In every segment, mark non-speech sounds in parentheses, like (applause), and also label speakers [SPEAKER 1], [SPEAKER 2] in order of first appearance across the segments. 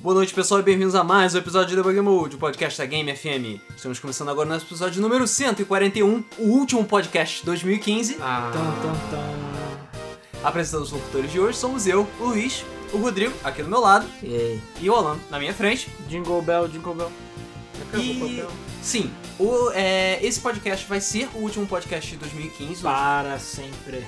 [SPEAKER 1] Boa noite, pessoal, e bem-vindos a mais um episódio de Debug Mode, o podcast da Game FM. Estamos começando agora o nosso episódio número 141, o último podcast de 2015.
[SPEAKER 2] Ah.
[SPEAKER 1] tá. Apresentando os locutores de hoje somos eu, o Luiz, o Rodrigo, aqui do meu lado,
[SPEAKER 2] E aí?
[SPEAKER 1] e o Alan, na minha frente.
[SPEAKER 2] Jingle Bell, Jingle Bell.
[SPEAKER 1] E, sim, o- é, esse podcast vai ser o último podcast de 2015,
[SPEAKER 2] Para sempre.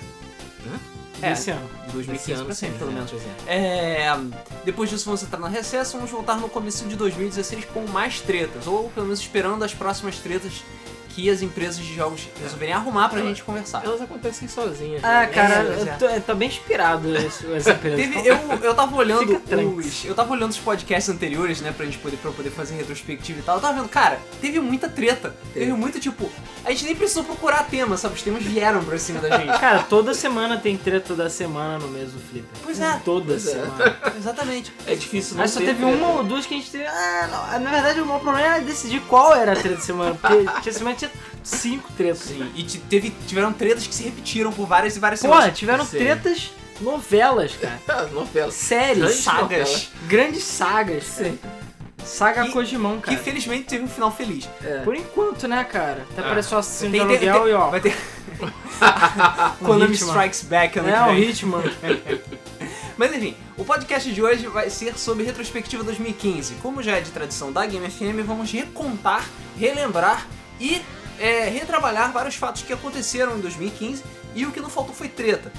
[SPEAKER 1] É.
[SPEAKER 2] Esse ano.
[SPEAKER 1] de 2015 pra sempre, né? pelo menos.
[SPEAKER 2] é.
[SPEAKER 1] É, depois disso vamos entrar na recesso, vamos voltar no começo de 2016 com mais tretas, ou pelo menos esperando as próximas tretas que as empresas de jogos resolverem arrumar pra
[SPEAKER 3] Eu-
[SPEAKER 1] gente conversar.
[SPEAKER 3] Elas acontecem sozinhas.
[SPEAKER 2] Ah,
[SPEAKER 3] né?
[SPEAKER 2] cara,
[SPEAKER 1] É,
[SPEAKER 2] eu tô, eu tô bem inspirado esse, essa empresa.
[SPEAKER 1] Teve, eu, eu tava olhando
[SPEAKER 2] Fica tranquilo.
[SPEAKER 1] os. Eu tava olhando os podcasts anteriores, né? Pra gente poder, pra eu poder fazer retrospectiva e tal. Eu tava vendo, cara, teve muita treta. Teve,
[SPEAKER 3] Teve.
[SPEAKER 1] muito, tipo, a gente nem precisou procurar tema, sabe? Os temas vieram pra cima da
[SPEAKER 2] (laughs)
[SPEAKER 1] gente.
[SPEAKER 2] Cara, toda semana tem treta da semana no mesmo Flipper.
[SPEAKER 1] Pois é.
[SPEAKER 2] Toda
[SPEAKER 3] Pois é.
[SPEAKER 2] semana.
[SPEAKER 1] Exatamente.
[SPEAKER 3] É difícil não
[SPEAKER 2] Mas só
[SPEAKER 3] ter
[SPEAKER 2] teve um-
[SPEAKER 3] treta.
[SPEAKER 2] uma ou duas que a gente teve. Ah, não. Na verdade, o maior problema era decidir qual era a treta da semana. Porque tinha semana que tinha cinco tretas.
[SPEAKER 1] Sim. E te- teve, tiveram tretas que se repetiram por várias e várias
[SPEAKER 2] Porra, tiveram
[SPEAKER 3] Sim.
[SPEAKER 2] tretas novelas, cara.
[SPEAKER 3] Ah, novela.
[SPEAKER 2] Séries,
[SPEAKER 3] Grandes
[SPEAKER 2] sagas.
[SPEAKER 3] novelas.
[SPEAKER 2] Grandes sagas.
[SPEAKER 3] Sim.
[SPEAKER 2] Saga
[SPEAKER 1] Que-
[SPEAKER 2] Cojimão,
[SPEAKER 1] Que
[SPEAKER 2] cara.
[SPEAKER 1] felizmente teve um final feliz.
[SPEAKER 3] É.
[SPEAKER 2] Por enquanto, né, cara? Até
[SPEAKER 3] Ah.
[SPEAKER 2] pareceu assassino de
[SPEAKER 1] Tem- tem-
[SPEAKER 2] aluguel
[SPEAKER 1] tem-
[SPEAKER 2] e ó.
[SPEAKER 1] Vai
[SPEAKER 2] (laughs)
[SPEAKER 1] ter. Konami
[SPEAKER 2] Hitman.
[SPEAKER 1] Strikes Back ano
[SPEAKER 2] É,
[SPEAKER 1] que
[SPEAKER 2] o
[SPEAKER 1] vem.
[SPEAKER 2] Hitman.
[SPEAKER 1] Mas enfim, o podcast de hoje vai ser sobre retrospectiva 2015. Como já é de tradição da Game FM, vamos recontar, relembrar e é, retrabalhar vários fatos que aconteceram em 2015 e o que não faltou foi treta.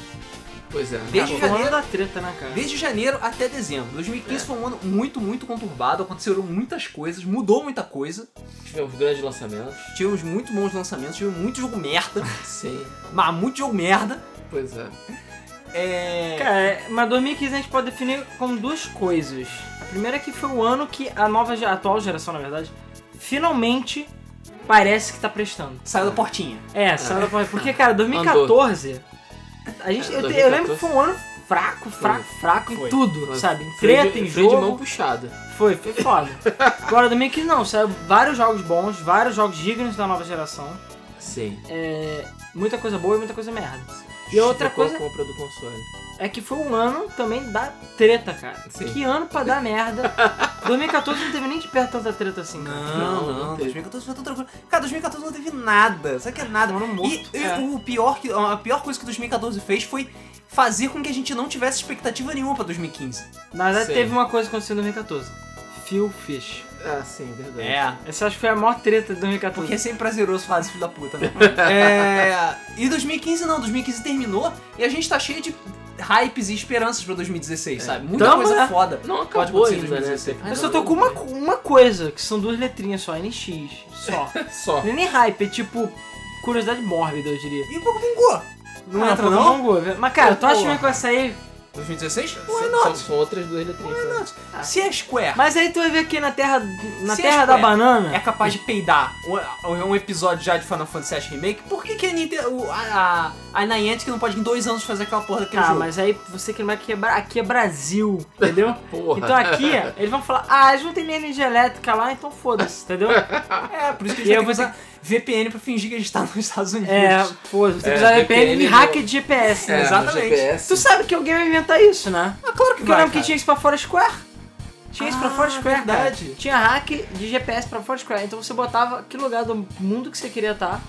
[SPEAKER 3] Pois é.
[SPEAKER 1] Desde
[SPEAKER 3] Tá bom.
[SPEAKER 2] O ano da treta, né, cara?
[SPEAKER 1] Desde janeiro até dezembro. 2015
[SPEAKER 3] É.
[SPEAKER 1] foi um ano muito, muito conturbado, aconteceram muitas coisas, mudou muita coisa.
[SPEAKER 3] Tivemos grandes lançamentos.
[SPEAKER 1] Tivemos muito bons lançamentos, tivemos muito jogo merda, (laughs)
[SPEAKER 3] Sim.
[SPEAKER 1] mas muito jogo merda.
[SPEAKER 3] Pois é.
[SPEAKER 1] É.
[SPEAKER 2] Cara, é- mas 2015 a gente pode definir como duas coisas. A primeira é que foi o ano que a nova, ge- a atual geração, na verdade, finalmente parece que tá prestando.
[SPEAKER 1] Saiu da portinha.
[SPEAKER 2] É, sabe? Porque, cara, 2014. A gente, eu, te- eu lembro que foi um ano fraco, fraco, fraco em
[SPEAKER 1] Foi.
[SPEAKER 2] tudo,
[SPEAKER 3] Foi.
[SPEAKER 2] sabe? Em
[SPEAKER 3] Foi
[SPEAKER 2] treta,
[SPEAKER 3] de-
[SPEAKER 2] em
[SPEAKER 3] foi de mão
[SPEAKER 2] jogo.
[SPEAKER 3] puxada.
[SPEAKER 2] Foi, foi foda. Agora, 2015 não, saiu vários jogos bons, vários jogos dignos da nova geração.
[SPEAKER 3] Sim.
[SPEAKER 2] É, muita coisa boa e muita coisa merda. E a outra
[SPEAKER 3] Chupou
[SPEAKER 2] coisa-
[SPEAKER 3] a compra do console.
[SPEAKER 2] É que foi um ano também da treta, cara.
[SPEAKER 3] Sim.
[SPEAKER 2] Que ano pra dar (laughs) merda. 2014 não teve nem de perto tanta treta assim, cara.
[SPEAKER 1] Não, não,
[SPEAKER 3] Não, não teve.
[SPEAKER 1] 2014 foi tudo tranquilo. Cara, 2014 não teve nada. Sabe que é nada?
[SPEAKER 2] Mano,
[SPEAKER 1] E,
[SPEAKER 2] morto.
[SPEAKER 1] e
[SPEAKER 2] É.
[SPEAKER 1] o pior que, a pior coisa que 2014 fez foi fazer com que a gente não tivesse expectativa nenhuma pra 2015.
[SPEAKER 2] Na verdade,
[SPEAKER 3] Sim.
[SPEAKER 2] teve uma coisa que aconteceu em 2014. Phil Fish.
[SPEAKER 3] Ah, sim, verdade.
[SPEAKER 1] É.
[SPEAKER 2] Essa acho que foi a maior treta de 2014.
[SPEAKER 1] Porque é sempre prazeroso falar esse filho da puta, né? é, e 2015 não, 2015 terminou e a gente tá cheio de hypes e esperanças pra 2016, sabe? Muita
[SPEAKER 2] Tamo,
[SPEAKER 1] coisa
[SPEAKER 2] né?
[SPEAKER 1] foda.
[SPEAKER 3] Não
[SPEAKER 1] Pode
[SPEAKER 3] acabou
[SPEAKER 1] acontecer em
[SPEAKER 3] ainda, né?
[SPEAKER 1] 2016.
[SPEAKER 2] Eu só tô com uma, uma coisa, que são duas letrinhas só, NX, só.
[SPEAKER 3] (laughs)
[SPEAKER 2] (laughs)
[SPEAKER 3] Só.
[SPEAKER 2] Não é nem hype, é tipo curiosidade mórbida, eu diria.
[SPEAKER 1] E o Pokémon Não
[SPEAKER 2] Ah,
[SPEAKER 1] entra,
[SPEAKER 2] Pokémon
[SPEAKER 1] não?
[SPEAKER 2] Go, velho. Mas cara, eu tô
[SPEAKER 1] Porra.
[SPEAKER 2] achando que vai sair.
[SPEAKER 1] 2016? Why
[SPEAKER 3] São- São,
[SPEAKER 1] not?
[SPEAKER 3] são outras duas letrinhas. né?
[SPEAKER 2] not?
[SPEAKER 1] Se é Square
[SPEAKER 2] Mas aí tu vai ver aqui na terra. Na
[SPEAKER 1] Se
[SPEAKER 2] terra
[SPEAKER 1] a
[SPEAKER 2] da
[SPEAKER 1] Square
[SPEAKER 2] banana.
[SPEAKER 1] é capaz de peidar um, um episódio já de Final Fantasy VII Remake, por que, que a, Nintendo, a, a, a Niantic não pode em dois anos fazer aquela porra daquele
[SPEAKER 2] Ah,
[SPEAKER 1] jogo?
[SPEAKER 2] mas aí você que não vai quebrar. Aqui é Brasil, entendeu?
[SPEAKER 3] Porra.
[SPEAKER 2] Então
[SPEAKER 1] é
[SPEAKER 2] aqui eles vão falar, ah, eles não tem nem energia elétrica lá, então foda-se, entendeu?
[SPEAKER 1] É, por isso que a
[SPEAKER 2] E
[SPEAKER 1] gente
[SPEAKER 2] eu
[SPEAKER 1] vai ter que
[SPEAKER 2] vou
[SPEAKER 1] usar VPN pra fingir que a gente tá nos Estados Unidos. Ah,
[SPEAKER 2] É, foda-se, você
[SPEAKER 3] É,
[SPEAKER 2] precisa de VPN e
[SPEAKER 3] VPN
[SPEAKER 2] hacker
[SPEAKER 3] não.
[SPEAKER 2] de GPS,
[SPEAKER 3] É,
[SPEAKER 2] né?
[SPEAKER 3] no
[SPEAKER 1] exatamente.
[SPEAKER 3] GPS.
[SPEAKER 2] Tu sabe que alguém vai inventar isso, né?
[SPEAKER 1] Ah, claro que
[SPEAKER 2] Porque eu
[SPEAKER 1] vai,
[SPEAKER 2] lembro
[SPEAKER 1] cara.
[SPEAKER 2] que tinha isso pra fora Square. Tinha isso pra
[SPEAKER 1] Ah,
[SPEAKER 2] fora Square,
[SPEAKER 1] verdade.
[SPEAKER 2] cara. Tinha hack de GPS pra fora Square. Então você botava que lugar do mundo que você queria estar.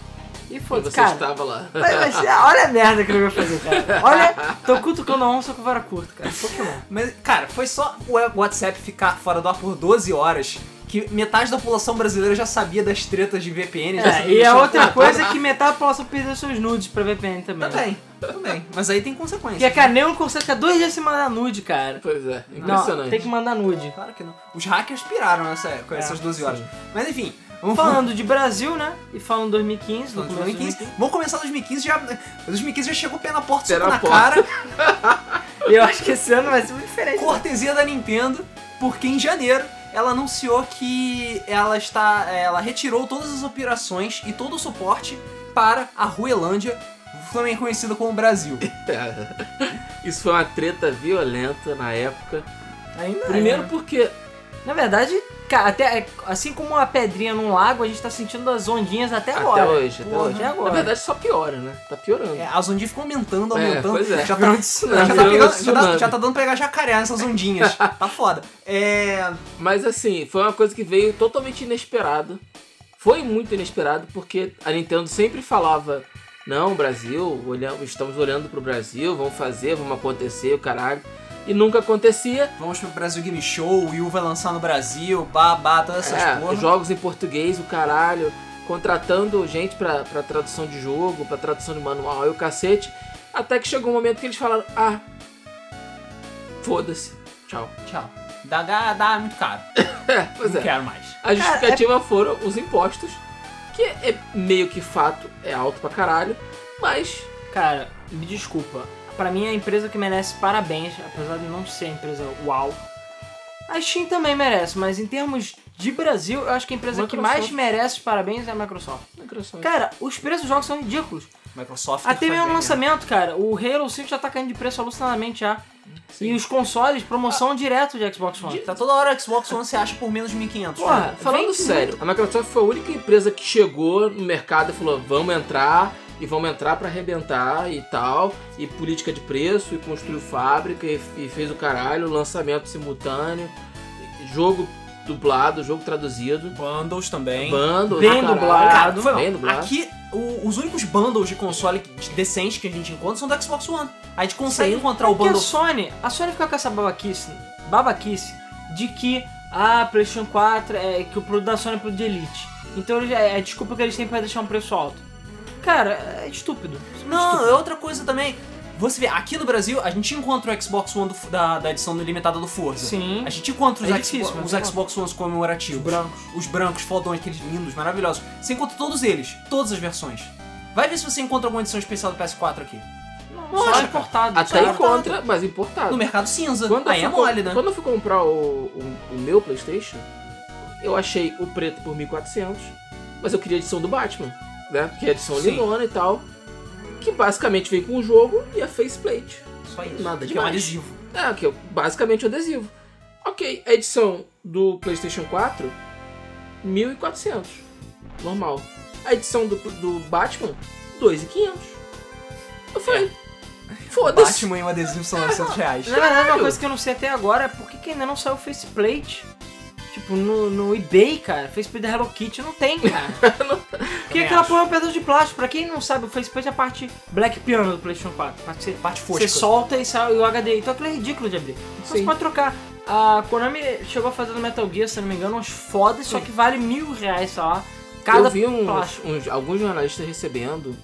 [SPEAKER 2] E
[SPEAKER 3] E
[SPEAKER 2] foda-se,
[SPEAKER 3] você
[SPEAKER 2] cara.
[SPEAKER 3] estava lá.
[SPEAKER 2] Mas, mas, olha a merda que eu vou fazer, cara. Olha, tô cutucando a onça com vara curta, cara. Pokémon.
[SPEAKER 1] Mas, cara, foi só o WhatsApp ficar fora do ar por 12 horas que metade da população brasileira já sabia das tretas de VPN. já
[SPEAKER 2] É,
[SPEAKER 1] sabia
[SPEAKER 2] e
[SPEAKER 1] mexer (laughs)
[SPEAKER 2] a
[SPEAKER 1] na
[SPEAKER 2] outra
[SPEAKER 1] porra
[SPEAKER 2] coisa é que metade possa perder seus nudes pra VPN também.
[SPEAKER 1] toda. Também, também. tá Mas aí tem consequência.
[SPEAKER 2] Porque, cara, nem um consegue ficar dois dias sem mandar nude, cara.
[SPEAKER 3] (laughs) Pois é.
[SPEAKER 2] Não,
[SPEAKER 3] Impressionante.
[SPEAKER 2] tem que mandar nude.
[SPEAKER 1] Claro que não. Os hackers piraram nessa, com
[SPEAKER 2] É,
[SPEAKER 1] essas 12 horas.
[SPEAKER 2] sim.
[SPEAKER 1] Mas enfim, vamos falar
[SPEAKER 2] Falando de Brasil, né? E falando 2015, no
[SPEAKER 1] Falando de
[SPEAKER 2] começo de
[SPEAKER 1] 2015. Vamos começar 2015 já. 2015 já chegou pé na porta,
[SPEAKER 3] Pé
[SPEAKER 1] soco
[SPEAKER 3] na
[SPEAKER 1] na
[SPEAKER 3] porta.
[SPEAKER 1] cara.
[SPEAKER 2] 2015. Eu acho que esse ano vai ser muito diferente. né?
[SPEAKER 1] cortesia da Nintendo, porque em janeiro ela anunciou que ela está, é, ela retirou todas as operações e todo o suporte para a Ruelândia, também conhecida como
[SPEAKER 3] (laughs)
[SPEAKER 1] Brasil.
[SPEAKER 3] Isso foi uma treta violenta na época.
[SPEAKER 2] Ainda é,
[SPEAKER 3] Primeiro
[SPEAKER 2] né?
[SPEAKER 3] porque
[SPEAKER 2] Na verdade, Cara, até, assim como a pedrinha num lago, a gente tá sentindo as ondinhas
[SPEAKER 1] É
[SPEAKER 2] até agora.
[SPEAKER 3] Até hoje, até
[SPEAKER 2] Porra,
[SPEAKER 3] hoje.
[SPEAKER 2] até agora.
[SPEAKER 3] Na verdade só piora, né? Tá piorando.
[SPEAKER 1] É, as ondinhas ficam aumentando,
[SPEAKER 3] É,
[SPEAKER 1] aumentando.
[SPEAKER 3] pois é.
[SPEAKER 1] Já tá,
[SPEAKER 3] Virou um
[SPEAKER 1] já
[SPEAKER 3] tsunami.
[SPEAKER 1] tá
[SPEAKER 3] Virou um
[SPEAKER 1] pegando- já tá-
[SPEAKER 3] tsunami.
[SPEAKER 1] já tá dando pegar jacaré nessas
[SPEAKER 3] (laughs)
[SPEAKER 1] ondinhas. tá foda. É.
[SPEAKER 3] Mas assim, foi uma coisa que veio totalmente inesperada. Foi muito inesperado porque a Nintendo sempre falava: "Não, Brasil, olhamos, estamos olhando pro Brasil, vamos fazer, vamos acontecer, o caralho". E nunca acontecia.
[SPEAKER 1] Vamos pro Brasil Game Show, o Wii U vai lançar no Brasil, babá, todas essas
[SPEAKER 3] É,
[SPEAKER 1] porra.
[SPEAKER 3] jogos em português, o caralho, contratando gente pra, pra tradução de jogo, pra tradução de manual e o cacete. Até que chegou um momento que eles falaram: "Ah, foda-se. Tchau". (laughs)
[SPEAKER 1] Tchau. Dá, dá, dá muito caro.
[SPEAKER 3] É, pois
[SPEAKER 1] Não
[SPEAKER 3] é.
[SPEAKER 1] quero mais.
[SPEAKER 3] A justificativa foram os impostos, que é meio que fato, é alto pra caralho, mas
[SPEAKER 2] Cara, me desculpa. Pra mim é a empresa que merece parabéns, apesar de não ser a empresa uau. A Steam também merece, mas em termos de Brasil, eu acho que a empresa que
[SPEAKER 3] Microsoft.
[SPEAKER 2] mais merece os parabéns é a Microsoft.
[SPEAKER 3] Microsoft.
[SPEAKER 2] Cara, os preços dos jogos são ridículos.
[SPEAKER 1] Microsoft. tem
[SPEAKER 2] Até
[SPEAKER 1] que fazer,
[SPEAKER 2] mesmo o
[SPEAKER 1] né?
[SPEAKER 2] lançamento, cara, o Halo 5 já tá caindo de preço alucinadamente já.
[SPEAKER 3] Sim.
[SPEAKER 2] E os consoles, promoção direto de Xbox One.
[SPEAKER 1] Tá toda hora Xbox One você acha por menos de 1.500.
[SPEAKER 3] Porra, falando
[SPEAKER 2] vem né?
[SPEAKER 3] sério, a Microsoft foi a única empresa que chegou no mercado e falou: vamos entrar e vamos entrar pra arrebentar e tal, e política de preço, e construiu fábrica, e, e fez o caralho, lançamento simultâneo, jogo dublado, jogo traduzido,
[SPEAKER 1] Bundles também.
[SPEAKER 3] bando,
[SPEAKER 2] Bem
[SPEAKER 3] caralho.
[SPEAKER 2] dublado.
[SPEAKER 1] Cara, foi,
[SPEAKER 3] Bem
[SPEAKER 1] não.
[SPEAKER 3] dublado.
[SPEAKER 1] Aqui, o- os únicos bundles de console que- decentes que a gente encontra são do Xbox One. A gente consegue
[SPEAKER 2] Sim.
[SPEAKER 1] encontrar o
[SPEAKER 2] Porque a
[SPEAKER 1] bundle.
[SPEAKER 2] Sony, a Sony fica com essa babaquice, babaquice de que a PlayStation 4 é que o produto da Sony é produto de elite. Então eles- é, é desculpa que eles têm pra deixar um preço alto. Cara, é estúpido.
[SPEAKER 1] Não, é outra coisa também. Você vê, aqui no Brasil, a gente encontra o Xbox One do- da, da edição limitada do Forza.
[SPEAKER 2] Sim.
[SPEAKER 1] A gente encontra os,
[SPEAKER 2] É
[SPEAKER 1] Xbox-
[SPEAKER 2] difícil, mas
[SPEAKER 1] os
[SPEAKER 2] encontra.
[SPEAKER 1] Xbox Ones
[SPEAKER 2] Os
[SPEAKER 1] comemorativos.
[SPEAKER 2] brancos.
[SPEAKER 1] os brancos, fodões, aqueles lindos, maravilhosos. Você encontra todos eles, todas as versões. Vai ver se você encontra alguma edição especial do PS4 aqui.
[SPEAKER 2] Só
[SPEAKER 1] Lógico,
[SPEAKER 2] é importado.
[SPEAKER 3] Até
[SPEAKER 2] só é importado.
[SPEAKER 3] encontra, mas importado.
[SPEAKER 1] No mercado cinza.
[SPEAKER 3] Quando
[SPEAKER 1] Aí
[SPEAKER 3] eu
[SPEAKER 1] é
[SPEAKER 3] fui com-
[SPEAKER 1] mole, né?
[SPEAKER 3] Quando eu fui comprar o, o- o meu Playstation, eu achei o preto por 1.400, mas eu queria a edição do Batman, né? Que é a edição
[SPEAKER 1] Sim.
[SPEAKER 3] lindona e tal. Que basicamente veio com o jogo e a faceplate.
[SPEAKER 1] Só isso.
[SPEAKER 3] Nada
[SPEAKER 1] que é um
[SPEAKER 3] demais.
[SPEAKER 1] adesivo.
[SPEAKER 3] É, que é basicamente o adesivo. Ok, a edição do Playstation 4, 1.400. Normal. A edição do, do Batman, 2.500. Eu falei, foda-se.
[SPEAKER 1] Batman e um adesivo são 900 reais.
[SPEAKER 2] Na verdade, é uma
[SPEAKER 3] Caralho.
[SPEAKER 2] coisa que eu não sei até agora é por que, que ainda não saiu o faceplate. Tipo, no, no eBay, cara, faceplate da Hello Kitty não tem,
[SPEAKER 3] (laughs)
[SPEAKER 2] cara. Porque
[SPEAKER 1] Também
[SPEAKER 2] aquela
[SPEAKER 1] acho.
[SPEAKER 2] porra é um pedaço de plástico. Pra quem não sabe, o faceplate é a parte Black Piano do PlayStation 4. a parte que você
[SPEAKER 1] Parte
[SPEAKER 2] Você
[SPEAKER 1] fosca.
[SPEAKER 2] solta e sai o HD. Então aquilo é ridículo de abrir. Então Você
[SPEAKER 3] Sim.
[SPEAKER 2] pode trocar. A Konami chegou a fazer no Metal Gear, se eu não me engano, uns fodas, só que vale mil reais, sei lá. Cada
[SPEAKER 3] eu vi uns,
[SPEAKER 2] plástico.
[SPEAKER 3] uns- alguns jornalistas recebendo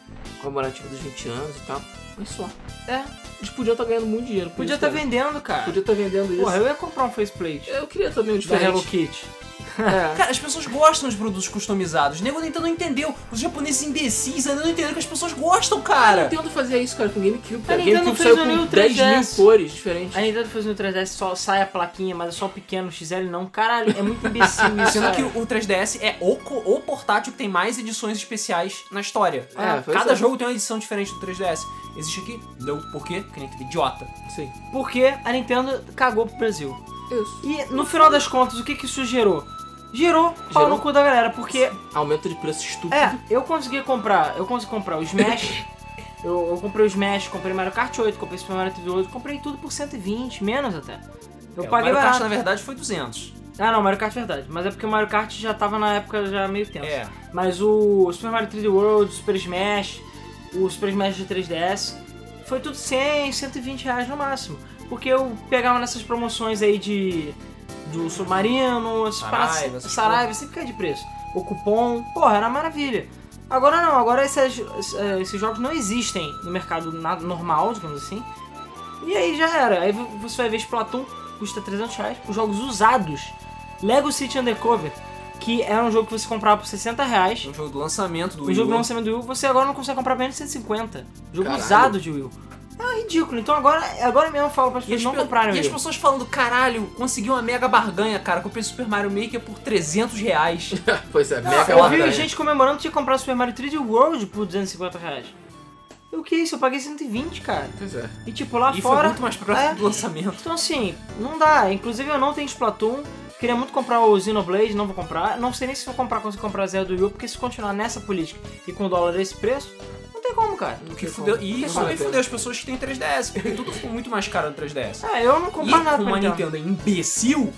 [SPEAKER 3] comemorativo dos 20 anos e tal. Mas só.
[SPEAKER 2] É,
[SPEAKER 3] Eles podiam estar ganhando muito dinheiro. por
[SPEAKER 2] podia
[SPEAKER 3] isso,
[SPEAKER 2] estar
[SPEAKER 3] cara.
[SPEAKER 2] vendendo, cara.
[SPEAKER 3] Podia estar vendendo isso.
[SPEAKER 2] Porra, eu ia comprar um faceplate
[SPEAKER 3] eu... queria também um
[SPEAKER 2] da Hello
[SPEAKER 3] diferente.
[SPEAKER 2] Kitty.
[SPEAKER 3] É.
[SPEAKER 1] (laughs) Cara, as pessoas gostam de produtos customizados. O nego ainda não entendeu. Os japoneses imbecis ainda não entenderam que as pessoas gostam, cara.
[SPEAKER 3] Tenta fazer isso, cara, com GameCube. Cara.
[SPEAKER 2] A Nintendo
[SPEAKER 3] GameCube
[SPEAKER 2] fez
[SPEAKER 3] saiu
[SPEAKER 2] o
[SPEAKER 3] com
[SPEAKER 2] New
[SPEAKER 3] 10 mil
[SPEAKER 2] 3DS.
[SPEAKER 3] cores diferentes.
[SPEAKER 2] A Nintendo fazendo o 3DS só sai a plaquinha, mas é só o pequeno, o XL não. Caralho, é muito imbecil isso.
[SPEAKER 1] Sendo
[SPEAKER 2] cara.
[SPEAKER 1] que o 3DS é o, co- o portátil que tem mais edições especiais na história.
[SPEAKER 3] É, pois
[SPEAKER 1] Cada
[SPEAKER 3] é.
[SPEAKER 1] jogo tem uma edição diferente do 3DS. Existe aqui? Não. Por quê? Porque nem idiota.
[SPEAKER 3] Sim.
[SPEAKER 2] Porque a Nintendo cagou pro Brasil.
[SPEAKER 3] Isso.
[SPEAKER 2] E no final das contas, o que que isso gerou? Gerou pau
[SPEAKER 3] Gerou.
[SPEAKER 2] no cu da galera, porque
[SPEAKER 3] Aumento de preço estúpido.
[SPEAKER 2] É, eu consegui comprar, eu consegui comprar o (laughs) Smash. eu, eu comprei o Smash, comprei Mario Kart 8, comprei Super Mario 38, comprei tudo por 120, menos até. Eu
[SPEAKER 1] É, o
[SPEAKER 2] paguei
[SPEAKER 1] Mario Kart,
[SPEAKER 2] barato.
[SPEAKER 1] na verdade, foi 200.
[SPEAKER 2] Ah, não, Mario Kart é verdade. Mas é porque o Mario Kart já tava na época já meio tempo.
[SPEAKER 1] É.
[SPEAKER 2] Mas o Super Mario 3D World, o Super Smash, o Super Smash de 3DS, foi tudo 100, 120 reais no máximo. Porque eu pegava nessas promoções aí de. do Submarino, essas
[SPEAKER 1] Saraiva,
[SPEAKER 2] paradas-
[SPEAKER 1] essas
[SPEAKER 2] Saraiva, sempre cai de preço. O cupom, porra, era maravilha. Agora não, agora essas- eh, esses jogos não existem no mercado na- normal, digamos assim. E aí já era. Aí vo- você vai ver Splatoon, custa 300 reais. Os jogos usados. Lego City Undercover, que era um jogo que você comprava por 60 reais.
[SPEAKER 1] Um jogo do lançamento do
[SPEAKER 2] O
[SPEAKER 1] Wii
[SPEAKER 2] jogo
[SPEAKER 1] U.
[SPEAKER 2] lançamento do Wii, U, você agora não consegue comprar menos de 150. Jogo
[SPEAKER 3] Caralho.
[SPEAKER 2] usado de Wii. U. É ridículo. Então agora, agora mesmo eu falo para as
[SPEAKER 1] E as,
[SPEAKER 2] pessoas não
[SPEAKER 1] pe-
[SPEAKER 2] comprarem o
[SPEAKER 1] e as
[SPEAKER 2] Wii. U.
[SPEAKER 1] pessoas falando, caralho, consegui uma mega barganha, cara. Comprei Super Mario Maker por 300 reais.
[SPEAKER 3] (laughs) Pois é, mega
[SPEAKER 2] Eu vi
[SPEAKER 1] né?
[SPEAKER 3] barganha.
[SPEAKER 2] gente comemorando que tinha comprado Super Mario 3D World por 250 reais. E o que é isso? Eu paguei 120, cara.
[SPEAKER 3] Pois é.
[SPEAKER 2] E tipo, (laughs) lá
[SPEAKER 1] e foi
[SPEAKER 2] fora.
[SPEAKER 1] muito mais próximo
[SPEAKER 2] É.
[SPEAKER 1] do lançamento.
[SPEAKER 2] Então assim, não dá. Inclusive eu não tenho Splatoon. Queria muito comprar o Xenoblade, não vou comprar. Não sei nem se vou comprar quando comprar Zelda do Yu, porque se continuar nessa política e com o dólar a esse preço, não tem como, cara.
[SPEAKER 1] O
[SPEAKER 3] Não
[SPEAKER 1] que
[SPEAKER 3] tem
[SPEAKER 1] fudeu,
[SPEAKER 3] como.
[SPEAKER 1] e isso
[SPEAKER 3] como,
[SPEAKER 1] também
[SPEAKER 3] Pedro.
[SPEAKER 1] fudeu as pessoas que têm 3DS, porque tudo ficou muito mais caro no 3DS.
[SPEAKER 2] É, eu não compro
[SPEAKER 1] e
[SPEAKER 2] nada
[SPEAKER 1] como
[SPEAKER 2] pra
[SPEAKER 1] a
[SPEAKER 2] Nintendo.
[SPEAKER 1] Nintendo é imbecil,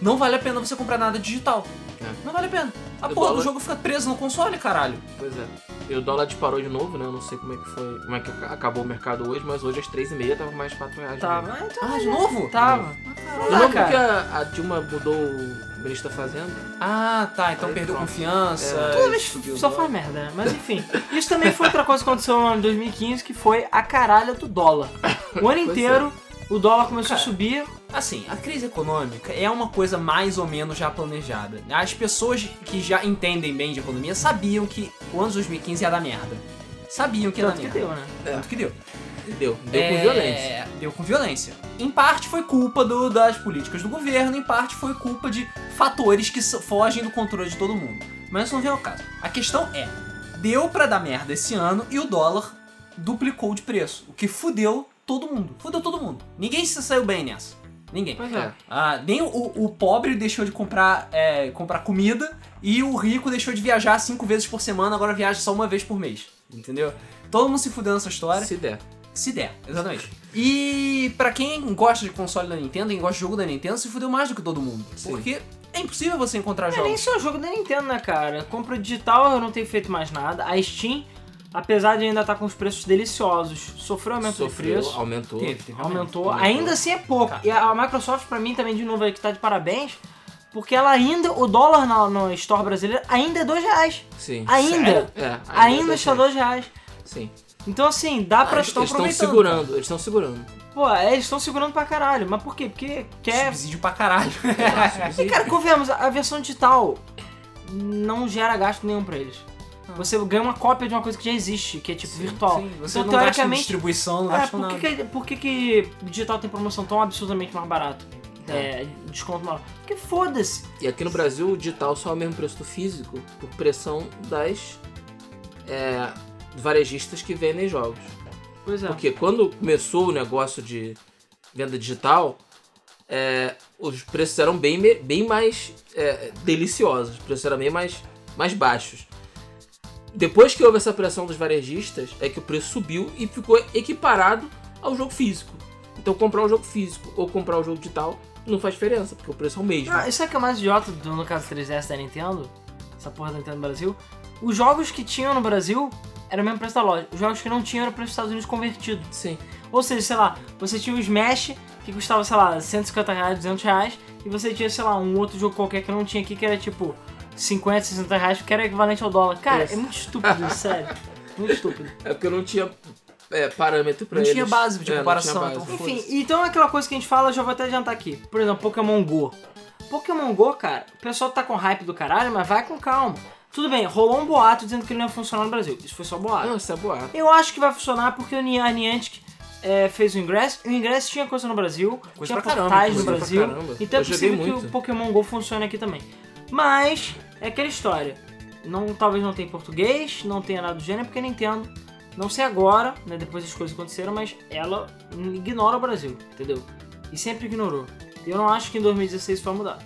[SPEAKER 1] não vale a pena você comprar nada digital.
[SPEAKER 3] É.
[SPEAKER 1] Não vale a pena. A
[SPEAKER 3] O
[SPEAKER 1] porra do
[SPEAKER 3] dólar-
[SPEAKER 1] jogo fica preso no console, caralho.
[SPEAKER 3] Pois é. E o dólar disparou de novo, né? Eu não sei como é que foi. Como é que ac- acabou o mercado hoje, mas hoje às 3,5 tava mais 4 reais.
[SPEAKER 2] Tá,
[SPEAKER 3] né?
[SPEAKER 2] mas então
[SPEAKER 1] Ah, de novo?
[SPEAKER 2] tava.
[SPEAKER 3] De
[SPEAKER 2] Não dá,
[SPEAKER 3] novo
[SPEAKER 2] Ah, cara.
[SPEAKER 3] porque a, a Dilma mudou o ministro da Fazenda.
[SPEAKER 1] Ah, tá. Então
[SPEAKER 3] Aí
[SPEAKER 1] perdeu
[SPEAKER 3] pronto.
[SPEAKER 1] confiança.
[SPEAKER 3] É.
[SPEAKER 2] Toda vez
[SPEAKER 1] explodiu
[SPEAKER 2] só
[SPEAKER 1] o
[SPEAKER 2] faz
[SPEAKER 1] dólar.
[SPEAKER 2] merda, né? Mas enfim. Isso também foi outra coisa que aconteceu no ano de 2015, que foi a caralha do dólar. O (laughs) ano
[SPEAKER 3] Pois
[SPEAKER 2] inteiro, o dólar começou
[SPEAKER 1] Cara.
[SPEAKER 2] a subir.
[SPEAKER 1] Assim, a crise econômica é uma coisa mais ou menos já planejada. As pessoas que já entendem bem de economia sabiam que o ano de 2015 ia dar merda. Sabiam que ia
[SPEAKER 2] Tanto
[SPEAKER 1] dar
[SPEAKER 2] que
[SPEAKER 1] merda.
[SPEAKER 2] deu, né?
[SPEAKER 1] Tanto que deu.
[SPEAKER 3] Deu. Deu
[SPEAKER 1] É,
[SPEAKER 3] com violência.
[SPEAKER 1] Deu com violência. Em parte foi culpa do- das políticas do governo, em parte foi culpa de fatores que so- fogem do controle de todo mundo. Mas isso não vem ao caso. A questão é, deu pra dar merda esse ano e o dólar duplicou de preço, o que fudeu todo mundo. Fudeu todo mundo. Ninguém se saiu bem nessa. Ninguém.
[SPEAKER 2] Pois
[SPEAKER 3] É.
[SPEAKER 2] é.
[SPEAKER 1] Ah, nem o, o pobre deixou de comprar, é, comprar comida e o rico deixou de viajar cinco vezes por semana, agora viaja só uma vez por mês. Entendeu? Todo mundo se fudeu nessa história.
[SPEAKER 3] Se der.
[SPEAKER 1] Se der, exatamente. E pra quem gosta de console da Nintendo, quem gosta de jogo da Nintendo, se fudeu mais do que todo mundo.
[SPEAKER 3] Sim.
[SPEAKER 1] Porque é impossível você encontrar
[SPEAKER 2] É nem
[SPEAKER 1] jogos.
[SPEAKER 2] só jogo da Nintendo, né, cara? Compra digital, eu não tenho feito mais nada. A Steam, apesar de ainda estar com os preços deliciosos, sofreu aumento
[SPEAKER 3] Sofreu,
[SPEAKER 2] de preço.
[SPEAKER 3] aumentou.
[SPEAKER 2] Aumentou.
[SPEAKER 3] Aumentou.
[SPEAKER 2] Ainda assim é pouco.
[SPEAKER 1] Tá.
[SPEAKER 2] E a a Microsoft, pra mim, também, de novo, aí que tá de parabéns. Porque ela ainda, o dólar na, na Store brasileira ainda é 2 reais.
[SPEAKER 3] Sim.
[SPEAKER 2] Ainda.
[SPEAKER 3] É,
[SPEAKER 2] Ainda está
[SPEAKER 3] sim.
[SPEAKER 2] 2 reais.
[SPEAKER 3] Sim.
[SPEAKER 2] Então, assim, dá pra.
[SPEAKER 1] Ah, eles estão
[SPEAKER 3] eles estão
[SPEAKER 1] aproveitando,
[SPEAKER 3] segurando, eles estão
[SPEAKER 2] (laughs)
[SPEAKER 3] segurando.
[SPEAKER 2] Pô, é, eles estão segurando pra caralho. Mas por quê? Porque quer.
[SPEAKER 1] Subsídio pra caralho.
[SPEAKER 2] E, cara, convenhamos, a a versão digital não gera gasto nenhum pra eles. Você ganha uma cópia de uma coisa que já existe, que é tipo virtual.
[SPEAKER 1] Sim, você
[SPEAKER 2] então,
[SPEAKER 1] não gasta em
[SPEAKER 2] teoricamente.
[SPEAKER 1] distribuição, não
[SPEAKER 2] É,
[SPEAKER 1] gasta
[SPEAKER 2] por,
[SPEAKER 1] nada.
[SPEAKER 2] que, que- por que, que digital tem promoção tão absurdamente mais barato? É, desconto maior. Porque foda-se.
[SPEAKER 3] E aqui no Brasil, o digital só é o mesmo preço do físico por pressão das é, varejistas que vendem jogos.
[SPEAKER 2] Pois é.
[SPEAKER 3] Porque quando começou o negócio de venda digital, é, os preços eram bem, me- bem mais é, deliciosos, os preços eram bem mais, mais baixos. Depois que houve essa pressão dos varejistas, é que o preço subiu e ficou equiparado ao jogo físico. Então comprar um jogo físico ou comprar um jogo digital não faz diferença, porque o preço é o mesmo.
[SPEAKER 2] Ah, isso é que é mais idiota do, no caso 3DS da Nintendo, essa porra da Nintendo Brasil. Os jogos que tinham no Brasil eram o mesmo preço da loja. Os jogos que não tinham eram o preço dos Estados Unidos convertido.
[SPEAKER 3] Sim.
[SPEAKER 2] Ou seja, sei lá, você tinha o Smash, que custava, sei lá, 150 reais, 200 reais, e você tinha, sei lá, um outro jogo qualquer que não tinha aqui, que era tipo 50, 60 reais, que era equivalente ao dólar. Cara,
[SPEAKER 3] Isso.
[SPEAKER 2] é muito estúpido, isso, sério. Muito estúpido.
[SPEAKER 3] É porque eu não tinha é, parâmetro pra
[SPEAKER 1] Não
[SPEAKER 3] eles.
[SPEAKER 1] tinha base de
[SPEAKER 3] É, não
[SPEAKER 1] comparação,
[SPEAKER 3] tinha base.
[SPEAKER 1] então-
[SPEAKER 2] Enfim,
[SPEAKER 1] Foda-se.
[SPEAKER 2] então é aquela coisa que a gente fala, eu já vou até adiantar aqui. Por exemplo, Pokémon Go. Pokémon Go, cara, o pessoal tá com hype do caralho, mas vai com calma. Tudo bem, rolou um boato dizendo que ele não ia funcionar no Brasil. Isso foi só boato.
[SPEAKER 3] Não, isso é boato.
[SPEAKER 2] Uhum. Eu acho que vai funcionar porque o Nia- a Niantic é, fez o ingresso. O ingresso tinha coisa no Brasil,
[SPEAKER 1] Coisa
[SPEAKER 2] tinha
[SPEAKER 1] pra caramba,
[SPEAKER 2] portais no
[SPEAKER 3] coisa pra
[SPEAKER 2] Brasil.
[SPEAKER 3] caramba.
[SPEAKER 2] Então é
[SPEAKER 3] Eu joguei
[SPEAKER 2] possível que
[SPEAKER 3] muito.
[SPEAKER 2] o Pokémon GO funcione aqui também. Mas é aquela história. Não, talvez não tenha em português, não tenha nada do gênero, porque a Nintendo, não sei agora, né, depois as coisas aconteceram, mas ela ignora o Brasil, entendeu? E sempre ignorou. E Eu não acho que em 2016 isso vai mudar.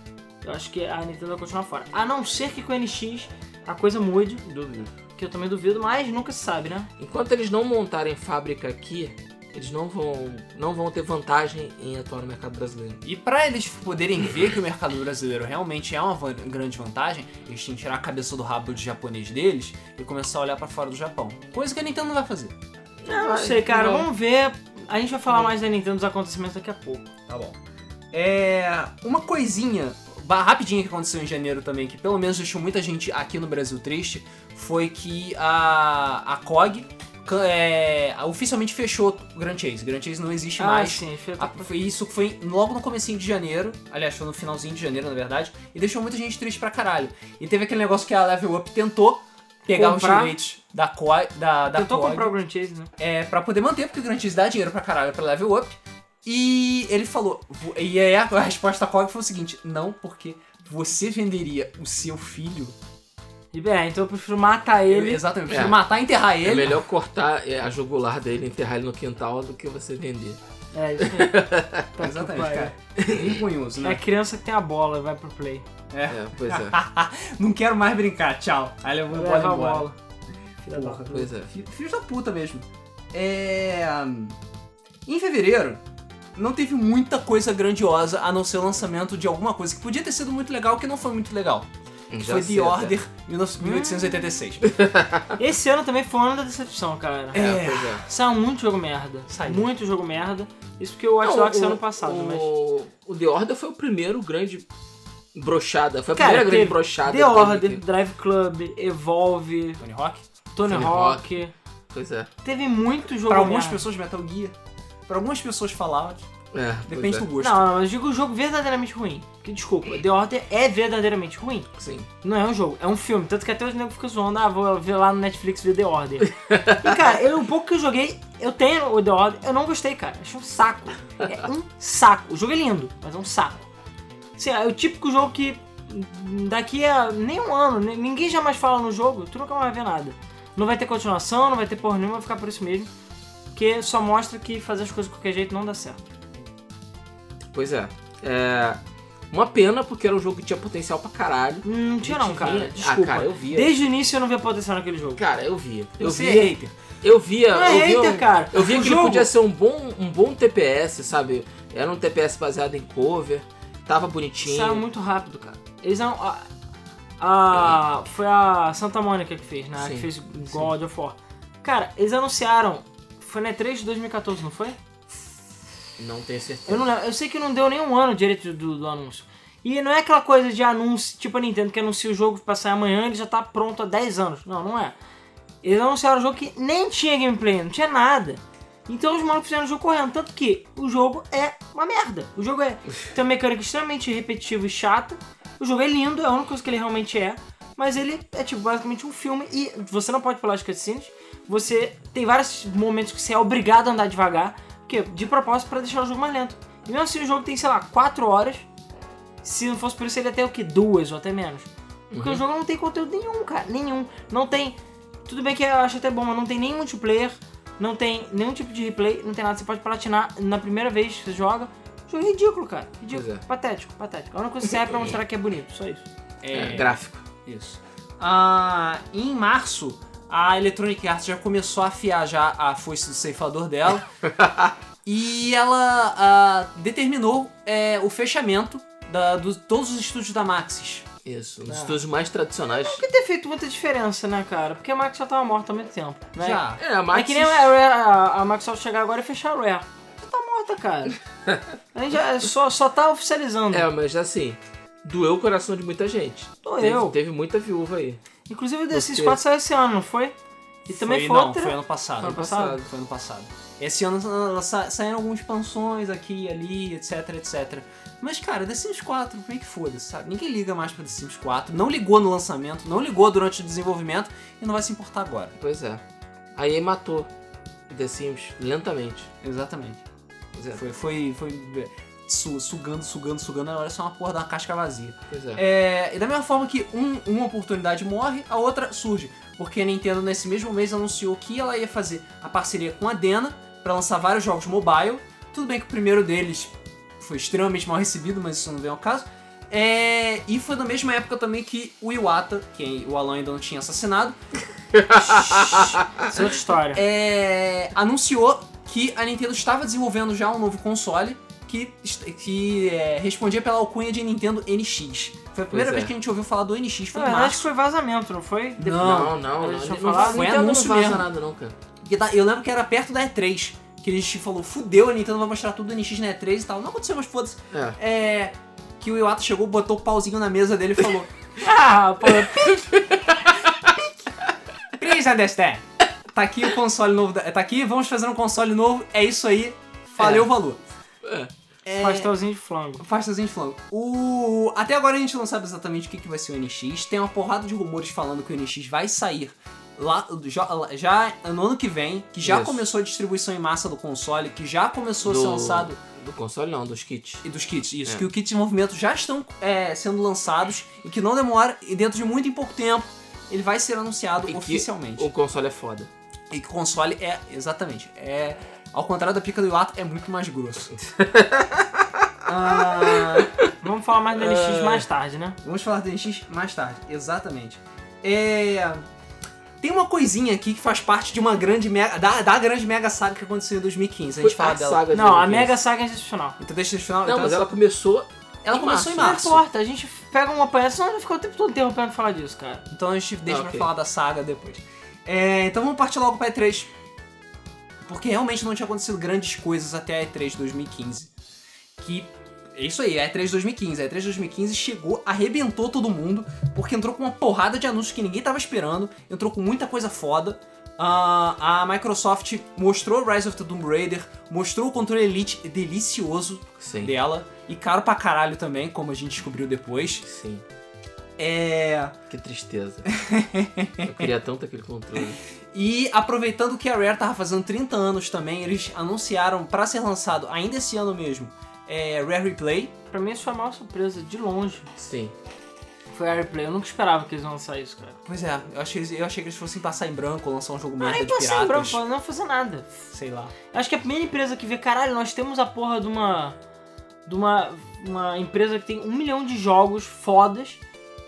[SPEAKER 2] Eu acho que a Nintendo vai continuar fora. A não ser que com o NX a coisa mude,
[SPEAKER 3] Duvido.
[SPEAKER 2] que eu também duvido, mas nunca se sabe, né?
[SPEAKER 3] Enquanto eles não montarem fábrica aqui, eles não vão, não vão ter vantagem em atuar no mercado brasileiro.
[SPEAKER 1] E pra eles poderem ver que o mercado brasileiro realmente é uma van- grande vantagem, eles têm que tirar a cabeça do rabo de japonês deles e começar a olhar pra fora do Japão. Coisa que a Nintendo não vai fazer.
[SPEAKER 2] Eu não
[SPEAKER 3] Vai,
[SPEAKER 2] sei, cara.
[SPEAKER 3] não.
[SPEAKER 2] Vamos ver. A gente vai falar mais da Nintendo dos acontecimentos daqui a pouco.
[SPEAKER 1] Tá bom. É. Uma coisinha ba- rapidinha que aconteceu em janeiro também, que pelo menos deixou muita gente aqui no Brasil triste, foi que a, a COG ca- é, oficialmente fechou o Grand Chase. O Grand Chase não existe mais.
[SPEAKER 2] Ah, sim, foi-
[SPEAKER 1] A- Ah, foi- isso foi logo no comecinho de janeiro, aliás, foi no finalzinho de janeiro, na verdade, e deixou muita gente triste pra caralho. E teve aquele negócio que a Level Up tentou pegar os
[SPEAKER 2] Comprar.
[SPEAKER 1] direitos da COG, da, da
[SPEAKER 2] Tentou
[SPEAKER 1] COG,
[SPEAKER 2] comprar o Grand Chase, né?
[SPEAKER 1] é, pra poder manter, porque o Grand Chase dá dinheiro pra caralho pra Level Up. E ele falou, vo- e aí a (laughs) a resposta da COG foi o seguinte, não, porque você venderia o seu filho,
[SPEAKER 2] E bem, então eu prefiro matar ele.
[SPEAKER 1] exatamente,
[SPEAKER 3] É.
[SPEAKER 1] matar e enterrar
[SPEAKER 3] É
[SPEAKER 1] ele,
[SPEAKER 3] melhor cortar é, a jugular dele, enterrar ele no quintal, do que você vender.
[SPEAKER 2] É, É, isso aí. Puta que
[SPEAKER 1] Exatamente,
[SPEAKER 2] pariu.
[SPEAKER 1] cara. Vergonhoso,
[SPEAKER 2] É
[SPEAKER 1] né?
[SPEAKER 2] a criança que tem a bola, vai pro play.
[SPEAKER 1] É.
[SPEAKER 3] É, pois
[SPEAKER 2] (laughs)
[SPEAKER 3] é.
[SPEAKER 1] Não quero mais brincar, tchau. Aí levou o
[SPEAKER 2] Leva
[SPEAKER 1] pode
[SPEAKER 2] a
[SPEAKER 1] embora.
[SPEAKER 2] bola. Filha da
[SPEAKER 1] Porra,
[SPEAKER 2] puta.
[SPEAKER 3] Pois é.
[SPEAKER 1] Fi- Filhos da puta mesmo. É. Em fevereiro, não teve muita coisa grandiosa a não ser o lançamento de alguma coisa que podia ter sido muito legal, que não foi muito legal. Que
[SPEAKER 3] Já
[SPEAKER 1] foi
[SPEAKER 3] sei
[SPEAKER 1] The
[SPEAKER 3] até.
[SPEAKER 1] Order 19- 1886.
[SPEAKER 2] Esse ano também foi um ano da decepção, cara.
[SPEAKER 3] É,
[SPEAKER 1] É.
[SPEAKER 3] pois é.
[SPEAKER 2] Saiu muito jogo merda.
[SPEAKER 1] Saiu.
[SPEAKER 2] Muito jogo merda. Isso porque o Watch
[SPEAKER 3] Não,
[SPEAKER 2] Dogs
[SPEAKER 3] o-
[SPEAKER 2] saiu ano passado,
[SPEAKER 3] o,
[SPEAKER 2] mas...
[SPEAKER 3] O The Order foi o primeiro grande brochada. Foi a
[SPEAKER 2] Cara,
[SPEAKER 3] primeira grande
[SPEAKER 2] teve
[SPEAKER 3] brochada.
[SPEAKER 2] The Order, Drive Club, Evolve,
[SPEAKER 1] (laughs) Tony Hawk?
[SPEAKER 2] Tony
[SPEAKER 3] Tony
[SPEAKER 2] Hawk.
[SPEAKER 3] Pois é.
[SPEAKER 2] Teve muito jogo
[SPEAKER 1] Pra algumas
[SPEAKER 2] merda.
[SPEAKER 1] pessoas, Metal Gear. Pra algumas pessoas, Fallout.
[SPEAKER 3] é
[SPEAKER 1] Depende do
[SPEAKER 3] pois
[SPEAKER 1] gosto.
[SPEAKER 2] Não, não, mas eu digo um jogo verdadeiramente ruim. Que desculpa, The Order é verdadeiramente ruim.
[SPEAKER 3] é. Sim.
[SPEAKER 2] Não é um jogo, é um filme. Tanto que até os negros ficam zoando, ah, vou ver lá no Netflix ver The Order. e cara, eu, o pouco que eu joguei, eu tenho o The Order, eu não gostei, cara. Achei um saco. É um saco. O jogo é lindo, mas é um saco. Assim, é o típico jogo que daqui a nem um ano, ni- ninguém jamais fala no jogo, tu nunca mais vai ver nada. Não vai ter continuação, não vai ter porra nenhuma, vai ficar por isso mesmo. Porque só mostra que fazer as coisas de qualquer jeito não dá certo.
[SPEAKER 3] Pois é. É. Uma pena, porque era um jogo que tinha potencial pra caralho.
[SPEAKER 2] Hum, Não tinha não,
[SPEAKER 3] Gente,
[SPEAKER 2] cara.
[SPEAKER 3] vinha-
[SPEAKER 2] Desculpa.
[SPEAKER 3] Ah, cara, eu via.
[SPEAKER 2] Desde o início eu não via potencial naquele jogo.
[SPEAKER 3] Cara, eu via. Eu
[SPEAKER 1] Você
[SPEAKER 3] via.
[SPEAKER 1] é hater.
[SPEAKER 3] Eu via.
[SPEAKER 2] Não é
[SPEAKER 3] eu via
[SPEAKER 2] hater,
[SPEAKER 3] um-
[SPEAKER 2] cara.
[SPEAKER 3] Eu via
[SPEAKER 2] O
[SPEAKER 3] que
[SPEAKER 2] jogo-
[SPEAKER 3] ele podia ser um bom, um bom TPS, sabe? Era um TPS baseado em cover. Tava bonitinho.
[SPEAKER 2] Saiu é muito rápido, cara. Eles não. A, a- foi a Santa Mônica que fez, né?
[SPEAKER 3] Sim,
[SPEAKER 2] que fez God of War. Cara, eles anunciaram. Foi na E3 de 2014, não foi?
[SPEAKER 3] Não tenho certeza.
[SPEAKER 2] Eu não lembro. Eu sei que não deu nenhum ano direito do, do anúncio. E não é aquela coisa de anúncio, tipo a Nintendo que anuncia o jogo pra sair amanhã e ele já tá pronto há 10 anos. Não, não é. Eles anunciaram um jogo que nem tinha gameplay, não tinha nada. Então os malucos fizeram o jogo correndo, tanto que o jogo é uma merda. O jogo é tem uma mecânica extremamente repetitiva e chata. O jogo é lindo, é a única coisa que ele realmente é. Mas ele é tipo basicamente um filme e você não pode pular as cutscenes. Você tem vários momentos que você é obrigado a andar devagar, porque de propósito pra deixar o jogo mais lento. E mesmo assim o jogo tem, sei lá, 4 horas. Se não fosse por isso, ele até o que? Duas ou até menos.
[SPEAKER 3] Uhum.
[SPEAKER 2] Porque o jogo não tem conteúdo nenhum, cara. Nenhum. Não tem. Tudo bem que eu acho até bom, mas não tem nem multiplayer, não tem nenhum tipo de replay, não tem nada. Você pode platinar na primeira vez que você joga. O jogo é ridículo, cara. Ridículo.
[SPEAKER 3] Pois é.
[SPEAKER 2] Patético, patético. A única coisa que serve
[SPEAKER 3] (laughs)
[SPEAKER 2] é pra mostrar que é bonito, só isso.
[SPEAKER 3] É,
[SPEAKER 1] É,
[SPEAKER 3] gráfico.
[SPEAKER 1] Isso. Ah, em março, a Electronic Arts já começou a afiar já a foice do ceifador dela. (laughs) e ela ah, determinou é, o fechamento da, dos- todos os estúdios da Maxis.
[SPEAKER 3] Isso. Um dos
[SPEAKER 2] Ah.
[SPEAKER 3] estúdios mais tradicionais.
[SPEAKER 2] Não ter feito muita diferença, né, cara? Porque a Max já tava morta há muito tempo. Né?
[SPEAKER 1] Já.
[SPEAKER 3] É, a
[SPEAKER 2] É que nem a, Rare- a- a Microsoft chegar agora e fechar a Rare. Já tá morta, cara.
[SPEAKER 3] (laughs)
[SPEAKER 2] A gente já, só, só tá oficializando.
[SPEAKER 3] É, mas assim, doeu o coração de muita gente.
[SPEAKER 2] Doeu.
[SPEAKER 3] Teve, teve muita viúva aí.
[SPEAKER 2] Inclusive o The Sims
[SPEAKER 3] Porque-
[SPEAKER 2] 4 saiu esse ano, não foi? E também foi,
[SPEAKER 1] não,
[SPEAKER 2] outra.
[SPEAKER 1] foi ano passado.
[SPEAKER 2] Foi ano passado?
[SPEAKER 1] Foi ano passado. Esse ano ah, sa- saíram algumas expansões aqui e ali, etc, etc. Mas, cara, The Sims 4, meio que foda-se, sabe? Ninguém liga mais pra The Sims 4. Não ligou no lançamento, não ligou durante o desenvolvimento e não vai se importar agora.
[SPEAKER 3] Pois é. A EA matou The Sims lentamente.
[SPEAKER 1] Exatamente.
[SPEAKER 3] Pois é.
[SPEAKER 1] Foi, foi, foi é, su- sugando, sugando, sugando, na hora é só uma porra de uma casca vazia.
[SPEAKER 3] Pois é.
[SPEAKER 1] É, e da mesma forma que um- uma oportunidade morre, a outra surge. Porque a Nintendo, nesse mesmo mês, anunciou que ela ia fazer a parceria com a Dena pra lançar vários jogos mobile. Tudo bem que o primeiro deles foi extremamente mal recebido, mas isso não vem ao caso. É, e foi na mesma época também que o Iwata, que o Alan ainda não tinha assassinado,
[SPEAKER 2] Isso é outra história.
[SPEAKER 1] é, anunciou que a Nintendo estava desenvolvendo já um novo console que, est- que é, respondia pela alcunha de Nintendo NX. Foi a primeira
[SPEAKER 3] é.
[SPEAKER 1] vez que a gente ouviu falar do NX, foi
[SPEAKER 2] Na
[SPEAKER 1] em
[SPEAKER 2] verdade
[SPEAKER 1] março.
[SPEAKER 2] Ah, foi vazamento, não foi?
[SPEAKER 1] (laughs) não,
[SPEAKER 3] não, não.
[SPEAKER 2] Eles
[SPEAKER 3] não,
[SPEAKER 2] só
[SPEAKER 3] não,
[SPEAKER 2] falaram-
[SPEAKER 1] foi
[SPEAKER 3] Nintendo não
[SPEAKER 1] anúncio
[SPEAKER 3] vaza
[SPEAKER 1] mesmo.
[SPEAKER 3] nada não, cara.
[SPEAKER 1] E da- Eu lembro que era perto da E3, que a gente falou, fudeu, a Nintendo vai mostrar tudo do NX na E3 e tal. Não aconteceu, mas foda-se.
[SPEAKER 3] É.
[SPEAKER 1] É, que o Iwata chegou, botou o pauzinho na mesa dele e falou,
[SPEAKER 2] Ah, pô,
[SPEAKER 1] (laughs) Please understand. Tá aqui o console novo, da- tá aqui, vamos fazer um console novo, é isso aí, valeu
[SPEAKER 3] É.
[SPEAKER 1] o valor. É.
[SPEAKER 2] pastelzinho de flango.
[SPEAKER 1] Fastazinho de flango. O... Até agora a gente não sabe exatamente o que, que vai ser o NX. Tem uma porrada de rumores falando que o NX vai sair lá já, já no ano que vem, que já
[SPEAKER 3] Isso.
[SPEAKER 1] começou a distribuição em massa do console, que já começou a ser
[SPEAKER 3] Do-
[SPEAKER 1] lançado.
[SPEAKER 3] Do console não, dos kits.
[SPEAKER 1] E dos kits, isso.
[SPEAKER 3] É.
[SPEAKER 1] Que os kits de movimento já estão é, sendo lançados e que não demora, e dentro de muito em pouco tempo, ele vai ser anunciado
[SPEAKER 3] E que
[SPEAKER 1] oficialmente.
[SPEAKER 3] O console é foda.
[SPEAKER 1] E que o console é, exatamente, é Ao contrário da pica do Iwata, é muito mais
[SPEAKER 3] (laughs)
[SPEAKER 1] grosso.
[SPEAKER 2] Ah, vamos falar mais do
[SPEAKER 1] É.
[SPEAKER 2] NX mais tarde, né?
[SPEAKER 1] Vamos falar do NX mais tarde, exatamente. É... Tem uma coisinha aqui que faz parte de uma grande mega, da, da grande mega saga que aconteceu em 2015. A gente fala dela.
[SPEAKER 3] saga de
[SPEAKER 2] Não, a
[SPEAKER 3] 2015.
[SPEAKER 2] Mega Saga é excepcional.
[SPEAKER 1] Então deixa eu final.
[SPEAKER 3] Não, mas ela começou.
[SPEAKER 1] ela começou em
[SPEAKER 3] março.
[SPEAKER 1] março.
[SPEAKER 2] Não importa, a gente pega uma apanhada, senão ele fica o tempo todo interrompendo pra falar disso, cara.
[SPEAKER 1] Então a gente deixa
[SPEAKER 3] Ah, ok.
[SPEAKER 1] pra falar da saga depois. É, então vamos partir logo pra E3. Porque realmente não tinha acontecido grandes coisas até a E3 2015. Que. É isso aí, a E3 2015. A E3 2015 chegou, arrebentou todo mundo, porque entrou com uma porrada de anúncios que ninguém tava esperando, entrou com muita coisa foda. Ah, a Microsoft mostrou Rise of the Tomb Raider, mostrou o controle Elite delicioso
[SPEAKER 3] Sim.
[SPEAKER 1] dela, e caro pra caralho também, como a gente descobriu depois.
[SPEAKER 3] Sim.
[SPEAKER 1] É.
[SPEAKER 3] Que tristeza. Eu queria tanto aquele controle.
[SPEAKER 1] E aproveitando que a Rare tava fazendo 30 anos também, eles anunciaram pra ser lançado ainda esse ano mesmo é, Rare Replay.
[SPEAKER 2] Pra mim, isso foi a maior surpresa, de longe.
[SPEAKER 3] Sim.
[SPEAKER 2] Foi a Airplay, eu nunca esperava que eles iam lançar isso, cara.
[SPEAKER 1] Pois é, eu achei, eu achei que eles fossem passar em branco, lançar um jogo
[SPEAKER 2] Ah,
[SPEAKER 1] merda
[SPEAKER 2] nem
[SPEAKER 1] de piratas.
[SPEAKER 2] passei em branco, não ia fazer nada.
[SPEAKER 1] Sei lá.
[SPEAKER 2] Acho que a primeira empresa que vê, caralho, nós temos a porra de uma. de uma. uma empresa que tem um milhão de jogos fodas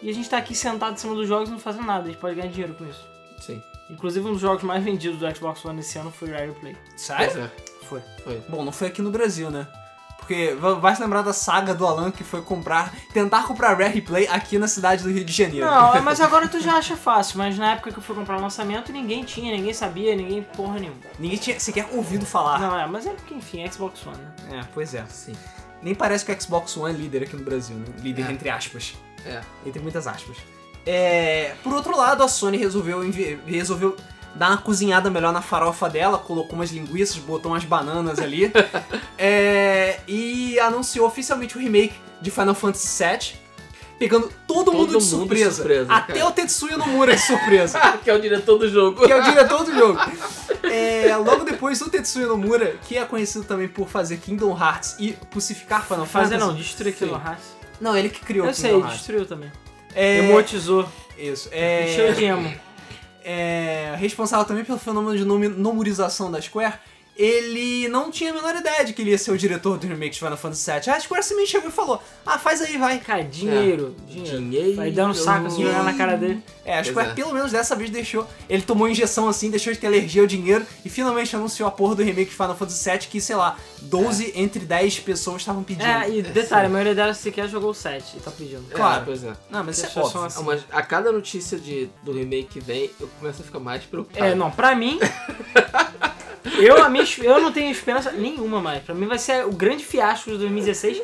[SPEAKER 2] e a gente tá aqui sentado em cima dos jogos e não fazendo nada, a gente pode ganhar dinheiro com isso.
[SPEAKER 3] Sim.
[SPEAKER 2] Inclusive, um dos jogos mais (laughs) vendidos do Xbox One esse ano foi o Airplay.
[SPEAKER 1] Sério?
[SPEAKER 3] Pois
[SPEAKER 2] Foi.
[SPEAKER 3] é, Foi.
[SPEAKER 1] Bom, não foi aqui no Brasil, né? Porque va- vai se lembrar da saga do Alan que foi comprar, tentar comprar Rare Replay aqui na cidade do Rio de Janeiro.
[SPEAKER 2] Não, é, mas agora tu (laughs) já acha fácil, mas na época que eu fui comprar o lançamento, ninguém tinha, ninguém sabia, ninguém porra nenhuma.
[SPEAKER 1] Ninguém tinha sequer ouvido falar.
[SPEAKER 2] Não, é, mas é porque, enfim, é Xbox One, né?
[SPEAKER 1] É, pois é.
[SPEAKER 3] Sim.
[SPEAKER 1] Nem parece que o Xbox One é líder aqui no Brasil, né? Líder
[SPEAKER 3] É.
[SPEAKER 1] entre aspas.
[SPEAKER 3] É.
[SPEAKER 1] entre muitas aspas. É, por outro lado, a Sony resolveu, envi- resolveu dar uma cozinhada melhor na farofa dela, colocou umas linguiças, botou umas bananas ali, É, e anunciou oficialmente o remake de Final Fantasy VII, pegando todo,
[SPEAKER 3] Todo
[SPEAKER 1] mundo de
[SPEAKER 3] mundo de
[SPEAKER 1] surpresa,
[SPEAKER 3] surpresa,
[SPEAKER 1] até
[SPEAKER 3] cara.
[SPEAKER 1] o Tetsuya Nomura de surpresa
[SPEAKER 3] que é o diretor do
[SPEAKER 1] (laughs)
[SPEAKER 3] jogo.
[SPEAKER 1] que é o diretor do jogo. É, logo depois, o Tetsuya Nomura, que é conhecido também por fazer Kingdom Hearts e pulsificar Final
[SPEAKER 2] Fazer
[SPEAKER 1] Fantasy.
[SPEAKER 2] não, destruir aquilo, raça.
[SPEAKER 1] Não, ele que criou
[SPEAKER 2] Eu
[SPEAKER 1] Kingdom
[SPEAKER 2] sei,
[SPEAKER 1] Hearts.
[SPEAKER 2] destruiu também.
[SPEAKER 1] É,
[SPEAKER 2] Emotizou.
[SPEAKER 1] Isso. É,
[SPEAKER 2] Encheu de emo.
[SPEAKER 1] é, responsável também pelo fenômeno de nomi- nomurização da Square, ele não tinha a menor ideia de que ele ia ser o diretor do remake de Final Fantasy VII. A Square simplesmente chegou e falou: Ah, faz aí, vai.
[SPEAKER 2] É. Cara, dinheiro. Dinheiro.
[SPEAKER 3] é Dinheiro.
[SPEAKER 2] Vai dando saco assim, olhando na cara dele.
[SPEAKER 1] É, a
[SPEAKER 3] Pois
[SPEAKER 1] Square
[SPEAKER 3] é.
[SPEAKER 1] pelo menos dessa vez deixou. Ele tomou injeção assim, deixou de ter alergia ao dinheiro e finalmente anunciou a porra do remake de Final Fantasy VII que, sei lá, 12
[SPEAKER 3] É.
[SPEAKER 1] entre 10 pessoas estavam pedindo.
[SPEAKER 2] É, e detalhe, a maioria delas sequer jogou o 7 e tá pedindo.
[SPEAKER 3] É,
[SPEAKER 1] Claro.
[SPEAKER 3] pois é.
[SPEAKER 1] Não, mas isso é
[SPEAKER 2] Deixou só
[SPEAKER 1] óbvio.
[SPEAKER 2] assim.
[SPEAKER 3] Ah, mas a cada notícia de, do remake que vem, eu começo a ficar mais preocupado.
[SPEAKER 2] É, não,
[SPEAKER 3] (laughs)
[SPEAKER 2] pra mim. eu, a minha, eu não tenho esperança nenhuma mais. Pra mim vai ser o grande fiasco de 2016.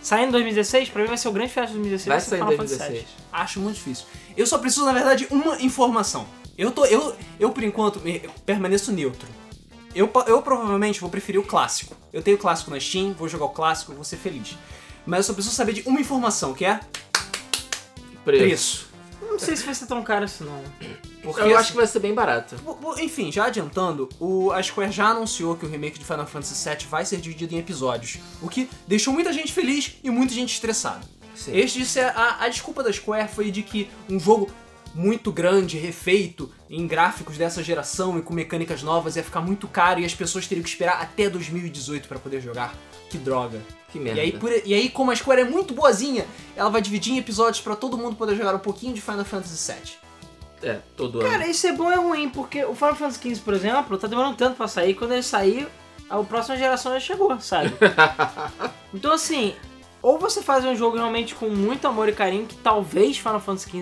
[SPEAKER 2] Saindo em 2016, pra mim vai ser é o grande fiasco de 2016.
[SPEAKER 3] Vai
[SPEAKER 2] ser
[SPEAKER 3] sair em
[SPEAKER 2] Final Fantasy
[SPEAKER 3] 2016.
[SPEAKER 2] VII.
[SPEAKER 1] Acho muito difícil. Eu só preciso, na verdade, uma informação. Eu tô. Eu, eu por enquanto, me- eu permaneço neutro. Eu, pa- eu provavelmente vou preferir o clássico. Eu tenho o clássico na Steam, vou jogar o clássico, vou ser feliz. Mas eu só preciso saber de uma informação, que é
[SPEAKER 3] Preço.
[SPEAKER 1] preço.
[SPEAKER 2] Não sei se vai ser tão caro assim, não.
[SPEAKER 1] Porque
[SPEAKER 3] eu acho que vai ser bem barato.
[SPEAKER 1] Bo- bo- Enfim, já adiantando, o, a Square já anunciou que o remake de Final Fantasy VII vai ser dividido em episódios, o que deixou muita gente feliz e muita gente estressada.
[SPEAKER 3] Sim.
[SPEAKER 1] Este, isso é- a, a desculpa da Square foi de que um jogo muito grande, refeito, em gráficos dessa geração e com mecânicas novas ia ficar muito caro e as pessoas teriam que esperar até 2018 para poder jogar. Que droga.
[SPEAKER 3] Que merda.
[SPEAKER 1] E aí, por- e aí, como a Square é muito boazinha, ela vai dividir em episódios para todo mundo poder jogar um pouquinho de Final Fantasy VII.
[SPEAKER 3] É, todo ano.
[SPEAKER 2] Cara, isso é bom e ruim, porque o Final Fantasy XV, por exemplo, tá demorando tanto pra sair. Quando ele sair, a próxima geração já
[SPEAKER 3] (laughs)
[SPEAKER 2] chegou, sabe? então, assim, ou você faz um jogo realmente com muito amor e carinho, que talvez Final Fantasy XV.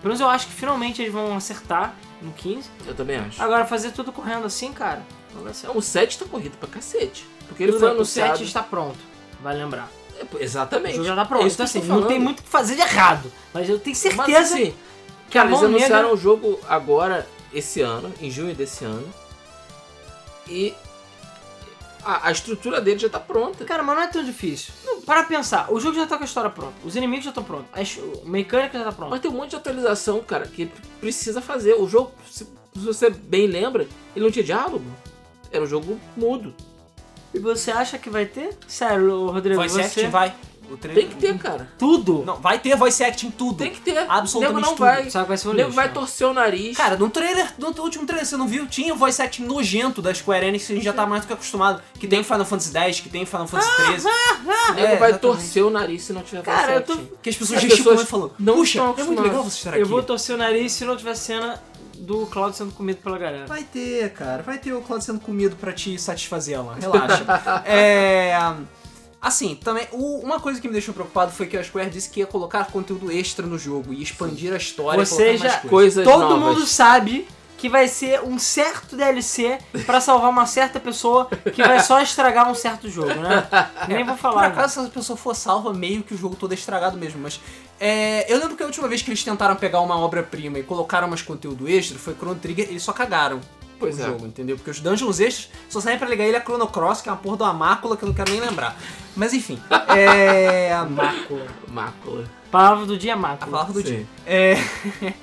[SPEAKER 2] Pelo menos eu acho que finalmente eles vão acertar no 15.
[SPEAKER 3] Eu também acho.
[SPEAKER 2] Agora, fazer tudo correndo assim, cara, não vai ser.
[SPEAKER 3] Não, o 7 tá corrido pra cacete. Porque ele
[SPEAKER 2] Tudo
[SPEAKER 3] foi
[SPEAKER 2] bem, o
[SPEAKER 3] anunciado...
[SPEAKER 2] 7 está pronto, vai lembrar.
[SPEAKER 3] É, pô,
[SPEAKER 2] O
[SPEAKER 3] Exatamente.
[SPEAKER 2] jogo já tá pronto.
[SPEAKER 3] É isso
[SPEAKER 2] então,
[SPEAKER 3] que
[SPEAKER 2] assim,
[SPEAKER 3] eu tô
[SPEAKER 2] não
[SPEAKER 3] falando.
[SPEAKER 2] tem muito o que fazer de errado. Mas eu tenho certeza
[SPEAKER 3] Mas, assim,
[SPEAKER 2] que é a
[SPEAKER 3] Eles
[SPEAKER 2] mão
[SPEAKER 3] anunciaram
[SPEAKER 2] negra...
[SPEAKER 3] o jogo agora, esse ano, em junho desse ano. E a, a estrutura dele já tá pronta.
[SPEAKER 2] Cara, mas não é tão difícil. Não, para pensar, o jogo já tá com a história pronta, os inimigos já estão prontos, as- a mecânica já tá pronta.
[SPEAKER 3] Mas tem um monte de atualização, cara, que precisa fazer. O jogo, se, se você bem lembra, ele não tinha diálogo. Era um jogo mudo.
[SPEAKER 2] E você acha que vai ter? Sério, ô, Rodrigo,
[SPEAKER 1] Voice
[SPEAKER 2] você...
[SPEAKER 1] acting vai. O trailer.
[SPEAKER 3] Tem que
[SPEAKER 2] É,
[SPEAKER 3] ter, cara.
[SPEAKER 2] Tudo.
[SPEAKER 1] Não, vai ter voice acting, tudo.
[SPEAKER 3] Tem que ter.
[SPEAKER 1] Absolutamente
[SPEAKER 3] O nego não
[SPEAKER 1] tudo.
[SPEAKER 3] vai.
[SPEAKER 2] Sabe quais são
[SPEAKER 3] O
[SPEAKER 2] os
[SPEAKER 3] nego
[SPEAKER 2] lixos,
[SPEAKER 3] vai
[SPEAKER 2] né?
[SPEAKER 3] torcer o nariz.
[SPEAKER 1] Cara, no trailer, no último trailer, você não viu? Tinha o voice acting nojento da Square Enix, que a gente já tá mais do que acostumado. Que tem Final Fantasy X, que tem Final Fantasy XIII.
[SPEAKER 3] o nego
[SPEAKER 1] é,
[SPEAKER 3] vai
[SPEAKER 1] exatamente.
[SPEAKER 3] torcer o nariz se não tiver
[SPEAKER 2] Cara, eu
[SPEAKER 3] voice
[SPEAKER 2] tô-
[SPEAKER 3] acting.
[SPEAKER 1] Que as pessoas
[SPEAKER 3] As
[SPEAKER 1] gesticulam
[SPEAKER 3] pessoas
[SPEAKER 1] e falam,
[SPEAKER 3] não
[SPEAKER 1] puxa,
[SPEAKER 3] estão
[SPEAKER 1] é muito legal
[SPEAKER 3] acostumadas.
[SPEAKER 1] você estar aqui.
[SPEAKER 2] Eu vou torcer o nariz se não tiver cena do Cláudio sendo comido pela galera.
[SPEAKER 1] Vai ter, cara. Vai ter o Cloud sendo comido pra te satisfazer, Alan. Relaxa. é... Assim, também, o- uma coisa que me deixou preocupado foi que a Square disse que ia colocar conteúdo extra no jogo e expandir a história
[SPEAKER 2] Você
[SPEAKER 1] e colocar
[SPEAKER 2] já-
[SPEAKER 1] mais coisas.
[SPEAKER 3] Coisas
[SPEAKER 2] Todo
[SPEAKER 3] novas.
[SPEAKER 2] mundo sabe que vai ser um certo DLC pra salvar uma certa pessoa que vai só estragar um certo jogo,
[SPEAKER 1] (laughs)
[SPEAKER 2] né? Nem vou
[SPEAKER 1] Por
[SPEAKER 2] falar.
[SPEAKER 1] acaso, se essa pessoa for salva, meio que o jogo todo é estragado mesmo, mas... é, eu lembro que a última vez que eles tentaram pegar uma obra-prima e colocaram mais conteúdo extra foi Chrono Trigger, eles só cagaram.
[SPEAKER 3] Pois
[SPEAKER 1] o
[SPEAKER 3] é.
[SPEAKER 1] jogo, entendeu? Porque os dungeons extras só saem pra ligar ele a Chrono Cross, que é uma porra de uma mácula que eu não quero nem lembrar. Mas enfim, é... (laughs)
[SPEAKER 2] Mácula.
[SPEAKER 3] Mácula.
[SPEAKER 2] Palavra do dia é
[SPEAKER 1] A
[SPEAKER 2] mácula.
[SPEAKER 1] palavra do
[SPEAKER 3] tipo,
[SPEAKER 1] dia.
[SPEAKER 3] Sim.
[SPEAKER 1] É... (laughs)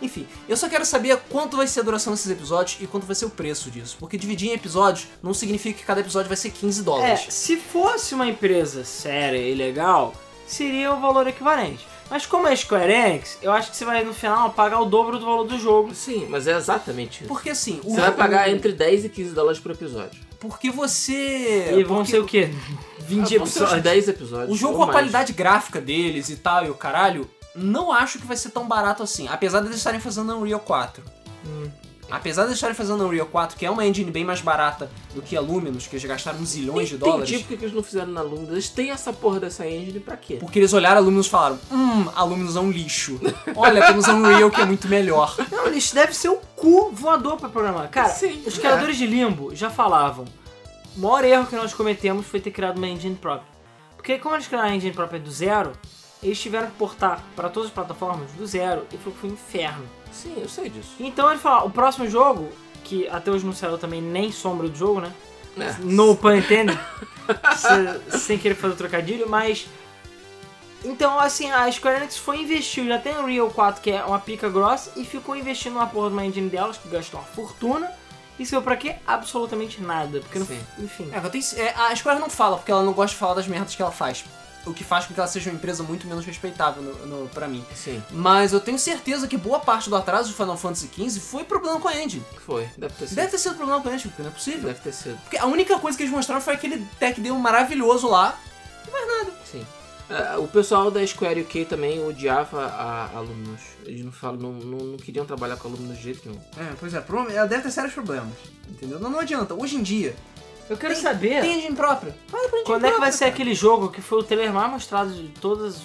[SPEAKER 1] Enfim, eu só quero saber quanto vai ser a duração desses episódios e quanto vai ser o preço disso. Porque dividir em episódios não significa que cada episódio vai ser 15
[SPEAKER 2] É,
[SPEAKER 1] dólares.
[SPEAKER 2] se fosse uma empresa séria e legal, seria o valor equivalente. Mas como é Square Enix, eu acho que você vai no final pagar o dobro do valor do jogo.
[SPEAKER 3] Sim, mas é exatamente isso.
[SPEAKER 1] Porque assim, o-
[SPEAKER 3] Você vai pagar
[SPEAKER 1] o-
[SPEAKER 3] entre 10 e 15 dólares por episódio.
[SPEAKER 1] Porque você.
[SPEAKER 2] E vão
[SPEAKER 1] É, porque
[SPEAKER 2] ser o quê? 20
[SPEAKER 3] Ah, vão ser uns
[SPEAKER 2] episódios.
[SPEAKER 3] 10 episódios.
[SPEAKER 1] O jogo
[SPEAKER 3] ou
[SPEAKER 1] com a
[SPEAKER 3] mais.
[SPEAKER 1] qualidade gráfica deles e tal, e o caralho, não acho que vai ser tão barato assim. Apesar de eles estarem fazendo Unreal 4. Hum. Apesar de eles estarem fazendo Unreal 4, que é uma engine bem mais barata do que a Luminous, que eles gastaram zilhões Um de dólares.
[SPEAKER 3] Entendi porque tipo que eles não fizeram na Lunda. Eles têm essa porra dessa engine pra quê?
[SPEAKER 1] Porque eles olharam a Luminous e falaram: Hum, a Luminous é um lixo. Olha, temos a Unreal que é muito melhor.
[SPEAKER 2] Não, eles devem ser o cu voador pra programar. Cara,
[SPEAKER 3] Sim,
[SPEAKER 2] os
[SPEAKER 3] é.
[SPEAKER 2] criadores de Limbo já falavam. O maior erro que nós cometemos foi ter criado uma engine própria. Porque como eles criaram a engine própria do zero, eles tiveram que portar pra todas as plataformas do zero e foi, foi um inferno.
[SPEAKER 3] é. Sim, eu sei disso.
[SPEAKER 2] Então ele fala, o próximo jogo, que até hoje não saiu também nem sombra do jogo, né?
[SPEAKER 3] É.
[SPEAKER 2] No pun (laughs) intended. Se- sem querer fazer trocadilho, mas... Então, assim, a Square Enix foi investir, já tem o Real 4, que é uma pica grossa, e ficou investindo numa porra de uma engine delas, que gastou uma fortuna, e saiu pra quê? Absolutamente nada, porque, não,
[SPEAKER 3] Sim.
[SPEAKER 2] enfim...
[SPEAKER 1] (laughs) É, eu tenho- é, a Square não fala, porque ela não gosta de falar das merdas que ela faz. O que faz com que ela seja uma empresa muito menos respeitável no, no, pra mim.
[SPEAKER 3] Sim,
[SPEAKER 1] Mas eu tenho certeza que boa parte do atraso do Final Fantasy XV foi problema com a engine.
[SPEAKER 3] que foi. Deve ter sido.
[SPEAKER 1] Deve ter sido problema com a engine, porque não é possível.
[SPEAKER 3] Deve ter sido.
[SPEAKER 1] Porque a única coisa que eles mostraram foi aquele tech demo maravilhoso lá.
[SPEAKER 3] Sim. Ah, o pessoal da Square UK também odiava a, a Luminous. Eles não, falam, não, não, não queriam trabalhar com a Luminous de jeito nenhum.
[SPEAKER 1] É, pois é, problema- ela deve ter sérios problemas. Entendeu? Não, não adianta. Hoje em dia,
[SPEAKER 2] Eu quero
[SPEAKER 1] Tem-
[SPEAKER 2] saber...
[SPEAKER 1] tem engine própria. Vai pra engine
[SPEAKER 2] Quando é que vai
[SPEAKER 1] própria,
[SPEAKER 2] ser
[SPEAKER 1] cara.
[SPEAKER 2] aquele jogo que foi o trailer mais mostrado de todas,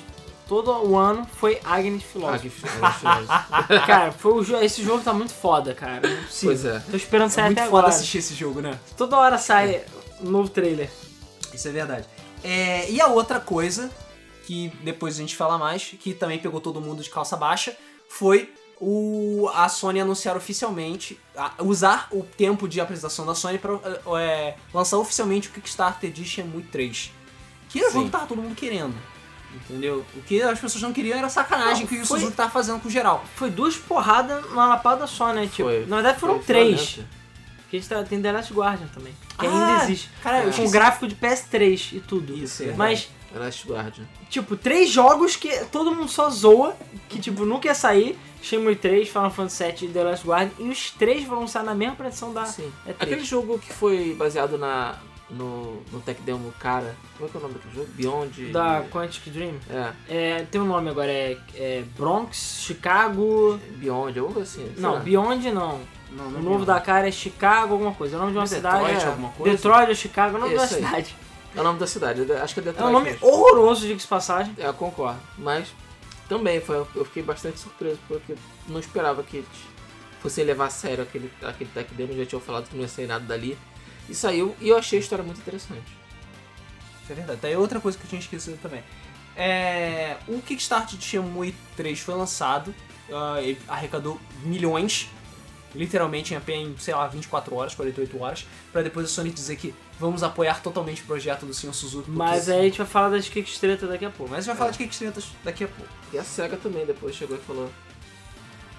[SPEAKER 2] todo o ano? Foi Agnes
[SPEAKER 3] Ah,
[SPEAKER 2] Philosophy.
[SPEAKER 3] que f- era
[SPEAKER 1] (laughs)
[SPEAKER 3] filósofo.
[SPEAKER 2] Cara, foi o jo- esse jogo tá muito foda, cara. (laughs) Não é possível.
[SPEAKER 3] Pois é.
[SPEAKER 2] Tô esperando
[SPEAKER 1] É
[SPEAKER 2] sair
[SPEAKER 1] muito
[SPEAKER 2] até
[SPEAKER 1] foda
[SPEAKER 2] agora.
[SPEAKER 1] assistir esse jogo, né?
[SPEAKER 2] Toda hora sai um novo trailer.
[SPEAKER 1] Isso é verdade. É, e a outra coisa, que depois a gente fala mais, que também pegou todo mundo de calça baixa, foi o, a Sony anunciar oficialmente, a- usar o tempo de apresentação da Sony pra é, lançar oficialmente o Kickstarter de Shenmue 3. Que é o jogo
[SPEAKER 3] Sim.
[SPEAKER 1] que tava todo mundo querendo. Entendeu? O que as pessoas não queriam era a sacanagem
[SPEAKER 2] Não,
[SPEAKER 1] que o
[SPEAKER 2] foi-
[SPEAKER 1] Suzuki tava fazendo com geral.
[SPEAKER 2] Foi duas porradas numa lapada só, né? Tipo,
[SPEAKER 3] Foi-
[SPEAKER 2] na verdade foram
[SPEAKER 3] foi
[SPEAKER 2] três.
[SPEAKER 3] violento.
[SPEAKER 2] Porque a gente tá, tem The Last Guardian também. Que
[SPEAKER 1] Ah,
[SPEAKER 2] ainda existe.
[SPEAKER 1] Cara, eu
[SPEAKER 3] É.
[SPEAKER 2] Com
[SPEAKER 1] esqueci.
[SPEAKER 2] gráfico de PS3 e tudo.
[SPEAKER 1] Isso, é
[SPEAKER 2] Mas,
[SPEAKER 3] né? Era Last Guardian.
[SPEAKER 2] tipo, três jogos que todo mundo só zoa, que, tipo, nunca ia sair. Shenmue 3, Final Fantasy VII e The Last Guardian. E os três vão lançar na mesma produção da...
[SPEAKER 3] Sim.
[SPEAKER 2] É três.
[SPEAKER 3] Aquele jogo que foi baseado na, no, no Tech Demo Cara. Como é que é o nome daquele jogo? Beyond.
[SPEAKER 2] Da Quantic Dream.
[SPEAKER 3] É,
[SPEAKER 2] É, tem um nome agora, é, é Bronx, Chicago...
[SPEAKER 3] Beyond, alguma coisa assim. sei
[SPEAKER 2] Não,
[SPEAKER 3] lá.
[SPEAKER 2] Beyond não.
[SPEAKER 1] Não,
[SPEAKER 2] O novo
[SPEAKER 1] lembro.
[SPEAKER 2] da cara é Chicago, alguma coisa. É o nome de uma
[SPEAKER 1] É
[SPEAKER 2] cidade.
[SPEAKER 1] Detroit,
[SPEAKER 2] é.
[SPEAKER 1] alguma coisa?
[SPEAKER 2] Detroit ou Chicago, é o nome de uma
[SPEAKER 3] Isso aí.
[SPEAKER 2] cidade.
[SPEAKER 3] É o nome da cidade. Acho que é
[SPEAKER 2] É
[SPEAKER 3] Detroit.
[SPEAKER 2] um nome
[SPEAKER 3] mesmo.
[SPEAKER 2] horroroso, diga-se passagem.
[SPEAKER 3] É, eu concordo. Mas também foi, eu fiquei bastante surpreso porque não esperava que eles fossem levar a sério aquele, aquele tech demo. Já tinham falado que não ia sair nada dali. E saiu e eu achei a história muito interessante.
[SPEAKER 1] Isso é verdade. Daí outra coisa que eu tinha esquecido também. É, o Kickstarter de Shenmue 3 foi lançado, ah, ele arrecadou milhões, literalmente em apenas, sei lá, 24 horas, 48 horas, pra depois a Sony dizer que vamos apoiar totalmente o projeto do Sr. Suzuki. porque-
[SPEAKER 2] Mas é- aí a gente vai falar das Kickstretas daqui a pouco.
[SPEAKER 1] Mas a gente vai falar de Kickstarter daqui a pouco.
[SPEAKER 3] E a SEGA também depois chegou e falou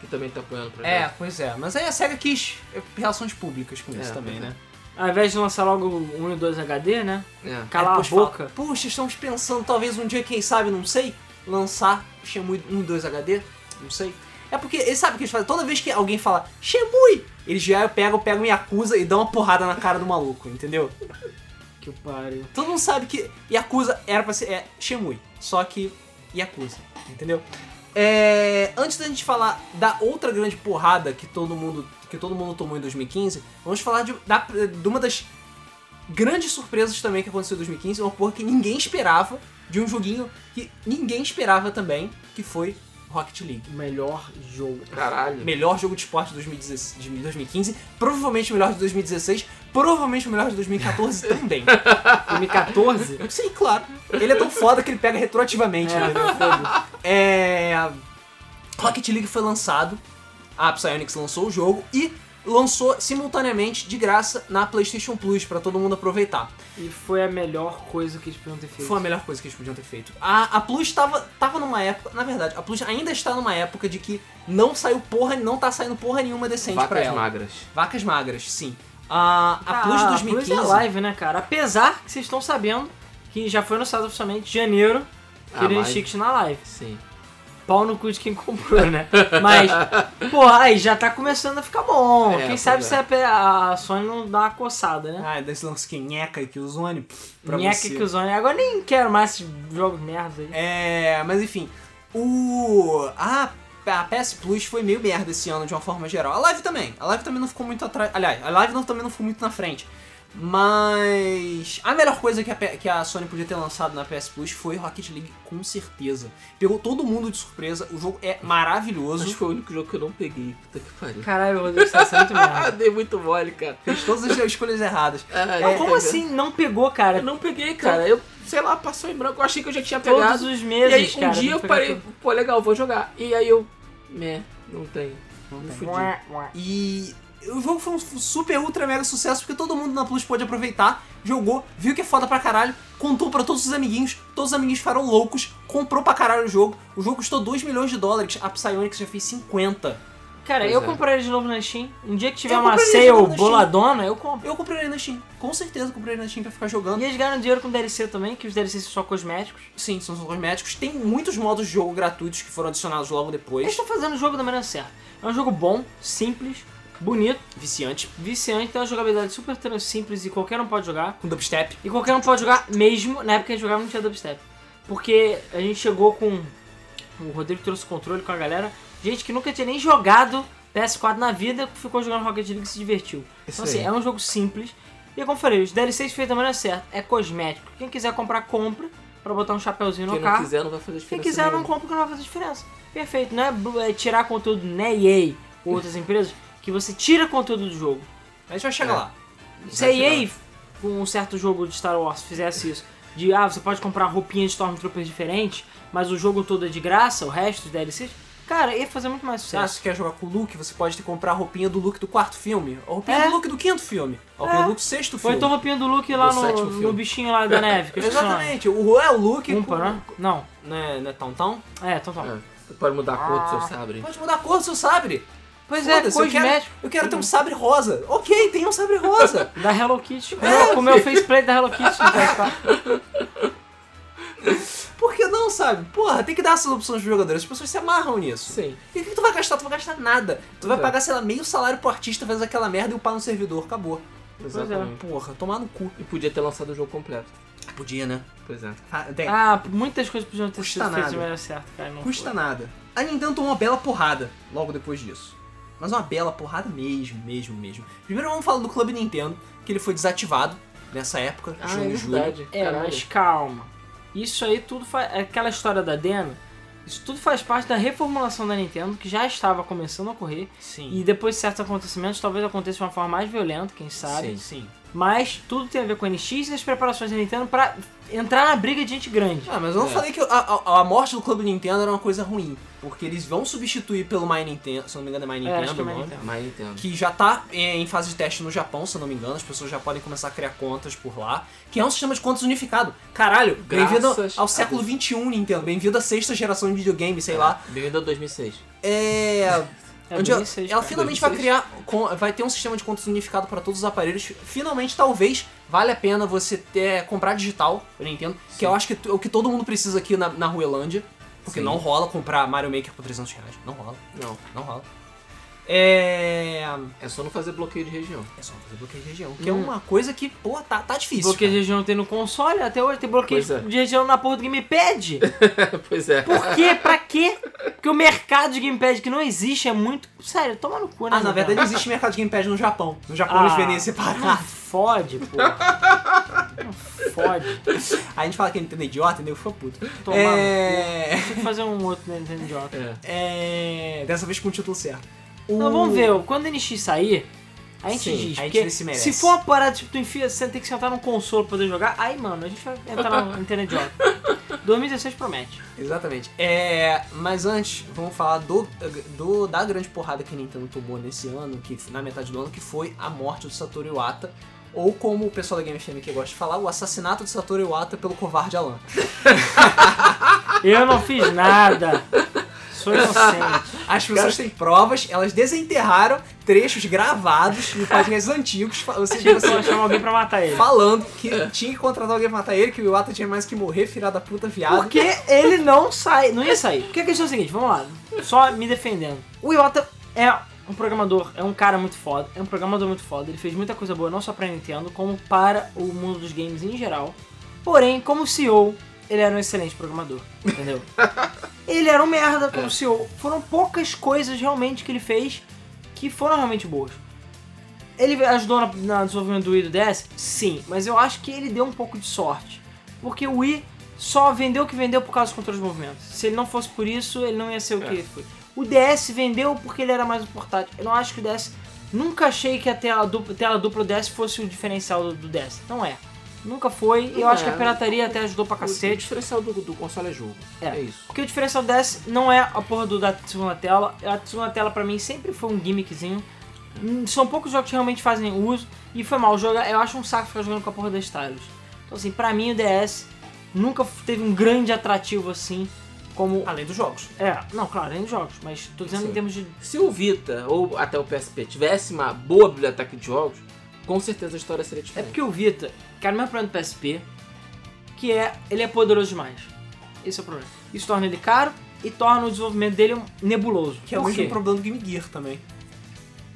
[SPEAKER 3] que também tá apoiando o projeto.
[SPEAKER 1] É, pois é. Mas aí a SEGA quis eh, relações públicas com isso
[SPEAKER 3] É,
[SPEAKER 1] também,
[SPEAKER 3] pois é.
[SPEAKER 1] né?
[SPEAKER 2] Ao invés de lançar logo o 1 e o 2 HD, né?
[SPEAKER 3] É.
[SPEAKER 1] Aí
[SPEAKER 2] Calar a
[SPEAKER 1] depois fala,
[SPEAKER 2] boca.
[SPEAKER 1] Puxa, estamos pensando, talvez um dia, quem sabe, não sei, lançar Shemui 1 e 2 HD, não sei. É porque, eles sabem o que eles fazem? Toda vez que alguém fala Shemui, eles já pegam, pegam Yakuza e dão uma porrada na cara do maluco, entendeu?
[SPEAKER 2] Que pariu.
[SPEAKER 1] Todo mundo sabe que Yakuza era pra ser é, Shemui, só que Yakuza, entendeu? É, antes da gente falar da outra grande porrada que todo mundo que todo mundo tomou em 2015, vamos falar de, da- de uma das grandes surpresas também que aconteceu em 2015, uma porra que ninguém esperava, de um joguinho que ninguém esperava também, que foi Rocket League.
[SPEAKER 2] O melhor jogo.
[SPEAKER 3] Caralho.
[SPEAKER 1] Melhor jogo de esporte de 2016 de 2015, provavelmente o melhor de 2016, provavelmente o melhor de 2014 também. (laughs)
[SPEAKER 2] 2014?
[SPEAKER 1] Sim, claro. Ele é tão foda que ele pega retroativamente. né?
[SPEAKER 3] é
[SPEAKER 1] É, Rocket League foi lançado, a Psyonix lançou o jogo e lançou simultaneamente de graça na PlayStation Plus pra todo mundo aproveitar.
[SPEAKER 2] E foi a melhor coisa que eles podiam ter feito.
[SPEAKER 1] Foi a melhor coisa que eles podiam ter feito. A, a Plus tava, tava numa época, na verdade, a Plus ainda está numa época de que não saiu porra, não tá saindo porra nenhuma decente pra
[SPEAKER 3] Vacas
[SPEAKER 1] ela.
[SPEAKER 3] magras.
[SPEAKER 1] Vacas magras, sim. A, a
[SPEAKER 2] Ah,
[SPEAKER 1] Plus de
[SPEAKER 2] A
[SPEAKER 1] 2015
[SPEAKER 2] Plus é live, né, cara? Apesar que vocês estão sabendo que já foi anunciado oficialmente janeiro que
[SPEAKER 3] Ah,
[SPEAKER 2] ele
[SPEAKER 3] mas-
[SPEAKER 2] Chics na live.
[SPEAKER 3] Sim.
[SPEAKER 2] Pau no cu de quem comprou, né? Mas, porra, aí já tá começando a ficar bom.
[SPEAKER 3] É,
[SPEAKER 2] quem
[SPEAKER 3] pois
[SPEAKER 2] sabe
[SPEAKER 3] é.
[SPEAKER 2] se a, a Sony não dá uma coçada, né?
[SPEAKER 1] Ah, desse lance que nheca e que o Zone. pff,
[SPEAKER 3] É,
[SPEAKER 1] pra
[SPEAKER 2] Nheca
[SPEAKER 1] você.
[SPEAKER 2] que o Sony. Agora nem quero mais esses jogos merda aí.
[SPEAKER 1] É, mas enfim, o a, a PS Plus foi meio merda esse ano de uma forma geral. A live também, a live também não ficou muito atrás. Aliás, a live não, também não ficou muito na frente. Mas a melhor coisa que a, P- que a Sony podia ter lançado na PS Plus foi Rocket League, com certeza. Pegou todo mundo de surpresa, o jogo é
[SPEAKER 3] Acho que
[SPEAKER 1] maravilhoso.
[SPEAKER 3] foi o único jogo que eu não peguei. Puta que pariu.
[SPEAKER 2] Caralho, Rodrigo, você tá (laughs) sendo muito
[SPEAKER 3] Ah,
[SPEAKER 2] merda.
[SPEAKER 3] dei muito mole, cara.
[SPEAKER 1] Fez todas as escolhas erradas.
[SPEAKER 3] Ah,
[SPEAKER 2] Mas
[SPEAKER 3] eu
[SPEAKER 2] como
[SPEAKER 3] peguei.
[SPEAKER 2] assim não pegou, cara?
[SPEAKER 3] Eu não peguei, cara. Eu, sei lá, passou em branco. Eu achei que eu já tinha
[SPEAKER 2] Todos
[SPEAKER 3] pegado.
[SPEAKER 2] os
[SPEAKER 3] E aí,
[SPEAKER 2] meses,
[SPEAKER 3] um
[SPEAKER 2] cara.
[SPEAKER 3] dia
[SPEAKER 2] não
[SPEAKER 3] eu
[SPEAKER 2] pegou
[SPEAKER 3] parei,
[SPEAKER 2] tudo.
[SPEAKER 3] pô, legal, vou jogar. E aí eu, meh, não tem. Não
[SPEAKER 1] tem.
[SPEAKER 3] fudi.
[SPEAKER 2] Ué, ué.
[SPEAKER 1] E o jogo foi um super, ultra, mega sucesso, porque todo mundo na Plus pôde aproveitar, jogou, viu que é foda pra caralho, contou pra todos os amiguinhos, todos os amiguinhos ficaram loucos, comprou pra caralho o jogo, o jogo custou 2 milhões de dólares, a Psyonix já fez 50.
[SPEAKER 2] Cara,
[SPEAKER 3] Pois
[SPEAKER 2] eu
[SPEAKER 3] é.
[SPEAKER 2] comprei de novo na Steam. Um dia que tiver
[SPEAKER 1] Eu
[SPEAKER 2] uma
[SPEAKER 1] compraria de novo
[SPEAKER 2] sale
[SPEAKER 1] na Steam.
[SPEAKER 2] boladona, eu compro.
[SPEAKER 1] Eu comprei ele na Steam, com certeza comprei ele na Steam pra ficar jogando.
[SPEAKER 2] E eles ganham dinheiro com DLC também, que os DLCs são só cosméticos.
[SPEAKER 1] Sim, são só cosméticos, tem muitos modos de jogo gratuitos que foram adicionados logo
[SPEAKER 2] Eles
[SPEAKER 1] depois,
[SPEAKER 2] estão fazendo o jogo da maneira certa. É um jogo bom, simples, bonito,
[SPEAKER 1] viciante,
[SPEAKER 2] viciante, tem uma jogabilidade super tran- simples e qualquer um pode jogar.
[SPEAKER 1] com dubstep.
[SPEAKER 2] E qualquer um pode jogar mesmo, na época que a gente jogava não tinha dubstep. Porque a gente chegou com... O Rodrigo trouxe o controle com a galera. Gente que nunca tinha nem jogado PS4 na vida, ficou jogando Rocket League e se divertiu.
[SPEAKER 3] Isso
[SPEAKER 2] Então, assim,
[SPEAKER 3] aí.
[SPEAKER 2] é um jogo simples. E como eu falei, os DLCs feitos da maneira certa. É cosmético. Quem quiser comprar, compra. Pra botar um chapéuzinho
[SPEAKER 3] Quem
[SPEAKER 2] no
[SPEAKER 3] não
[SPEAKER 2] carro.
[SPEAKER 3] quiser não vai fazer
[SPEAKER 2] Quem
[SPEAKER 3] diferença.
[SPEAKER 2] quiser, não
[SPEAKER 3] nenhuma.
[SPEAKER 2] compra que não vai fazer diferença. Perfeito. Não é, blu- é tirar conteúdo, né, EA
[SPEAKER 3] (laughs)
[SPEAKER 2] ou outras empresas, que você tira conteúdo do jogo.
[SPEAKER 1] A gente vai chegar
[SPEAKER 3] É.
[SPEAKER 1] lá.
[SPEAKER 2] Se a
[SPEAKER 3] Vai chegar
[SPEAKER 2] EA, com um certo jogo de Star Wars, fizesse isso, de, ah, você pode comprar roupinha de Stormtroopers diferente, mas o jogo todo é de graça, o resto dos DLCs, cara, ia fazer muito mais
[SPEAKER 1] Ah,
[SPEAKER 2] sucesso.
[SPEAKER 1] se você quer jogar com o Luke, você pode ter que comprar a roupinha do Luke do quarto filme, a roupinha
[SPEAKER 2] É.
[SPEAKER 1] do Luke do quinto filme, a roupinha
[SPEAKER 2] É.
[SPEAKER 1] do Luke do sexto
[SPEAKER 2] Foi
[SPEAKER 1] filme.
[SPEAKER 2] então roupinha do Luke lá
[SPEAKER 3] Do sétimo
[SPEAKER 2] no,
[SPEAKER 3] filme.
[SPEAKER 2] no bichinho lá da
[SPEAKER 1] (laughs)
[SPEAKER 2] neve, que eu esqueci o nome.
[SPEAKER 1] Exatamente, o é o Luke.
[SPEAKER 3] um
[SPEAKER 2] Umpa, né? Não.
[SPEAKER 1] Né, né, Tão Tão?
[SPEAKER 2] É, então tá.
[SPEAKER 3] É, Você pode mudar a cor do seu
[SPEAKER 2] Ah.
[SPEAKER 3] sabre.
[SPEAKER 1] Pode mudar a cor do seu sabre.
[SPEAKER 2] Pois é,
[SPEAKER 1] Foda-se, eu quero,
[SPEAKER 2] cosmético.
[SPEAKER 1] eu
[SPEAKER 3] Uhum.
[SPEAKER 1] quero ter um sabre rosa. Ok, tem um sabre
[SPEAKER 3] (laughs)
[SPEAKER 1] rosa.
[SPEAKER 2] Da Hello
[SPEAKER 1] (laughs)
[SPEAKER 2] Kitty. É, como eu fiz play da Hello Kitty no PS4.
[SPEAKER 1] Por que não, sabe? Porra, tem que dar essas opções pros jogadores. As pessoas se amarram nisso.
[SPEAKER 3] Sim.
[SPEAKER 1] E o que, que tu vai gastar? Tu vai gastar nada. Tu vai
[SPEAKER 3] Pois é.
[SPEAKER 1] pagar, sei lá, meio salário pro artista fazer aquela merda e upar no servidor. Acabou.
[SPEAKER 3] Exatamente.
[SPEAKER 1] Porra, tomar no cu.
[SPEAKER 3] E podia ter lançado o jogo completo.
[SPEAKER 1] Podia, né?
[SPEAKER 3] Pois é.
[SPEAKER 1] Ah, tem.
[SPEAKER 2] Ah, muitas coisas podiam ter
[SPEAKER 1] Custa
[SPEAKER 2] sido feitas
[SPEAKER 1] nada.
[SPEAKER 2] de maneira certa, cara. Não
[SPEAKER 1] Custa
[SPEAKER 2] foi.
[SPEAKER 1] nada. A Nintendo tomou uma bela porrada logo depois disso. Mas uma bela porrada mesmo, mesmo, mesmo. Primeiro vamos falar do Clube Nintendo, que ele foi desativado nessa época, de
[SPEAKER 3] Ah,
[SPEAKER 1] um
[SPEAKER 3] é
[SPEAKER 1] julho.
[SPEAKER 3] verdade.
[SPEAKER 2] É,
[SPEAKER 3] Caralho.
[SPEAKER 2] mas calma. Isso aí tudo faz. Aquela história da Dena, isso tudo faz parte da reformulação da Nintendo, que já estava começando a ocorrer.
[SPEAKER 1] Sim.
[SPEAKER 2] E depois de certos acontecimentos, talvez aconteça de uma forma mais violenta, quem sabe.
[SPEAKER 1] Sim, sim.
[SPEAKER 2] Mas tudo tem a ver com a NX e as preparações da Nintendo pra entrar na briga de gente grande.
[SPEAKER 1] Ah, mas eu não
[SPEAKER 3] É.
[SPEAKER 1] falei que a, a- a morte do Clube Nintendo era uma coisa ruim, porque eles vão substituir pelo My Nintendo, se eu não me engano é My Nintendo,
[SPEAKER 2] acho que é
[SPEAKER 1] o
[SPEAKER 2] My
[SPEAKER 1] nome,
[SPEAKER 2] Nintendo.
[SPEAKER 3] Mas entendo.
[SPEAKER 1] que já tá é, em fase de teste no Japão, se eu não me engano, as pessoas já podem começar a criar contas por lá, que é um sistema de contas unificado. Caralho, bem-vindo
[SPEAKER 3] Graças
[SPEAKER 1] ao
[SPEAKER 3] a
[SPEAKER 1] século um,
[SPEAKER 3] Deus.
[SPEAKER 1] XXI, Nintendo, bem-vindo à sexta geração de videogame, sei lá.
[SPEAKER 3] Bem-vindo a 2006.
[SPEAKER 1] É.
[SPEAKER 2] É
[SPEAKER 1] onde ela,
[SPEAKER 2] 2006,
[SPEAKER 1] ela
[SPEAKER 2] cara.
[SPEAKER 1] finalmente vai criar, com- vai ter um sistema de contas unificado para todos os aparelhos. Finalmente, talvez, vale a pena você ter, comprar digital, eu Nintendo, que eu acho que t- é o que todo mundo precisa aqui na, na Ruelândia, porque
[SPEAKER 3] Sim.
[SPEAKER 1] não rola comprar Mario Maker por 300 reais, não rola,
[SPEAKER 3] Não,
[SPEAKER 1] não rola. É...
[SPEAKER 3] é só não fazer bloqueio de região. (laughs)
[SPEAKER 1] É só fazer bloqueio de região, que é uma coisa que, pô, tá, tá difícil.
[SPEAKER 2] Bloqueio Hum. de região tem no console, até hoje tem bloqueio
[SPEAKER 3] Pois é.
[SPEAKER 2] de região na porra do Gamepad.
[SPEAKER 3] pois é.
[SPEAKER 2] Por quê? Pra quê? Porque o mercado de Gamepad que não existe é muito. Sério, toma no cu, né?
[SPEAKER 1] Ah, na
[SPEAKER 2] cara?
[SPEAKER 1] verdade existe mercado de gamepad no Japão. No Japão eles vendem
[SPEAKER 2] Ah, (laughs)
[SPEAKER 1] separado.
[SPEAKER 2] fode, porra. Não fode.
[SPEAKER 1] Aí a gente fala que a Nintendo é idiota, entendeu? Fica puto.
[SPEAKER 2] Tomar
[SPEAKER 1] é...
[SPEAKER 2] Tem que fazer um outro né, Nintendo Joy.
[SPEAKER 3] É.
[SPEAKER 1] é... Dessa vez com o título certo.
[SPEAKER 2] Não,
[SPEAKER 1] O-
[SPEAKER 2] vamos ver. ó, Quando o NX sair, a gente
[SPEAKER 1] Sim,
[SPEAKER 2] diz.
[SPEAKER 1] a gente
[SPEAKER 2] porque
[SPEAKER 1] vê se merece.
[SPEAKER 2] se for uma parada tipo, tu enfia, você tem que sentar num console pra poder jogar, aí, mano, a gente vai
[SPEAKER 1] (laughs)
[SPEAKER 2] entrar no Nintendo Joy. 2016 promete.
[SPEAKER 1] Exatamente. É, mas antes, vamos falar do, do- da grande porrada que a Nintendo tomou nesse ano, que na metade do ano, que foi a morte do Satoru Iwata. Ou como o pessoal da Game FM que gosta de falar, o assassinato do Satoru Iwata pelo covarde Alan.
[SPEAKER 2] Eu não fiz nada. Sou inocente.
[SPEAKER 1] As pessoas têm provas, elas desenterraram trechos gravados de podcasts antigos. fa- Você,
[SPEAKER 2] Achei que
[SPEAKER 1] você-
[SPEAKER 2] eu chamar alguém pra matar ele.
[SPEAKER 1] falando que
[SPEAKER 2] É.
[SPEAKER 1] tinha que contratar alguém pra matar ele, que o Iwata tinha mais que morrer, filha da puta, viado.
[SPEAKER 2] Porque ele não sai, não ia sair. Porque a questão é a seguinte, vamos lá, só me defendendo. O Iwata é um programador, é um cara muito foda, é um programador muito foda, ele fez muita coisa boa não só pra Nintendo, como para o mundo dos games em geral. Porém, como CEO, ele era um excelente programador, entendeu? ele era um merda
[SPEAKER 3] É.
[SPEAKER 2] como CEO. Foram poucas coisas realmente que ele fez que foram realmente boas. Ele ajudou na, na desenvolvimento do Wii e do DS? Sim, mas eu acho que ele deu um pouco de sorte. Porque o Wii só vendeu o que vendeu por causa dos controles de movimento. Se ele não fosse por isso, ele não ia ser o que
[SPEAKER 3] É.
[SPEAKER 2] ele foi. O DS vendeu porque ele era mais um portátil. Eu não acho que o DS. Nunca achei que a tela dupla, tela dupla DS fosse o diferencial do, do DS. Não é. Nunca foi. E eu
[SPEAKER 3] Não
[SPEAKER 2] acho que a
[SPEAKER 3] é.
[SPEAKER 2] pirataria até ajudou pra
[SPEAKER 3] O
[SPEAKER 2] cacete.
[SPEAKER 3] diferencial do, do console é jogo.
[SPEAKER 2] É.
[SPEAKER 3] isso.
[SPEAKER 2] Porque o diferencial DS não é a porra do, da segunda tela. A segunda tela pra mim sempre foi um gimmickzinho. Hum, São poucos jogos que realmente fazem uso. E foi mal jogar. Eu acho um saco ficar jogando com a porra da Stylus. Então assim, pra mim o DS nunca f- teve um grande atrativo assim. Como.
[SPEAKER 1] Além dos jogos.
[SPEAKER 2] É, não, claro, nem jogos, mas tô dizendo
[SPEAKER 3] Sim.
[SPEAKER 2] em termos de.
[SPEAKER 3] Se o Vita ou até o PSP tivesse uma boa biblioteca de jogos, com certeza a história seria
[SPEAKER 2] É
[SPEAKER 3] diferente.
[SPEAKER 2] porque o Vita, cara, o mesmo problema do PSP, que é. ele é poderoso demais. Esse é o problema. Isso torna ele caro e torna o desenvolvimento dele um- nebuloso.
[SPEAKER 1] Que é o
[SPEAKER 2] Por
[SPEAKER 1] mesmo
[SPEAKER 2] quê?
[SPEAKER 1] problema do Game Gear também.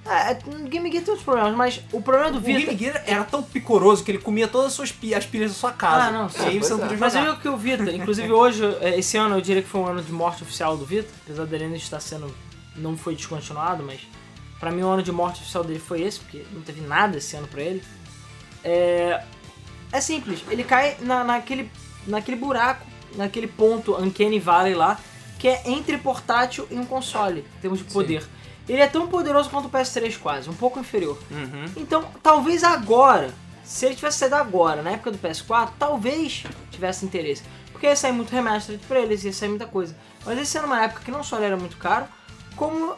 [SPEAKER 2] É, o Game Gear tem outros problemas, mas o problema do
[SPEAKER 1] O
[SPEAKER 2] Vita.
[SPEAKER 1] Game Gear era tão picoroso que ele comia todas as, suas pi- as pilhas da sua casa.
[SPEAKER 2] Ah, não,
[SPEAKER 1] E aí
[SPEAKER 3] sim,
[SPEAKER 1] você não
[SPEAKER 3] pois
[SPEAKER 1] podia
[SPEAKER 3] é.
[SPEAKER 2] Mas eu
[SPEAKER 1] jogar.
[SPEAKER 2] digo que
[SPEAKER 1] (laughs)
[SPEAKER 2] o Vita, inclusive hoje, eh, esse ano eu diria que foi um ano de morte oficial do Vita, apesar dele ainda estar sendo. não foi descontinuado, mas pra mim o ano de morte oficial dele foi esse, porque não teve nada esse ano pra ele. É. É simples, ele cai na, naquele, naquele buraco, naquele ponto Uncanny Valley lá, que é entre portátil e um console, em termos de
[SPEAKER 3] Sim.
[SPEAKER 2] poder. Ele é tão poderoso quanto o PS3 quase, um pouco inferior.
[SPEAKER 1] Uhum.
[SPEAKER 2] Então, talvez agora, se ele tivesse saído agora, na época do PS4, talvez tivesse interesse. Porque ia sair muito remastered pra eles, ia sair muita coisa. Mas esse era uma época que não só ele era muito caro, como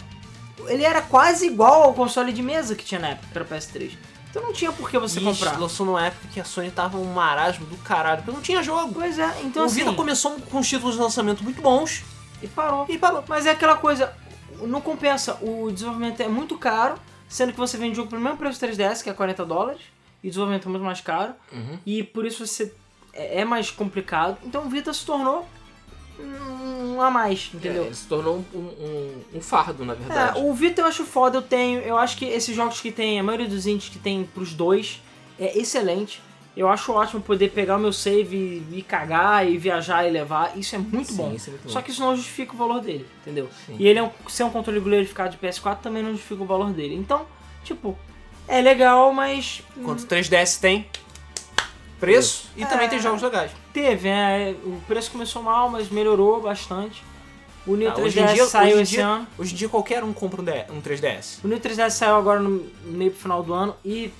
[SPEAKER 2] ele era quase igual ao console de mesa que tinha na época, que era o PS3. Então não tinha por que você
[SPEAKER 1] e
[SPEAKER 2] comprar.
[SPEAKER 1] lançou numa época que a Sony tava um marasmo do caralho, porque não tinha jogo.
[SPEAKER 2] Pois é, então
[SPEAKER 1] o
[SPEAKER 2] assim,
[SPEAKER 1] Vita começou com os títulos de lançamento muito bons
[SPEAKER 2] e parou.
[SPEAKER 1] e parou.
[SPEAKER 2] Mas é aquela coisa, não compensa, o desenvolvimento é muito caro, sendo que você vende o jogo pelo mesmo preço do 3DS, que é 40 dólares, e o desenvolvimento é muito mais caro.
[SPEAKER 3] Uhum.
[SPEAKER 2] e por isso você é é mais complicado. Então o Vita se tornou um a mais, entendeu?
[SPEAKER 3] É, ele se tornou um, um- um fardo, na
[SPEAKER 2] É,
[SPEAKER 3] verdade.
[SPEAKER 2] o Vita eu acho foda, eu tenho. Eu acho que esses jogos que tem, a maioria dos indies que tem pros dois, é excelente. Eu acho ótimo poder pegar o meu save e, e cagar e viajar e levar. Isso é muito
[SPEAKER 3] Sim,
[SPEAKER 2] bom.
[SPEAKER 3] isso é muito
[SPEAKER 2] Só
[SPEAKER 3] bom.
[SPEAKER 2] que isso não justifica o valor dele, entendeu?
[SPEAKER 3] Sim.
[SPEAKER 2] E ele é um, ser um controle glorificado de PS4 também não justifica o valor dele. Então, tipo, é legal, mas
[SPEAKER 1] Quanto 3DS tem preço e também
[SPEAKER 2] É.
[SPEAKER 1] tem jogos legais.
[SPEAKER 2] Teve, né? O preço começou mal, mas melhorou bastante. O New
[SPEAKER 1] Ah,
[SPEAKER 2] 3DS
[SPEAKER 1] hoje em dia-
[SPEAKER 2] saiu
[SPEAKER 1] hoje em
[SPEAKER 2] esse
[SPEAKER 1] dia-
[SPEAKER 2] ano.
[SPEAKER 1] Hoje em dia qualquer um compra um, D- um 3DS.
[SPEAKER 2] O New 3DS saiu agora no meio pro final do ano e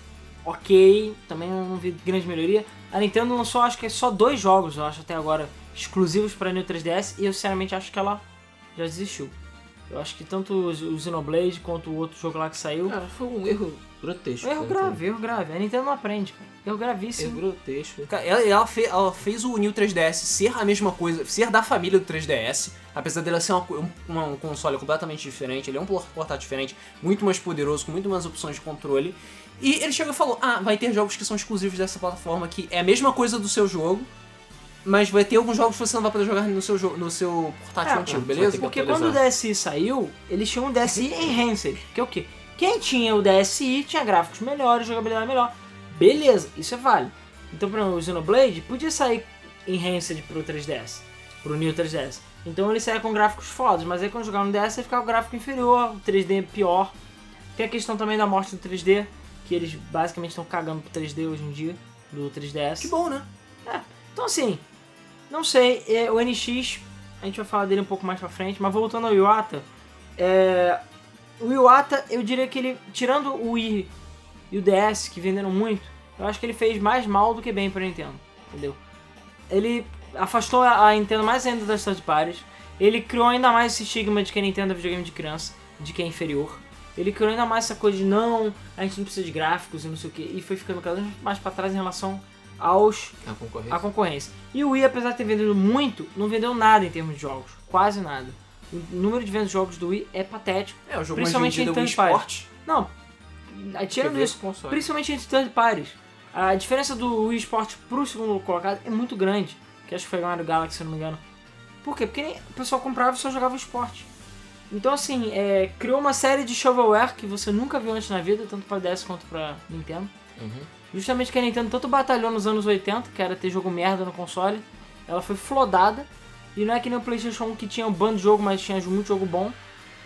[SPEAKER 2] ok, também não vi grande melhoria. A Nintendo lançou acho que é só dois jogos, eu acho, até agora, exclusivos para New 3DS e eu sinceramente acho que ela já desistiu. Eu acho que tanto o Z- o Xenoblade quanto o outro jogo lá que saiu.
[SPEAKER 3] Cara, foi um erro grotesco.
[SPEAKER 2] É erro
[SPEAKER 3] né,
[SPEAKER 2] grave, erro grave. A Nintendo não aprende, cara. Erro
[SPEAKER 3] cara? Erro
[SPEAKER 2] gravíssimo.
[SPEAKER 3] grotesco.
[SPEAKER 1] Cara, Ela, ela fe- ela fez o New 3DS ser a mesma coisa, ser da família do 3DS, apesar dela ser uma co- um, uma- um console completamente diferente, ele é um por- portátil diferente, muito mais poderoso, com muito mais opções de controle. E ele chegou e falou: Ah, vai ter jogos que são exclusivos dessa plataforma, que é a mesma coisa do seu jogo, mas vai ter alguns jogos que você não vai poder jogar no seu, jo- no seu portátil
[SPEAKER 2] É,
[SPEAKER 1] antigo,
[SPEAKER 3] vai ter
[SPEAKER 1] beleza?
[SPEAKER 3] que
[SPEAKER 2] Porque
[SPEAKER 3] atualizar.
[SPEAKER 2] quando o DSi saiu, eles tinham um DSi Enhanced, que é o quê? Quem tinha o DSi tinha gráficos melhores, jogabilidade melhor. Beleza, isso é válido. Então, por exemplo, o Xenoblade podia sair Enhanced pro 3DS, pro New 3DS. Então ele saia com gráficos fodas, mas aí quando jogava no DS ele ficava o gráfico inferior, o 3D pior. Tem a questão também da morte do 3D, que eles basicamente estão cagando pro 3D hoje em dia, do 3DS.
[SPEAKER 1] Que bom, né?
[SPEAKER 2] Então assim, não sei, é, o NX, a gente vai falar dele um pouco mais pra frente, mas voltando ao Iwata, é, o Iwata, eu diria que ele, tirando o Wii e o DS, que venderam muito, eu acho que ele fez mais mal do que bem pra Nintendo, entendeu? Ele afastou a a Nintendo mais ainda das third parties, ele criou ainda mais esse estigma de que a Nintendo é videogame de criança, de que é inferior. Ele criou ainda mais essa coisa de não, a gente não precisa de gráficos e não sei o que, e foi ficando cada vez mais pra trás em relação aos
[SPEAKER 3] A concorrência.
[SPEAKER 2] a concorrência. E o Wii, apesar de ter vendido muito, não vendeu nada em termos de jogos. Quase nada. O número de vendas de jogos do Wii é patético.
[SPEAKER 1] É, o jogo
[SPEAKER 2] Principalmente
[SPEAKER 1] mais vendido é o
[SPEAKER 2] em
[SPEAKER 1] Wii
[SPEAKER 2] third
[SPEAKER 1] Sport.
[SPEAKER 2] Não, tirando
[SPEAKER 3] TV,
[SPEAKER 2] isso,
[SPEAKER 3] console.
[SPEAKER 2] principalmente entre third parties, a diferença do Wii Sport pro segundo colocado é muito grande. Que acho que foi ganhar o Galaxy, se eu não me engano. Por quê? Porque nem- o pessoal comprava e só jogava o esporte. Então, assim, é, criou uma série de shovelware que você nunca viu antes na vida, tanto pra DS quanto pra Nintendo.
[SPEAKER 3] Uhum.
[SPEAKER 2] Justamente que a Nintendo tanto batalhou nos anos 80, que era ter jogo merda no console, ela foi flodada. E não é que nem o PlayStation 1 que tinha um bando de jogo, mas tinha muito jogo bom.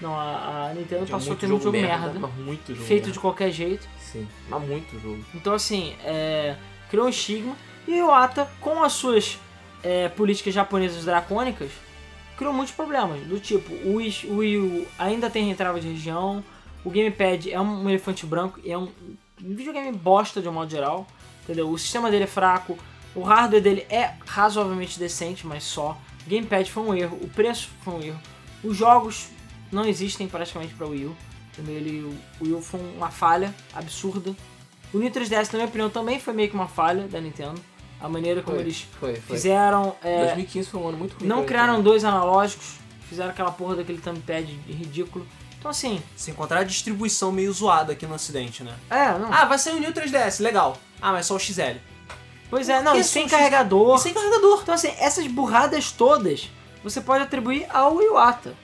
[SPEAKER 2] Não, a, a Nintendo
[SPEAKER 3] Tinha
[SPEAKER 2] passou a ter muito jogo merda,
[SPEAKER 3] mas muito jogo
[SPEAKER 2] feito de
[SPEAKER 3] merda.
[SPEAKER 2] qualquer jeito.
[SPEAKER 3] Sim, mas muito jogo.
[SPEAKER 2] Então, assim, é, criou um estigma. E o Ata, com as suas é, políticas japonesas dracônicas, criou muitos problemas. Do tipo, o Wii, o Wii U ainda tem entrada de região, o Gamepad é um elefante branco, é um videogame bosta de um modo geral. Entendeu? O sistema dele é fraco, o hardware dele é razoavelmente decente, mas só. O Gamepad foi um erro, o preço foi um erro. Os jogos não existem praticamente para Wii U. Entendeu? Ele, o Wii U foi uma falha absurda. O Nintendo 3DS, na minha opinião, também foi meio que uma falha da Nintendo. A maneira como
[SPEAKER 3] Foi,
[SPEAKER 2] eles
[SPEAKER 3] foi, foi.
[SPEAKER 2] fizeram. é,
[SPEAKER 3] 2015 foi um ano muito ruim.
[SPEAKER 2] não
[SPEAKER 3] pra
[SPEAKER 2] criaram
[SPEAKER 3] gente,
[SPEAKER 2] dois analógicos, fizeram aquela porra daquele thumbpad ridículo. Então assim,
[SPEAKER 1] Se encontrar a distribuição meio zoada aqui no ocidente, né?
[SPEAKER 2] é, não.
[SPEAKER 1] Ah, vai sair o New 3DS, legal. Ah, mas só o XL.
[SPEAKER 2] pois é, não, e
[SPEAKER 1] isso
[SPEAKER 2] sem
[SPEAKER 1] não-
[SPEAKER 2] carregador.
[SPEAKER 1] E sem carregador.
[SPEAKER 2] Então assim, essas burradas todas você pode atribuir ao Iwata.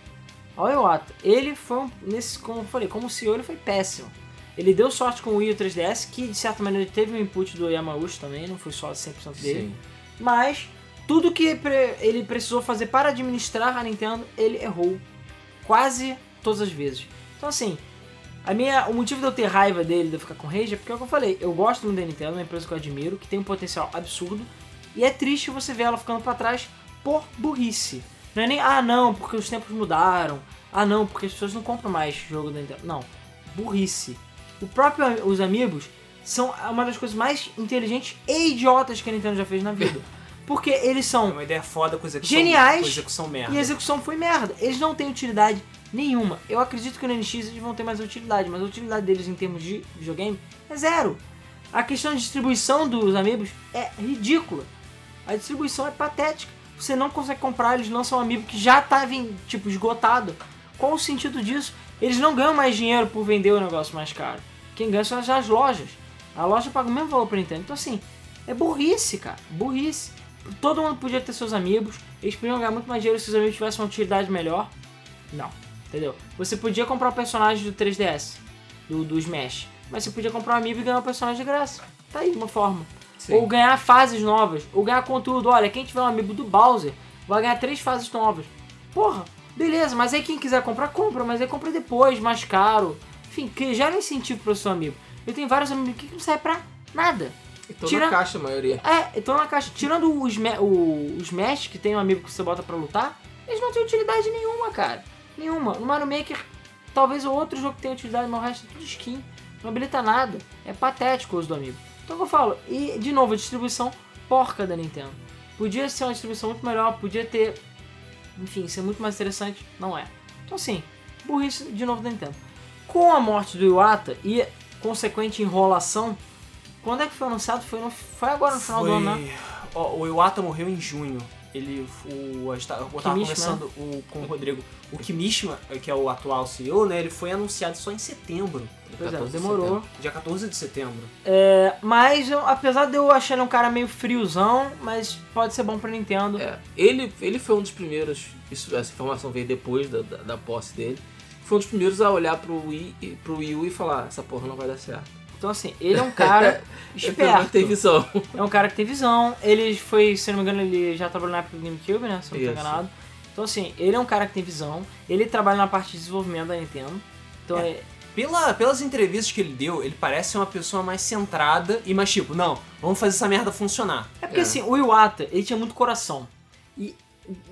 [SPEAKER 2] Ao Iwata. Ele foi, um- nesse, como eu falei, como CEO, ele foi péssimo. Ele deu sorte com o Wii U 3DS, que de certa maneira teve um input do Yamauchi também, não foi só 100% dele.
[SPEAKER 3] Sim.
[SPEAKER 2] Mas tudo que pre- ele precisou fazer para administrar a Nintendo, ele errou. Quase todas as vezes. Então assim, a minha, o motivo de eu ter raiva dele, de eu ficar com rage, é porque é o que eu falei, eu gosto muito da Nintendo, é uma empresa que eu admiro, que tem um potencial absurdo, e é triste você ver ela ficando pra trás por burrice. Não é nem, ah não, porque os tempos mudaram, ah não, porque as pessoas não compram mais jogo da Nintendo. Não, burrice. O próprio, Am- os amigos, são uma das coisas mais inteligentes e idiotas que a Nintendo já fez na vida. Porque eles
[SPEAKER 1] É
[SPEAKER 2] são.
[SPEAKER 1] uma ideia foda com execução,
[SPEAKER 2] Geniais.
[SPEAKER 1] com execução merda.
[SPEAKER 2] E a execução foi merda. Eles não têm utilidade nenhuma. Eu acredito que no NX eles vão ter mais utilidade, mas a utilidade deles em termos de videogame é zero. A questão de distribuição dos amigos é ridícula. A distribuição é patética. Você não consegue comprar, eles lançam um amigo que já tá vem- tipo, esgotado. Qual o sentido disso? Eles não ganham mais dinheiro por vender o negócio mais caro. Quem ganha são as, as lojas. A loja paga o mesmo valor pra Nintendo. Então assim, é burrice, cara. Burrice. Todo mundo podia ter seus amigos. Eles podiam ganhar muito mais dinheiro se os amigos tivessem uma utilidade melhor. Não, entendeu? Você podia comprar o personagem do 3DS, do, do Smash. Mas você podia comprar um amigo e ganhar o personagem de graça. Tá aí uma forma.
[SPEAKER 3] Sim.
[SPEAKER 2] Ou ganhar fases novas. Ou ganhar conteúdo. Olha, quem tiver um amigo do Bowser vai ganhar três fases novas. Porra, beleza, mas aí quem quiser comprar, compra. Mas aí compra depois, mais caro. Enfim, que gera um incentivo pro seu amigo. Eu tenho vários amigos que não serve pra nada.
[SPEAKER 3] Então
[SPEAKER 2] Tira-
[SPEAKER 3] na caixa a maioria.
[SPEAKER 2] É, então na caixa, tirando o, Sma- o, o Smash, que tem um amigo que você bota pra lutar, eles não têm utilidade nenhuma, cara. Nenhuma. No Mario Maker, talvez o outro jogo tenha utilidade, mas o resto é tudo skin. Não habilita nada. É patético o uso do amigo. Então é o que eu falo, e de novo, a distribuição porca da Nintendo. Podia ser uma distribuição muito melhor, podia ter. Enfim, ser muito mais interessante, não é. Então assim, burrice de novo da Nintendo. Com a morte do Iwata e consequente enrolação, quando é que foi anunciado? Foi, no, foi agora no final do ano, né?
[SPEAKER 1] Ó, o Iwata morreu em junho. Ele, o, a gente tá- eu tava
[SPEAKER 2] Kimishima.
[SPEAKER 1] conversando o- com o Rodrigo. O Kimishima, eh, que é o atual CEO, né? Ele foi anunciado só em setembro.
[SPEAKER 2] Pois é,
[SPEAKER 3] 14 de
[SPEAKER 2] demorou.
[SPEAKER 1] Dia 14 de setembro.
[SPEAKER 2] É, mas eu- apesar de eu achar ele um cara meio friozão, mas pode ser bom pra Nintendo.
[SPEAKER 3] É, ele, ele foi um dos primeiros, isso, essa informação veio depois da, da, da posse dele, foi um dos primeiros a olhar pro Wii, e- pro Wii U e falar, essa porra não vai dar certo.
[SPEAKER 2] Então assim, ele é um cara
[SPEAKER 3] Ele pelo menos
[SPEAKER 2] esperto.
[SPEAKER 3] tem visão.
[SPEAKER 2] É um cara que tem visão. Ele foi, se eu não me engano, ele já trabalhou na época do GameCube, né? Se eu não tô
[SPEAKER 3] Isso.
[SPEAKER 2] enganado. Então assim, ele é um cara que tem visão. Ele trabalha na parte de desenvolvimento da Nintendo. Então é,
[SPEAKER 1] Pela, pelas entrevistas que ele deu, ele parece uma pessoa mais centrada e mais tipo, não, vamos fazer essa merda funcionar.
[SPEAKER 2] É porque
[SPEAKER 3] É.
[SPEAKER 2] assim, o Iwata, ele tinha muito coração. E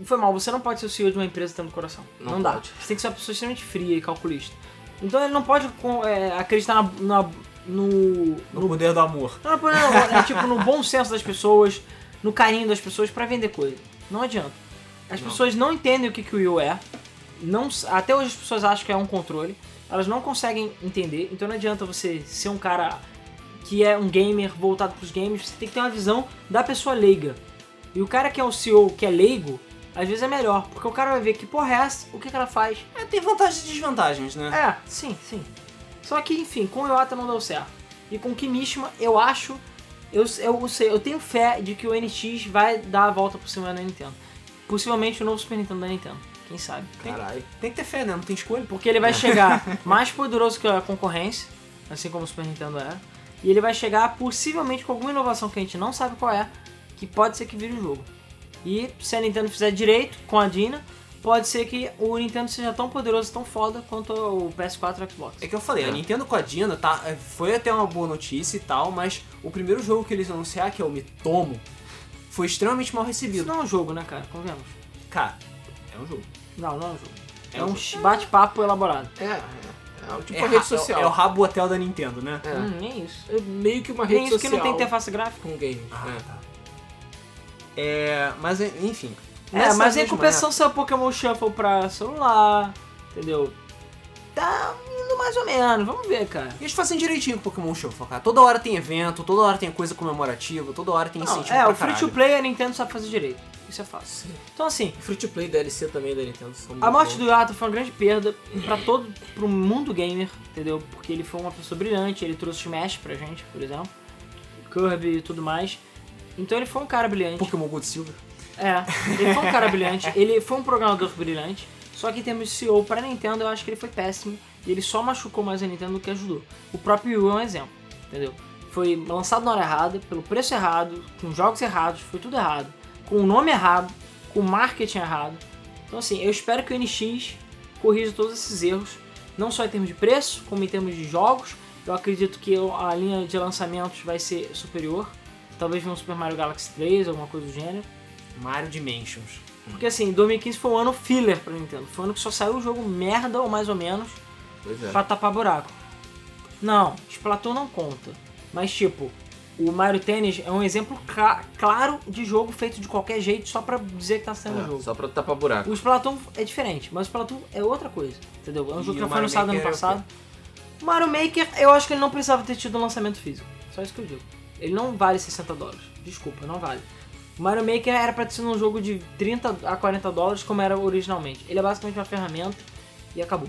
[SPEAKER 2] foi mal, você não pode ser o CEO de uma empresa tendo coração. Não,
[SPEAKER 3] Não
[SPEAKER 2] dá.
[SPEAKER 3] pode.
[SPEAKER 2] Você tem que ser uma pessoa extremamente fria e calculista. Então ele não pode com- é, acreditar na, na- no.
[SPEAKER 1] No poder do amor.
[SPEAKER 2] Não, não, não, é, tipo, no bom senso das pessoas, no carinho das pessoas pra vender coisa. Não adianta. As
[SPEAKER 3] Não.
[SPEAKER 2] pessoas não entendem o que, que o Wii U é. Não, s- até hoje as pessoas acham que é um controle. Elas não conseguem entender. Então não adianta você ser um cara que é um gamer voltado pros games. Você tem que ter uma visão da pessoa leiga. E o cara que é o CEO, que é leigo, às vezes é melhor. Porque o cara vai ver que porra é essa, o que, que ela faz.
[SPEAKER 1] É, tem vantagens e desvantagens, né?
[SPEAKER 2] É, sim, sim. Só que, enfim, com o Iwata não deu certo. E com o Kimishima, eu acho. Eu, eu sei, eu tenho fé de que o NX vai dar a volta por cima da Nintendo. Possivelmente o novo Super Nintendo da Nintendo. Quem sabe? É.
[SPEAKER 3] Caralho.
[SPEAKER 1] Tem que ter fé, né? Não tem escolha.
[SPEAKER 2] Porque ele vai chegar mais poderoso que a concorrência, assim como o Super Nintendo era. E ele vai chegar possivelmente com alguma inovação que a gente não sabe qual é, que pode ser que vire um jogo. E se a Nintendo fizer direito com a Dina, pode ser que o Nintendo seja tão poderoso, tão foda quanto o PS4 e o Xbox.
[SPEAKER 1] É que eu falei, a
[SPEAKER 3] É.
[SPEAKER 1] Nintendo com a Dina tá, é, foi até uma boa notícia e tal, mas o primeiro jogo que eles anunciaram, que é o Mitomo, foi extremamente mal
[SPEAKER 2] Isso
[SPEAKER 1] recebido.
[SPEAKER 2] não é um jogo, né, cara? Convenhamos.
[SPEAKER 1] Cara, é um jogo.
[SPEAKER 2] Não, não é um jogo. É,
[SPEAKER 1] um
[SPEAKER 2] um
[SPEAKER 1] jogo.
[SPEAKER 2] bate-papo elaborado.
[SPEAKER 3] É, é, é tipo
[SPEAKER 1] É
[SPEAKER 3] uma
[SPEAKER 1] ra-
[SPEAKER 3] rede
[SPEAKER 1] É, o- é o
[SPEAKER 3] social.
[SPEAKER 1] rabo hotel da Nintendo, né?
[SPEAKER 3] É,
[SPEAKER 2] Hum, nem isso.
[SPEAKER 3] é meio que uma
[SPEAKER 2] Nem
[SPEAKER 3] rede
[SPEAKER 2] isso
[SPEAKER 3] social
[SPEAKER 2] que não tem interface gráfica.
[SPEAKER 3] com game.
[SPEAKER 1] Ah,
[SPEAKER 3] é.
[SPEAKER 1] tá. É, mas enfim.
[SPEAKER 2] É,
[SPEAKER 1] Nessa
[SPEAKER 2] mas em
[SPEAKER 1] mesma
[SPEAKER 2] compensação saiu Pokémon Shuffle pra celular, entendeu? Tá indo mais ou menos, vamos ver, cara.
[SPEAKER 1] E eles fazem direitinho com o Pokémon Shuffle, cara. Toda hora tem evento, toda hora tem coisa comemorativa, toda hora tem
[SPEAKER 2] Não,
[SPEAKER 1] incentivo
[SPEAKER 2] é,
[SPEAKER 1] pra
[SPEAKER 2] o free to
[SPEAKER 1] caralho.
[SPEAKER 2] play a Nintendo sabe fazer direito. Isso é fácil. Então assim,
[SPEAKER 3] O Free to play DLC também da Nintendo. são
[SPEAKER 2] a
[SPEAKER 3] muito
[SPEAKER 2] morte
[SPEAKER 3] bons.
[SPEAKER 2] do Yato foi uma grande perda pra todo pro mundo gamer, entendeu? Porque ele foi uma pessoa brilhante, ele trouxe Smash pra gente, por exemplo. Kirby e tudo mais. Então ele foi um cara brilhante.
[SPEAKER 1] Pokémon Gold Silver.
[SPEAKER 2] É, ele foi um cara brilhante, ele foi um programador brilhante, só que em termos de CEO pra Nintendo eu acho que ele foi péssimo e ele só machucou mais a Nintendo do que ajudou. O próprio Wii U é um exemplo, entendeu? Foi lançado na hora errada, pelo preço errado, com jogos errados, foi tudo errado, com o nome errado, com o marketing errado. Então assim, eu espero que o NX corrija todos esses erros, não só em termos de preço, como em termos de jogos. Eu acredito que eu- a linha de lançamentos vai ser superior. Talvez venha um Super Mario Galaxy 3, alguma coisa do gênero.
[SPEAKER 1] Mario Dimensions.
[SPEAKER 2] Porque assim, 2015 foi um ano filler pra Nintendo. Foi um ano que só saiu o jogo merda, ou mais ou menos,
[SPEAKER 3] Pois é.
[SPEAKER 2] pra tapar buraco. Não, Splatoon não conta. Mas tipo, o Mario Tennis é um exemplo cla- claro de jogo feito de qualquer jeito só pra dizer que tá sendo
[SPEAKER 3] É,
[SPEAKER 2] um jogo.
[SPEAKER 3] Só pra tapar buraco.
[SPEAKER 2] O Splatoon é diferente, mas o Splatoon é outra coisa, entendeu? É um
[SPEAKER 1] E
[SPEAKER 2] jogo
[SPEAKER 1] o
[SPEAKER 2] que já foi
[SPEAKER 1] Mario
[SPEAKER 2] lançado ano
[SPEAKER 1] Maker é o quê?
[SPEAKER 2] passado. O Mario Maker, eu acho que ele não precisava ter tido um lançamento físico. Só isso que eu digo. Ele não vale 60 dólares. Desculpa, não vale. O Mario Maker era pra ter sido um jogo de 30 a 40 dólares, como era originalmente. Ele é basicamente uma ferramenta e acabou.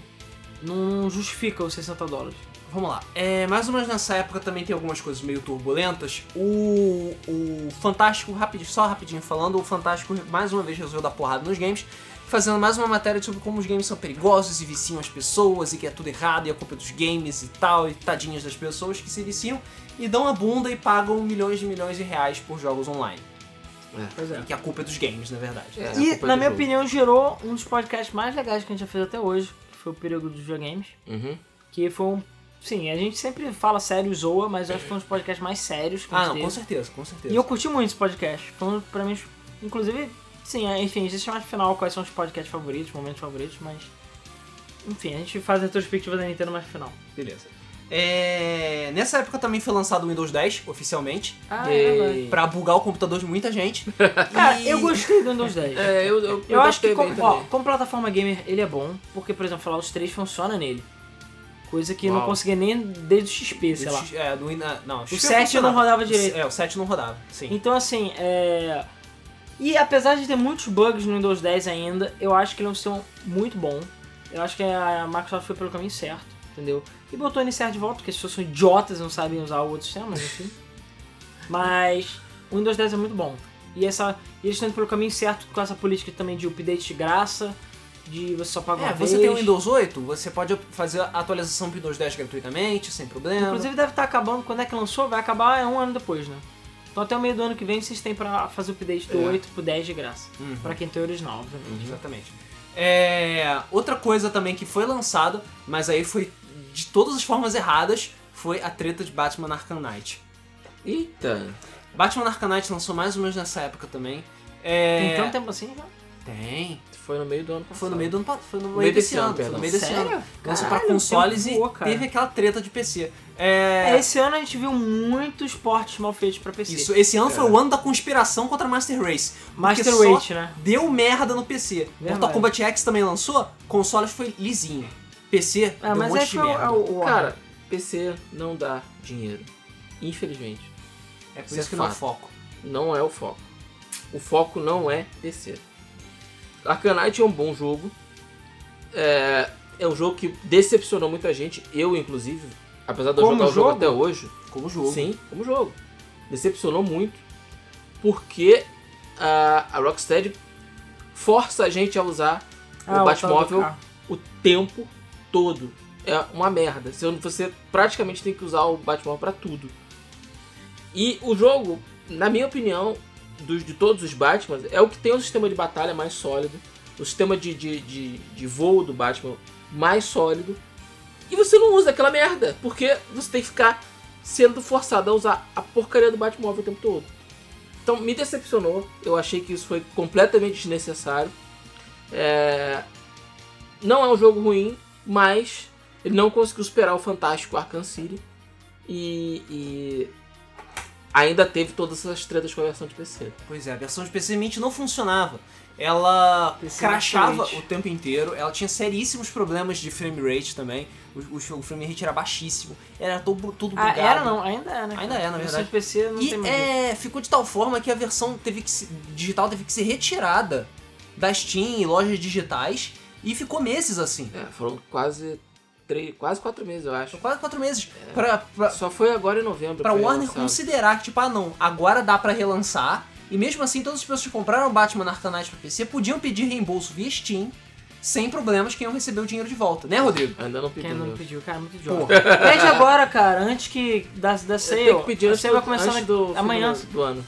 [SPEAKER 2] Não justifica os 60 dólares.
[SPEAKER 1] Vamos lá. É, mais ou menos nessa época também tem algumas coisas meio turbulentas. O, o Fantástico, rapidinho, só rapidinho falando, o Fantástico mais uma vez resolveu dar porrada nos games, fazendo mais uma matéria sobre como os games são perigosos e viciam as pessoas, e que é tudo errado, e a culpa é dos games e tal, e tadinhas das pessoas que se viciam, e dão a bunda e pagam milhões e milhões de reais por jogos online.
[SPEAKER 2] Pois é.
[SPEAKER 1] E que a culpa é dos games, na verdade.
[SPEAKER 3] É, a
[SPEAKER 2] e,
[SPEAKER 3] culpa é
[SPEAKER 2] na
[SPEAKER 3] do
[SPEAKER 2] minha
[SPEAKER 3] jogo.
[SPEAKER 2] opinião, gerou um dos podcasts mais legais que a gente já fez até hoje, que foi o Perigo dos Videogames.
[SPEAKER 3] Uhum.
[SPEAKER 2] Que foi um. Sim, a gente sempre fala sério, e zoa, mas eu acho que foi um dos podcasts mais sérios que a
[SPEAKER 1] Ah,
[SPEAKER 2] gente
[SPEAKER 1] não,
[SPEAKER 2] teve.
[SPEAKER 1] com certeza, com certeza.
[SPEAKER 2] E eu curti muito esse podcast. Foi um, pra mim, inclusive, sim, é, enfim, existe mais no final quais são os podcasts favoritos, momentos favoritos, mas. Enfim, a gente faz a retrospectiva da Nintendo mais no final.
[SPEAKER 1] Beleza. É, Nessa época também foi lançado o Windows 10, oficialmente,
[SPEAKER 2] Ah,
[SPEAKER 3] E-
[SPEAKER 2] é verdade.
[SPEAKER 1] pra bugar o computador de muita
[SPEAKER 3] (laughs)
[SPEAKER 1] gente.
[SPEAKER 2] Cara,
[SPEAKER 1] E-
[SPEAKER 2] eu gostei do Windows 10.
[SPEAKER 3] É, eu, eu,
[SPEAKER 2] Eu acho que,
[SPEAKER 3] gostei
[SPEAKER 2] como,
[SPEAKER 3] bem
[SPEAKER 2] ó,
[SPEAKER 3] também.
[SPEAKER 2] como plataforma gamer, ele é bom, porque, por exemplo, Fallout 3 funciona nele. Coisa que eu não
[SPEAKER 3] Uau.
[SPEAKER 2] conseguia nem desde o XP, sei lá.
[SPEAKER 1] É, do Win- não,
[SPEAKER 2] O 7 não rodava direito.
[SPEAKER 1] É, o 7 não rodava, sim.
[SPEAKER 2] Então, assim, é. E apesar de ter muitos bugs no Windows 10 ainda, eu acho que ele é um sistema muito bom. Eu acho que a Microsoft foi pelo caminho certo, entendeu? E botou o NCR de volta, porque se fossem idiotas não sabem usar o outro sistema, mas enfim. Mas o Windows 10 é muito bom. E, essa, e eles estão indo pelo caminho certo com essa política também de update de graça, de você só paga uma
[SPEAKER 1] É,
[SPEAKER 2] vez.
[SPEAKER 1] você tem o Windows 8, você pode fazer a atualização do Windows 10 gratuitamente, sem problema.
[SPEAKER 2] Inclusive deve estar acabando, quando é que lançou? Vai acabar é um ano depois, né? Então até o meio do ano que vem vocês têm pra fazer o update do
[SPEAKER 3] É.
[SPEAKER 2] 8 pro 10 de graça.
[SPEAKER 1] Uhum.
[SPEAKER 2] Pra quem tem né? o original, obviamente.
[SPEAKER 1] Exatamente. É, outra coisa também que foi lançada, mas aí foi de todas as formas erradas, foi a treta de Batman Arkham Knight.
[SPEAKER 3] Eita.
[SPEAKER 1] Batman Arkham Knight lançou mais ou menos nessa época também. É,
[SPEAKER 2] Tem tanto tempo assim já?
[SPEAKER 1] Tem.
[SPEAKER 3] Foi no meio do ano passado.
[SPEAKER 1] Foi no meio do ano pa- foi no meio,
[SPEAKER 3] meio
[SPEAKER 1] desse
[SPEAKER 3] desse
[SPEAKER 1] ano,
[SPEAKER 3] ano,
[SPEAKER 1] foi no
[SPEAKER 3] perdão.
[SPEAKER 1] meio desse
[SPEAKER 2] Sério?
[SPEAKER 1] ano. Lançou pra
[SPEAKER 2] Caralho, o
[SPEAKER 1] consoles
[SPEAKER 2] tempo
[SPEAKER 1] e
[SPEAKER 2] voa, cara.
[SPEAKER 1] teve aquela treta de PC. É,
[SPEAKER 2] Esse ano a gente viu muitos portes mal feitos pra PC.
[SPEAKER 1] isso, esse ano
[SPEAKER 3] É.
[SPEAKER 1] foi o ano da conspiração contra Master Race. porque
[SPEAKER 2] Master
[SPEAKER 1] só
[SPEAKER 2] Race, né?
[SPEAKER 1] Deu merda no PC.
[SPEAKER 2] Verdade.
[SPEAKER 1] Mortal Kombat X também lançou, consoles foi lisinho. PC
[SPEAKER 2] Ah,
[SPEAKER 1] deu um
[SPEAKER 2] mas
[SPEAKER 1] monte
[SPEAKER 2] aí
[SPEAKER 1] de
[SPEAKER 2] foi o,
[SPEAKER 1] merda.
[SPEAKER 2] é o, o
[SPEAKER 3] Cara, PC não dá dinheiro. Infelizmente.
[SPEAKER 1] É por
[SPEAKER 3] Isso
[SPEAKER 1] isso
[SPEAKER 3] é
[SPEAKER 1] que não é
[SPEAKER 3] fato.
[SPEAKER 1] foco.
[SPEAKER 3] Não é o foco. O foco não é PC. Arcanite é um bom jogo. É, é um jogo que decepcionou muita gente. Eu, inclusive, apesar de eu
[SPEAKER 2] Como
[SPEAKER 3] jogar o jogo
[SPEAKER 2] jogo?
[SPEAKER 3] até hoje.
[SPEAKER 1] Como jogo.
[SPEAKER 3] Sim, como jogo. Decepcionou muito. Porque a, a Rocksteady força a gente a usar
[SPEAKER 2] ah,
[SPEAKER 3] o
[SPEAKER 2] o
[SPEAKER 3] Batmóvel
[SPEAKER 2] tal do carro.
[SPEAKER 3] o tempo todo. É uma merda. Você, você praticamente tem que usar o Batman pra tudo. E o jogo, na minha opinião, dos, de todos os Batman, é o que tem o sistema de batalha mais sólido, o sistema de, de, de, de voo do Batman mais sólido. E você não usa aquela merda, porque você tem que ficar sendo forçado a usar a porcaria do Batmóvel o tempo todo. Então me decepcionou, eu achei que isso foi completamente desnecessário. É, Não é um jogo ruim, mas ele não conseguiu superar o fantástico Arkham City. E, e ainda teve todas essas tretas com a versão de PC.
[SPEAKER 1] Pois é, a versão de PC Mint não funcionava. Ela
[SPEAKER 2] PC
[SPEAKER 1] crashava
[SPEAKER 2] Mint.
[SPEAKER 1] o tempo inteiro, ela tinha seríssimos problemas de frame rate também. O, o- o frame rate era baixíssimo, era todo, tudo
[SPEAKER 2] Ah,
[SPEAKER 1] bugado.
[SPEAKER 2] era não, ainda é, né?
[SPEAKER 1] Ainda é, na
[SPEAKER 2] Versão
[SPEAKER 1] verdade.
[SPEAKER 2] de PC não
[SPEAKER 1] E
[SPEAKER 2] tem mais.
[SPEAKER 1] é, ficou de tal forma que a versão teve que se- digital teve que ser retirada da Steam e lojas digitais e ficou meses assim.
[SPEAKER 3] É, foram quase, três, quase quatro meses, eu acho.
[SPEAKER 1] Foi Quase quatro meses. Pra, pra,
[SPEAKER 3] Só foi agora em novembro.
[SPEAKER 1] pra
[SPEAKER 3] que foi
[SPEAKER 1] Warner
[SPEAKER 3] lançado.
[SPEAKER 1] considerar que, tipo, ah não, agora dá pra relançar. E mesmo assim, todas as pessoas que compraram Batman Arkham Knight pra PC podiam pedir reembolso via Steam sem problemas que iam receber o dinheiro de volta. Né, Rodrigo?
[SPEAKER 3] Ainda não
[SPEAKER 2] Quem não
[SPEAKER 3] pediu.
[SPEAKER 2] pediu, cara, muito idiota. Pede agora, cara, antes que da, da sale.
[SPEAKER 3] Tem que pedir
[SPEAKER 2] a
[SPEAKER 3] antes,
[SPEAKER 2] sale vai começar
[SPEAKER 3] antes
[SPEAKER 2] na-
[SPEAKER 3] do
[SPEAKER 2] amanhã.
[SPEAKER 3] fim do, do ano.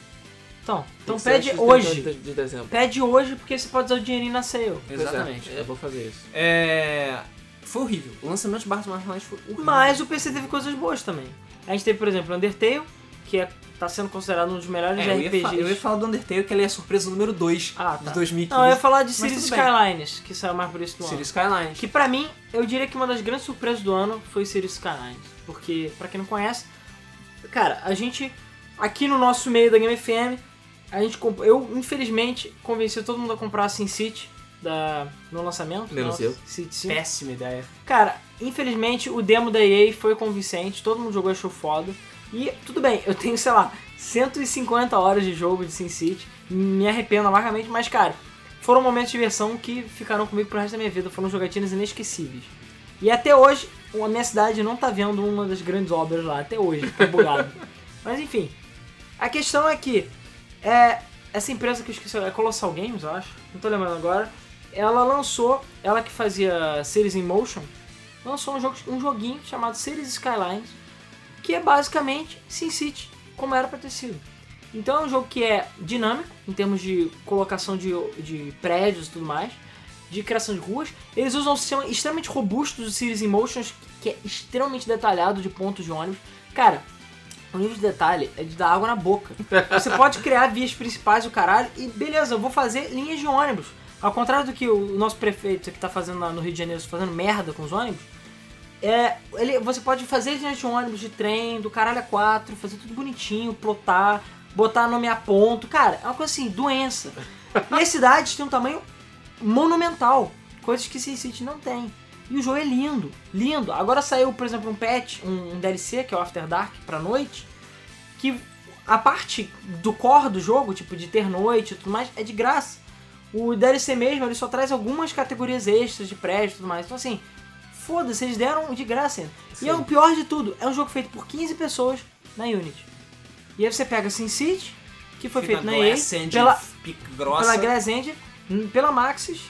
[SPEAKER 2] Então,
[SPEAKER 3] Tem
[SPEAKER 2] então
[SPEAKER 3] que ser
[SPEAKER 2] pede
[SPEAKER 3] antes do 30
[SPEAKER 2] hoje.
[SPEAKER 3] de dezembro.
[SPEAKER 2] Pede hoje porque você pode usar o dinheirinho na sale.
[SPEAKER 3] Pois é, É, vou fazer isso.
[SPEAKER 1] É, Foi horrível. O lançamento de Batman Arkham Knight foi horrível.
[SPEAKER 2] Mas o PC teve coisas boas também. A gente teve, por exemplo, Undertale, que é, tá sendo considerado um dos melhores
[SPEAKER 1] É, eu, ia fa-
[SPEAKER 2] RPGs.
[SPEAKER 1] eu ia falar do Undertale, que ele é a surpresa número 2
[SPEAKER 2] Ah, tá.
[SPEAKER 1] de 2015.
[SPEAKER 2] Não, eu ia falar de
[SPEAKER 1] Mas
[SPEAKER 2] Cities
[SPEAKER 1] tudo bem.
[SPEAKER 2] Skylines, que saiu mais por isso do ano.
[SPEAKER 1] Cities Skylines.
[SPEAKER 2] Que pra mim, eu diria que uma das grandes surpresas do ano foi Cities Skylines. Porque, pra quem não conhece, cara, a gente, aqui no nosso meio da Game FM, a gente comp- eu, infelizmente, convenci todo mundo a comprar a SimCity da... no lançamento.
[SPEAKER 3] Menos
[SPEAKER 2] Nossa,
[SPEAKER 3] eu.
[SPEAKER 2] City 5.
[SPEAKER 1] Péssima ideia.
[SPEAKER 2] Cara, infelizmente o demo da EA foi convincente, todo mundo jogou e achou foda. E tudo bem, eu tenho, sei lá, 150 horas de jogo de SimCity, me arrependo amargamente, mas cara, foram momentos de diversão que ficaram comigo pro resto da minha vida, foram jogatinas inesquecíveis. E até hoje, a minha cidade não tá vendo uma das grandes obras lá, até hoje, tá bugado. mas enfim, a questão é que é, essa empresa que eu esqueci, é Colossal Games, eu acho, não tô lembrando agora, ela lançou, ela que fazia Series in Motion, lançou um, jogo, um joguinho chamado Cities Skylines, que é basicamente SimCity, como era pra ter sido. Então é um jogo que é dinâmico, em termos de colocação de, de prédios e tudo mais, de criação de ruas. Eles usam um sistema extremamente robusto do Cities in Motions, que é extremamente detalhado de pontos de ônibus. Cara, o nível de detalhe é de dar água na boca. Você pode criar vias principais, o caralho, e beleza, eu vou fazer linhas de ônibus. Ao contrário do que o nosso prefeito que tá fazendo lá no Rio de Janeiro, fazendo merda com os ônibus, É, ele, você pode fazer ele diante de um ônibus, de trem, do caralho a quatro, fazer tudo bonitinho, plotar, botar nome a ponto. Cara, é uma coisa assim, doença. e as cidades têm um tamanho monumental, coisas que Sin City não tem. E o jogo é lindo, lindo. Agora saiu, por exemplo, um patch, um, um DLC, que é o After Dark, pra noite, que a parte do core do jogo, tipo de ter noite e tudo mais, é de graça. O DLC mesmo, ele só traz algumas categorias extras de prédio e tudo mais. Então assim, foda-se, eles deram de graça ainda. E é o pior de tudo, é um jogo feito por 15 pessoas na Unity. E aí você pega SimCity, que foi feito na
[SPEAKER 1] é
[SPEAKER 2] EA, pela, pela Grass Engine, hum, pela Maxis.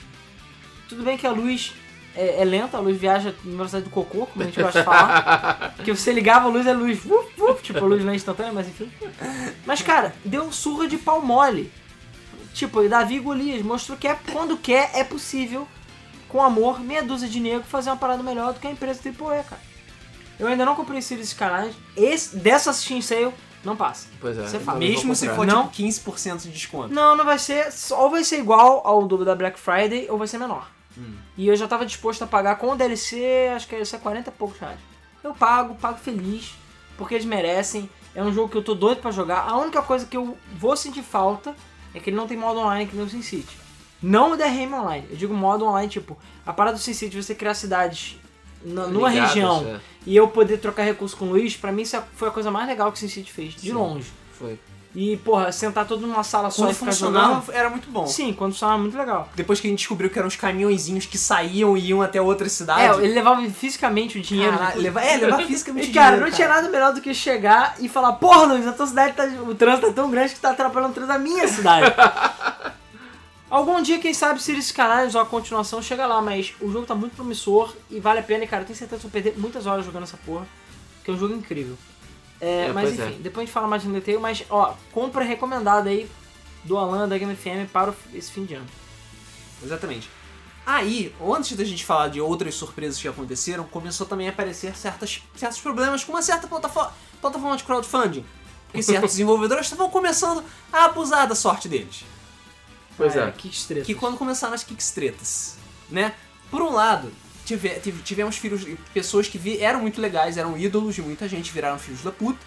[SPEAKER 2] Tudo bem que a luz é, é lenta, a luz viaja na velocidade do cocô, como a gente gosta de
[SPEAKER 3] (laughs)
[SPEAKER 2] falar. Porque você ligava a luz, é luz, vuf, vuf, tipo, a luz não é instantânea, mas enfim. Mas, cara, deu um surra de pau mole. Tipo, Davi Golias mostrou que é, quando quer, é possível, com amor, meia dúzia de negro, fazer uma parada melhor do que a empresa AAA, cara. Eu ainda não comprei esses canais. Esse, dessa Steam Sale, não passa.
[SPEAKER 3] Pois é.
[SPEAKER 2] Você fala.
[SPEAKER 1] Mesmo se for
[SPEAKER 2] Não.
[SPEAKER 1] tipo 15% de desconto.
[SPEAKER 2] Não, não vai ser. Ou vai ser igual ao do da Black Friday, ou vai ser menor.
[SPEAKER 3] Hum.
[SPEAKER 2] E eu já tava disposto a pagar com o DLC, acho que é, ia ser 40 e poucos reais. Eu pago, pago feliz, porque eles merecem. É um jogo que eu tô doido pra jogar. A única coisa que eu vou sentir falta é que ele não tem modo online que nem o SimCity. Não o DRM online. Eu digo modo online, tipo, a parada do SimCity, você criar cidades na- numa
[SPEAKER 3] Ligadas,
[SPEAKER 2] região
[SPEAKER 3] é.
[SPEAKER 2] e eu poder trocar recurso com o Luiz, pra mim isso é, foi a coisa mais legal que o SimCity fez, de
[SPEAKER 3] Sim.
[SPEAKER 2] longe.
[SPEAKER 3] Foi.
[SPEAKER 2] E, porra, sentar todo numa sala só
[SPEAKER 1] Quando
[SPEAKER 2] e ficar
[SPEAKER 1] funcionava,
[SPEAKER 2] jogando.
[SPEAKER 1] era muito bom.
[SPEAKER 2] Sim, quando funcionava muito legal.
[SPEAKER 1] Depois que a gente descobriu que eram os caminhõezinhos que saíam e iam até outra
[SPEAKER 2] É,
[SPEAKER 1] cidade.
[SPEAKER 2] ele levava fisicamente o dinheiro.
[SPEAKER 1] Caralho,
[SPEAKER 2] do-
[SPEAKER 1] leva- é,
[SPEAKER 2] (laughs)
[SPEAKER 1] levar fisicamente
[SPEAKER 2] E, cara,
[SPEAKER 1] dinheiro,
[SPEAKER 2] não tinha nada melhor do que chegar e falar, porra, Luiz, a tua cidade tá. O trânsito tá tão grande que tá atrapalhando o trânsito da
[SPEAKER 1] (laughs)
[SPEAKER 2] minha cidade. Algum dia, quem sabe, se eles canais ou a continuação chega lá, mas o jogo tá muito promissor e vale a pena, e, cara, eu tenho certeza que eu vou perder muitas horas jogando essa porra, que é um jogo incrível. É,
[SPEAKER 3] É,
[SPEAKER 2] mas
[SPEAKER 3] pois é.
[SPEAKER 2] enfim, depois a gente fala mais no detail, mas ó, compra recomendada aí do Alan da Game FM para o- esse fim de ano.
[SPEAKER 1] Exatamente. Aí, antes da gente falar de outras surpresas que aconteceram, começou também a aparecer certas, certos problemas com uma certa plataforma, plataforma de crowdfunding. Porque
[SPEAKER 2] (laughs)
[SPEAKER 1] certos desenvolvedores estavam começando a abusar da sorte deles.
[SPEAKER 3] Pois
[SPEAKER 2] Ah,
[SPEAKER 3] é.
[SPEAKER 2] Que estresse.
[SPEAKER 1] Que quando começaram as kickstretas, né? Por um lado, tive, tive- tivemos filhos, pessoas que vi- eram muito legais, eram ídolos de muita gente, viraram filhos da puta.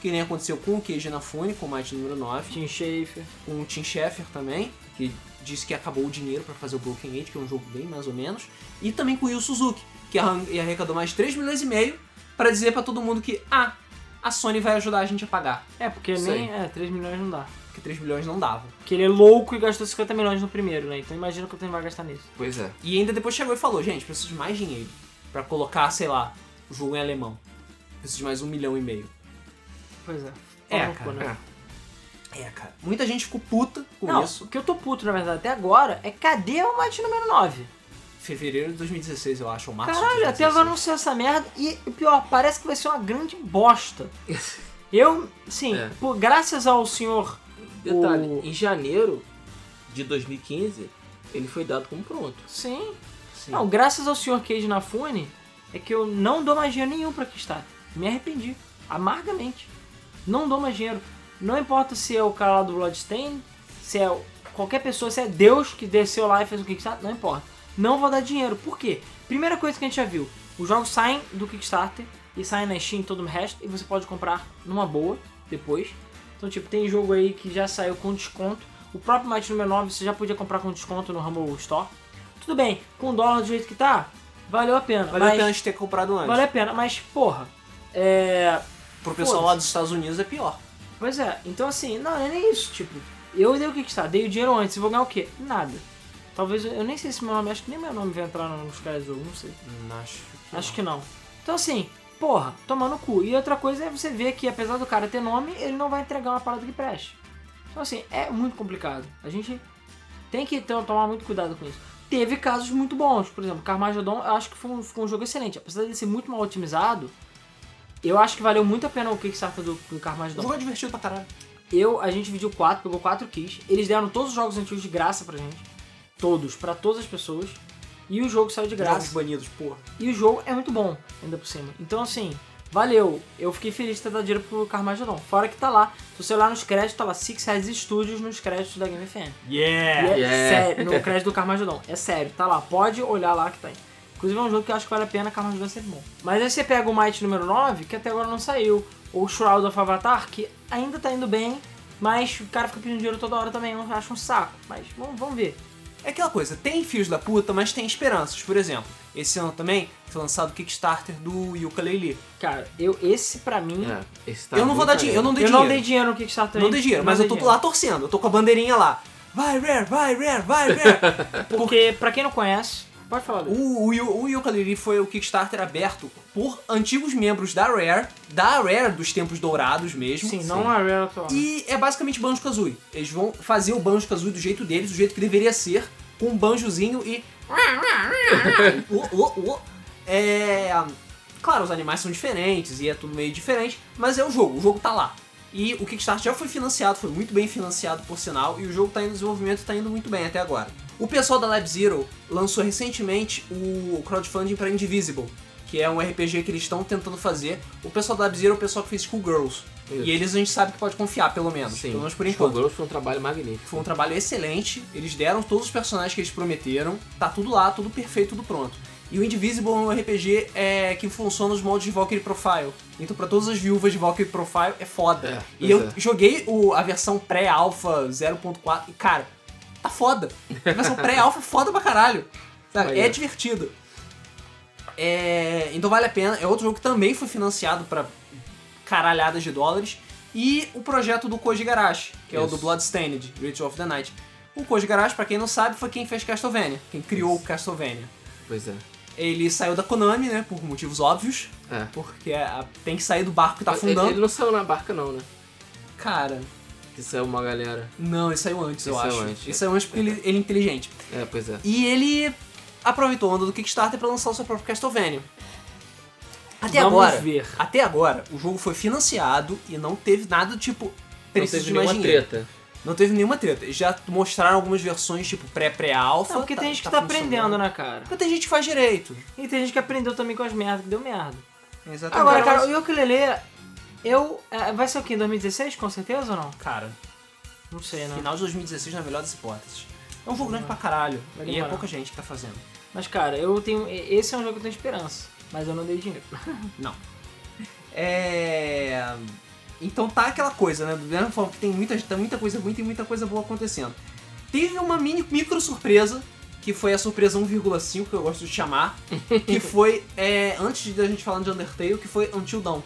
[SPEAKER 1] Que nem aconteceu com o Keiji Nafune, com o Might número 9
[SPEAKER 2] Tim Schafer.
[SPEAKER 1] com o Tim Schafer também, que disse que acabou o dinheiro pra fazer o Broken Age, que é um jogo bem mais ou menos, e também com o Yu Suzuki, que arran- e arrecadou mais 3 milhões e meio pra dizer pra todo mundo que, ah, a Sony vai ajudar a gente a pagar,
[SPEAKER 2] É, porque
[SPEAKER 3] Isso
[SPEAKER 2] nem. É, 3 milhões não dá.
[SPEAKER 1] porque 3 milhões não dava.
[SPEAKER 2] Porque ele é louco e gastou 50 milhões no primeiro, né? Então imagina que eu tenho vai gastar nisso.
[SPEAKER 3] Pois é.
[SPEAKER 1] E ainda depois chegou e falou, gente, preciso de mais dinheiro pra colocar, sei lá, o jogo em alemão. Preciso de mais um milhão e meio.
[SPEAKER 2] Pois é.
[SPEAKER 1] É,
[SPEAKER 2] Maluco,
[SPEAKER 1] cara,
[SPEAKER 2] né?
[SPEAKER 1] É, cara. Muita gente ficou puta com
[SPEAKER 2] Não,
[SPEAKER 1] isso.
[SPEAKER 2] o que eu tô puto, na verdade, até agora é cadê o mate número 9?
[SPEAKER 1] Fevereiro de 2016, eu acho, ou março de
[SPEAKER 2] Caralho, até
[SPEAKER 1] 2016.
[SPEAKER 2] agora não sei essa merda e o pior, parece que vai ser uma grande bosta. Eu, sim,
[SPEAKER 3] É.
[SPEAKER 2] por, graças ao senhor.
[SPEAKER 3] Detalhe,
[SPEAKER 2] O-
[SPEAKER 3] em janeiro de 2015, ele foi dado como pronto.
[SPEAKER 2] Sim.
[SPEAKER 1] Sim.
[SPEAKER 2] Não, graças ao senhor Cage Nafune, é que eu não dou mais dinheiro nenhum pra Kickstarter. Me arrependi. Amargamente. Não dou mais dinheiro. Não importa se é o cara lá do Bloodstain, se é o- qualquer pessoa, se é Deus que desceu lá e fez um Kickstarter, não importa. Não vou dar dinheiro. Por quê? Primeira coisa que a gente já viu: os jogos saem do Kickstarter e saem na Steam e todo o resto, e você pode comprar numa boa depois. Então, tipo, tem jogo aí que já saiu com desconto. O próprio Might número 9 você já podia comprar com desconto no Humble Store. Tudo bem, com o dólar do jeito que tá, valeu a pena.
[SPEAKER 1] Valeu a
[SPEAKER 2] mas-
[SPEAKER 1] pena a gente ter comprado antes.
[SPEAKER 2] Valeu a pena, mas porra. É.
[SPEAKER 1] Pro pessoal lá
[SPEAKER 2] Foda-se.
[SPEAKER 1] dos Estados Unidos é pior.
[SPEAKER 2] Pois é, então assim, não, não é nem isso, tipo, eu dei o Kickstarter, dei o dinheiro antes, eu vou ganhar o quê? Nada. Talvez, eu eu nem sei se meu nome, acho que nem meu nome vai entrar nos caras do jogo, não sei.
[SPEAKER 1] Acho que
[SPEAKER 2] Hum, Acho que não. Então assim, porra, tomar no cu. E outra coisa é você ver que apesar do cara ter nome, ele não vai entregar uma parada que preste. Então assim, é muito complicado. A gente tem que então, tomar muito cuidado com isso. Teve casos muito bons, por exemplo, Carmageddon, eu acho que foi um, ficou um jogo excelente. Apesar de ser muito mal otimizado, eu acho que valeu muito a pena o Kickstarter do, do
[SPEAKER 1] O
[SPEAKER 2] Carmageddon.
[SPEAKER 1] jogo é divertido pra caralho.
[SPEAKER 2] Eu, a gente dividiu quatro, pegou quatro keys. Eles deram todos os jogos antigos de graça pra gente. Todos, pra todas as pessoas. E o jogo saiu de
[SPEAKER 1] Jogos
[SPEAKER 2] graça.
[SPEAKER 1] banidos, porra.
[SPEAKER 2] E o jogo é muito bom, ainda por cima. Então, assim, valeu. Eu fiquei feliz de ter dado dinheiro pro Carmageddon. Fora que tá lá. Se você olhar nos créditos, tá lá Six Heads Studios nos créditos da Game FM.
[SPEAKER 1] Yeah!
[SPEAKER 2] E é
[SPEAKER 3] Yeah.
[SPEAKER 2] (laughs) sério, no crédito do Carmageddon. É sério, tá lá. Pode olhar lá que tem. Inclusive é um jogo que eu acho que vale a pena, Carmen Gun é sempre bom. Mas aí você pega o Might número 9, que até agora não saiu, ou o Shroud of Avatar, que ainda tá indo bem, mas o cara fica pedindo dinheiro toda hora também, eu acho um saco. Mas vamos, vamos ver.
[SPEAKER 1] É aquela coisa, tem fios da puta, mas tem esperanças. Por exemplo, esse ano também foi lançado o Kickstarter do Yuka Leili.
[SPEAKER 2] Cara, eu, esse pra mim.
[SPEAKER 3] É, esse tá
[SPEAKER 1] eu não vou
[SPEAKER 3] muito
[SPEAKER 1] dar dinheiro, eu não dei
[SPEAKER 2] eu
[SPEAKER 1] dinheiro.
[SPEAKER 2] não dei dinheiro no Kickstarter
[SPEAKER 1] Não dei dinheiro, mas eu tô
[SPEAKER 2] dei
[SPEAKER 1] lá torcendo, eu tô com a bandeirinha lá. Vai, Rare, vai, Rare, vai, Rare.
[SPEAKER 2] (laughs) Porque, pra quem não conhece, pode falar dele.
[SPEAKER 1] o, o, Yu- o Yooka-Laylee foi o Kickstarter aberto por antigos membros da Rare, da Rare dos tempos dourados mesmo.
[SPEAKER 2] Sim, não a Rare atual.
[SPEAKER 1] E é basicamente Banjo Kazooie. Eles vão fazer o Banjo Kazooie do jeito deles, do jeito que deveria ser, com um banjozinho e. Uô, uô, uô. É. Claro, os animais são diferentes e é tudo meio diferente, mas é o jogo, o jogo tá lá. E o Kickstarter já foi financiado, foi muito bem financiado por sinal, e o jogo tá em desenvolvimento e tá indo muito bem até agora. O pessoal da Lab Zero lançou recentemente o crowdfunding para Indivisible, que é um RPG que eles estão tentando fazer. O pessoal da Lab Zero é o pessoal que fez Schoolgirls.
[SPEAKER 3] Isso.
[SPEAKER 1] E eles a gente sabe que pode confiar, pelo menos.
[SPEAKER 3] Sim,
[SPEAKER 1] Pelo menos por
[SPEAKER 3] Skull
[SPEAKER 1] enquanto.
[SPEAKER 3] Girls foi um trabalho magnífico.
[SPEAKER 1] Foi um trabalho excelente, eles deram todos os personagens que eles prometeram, tá tudo lá, tudo perfeito, tudo pronto. E o Indivisible é um RPG é, que funciona nos modos de Valkyrie Profile. Então, pra todas as viúvas de Valkyrie Profile, é foda.
[SPEAKER 3] É,
[SPEAKER 1] e
[SPEAKER 3] pois
[SPEAKER 1] eu
[SPEAKER 3] é.
[SPEAKER 1] joguei o- a versão pré-alpha 0.4 e, cara, tá foda. A versão pré-alpha é foda pra caralho. Sabe?
[SPEAKER 3] Aí,
[SPEAKER 1] É
[SPEAKER 3] ó.
[SPEAKER 1] divertido. É, então vale a pena. É outro jogo que também foi financiado pra caralhadas de dólares. E o projeto do Koji Garashi, que é o
[SPEAKER 3] Isso.
[SPEAKER 1] do Bloodstained, Ritual of the Night. O Koji Garashi, pra quem não sabe, foi quem fez Castlevania, quem criou o Castlevania.
[SPEAKER 3] Pois é.
[SPEAKER 1] Ele saiu da Konami, né, por motivos óbvios,
[SPEAKER 3] É.
[SPEAKER 1] porque a- tem que sair do barco que tá
[SPEAKER 3] Ele,
[SPEAKER 1] afundando.
[SPEAKER 3] ele não saiu na barca, não, né?
[SPEAKER 1] Cara,
[SPEAKER 3] Que saiu uma galera.
[SPEAKER 1] não, ele saiu antes, eu
[SPEAKER 3] Ele saiu
[SPEAKER 1] acho.
[SPEAKER 3] antes.
[SPEAKER 1] Ele saiu antes porque ele, ele é inteligente.
[SPEAKER 3] É, pois é.
[SPEAKER 1] E ele aproveitou a onda do Kickstarter pra lançar o seu próprio Castlevania. Até
[SPEAKER 2] Vamos
[SPEAKER 1] agora,
[SPEAKER 2] ver.
[SPEAKER 1] até agora, o jogo foi financiado e não teve nada tipo
[SPEAKER 3] Não
[SPEAKER 1] preciso
[SPEAKER 3] teve
[SPEAKER 1] de mais
[SPEAKER 3] nenhuma
[SPEAKER 1] dinheiro.
[SPEAKER 3] treta.
[SPEAKER 1] Não teve nenhuma treta. Eles Já mostraram algumas versões tipo pré-pré-alfa.
[SPEAKER 2] Não, porque tem gente que tá aprendendo, né, cara?
[SPEAKER 1] Porque tem gente que faz direito.
[SPEAKER 2] E tem gente que aprendeu também com as merdas, que deu merda.
[SPEAKER 1] Exatamente.
[SPEAKER 2] Agora, cara, o ukulele, eu... é, vai ser o quê? Em 2016, com certeza ou não?
[SPEAKER 1] Cara,
[SPEAKER 2] Não sei, né?
[SPEAKER 1] final de 2016 na melhor das hipóteses. É um jogo grande pra caralho.
[SPEAKER 2] Vai
[SPEAKER 1] E é
[SPEAKER 2] demorar.
[SPEAKER 1] pouca gente que tá fazendo.
[SPEAKER 2] Mas, cara, eu tenho... Esse é um jogo que eu tenho esperança. Mas eu não dei dinheiro.
[SPEAKER 1] É. Então tá aquela coisa, né? Do mesmo forma que tem muita, tá muita coisa ruim, tem muita coisa boa acontecendo. Teve uma mini micro surpresa, que foi a surpresa 1,5, que eu gosto de
[SPEAKER 2] (laughs)
[SPEAKER 1] chamar, que foi, é, antes da gente falar de Undertale, que foi Until Dawn.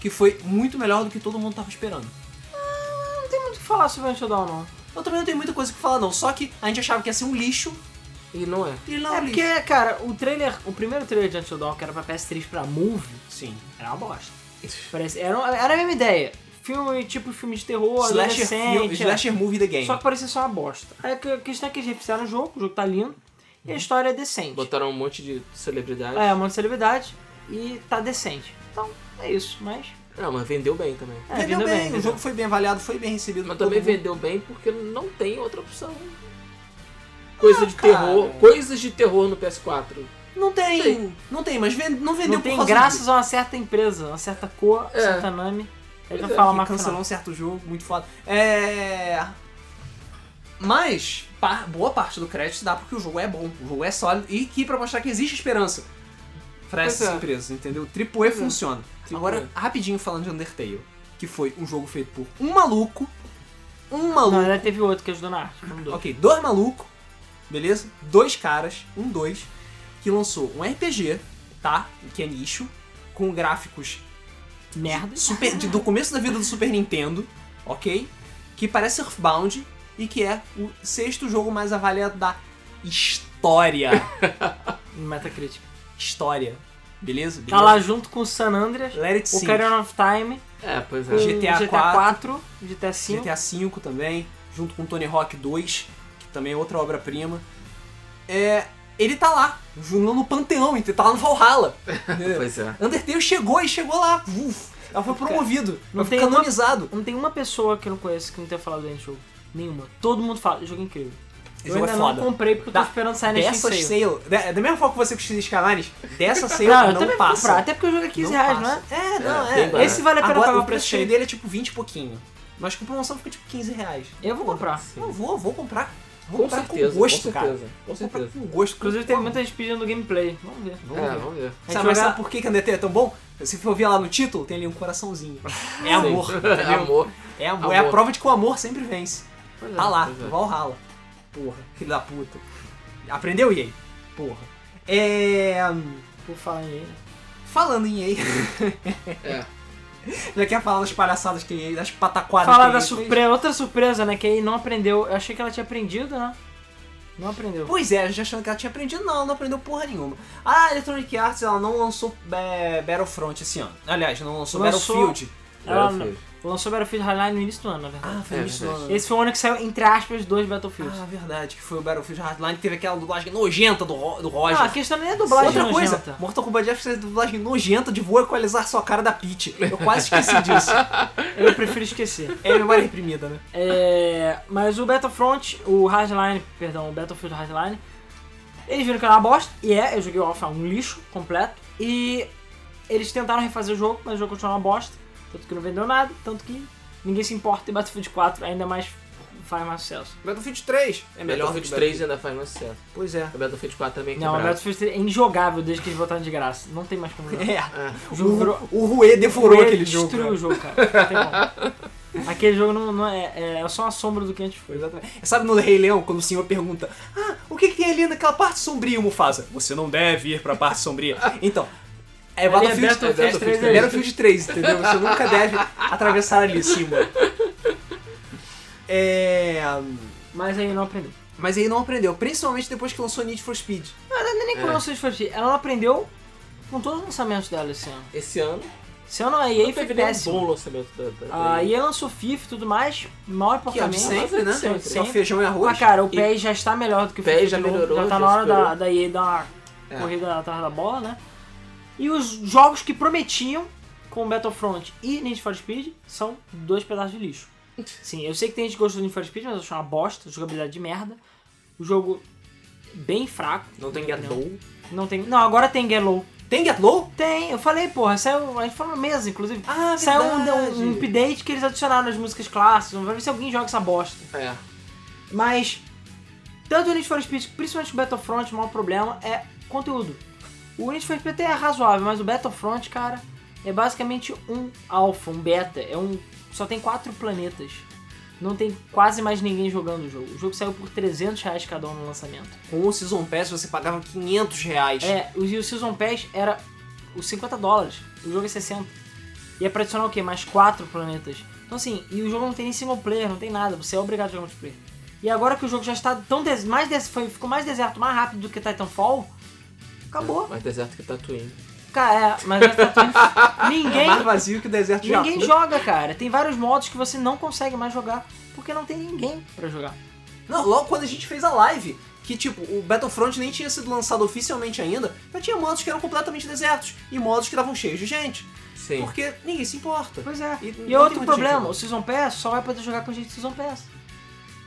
[SPEAKER 1] Que foi muito melhor do que todo mundo tava esperando.
[SPEAKER 2] Não tem muito o que falar sobre o Until Dawn, não.
[SPEAKER 1] Eu também não tenho muita coisa que falar, não. Só que a gente achava que ia ser um lixo
[SPEAKER 3] E não é.
[SPEAKER 1] e ele não é
[SPEAKER 2] É
[SPEAKER 1] um lixo.
[SPEAKER 2] porque, cara, o trailer... O primeiro trailer de Until Dawn, que era pra PS3 pra Move,
[SPEAKER 1] Sim.
[SPEAKER 2] era uma bosta. Parece, era, uma- era a mesma ideia. Filme, tipo filme de terror,
[SPEAKER 1] Slasher, film,
[SPEAKER 2] adolescente. é.
[SPEAKER 1] slasher movie the game.
[SPEAKER 2] Só que parecia só uma bosta. Aí a questão é que eles refizeram o jogo, o jogo tá lindo, e
[SPEAKER 1] Uhum.
[SPEAKER 2] a história é decente.
[SPEAKER 3] Botaram um monte de celebridade.
[SPEAKER 2] É, um monte de celebridade e tá decente. Então, é isso, mas.
[SPEAKER 3] Não, mas vendeu bem também.
[SPEAKER 2] É,
[SPEAKER 1] vendeu
[SPEAKER 2] vindo
[SPEAKER 1] bem,
[SPEAKER 2] bem,
[SPEAKER 1] o
[SPEAKER 2] vindo
[SPEAKER 1] jogo foi bem avaliado, foi bem recebido.
[SPEAKER 3] Mas
[SPEAKER 1] por
[SPEAKER 3] também
[SPEAKER 1] todo mundo.
[SPEAKER 3] vendeu bem porque não tem outra opção. Coisa de
[SPEAKER 1] Ah, cara.
[SPEAKER 3] terror. Coisas de terror no PS4.
[SPEAKER 1] Não tem,
[SPEAKER 3] Tem.
[SPEAKER 1] não tem, mas vende- não vendeu
[SPEAKER 2] Não tem
[SPEAKER 1] por causa
[SPEAKER 2] graças a uma certa empresa, uma certa cor,
[SPEAKER 3] É.
[SPEAKER 2] certa name. Ele
[SPEAKER 3] Pois
[SPEAKER 2] não
[SPEAKER 3] é,
[SPEAKER 2] fala
[SPEAKER 1] que
[SPEAKER 2] mais
[SPEAKER 1] cancelou
[SPEAKER 2] cancelou.
[SPEAKER 1] um certo jogo, muito foda. É. Mas, par- boa parte do crédito dá porque o jogo é bom, o jogo é sólido e que pra mostrar que existe esperança pra
[SPEAKER 3] Pois
[SPEAKER 1] essas
[SPEAKER 3] é.
[SPEAKER 1] empresas, entendeu? Triple E funciona.
[SPEAKER 3] Triple
[SPEAKER 1] Agora, rapidinho falando de Undertale, que foi um jogo feito por um maluco, um
[SPEAKER 2] Não,
[SPEAKER 1] maluco,
[SPEAKER 2] ainda teve outro que ajudou na arte. foram dois.
[SPEAKER 1] ok, dois malucos, beleza? Dois caras, um, dois, que lançou um RPG, tá? Que é nicho, com gráficos
[SPEAKER 2] Merda.
[SPEAKER 1] Super- de- do começo da vida do Super Nintendo, ok? Que parece Earthbound e que é o sexto jogo mais avaliado da história.
[SPEAKER 2] (laughs) Metacritic.
[SPEAKER 1] história. Beleza? Beleza?
[SPEAKER 2] Tá lá junto com o San Andreas,
[SPEAKER 1] Let It
[SPEAKER 2] o
[SPEAKER 1] Sink.
[SPEAKER 2] Carrion of Time,
[SPEAKER 3] É, pois
[SPEAKER 2] com
[SPEAKER 3] é.
[SPEAKER 1] GTA
[SPEAKER 2] GTA 4, GTA V.
[SPEAKER 1] GTA V também, junto com Tony Hawk 2, que também é outra obra-prima. É, ele tá lá, junto no Panteão, ele tá lá no Valhalla. entendeu?
[SPEAKER 3] Pois é.
[SPEAKER 1] Undertale chegou e chegou lá. Uf, ela foi promovido,
[SPEAKER 2] não
[SPEAKER 1] não foi
[SPEAKER 2] tem uma-
[SPEAKER 1] canonizado.
[SPEAKER 2] Não tem uma pessoa que eu não conheço que não tenha falado desse jogo. Nenhuma. Todo mundo fala, jogo incrível.
[SPEAKER 1] Esse
[SPEAKER 2] Eu
[SPEAKER 1] jogo é
[SPEAKER 2] ainda não
[SPEAKER 1] foda.
[SPEAKER 2] comprei porque eu tô
[SPEAKER 1] Da-
[SPEAKER 2] esperando sair na Steam
[SPEAKER 1] Dessa
[SPEAKER 2] Sale.
[SPEAKER 1] sale, da, da mesma forma que você com os escalares, dessa sale
[SPEAKER 2] Não, eu
[SPEAKER 1] não,
[SPEAKER 2] também vou
[SPEAKER 1] passa.
[SPEAKER 2] comprar, até porque o jogo é 15 reais, não é?
[SPEAKER 1] passa. É, não,
[SPEAKER 3] bem
[SPEAKER 1] é.
[SPEAKER 3] barato.
[SPEAKER 2] Esse vale a pena
[SPEAKER 1] Agora,
[SPEAKER 2] pagar
[SPEAKER 1] o preço cheio
[SPEAKER 2] cheio.
[SPEAKER 1] dele é tipo 20 e pouquinho. Mas com promoção fica tipo 15 reais.
[SPEAKER 2] Eu vou comprar.
[SPEAKER 1] Eu vou, vou comprar. Vou
[SPEAKER 3] Com
[SPEAKER 1] comprar
[SPEAKER 3] certeza,
[SPEAKER 1] com gosto,
[SPEAKER 3] com
[SPEAKER 1] cara.
[SPEAKER 3] certeza. Com
[SPEAKER 1] Vou comprar
[SPEAKER 3] certeza.
[SPEAKER 1] com gosto.
[SPEAKER 2] Inclusive tem muita gente pedindo gameplay. Vamos ver.
[SPEAKER 1] Vamos
[SPEAKER 3] É,
[SPEAKER 1] ver.
[SPEAKER 3] vamos ver.
[SPEAKER 2] A gente
[SPEAKER 1] Sabe,
[SPEAKER 2] vai
[SPEAKER 1] mas
[SPEAKER 2] gra-
[SPEAKER 1] sabe por que que Andetê é tão bom? Se for ver lá no título, tem ali um coraçãozinho. É
[SPEAKER 3] Sim.
[SPEAKER 1] amor,
[SPEAKER 3] (laughs) É
[SPEAKER 1] entendeu?
[SPEAKER 3] amor.
[SPEAKER 1] É amor. É a
[SPEAKER 3] Amor.
[SPEAKER 1] prova de que o amor sempre vence.
[SPEAKER 3] Pois é,
[SPEAKER 1] Tá lá,
[SPEAKER 3] pois é.
[SPEAKER 1] Valhalla. Porra, filho da puta. Aprendeu, EA? Porra. É... hum,
[SPEAKER 2] Por falar em EA.
[SPEAKER 1] Falando em EA,
[SPEAKER 3] É.
[SPEAKER 1] (laughs) já quer falar das palhaçadas que EA, das pataquadas
[SPEAKER 2] Falar
[SPEAKER 1] que
[SPEAKER 2] da
[SPEAKER 1] EA fez?
[SPEAKER 2] surpresa, outra surpresa, né? Que aí não aprendeu. Eu achei que ela tinha aprendido, né? Não aprendeu.
[SPEAKER 1] Pois é, a gente achando que ela tinha aprendido, não, ela não aprendeu porra nenhuma. A Electronic Arts, ela não lançou é, Battlefront esse ano. Aliás, não lançou
[SPEAKER 2] Lançou-
[SPEAKER 1] Battlefield.
[SPEAKER 2] Ela
[SPEAKER 3] Era
[SPEAKER 2] não-
[SPEAKER 3] feio.
[SPEAKER 2] lançou Battlefield Hardline no início do ano, na verdade.
[SPEAKER 1] Ah, foi
[SPEAKER 3] É,
[SPEAKER 1] isso.
[SPEAKER 3] verdade.
[SPEAKER 1] mano.
[SPEAKER 2] Esse foi o ano que saiu, entre aspas, dois Battlefields.
[SPEAKER 1] Ah, verdade, que foi o Battlefield Hardline, que teve aquela dublagem nojenta do, Ro- do Roger.
[SPEAKER 2] Ah, a questão nem é dublagem
[SPEAKER 1] Outra coisa,
[SPEAKER 2] nojenta.
[SPEAKER 1] Mortal Kombat F fez dublagem nojenta de vou equalizar sua cara da Peach. Eu quase (laughs) esqueci disso.
[SPEAKER 2] Eu prefiro esquecer.
[SPEAKER 1] É memória reprimida, né?
[SPEAKER 2] É, mas o Battlefront, o Hardline, perdão, o Battlefield Hardline, eles viram que era uma bosta, e é, eu joguei o Alpha, um lixo completo, e eles tentaram refazer o jogo, mas o jogo continuou uma bosta, tanto que não vendeu nada, tanto que ninguém se importa, e Battlefield 4 ainda mais faz mais sucesso.
[SPEAKER 1] Battlefield 3 é melhor
[SPEAKER 3] Battlefield
[SPEAKER 1] que
[SPEAKER 3] 3 ainda faz mais sucesso.
[SPEAKER 1] Pois
[SPEAKER 2] (laughs)
[SPEAKER 1] é.
[SPEAKER 3] O Battlefield 4 também é
[SPEAKER 2] Não, o
[SPEAKER 3] quebrado.
[SPEAKER 2] Battlefield é injogável desde que eles voltaram de graça, não tem mais como
[SPEAKER 1] (laughs)
[SPEAKER 2] jogar.
[SPEAKER 1] É.
[SPEAKER 3] É.
[SPEAKER 2] O jogo virou-
[SPEAKER 1] O, o Rue devorou
[SPEAKER 2] Ele
[SPEAKER 1] aquele jogo.
[SPEAKER 2] Destruiu
[SPEAKER 1] cara.
[SPEAKER 2] o jogo, cara. Não tem como. Aquele jogo não, não é, é só uma sombra do que antes foi.
[SPEAKER 1] Exatamente. é, tá. Sabe no Rei Leão, quando o senhor pergunta: Ah, o que, que tem ali naquela parte sombria, Mufasa? Você não deve ir pra parte sombria. Então, é
[SPEAKER 2] Ali é
[SPEAKER 1] Battlefield,
[SPEAKER 2] Battlefield
[SPEAKER 1] é
[SPEAKER 2] 3,
[SPEAKER 1] Battlefield 3, entendeu? Você nunca deve atravessar ali, Simba. É.
[SPEAKER 2] Mas aí não aprendeu.
[SPEAKER 1] Mas aí não aprendeu, principalmente depois que lançou Need for Speed.
[SPEAKER 2] Não é nem com
[SPEAKER 3] É.
[SPEAKER 2] lançamentos foi Ela não aprendeu com todos os lançamentos dela assim, esse ano.
[SPEAKER 3] Esse ano
[SPEAKER 2] Esse ano a
[SPEAKER 3] não
[SPEAKER 2] EA foi
[SPEAKER 3] teve nenhum
[SPEAKER 2] péssimo.
[SPEAKER 3] bom lançamento da, da,
[SPEAKER 2] A EA lançou FIFA e tudo mais, mau
[SPEAKER 1] Que é o de
[SPEAKER 2] portamento.
[SPEAKER 1] sempre, né?
[SPEAKER 2] Sempre,
[SPEAKER 1] Só
[SPEAKER 2] sempre.
[SPEAKER 1] feijão e arroz.
[SPEAKER 2] Mas cara, o
[SPEAKER 3] E-
[SPEAKER 2] PES já está melhor do que o
[SPEAKER 3] PES
[SPEAKER 2] FIFA
[SPEAKER 3] já
[SPEAKER 2] de novo.
[SPEAKER 3] melhorou,
[SPEAKER 2] Já tá
[SPEAKER 3] já
[SPEAKER 2] na hora da,
[SPEAKER 3] superou.
[SPEAKER 2] da EA dar uma
[SPEAKER 3] É.
[SPEAKER 2] corrida atrás da bola, né? E os jogos que prometiam com Battlefront e Need for Speed são dois pedaços de
[SPEAKER 3] (laughs)
[SPEAKER 2] lixo. Sim, eu sei que tem gente que gosta do Need for Speed, mas eu acho uma bosta, jogabilidade de merda. O jogo bem fraco.
[SPEAKER 1] Não tem
[SPEAKER 2] na minha opinião.
[SPEAKER 1] Gatlow.
[SPEAKER 2] Não tem. Não, agora tem Gallow.
[SPEAKER 1] Tem Gatlow?
[SPEAKER 2] Tem, eu falei, porra, saiu, a gente falou mesmo, inclusive.
[SPEAKER 1] Ah,
[SPEAKER 2] saiu um,
[SPEAKER 1] verdade.
[SPEAKER 2] um update que eles adicionaram nas músicas clássicas, vamos ver se alguém joga essa bosta.
[SPEAKER 3] É.
[SPEAKER 2] Mas, tanto o Need for Speed, principalmente o Battlefront, o maior problema é conteúdo. O Need for Speed até é razoável, mas o Battlefront, cara, é basicamente um alpha, um beta, é um... só tem quatro planetas. Não tem quase mais ninguém jogando o jogo. O jogo saiu por 300 reais cada um no lançamento.
[SPEAKER 1] Com o Season Pass você pagava 500 reais.
[SPEAKER 2] É, o, e o Season Pass era os 50 dólares, o jogo é 60. E é pra adicionar o quê? Mais 4 planetas. Então assim, e o jogo não tem nem single player, não tem nada, você é obrigado a jogar multiplayer. E agora que o jogo já está tão des mais des foi, ficou mais deserto, mais rápido do que Titanfall, acabou.
[SPEAKER 3] Mais deserto que tá Tatooine.
[SPEAKER 2] Cara, é, mas é Tatooine- ninguém,
[SPEAKER 1] É Mais vazio que o deserto de
[SPEAKER 2] ninguém
[SPEAKER 1] Jakku.
[SPEAKER 2] joga, cara. Tem vários modos que você não consegue mais jogar, porque não tem ninguém pra jogar.
[SPEAKER 1] Não, logo quando a gente fez a live, que tipo, o Battlefront nem tinha sido lançado oficialmente ainda, mas tinha modos que eram completamente desertos e modos que estavam cheios de gente.
[SPEAKER 3] Sim.
[SPEAKER 1] Porque ninguém se importa.
[SPEAKER 2] Pois é.
[SPEAKER 1] E não
[SPEAKER 2] E
[SPEAKER 1] tem
[SPEAKER 2] outro
[SPEAKER 1] motivo.
[SPEAKER 2] problema, o Season Pass só vai poder jogar com gente do Season Pass.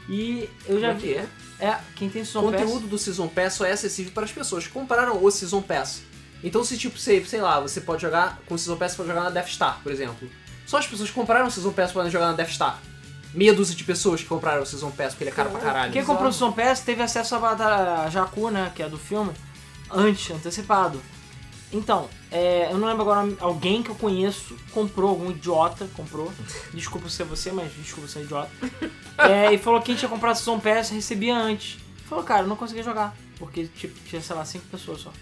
[SPEAKER 2] E eu já
[SPEAKER 3] Como é
[SPEAKER 2] vi.
[SPEAKER 3] que é?
[SPEAKER 2] É, quem tem
[SPEAKER 1] O
[SPEAKER 2] Season
[SPEAKER 1] conteúdo
[SPEAKER 2] Pass.
[SPEAKER 1] do Season Pass só é acessível para as pessoas que compraram o Season Pass. Então se tipo, sei, sei lá, você pode jogar com o Season Pass, você pode jogar na Death Star, por exemplo. Só as pessoas que compraram o Season Pass podem jogar na Death Star. Meia dúzia de pessoas que compraram o Season Pass porque ele é caro pra caralho.
[SPEAKER 2] Quem comprou o Season Pass teve acesso à Batalha Jakku, né? Que é do filme, antes, antecipado. Então, é, eu não lembro agora, alguém que eu conheço comprou, algum idiota comprou. Desculpa se é você, mas desculpa se é idiota. (laughs) É, e falou que quem tinha comprado o Season Pass recebia antes. Falou, cara, eu não conseguia jogar. Porque tipo, tinha, sei lá, cinco pessoas só.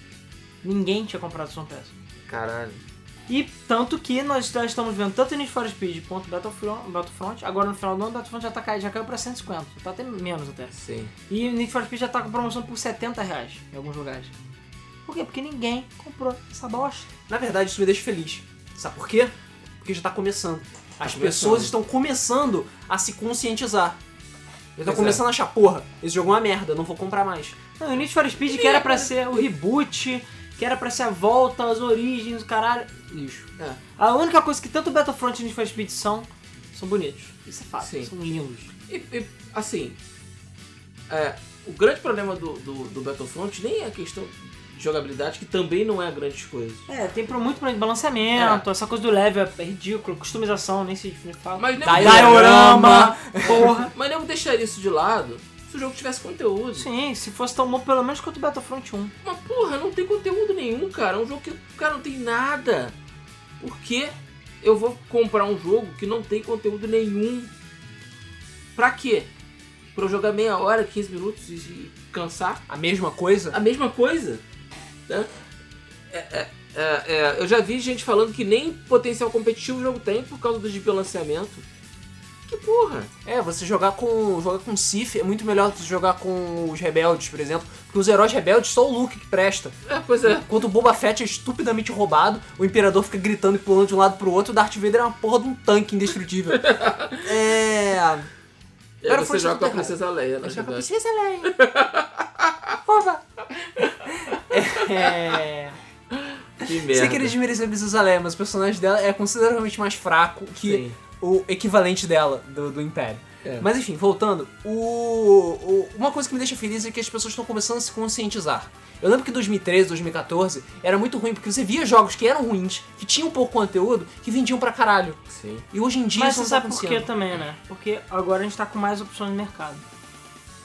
[SPEAKER 2] Ninguém tinha comprado o Season Pass.
[SPEAKER 3] Caralho.
[SPEAKER 2] E tanto que nós já estamos vendo tanto Need for Speed quanto Battlefront, Battlefront. Agora no final do ano, o Battlefront já, tá, cai- já caiu pra 150, tá até menos até.
[SPEAKER 3] Sim.
[SPEAKER 2] E o Need for Speed já tá com promoção por 70 reais em alguns lugares. Por quê? Porque ninguém comprou essa bosta.
[SPEAKER 1] Na verdade, isso me deixa feliz. Sabe por quê? Porque já tá começando. As
[SPEAKER 3] começando.
[SPEAKER 1] pessoas estão começando a se conscientizar. Já estão
[SPEAKER 3] Pois é.
[SPEAKER 1] começando a achar, porra, esse jogo é uma merda, eu não vou comprar mais.
[SPEAKER 2] Não, e o Need for Speed que era pra ser o reboot, que era pra ser a volta, as origens, o caralho. Lixo.
[SPEAKER 3] É.
[SPEAKER 2] A única coisa que tanto Battlefront e Need for Speed são, são bonitos. Isso é fato.
[SPEAKER 3] Sim.
[SPEAKER 2] São lindos.
[SPEAKER 3] E, e, assim, é, o grande problema do, do, do Battlefront nem é a questão de jogabilidade, que também não é grandes coisas.
[SPEAKER 2] É, tem pro muito problema de balanceamento, essa coisa do level é ridículo, customização, nem se nem fala.
[SPEAKER 3] Mas nem-
[SPEAKER 2] Diorama, porra.
[SPEAKER 3] Mas nego deixaria isso de lado se o jogo tivesse conteúdo.
[SPEAKER 2] Sim, se fosse tão bom pelo menos quanto o Battlefront 1.
[SPEAKER 3] Mas porra, não tem conteúdo nenhum, cara. É um jogo que, cara, não tem nada. Por que eu vou comprar um jogo que não tem conteúdo nenhum? Pra quê? Pra eu jogar meia hora, 15 minutos e, e cansar?
[SPEAKER 1] A mesma coisa?
[SPEAKER 3] A mesma coisa? Né? É, é, é, é, eu já vi gente falando que nem potencial competitivo o jogo tem por causa do desbalanceamento. Que porra!
[SPEAKER 1] É, você jogar com jogar com Sif é muito melhor do que jogar com os rebeldes, por exemplo. Porque os heróis rebeldes só o Luke que presta.
[SPEAKER 3] É, pois é.
[SPEAKER 1] Enquanto o Boba Fett é estupidamente roubado, o Imperador fica gritando e pulando de um lado pro outro, o Darth Vader é uma porra de um tanque
[SPEAKER 3] (laughs)
[SPEAKER 1] indestrutível. é.
[SPEAKER 3] E aí
[SPEAKER 1] Agora
[SPEAKER 3] É, você
[SPEAKER 1] foi
[SPEAKER 3] joga com a
[SPEAKER 1] tudo errado.
[SPEAKER 3] Princesa Leia, na
[SPEAKER 1] Mas joga
[SPEAKER 3] verdade.
[SPEAKER 1] precisa, Leia. Rouba. (laughs) É.
[SPEAKER 3] Que
[SPEAKER 1] Sem
[SPEAKER 3] merda.
[SPEAKER 1] querer desmerecer a Princesa Leia, mas o personagem dela é consideravelmente mais fraco que
[SPEAKER 3] Sim.
[SPEAKER 1] o equivalente dela, do, do Império.
[SPEAKER 3] É.
[SPEAKER 1] Mas enfim, voltando, o, o- uma coisa que me deixa feliz é que as pessoas estão começando a se conscientizar. Eu lembro que 2013, 2014 era muito ruim, porque você via jogos que eram ruins, que tinham pouco conteúdo, que vendiam pra caralho.
[SPEAKER 3] Sim.
[SPEAKER 1] E hoje em dia
[SPEAKER 2] Mas
[SPEAKER 1] isso
[SPEAKER 2] você
[SPEAKER 1] não tá
[SPEAKER 2] sabe por quê
[SPEAKER 1] acontecendo.
[SPEAKER 2] também, né? Porque agora a gente tá com mais opções no mercado.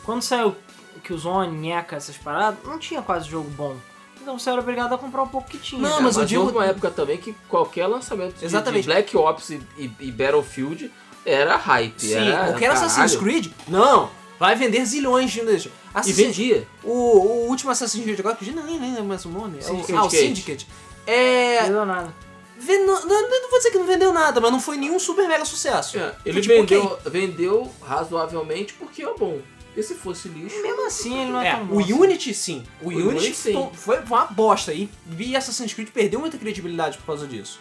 [SPEAKER 2] Quando saiu que o Zone, Nheca, essas paradas, não tinha quase jogo bom. Então você era obrigado a comprar o pouco que tinha.
[SPEAKER 1] Não,
[SPEAKER 3] É,
[SPEAKER 1] mas
[SPEAKER 3] mas
[SPEAKER 1] eu digo-
[SPEAKER 3] houve uma época também que qualquer lançamento de-
[SPEAKER 1] Exatamente.
[SPEAKER 3] de Black Ops e, e- e Battlefield era hype.
[SPEAKER 1] Sim,
[SPEAKER 3] era,
[SPEAKER 1] É, qualquer
[SPEAKER 3] caralho.
[SPEAKER 1] Assassin's Creed, não, vai vender zilhões de unidades.
[SPEAKER 3] E
[SPEAKER 1] Assassin's
[SPEAKER 3] vendia.
[SPEAKER 1] O, o último Assassin's Creed agora, que eu nem nem lembro mais o nome. É o-
[SPEAKER 3] Syndicate.
[SPEAKER 1] ah, o Syndicate. É.
[SPEAKER 2] Não deu nada.
[SPEAKER 1] ven- Não, não- não vou dizer que não vendeu nada, mas não foi nenhum super mega sucesso.
[SPEAKER 3] É, ele
[SPEAKER 1] tipo,
[SPEAKER 3] vendeu,
[SPEAKER 1] ok.
[SPEAKER 3] vendeu razoavelmente porque é bom. Porque se fosse lixo.
[SPEAKER 2] Mesmo assim, ele não é,
[SPEAKER 1] É,
[SPEAKER 2] tão bom.
[SPEAKER 1] o
[SPEAKER 2] assim.
[SPEAKER 1] Unity sim. O, Unity,
[SPEAKER 3] Unity, sim.
[SPEAKER 1] to- foi uma bosta. E, e Assassin's Creed perdeu muita credibilidade por causa disso.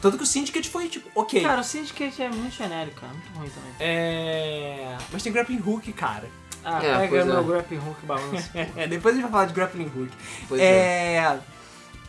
[SPEAKER 1] Tanto que o Syndicate foi tipo, ok.
[SPEAKER 2] Cara, o Syndicate é muito genérico, cara. Muito ruim também.
[SPEAKER 1] É. Mas tem Grappling Hook, cara.
[SPEAKER 2] Ah,
[SPEAKER 3] É,
[SPEAKER 2] pega
[SPEAKER 3] pois
[SPEAKER 2] meu
[SPEAKER 3] é.
[SPEAKER 2] grappling hook balança.
[SPEAKER 1] É, depois a gente vai falar de Grappling Hook.
[SPEAKER 3] Pois é.
[SPEAKER 1] é.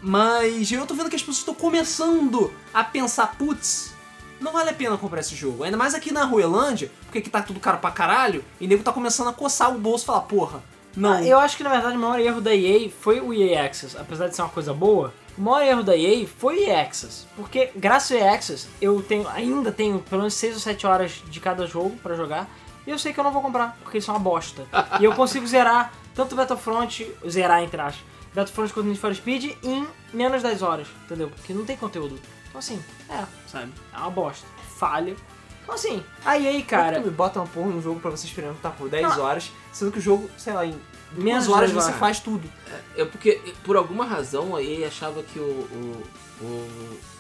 [SPEAKER 1] Mas eu tô vendo que as pessoas estão começando a pensar, putz, não vale a pena comprar esse jogo. Ainda mais aqui na Ruelândia, porque aqui tá tudo caro pra caralho, e o nego tá começando a coçar o bolso e falar, porra, não.
[SPEAKER 2] Ah, Eu acho que na verdade o maior erro da EA foi o EA Access, apesar de ser uma coisa boa. O maior erro da EA foi o EA Access, porque graças ao EA Access eu tenho, ainda tenho pelo menos 6 ou 7 horas de cada jogo pra jogar, e eu sei que eu não vou comprar, porque isso é uma bosta. e eu consigo zerar tanto Battlefront, zerar entre aspas, Battlefront quanto Need for Speed em menos 10 horas, entendeu? Porque não tem conteúdo. Então assim, é, sabe? É uma bosta, falha. Então assim, a EA,
[SPEAKER 1] cara,
[SPEAKER 2] cara,
[SPEAKER 1] tu me bota uma porra no jogo pra você experimentar por 10
[SPEAKER 2] Não.
[SPEAKER 1] horas, sendo que o jogo, sei lá, em
[SPEAKER 2] Menos
[SPEAKER 1] menos horas
[SPEAKER 2] de
[SPEAKER 1] você
[SPEAKER 2] horas.
[SPEAKER 1] faz tudo.
[SPEAKER 3] É porque, por alguma razão, aí achava que o, o, o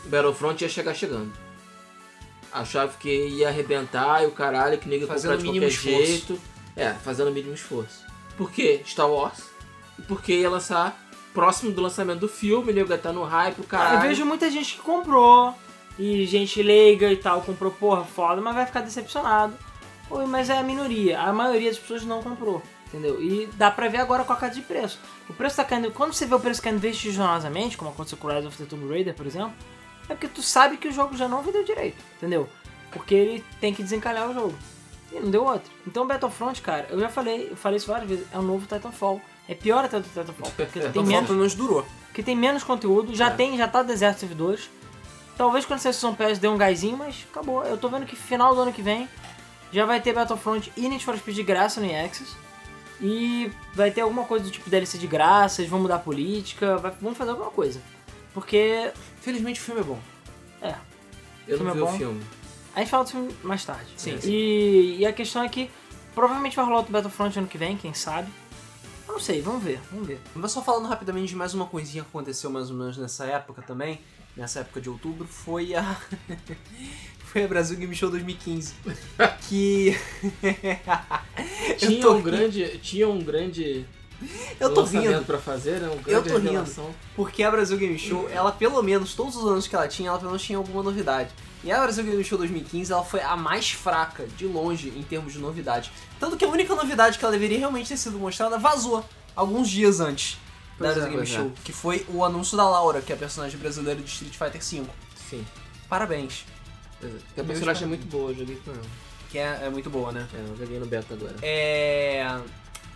[SPEAKER 3] Battlefront ia chegar chegando. Achava que ia arrebentar e o caralho, que ninguém ia
[SPEAKER 1] Fazendo
[SPEAKER 3] comprar
[SPEAKER 1] o
[SPEAKER 3] de qualquer
[SPEAKER 1] mínimo esforço.
[SPEAKER 3] jeito. É, fazendo o mínimo esforço. Porque Star Wars, e porque ia lançar próximo do lançamento do filme, nego ia estar no
[SPEAKER 1] Ah,
[SPEAKER 3] hype, o caralho.
[SPEAKER 2] Eu vejo muita gente que comprou, e gente leiga e tal, comprou, porra, foda, mas vai ficar decepcionado. Oi, mas é a minoria. A maioria das pessoas não comprou, entendeu? E dá pra ver agora com a queda de preço. O preço tá caindo. Quando você vê o preço caindo vertiginosamente, como aconteceu com Rise of the Tomb Raider, por exemplo, é porque tu sabe que o jogo já não vendeu direito, entendeu? Porque ele tem que desencalhar o jogo. E não deu outro. Então Battlefront, cara, eu já falei, eu falei isso várias vezes, é o novo Titanfall. É pior até do Titanfall, porque tu tem
[SPEAKER 1] Então,
[SPEAKER 2] menos
[SPEAKER 1] pelo menos durou.
[SPEAKER 2] que tem menos conteúdo, já
[SPEAKER 3] É.
[SPEAKER 2] tem, já tá deserto de servidores. Talvez quando sair o Season Pass dê um gásinho, mas acabou. Eu tô vendo que final do ano que vem já vai ter Battlefront e Need for Speed de graça no EXs. E vai ter alguma coisa do tipo DLC de graça, eles vão mudar a política, vai, vão fazer alguma coisa. Porque
[SPEAKER 1] Felizmente o filme é bom.
[SPEAKER 3] Eu não
[SPEAKER 2] filme é
[SPEAKER 3] vi o
[SPEAKER 1] (laughs)
[SPEAKER 2] bom.
[SPEAKER 3] filme.
[SPEAKER 2] a gente fala do filme mais tarde.
[SPEAKER 1] Sim,
[SPEAKER 2] e,
[SPEAKER 1] sim.
[SPEAKER 2] e a questão é que provavelmente vai rolar outro Battlefront ano que vem, quem sabe. Eu não sei, vamos ver, vamos ver.
[SPEAKER 1] Mas só falando rapidamente de mais uma coisinha que aconteceu mais ou menos nessa época também, nessa época de outubro, foi a. (laughs) foi a Brasil Game Show 2015. que. (laughs)
[SPEAKER 3] Tinha
[SPEAKER 1] tô
[SPEAKER 3] um
[SPEAKER 1] rindo.
[SPEAKER 3] grande. Tinha um grande
[SPEAKER 1] Eu tô
[SPEAKER 3] lançamento
[SPEAKER 1] rindo,
[SPEAKER 3] pra fazer, né? Um grande
[SPEAKER 1] Eu tô rindo.
[SPEAKER 3] revelação.
[SPEAKER 1] porque a Brasil Game Show, ela pelo menos, todos os anos que ela tinha, ela pelo menos tinha alguma novidade. E a Brasil Game Show 2015, ela foi a mais fraca, de longe, em termos de novidade. Tanto que a única novidade que ela deveria realmente ter sido mostrada vazou alguns dias antes da
[SPEAKER 3] Pois é,
[SPEAKER 1] Brasil Game
[SPEAKER 3] pois é.
[SPEAKER 1] Show, que foi o anúncio da Laura, que é a personagem brasileira de Street Fighter V.
[SPEAKER 3] Sim.
[SPEAKER 1] Parabéns.
[SPEAKER 3] A personagem é muito boa, eu joguei com ela.
[SPEAKER 1] Que é, é muito boa, né?
[SPEAKER 3] É, eu joguei no beta agora.
[SPEAKER 1] É.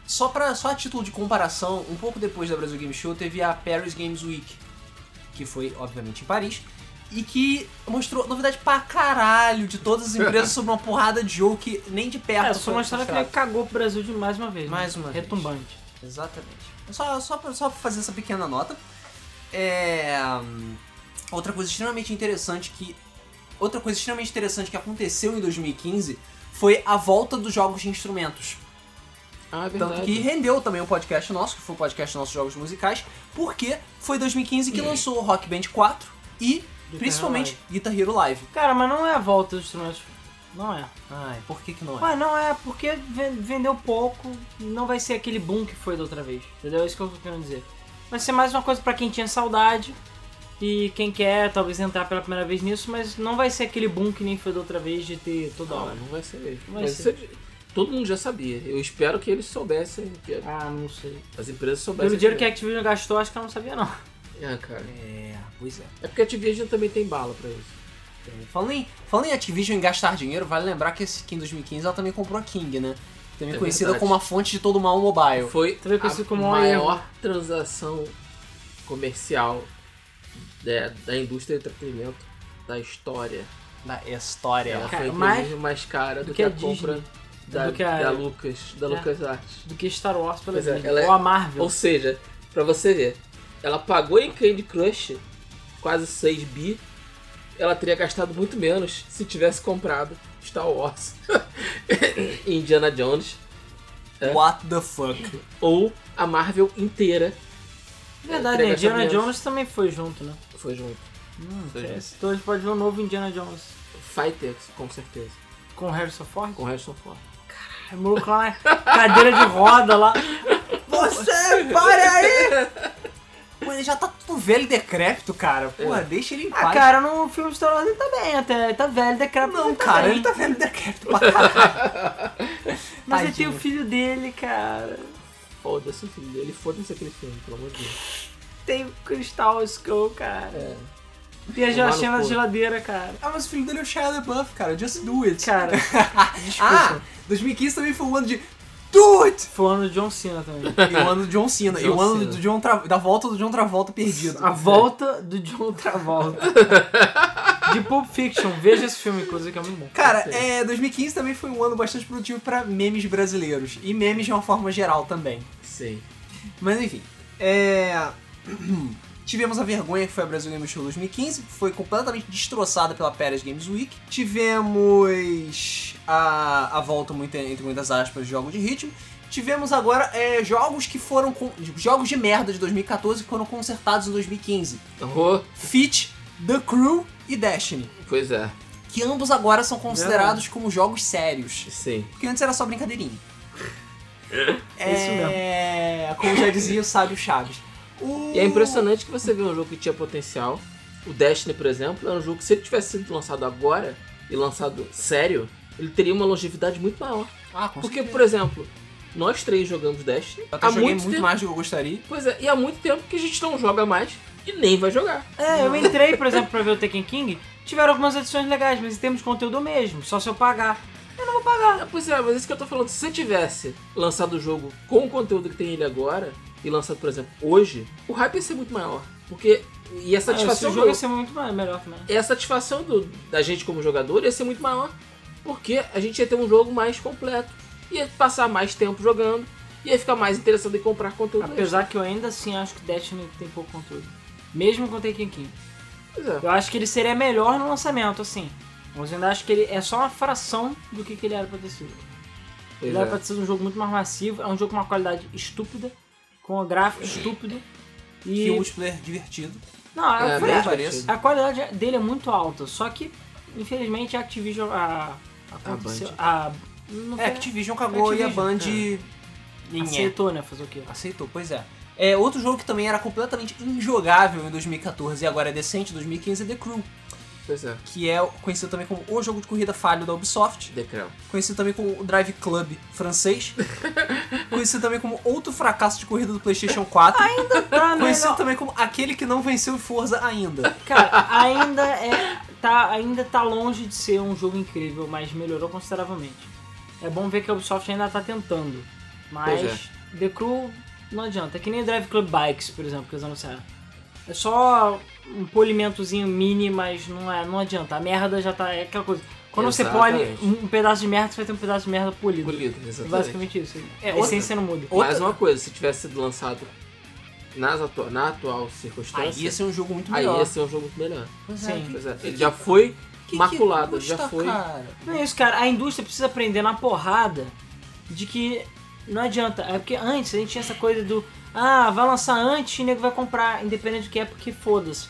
[SPEAKER 1] Só, pra, só a título de comparação, um pouco depois da Brasil Game Show teve a Paris Games Week, que foi, obviamente, em Paris. e que mostrou novidade pra caralho de todas as empresas sobre uma porrada de jogo que nem de perto.
[SPEAKER 2] É, só
[SPEAKER 1] Ah, foi
[SPEAKER 2] uma história que ele
[SPEAKER 1] mostrado.
[SPEAKER 2] cagou pro Brasil de mais uma vez. né?
[SPEAKER 1] Mais uma vez.
[SPEAKER 2] Retumbante.
[SPEAKER 1] Exatamente. É Só, só, pra, só pra fazer essa pequena nota. É, hum, Outra coisa extremamente interessante que. Outra coisa extremamente interessante que aconteceu em 2015 foi a volta dos jogos de instrumentos.
[SPEAKER 3] Ah, é verdade.
[SPEAKER 1] Tanto que rendeu também o podcast nosso, que foi o podcast Nossos Jogos Musicais, porque foi 2015 que lançou o Rock Band 4 e, principalmente, Guitar Hero Live.
[SPEAKER 2] Cara, mas não é a volta dos instrumentos. Não é.
[SPEAKER 1] Ai, por que que não é?
[SPEAKER 2] Ué, não é, porque ven- vendeu pouco, não vai ser aquele boom que foi da outra vez. Entendeu? É isso que eu tô querendo dizer. Vai ser mais uma coisa pra quem tinha saudade e quem quer talvez entrar pela primeira vez nisso, mas não vai ser aquele boom que nem foi da outra vez de ter toda
[SPEAKER 3] Não,
[SPEAKER 2] hora.
[SPEAKER 3] não vai ser mesmo.
[SPEAKER 2] Vai
[SPEAKER 3] Mas
[SPEAKER 2] ser.
[SPEAKER 3] isso é- todo mundo já sabia. Eu espero que eles soubessem, que
[SPEAKER 2] Ah, não sei.
[SPEAKER 3] as empresas soubessem.
[SPEAKER 2] Pelo dinheiro que a Activision gastou, acho que ela não sabia não. (laughs)
[SPEAKER 3] É, cara.
[SPEAKER 1] É, pois é.
[SPEAKER 3] É porque a Activision também tem bala pra isso.
[SPEAKER 1] Falando em, falando em Activision e gastar dinheiro, vale lembrar que, esse, que em 2015 ela também comprou a King, né? Também
[SPEAKER 3] É
[SPEAKER 1] conhecida
[SPEAKER 3] verdade.
[SPEAKER 1] como a fonte de todo mal mobile.
[SPEAKER 3] Foi
[SPEAKER 2] É, Também conhecido
[SPEAKER 3] a
[SPEAKER 2] como é.
[SPEAKER 3] maior transação comercial da, da indústria de entretenimento da história.
[SPEAKER 1] Da história.
[SPEAKER 3] Ela
[SPEAKER 2] É, Cara,
[SPEAKER 3] foi
[SPEAKER 2] mais-
[SPEAKER 3] mais, mais cara do,
[SPEAKER 2] do
[SPEAKER 3] que,
[SPEAKER 2] que
[SPEAKER 3] a,
[SPEAKER 2] a Disney,
[SPEAKER 3] compra da,
[SPEAKER 2] do que a-
[SPEAKER 3] da Lucas, da
[SPEAKER 2] É.
[SPEAKER 3] LucasArts.
[SPEAKER 2] Do que Star Wars pela
[SPEAKER 3] Pois é,
[SPEAKER 2] Disney.
[SPEAKER 3] ela é-
[SPEAKER 2] Ou a Marvel.
[SPEAKER 3] Ou seja, pra você ver, ela pagou em Candy Crush quase 6 bi, ela teria gastado muito menos se tivesse comprado Star Wars, (laughs) Indiana Jones
[SPEAKER 1] What the fuck?
[SPEAKER 3] ou a Marvel inteira.
[SPEAKER 2] Verdade,
[SPEAKER 3] Teria
[SPEAKER 2] né?
[SPEAKER 3] gastado
[SPEAKER 2] Indiana
[SPEAKER 3] menos.
[SPEAKER 2] Jones também foi junto, né?
[SPEAKER 3] Foi junto. É.
[SPEAKER 2] Então a gente pode ver um novo Indiana Jones.
[SPEAKER 3] Fighters, com certeza.
[SPEAKER 2] Com o Harrison Ford?
[SPEAKER 3] Com Harrison Ford.
[SPEAKER 2] O É maluco lá na cadeira de roda lá.
[SPEAKER 1] (laughs) Você, para aí! Mano, ele já tá tudo velho e decrépito, cara. Porra, deixa ele em paz.
[SPEAKER 2] (laughs) Ah, cara, no filme de Star Wars ele tá bem até. Ele tá velho, decrépito.
[SPEAKER 1] Não,
[SPEAKER 2] ele tá
[SPEAKER 1] cara,
[SPEAKER 2] bem.
[SPEAKER 1] ele tá velho e decrépito pra caralho.
[SPEAKER 2] Mas ele tem
[SPEAKER 1] tadinho.
[SPEAKER 2] o filho dele, cara.
[SPEAKER 3] Foda-se o filme dele, foda-se aquele filme, pelo amor de Deus.
[SPEAKER 2] Tem o Crystal Skull, cara.
[SPEAKER 3] É.
[SPEAKER 2] Tem
[SPEAKER 3] Tomar
[SPEAKER 2] a
[SPEAKER 3] no
[SPEAKER 2] gelatina na
[SPEAKER 3] cu.
[SPEAKER 2] geladeira, cara.
[SPEAKER 1] Ah, mas o filho dele é o Shia LaBeouf, cara. Just do it.
[SPEAKER 2] (laughs) Cara,
[SPEAKER 1] ah,
[SPEAKER 2] desculpa.
[SPEAKER 1] 2015 também foi um ano de... Do it!
[SPEAKER 2] Foi o ano do John Cena também.
[SPEAKER 1] E o ano do John Cena. e
[SPEAKER 3] John
[SPEAKER 1] o ano
[SPEAKER 3] Cena.
[SPEAKER 1] do John Tra... da volta do John Travolta perdido.
[SPEAKER 2] A volta do
[SPEAKER 3] (laughs)
[SPEAKER 2] John Travolta. De Pulp Fiction. Veja esse filme, inclusive, que é muito bom.
[SPEAKER 1] Cara, é, 2015 também foi um ano bastante produtivo pra memes brasileiros. E memes de uma forma geral também.
[SPEAKER 3] Sim.
[SPEAKER 1] Mas enfim. É... (clears throat) Tivemos a vergonha que foi a Brasil Game Show 2015, que foi completamente destroçada pela Paris Games Week. Tivemos a, a volta, muito, entre muitas aspas, de jogo de ritmo. Tivemos agora é, jogos que foram. con- jogos de merda de 2014 que foram consertados em 2015.
[SPEAKER 3] Oh,
[SPEAKER 1] Fit, The Crew e Destiny.
[SPEAKER 3] pois é,
[SPEAKER 1] Que ambos agora são considerados como jogos sérios.
[SPEAKER 3] sim.
[SPEAKER 1] Porque antes era só brincadeirinha.
[SPEAKER 2] É isso mesmo.
[SPEAKER 1] É, como já dizia o sábio Chaves. O-
[SPEAKER 3] E é impressionante que você vê um jogo que tinha potencial. O Destiny, por exemplo, era um jogo que se ele tivesse sido lançado agora e lançado sério, ele teria uma longevidade muito maior.
[SPEAKER 1] Ah, com
[SPEAKER 3] Porque,
[SPEAKER 1] certeza.
[SPEAKER 3] por exemplo, nós três jogamos Destiny
[SPEAKER 1] Eu até
[SPEAKER 3] há
[SPEAKER 1] joguei
[SPEAKER 3] muito
[SPEAKER 1] muito,
[SPEAKER 3] tempo.
[SPEAKER 1] mais do que eu gostaria.
[SPEAKER 3] Pois é, e há muito tempo que a gente não joga mais e nem vai jogar.
[SPEAKER 2] É, eu entrei, por exemplo, pra ver o Tekken King. Tiveram algumas edições legais, mas em termos de conteúdo é o mesmo. Só se eu pagar.
[SPEAKER 3] Ah, pois é, mas isso que eu tô falando, se você tivesse lançado o jogo com o conteúdo que tem ele agora, e lançado, por exemplo, hoje, o hype ia ser muito maior. Porque.
[SPEAKER 1] Ah,
[SPEAKER 3] E a
[SPEAKER 2] Satisfação
[SPEAKER 3] satisfação,
[SPEAKER 2] o Ah, jogo
[SPEAKER 3] do-
[SPEAKER 2] ia ser muito mais- melhor também.
[SPEAKER 3] e a satisfação do- da gente como jogador ia ser muito maior. Porque a gente ia ter um jogo mais completo. Ia passar mais tempo jogando. Ia ficar mais interessado em comprar conteúdo. extra.
[SPEAKER 2] Apesar que eu ainda assim acho que Destiny tem pouco conteúdo. Mesmo com o Tekken King.
[SPEAKER 3] Pois é.
[SPEAKER 2] Eu acho que ele seria melhor no lançamento, assim. Mas eu ainda acho que ele é só uma fração do que, que ele era pra ter sido.
[SPEAKER 3] Pois
[SPEAKER 2] ele era pra
[SPEAKER 3] é.
[SPEAKER 2] ter sido um jogo muito mais massivo, é um jogo com uma qualidade estúpida, com um gráfico estúpido.
[SPEAKER 1] E... Que
[SPEAKER 2] E.
[SPEAKER 1] multiplayer divertido.
[SPEAKER 2] Não, eu
[SPEAKER 3] É,
[SPEAKER 2] falei,
[SPEAKER 3] bem
[SPEAKER 2] a-
[SPEAKER 1] parecido.
[SPEAKER 2] a qualidade dele é muito alta. Só que, infelizmente, a Activision. A. aconteceu- A. Não
[SPEAKER 1] É,
[SPEAKER 2] foi-
[SPEAKER 1] Activision cagou e a Band.
[SPEAKER 3] Activision,
[SPEAKER 1] Aceitou.
[SPEAKER 2] aceitou, né? Fazer o quê?
[SPEAKER 1] Aceitou, pois é. É, outro jogo que também era completamente injogável em 2014 e agora é decente em 2015 é The Crew,
[SPEAKER 3] Pois é.
[SPEAKER 1] que é conhecido também como o jogo de corrida falho da Ubisoft,
[SPEAKER 3] Decreu.
[SPEAKER 1] conhecido também como o Drive Club (laughs) francês, conhecido também como outro fracasso de corrida do PlayStation 4,
[SPEAKER 2] Tá, né?
[SPEAKER 1] conhecido também como aquele que não venceu Forza ainda.
[SPEAKER 2] Cara, ainda é. Tá, ainda tá longe de ser um jogo incrível, mas melhorou consideravelmente. É bom ver que a Ubisoft ainda tá tentando. Mas
[SPEAKER 3] Pois
[SPEAKER 2] The Crew não adianta. É que nem o Drive Club Bikes, por exemplo, que eles anunciaram. É só um polimentozinho mini, mas não, é, não adianta. A merda já tá. É aquela coisa. Quando você
[SPEAKER 3] Exatamente.
[SPEAKER 2] pole um pedaço de merda, você vai ter um pedaço de merda polido.
[SPEAKER 3] Polido,
[SPEAKER 2] É
[SPEAKER 3] exatamente.
[SPEAKER 2] Basicamente isso.
[SPEAKER 1] É,
[SPEAKER 2] a
[SPEAKER 1] outra-
[SPEAKER 2] essência não muda.
[SPEAKER 1] outra-
[SPEAKER 3] Mais uma coisa, se tivesse sido lançado nas atua- na atual circunstância,
[SPEAKER 1] Aí ia ser um jogo muito
[SPEAKER 3] (laughs) aí
[SPEAKER 1] melhor.
[SPEAKER 3] ia ser um jogo muito melhor.
[SPEAKER 1] Pois é,
[SPEAKER 2] Sim.
[SPEAKER 1] que-
[SPEAKER 3] Pois é, ele já foi
[SPEAKER 1] que-
[SPEAKER 3] maculado,
[SPEAKER 1] que
[SPEAKER 3] já
[SPEAKER 1] custa,
[SPEAKER 3] foi.
[SPEAKER 1] cara?
[SPEAKER 2] Não é isso, cara. A indústria precisa aprender na porrada de que não adianta. É porque antes a gente tinha essa coisa do ah, vai lançar antes e o nego vai comprar, independente do que é, porque foda-se.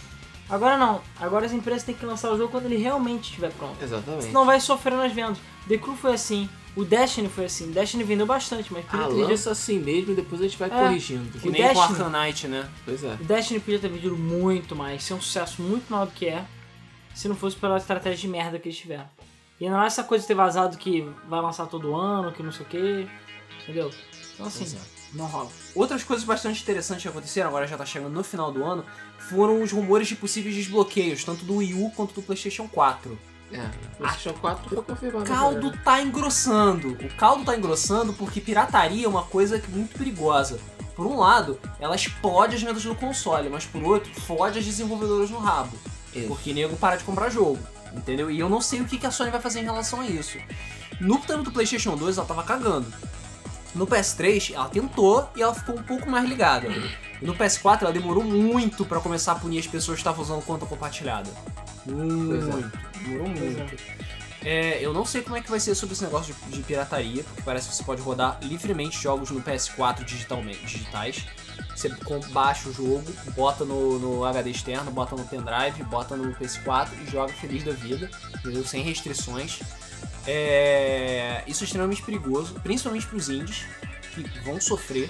[SPEAKER 2] Agora não. Agora as empresas têm que lançar o jogo quando ele realmente estiver pronto.
[SPEAKER 3] Exatamente.
[SPEAKER 2] Senão vai sofrer nas vendas. The Crew foi assim. O Destiny foi assim. O Destiny vendeu bastante, mas
[SPEAKER 3] Ah,
[SPEAKER 2] podia ter vendido-
[SPEAKER 3] lança assim mesmo e depois a gente vai
[SPEAKER 2] É.
[SPEAKER 3] corrigindo.
[SPEAKER 1] Que
[SPEAKER 2] O
[SPEAKER 1] nem com
[SPEAKER 2] Destiny.
[SPEAKER 1] Arkham Knight, né?
[SPEAKER 3] Pois é.
[SPEAKER 2] o Destiny podia ter vendido muito mais, ser um sucesso muito maior do que é, se não fosse pela estratégia de merda que eles tiveram. E não é essa coisa de ter vazado que vai lançar todo ano, que não sei o que, entendeu? Então assim,
[SPEAKER 3] Exato.
[SPEAKER 2] não rola.
[SPEAKER 1] Outras coisas bastante interessantes que aconteceram, agora já tá chegando no final do ano, foram os rumores de possíveis desbloqueios, tanto do Wii U quanto do PlayStation 4.
[SPEAKER 3] É. PlayStation 4 foi
[SPEAKER 1] O
[SPEAKER 3] confirmado.
[SPEAKER 1] Ah, caldo
[SPEAKER 3] agora.
[SPEAKER 1] tá engrossando. O caldo tá engrossando porque pirataria é uma coisa que- muito perigosa. Por um lado, ela explode as vendas do console, mas por outro, fode as desenvolvedoras no rabo.
[SPEAKER 3] Isso.
[SPEAKER 1] Porque nego para de comprar jogo, entendeu? E eu não sei o que que a Sony vai fazer em relação a isso. No tanto do PlayStation 2, ela tava cagando. No PS3, ela tentou e ela ficou um pouco mais ligada. E no PS4, ela demorou muito pra começar a punir as pessoas que estavam usando conta compartilhada.
[SPEAKER 3] Pois é.
[SPEAKER 1] Muito. Demorou muito. É, eu não sei como é que vai ser sobre esse negócio de, de pirataria, porque parece que você pode rodar livremente jogos no PS4 digitalmente, digitais. Você com- baixa o jogo, bota no, no HD externo, bota no pendrive, bota no PS4 e joga feliz da vida, entendeu? Sem restrições. É, isso é extremamente perigoso, principalmente para os indies, que vão sofrer.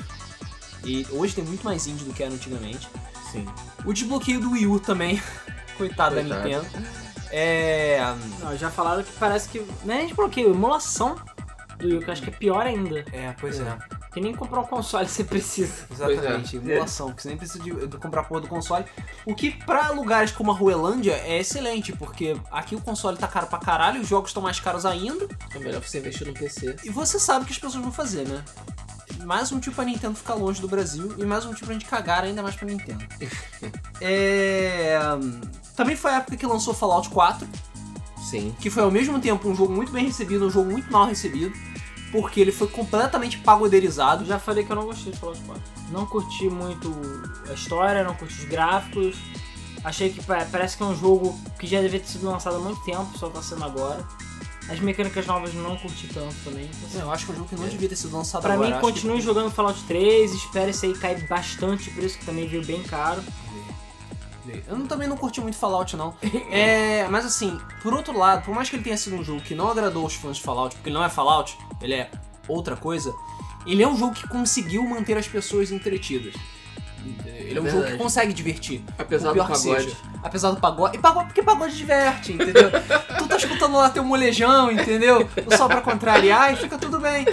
[SPEAKER 1] E hoje tem muito mais indie do que era antigamente.
[SPEAKER 3] Sim.
[SPEAKER 1] O desbloqueio do Wii U também, (laughs) coitado, da
[SPEAKER 3] Coitado.
[SPEAKER 1] Nintendo. É.
[SPEAKER 2] Não, já falaram que parece que. Não é nem desbloqueio, emulação do Wii, que eu acho que é pior ainda.
[SPEAKER 1] É, pois é.
[SPEAKER 2] Que nem comprar um console (laughs) você precisa.
[SPEAKER 1] Exatamente,
[SPEAKER 3] Pois é.
[SPEAKER 1] emulação, porque você nem precisa de, de comprar a porra do console. O que pra lugares como a Ruelândia é excelente, porque aqui o console tá caro pra caralho, os jogos estão mais caros ainda,
[SPEAKER 3] É melhor você investir no PC.
[SPEAKER 1] e você sabe o que as pessoas vão fazer, né? Mais um tipo pra Nintendo ficar longe do Brasil e mais um tipo pra gente cagar ainda mais pra
[SPEAKER 2] (laughs)
[SPEAKER 1] Nintendo. é... Também foi a época que lançou Fallout 4,
[SPEAKER 3] Sim.
[SPEAKER 1] que foi ao mesmo tempo um jogo muito bem recebido, um jogo muito mal recebido, porque ele foi completamente pagoderizado.
[SPEAKER 2] Eu já falei que eu não gostei de Fallout 4. Não curti muito a história, não curti os gráficos. Achei que pa- parece que é um jogo que já devia ter sido lançado há muito tempo, só tá sendo agora. As mecânicas novas não curti tanto também. Então, assim,
[SPEAKER 1] Eu acho que é um jogo que não devia ter sido lançado
[SPEAKER 2] pra
[SPEAKER 1] agora.
[SPEAKER 2] mim,
[SPEAKER 1] acho que-
[SPEAKER 2] continue jogando Fallout 3, espere isso aí cair bastante o preço, que também veio bem caro.
[SPEAKER 1] Eu não- também não curti muito Fallout, não. É, mas assim, por outro lado, por mais que ele tenha sido um jogo que não agradou os fãs de Fallout, porque ele não é Fallout, ele é outra coisa, ele é um jogo que conseguiu manter as pessoas entretidas. Ele é um
[SPEAKER 3] É
[SPEAKER 1] jogo que
[SPEAKER 3] verdade.
[SPEAKER 1] consegue divertir.
[SPEAKER 3] Apesar
[SPEAKER 1] o
[SPEAKER 3] do
[SPEAKER 1] pior que
[SPEAKER 3] pagode.
[SPEAKER 1] seja. Apesar do pagode. E pagode, porque pagode diverte, entendeu? tu tá escutando lá teu molejão, entendeu? Só pra contrariar e fica tudo bem.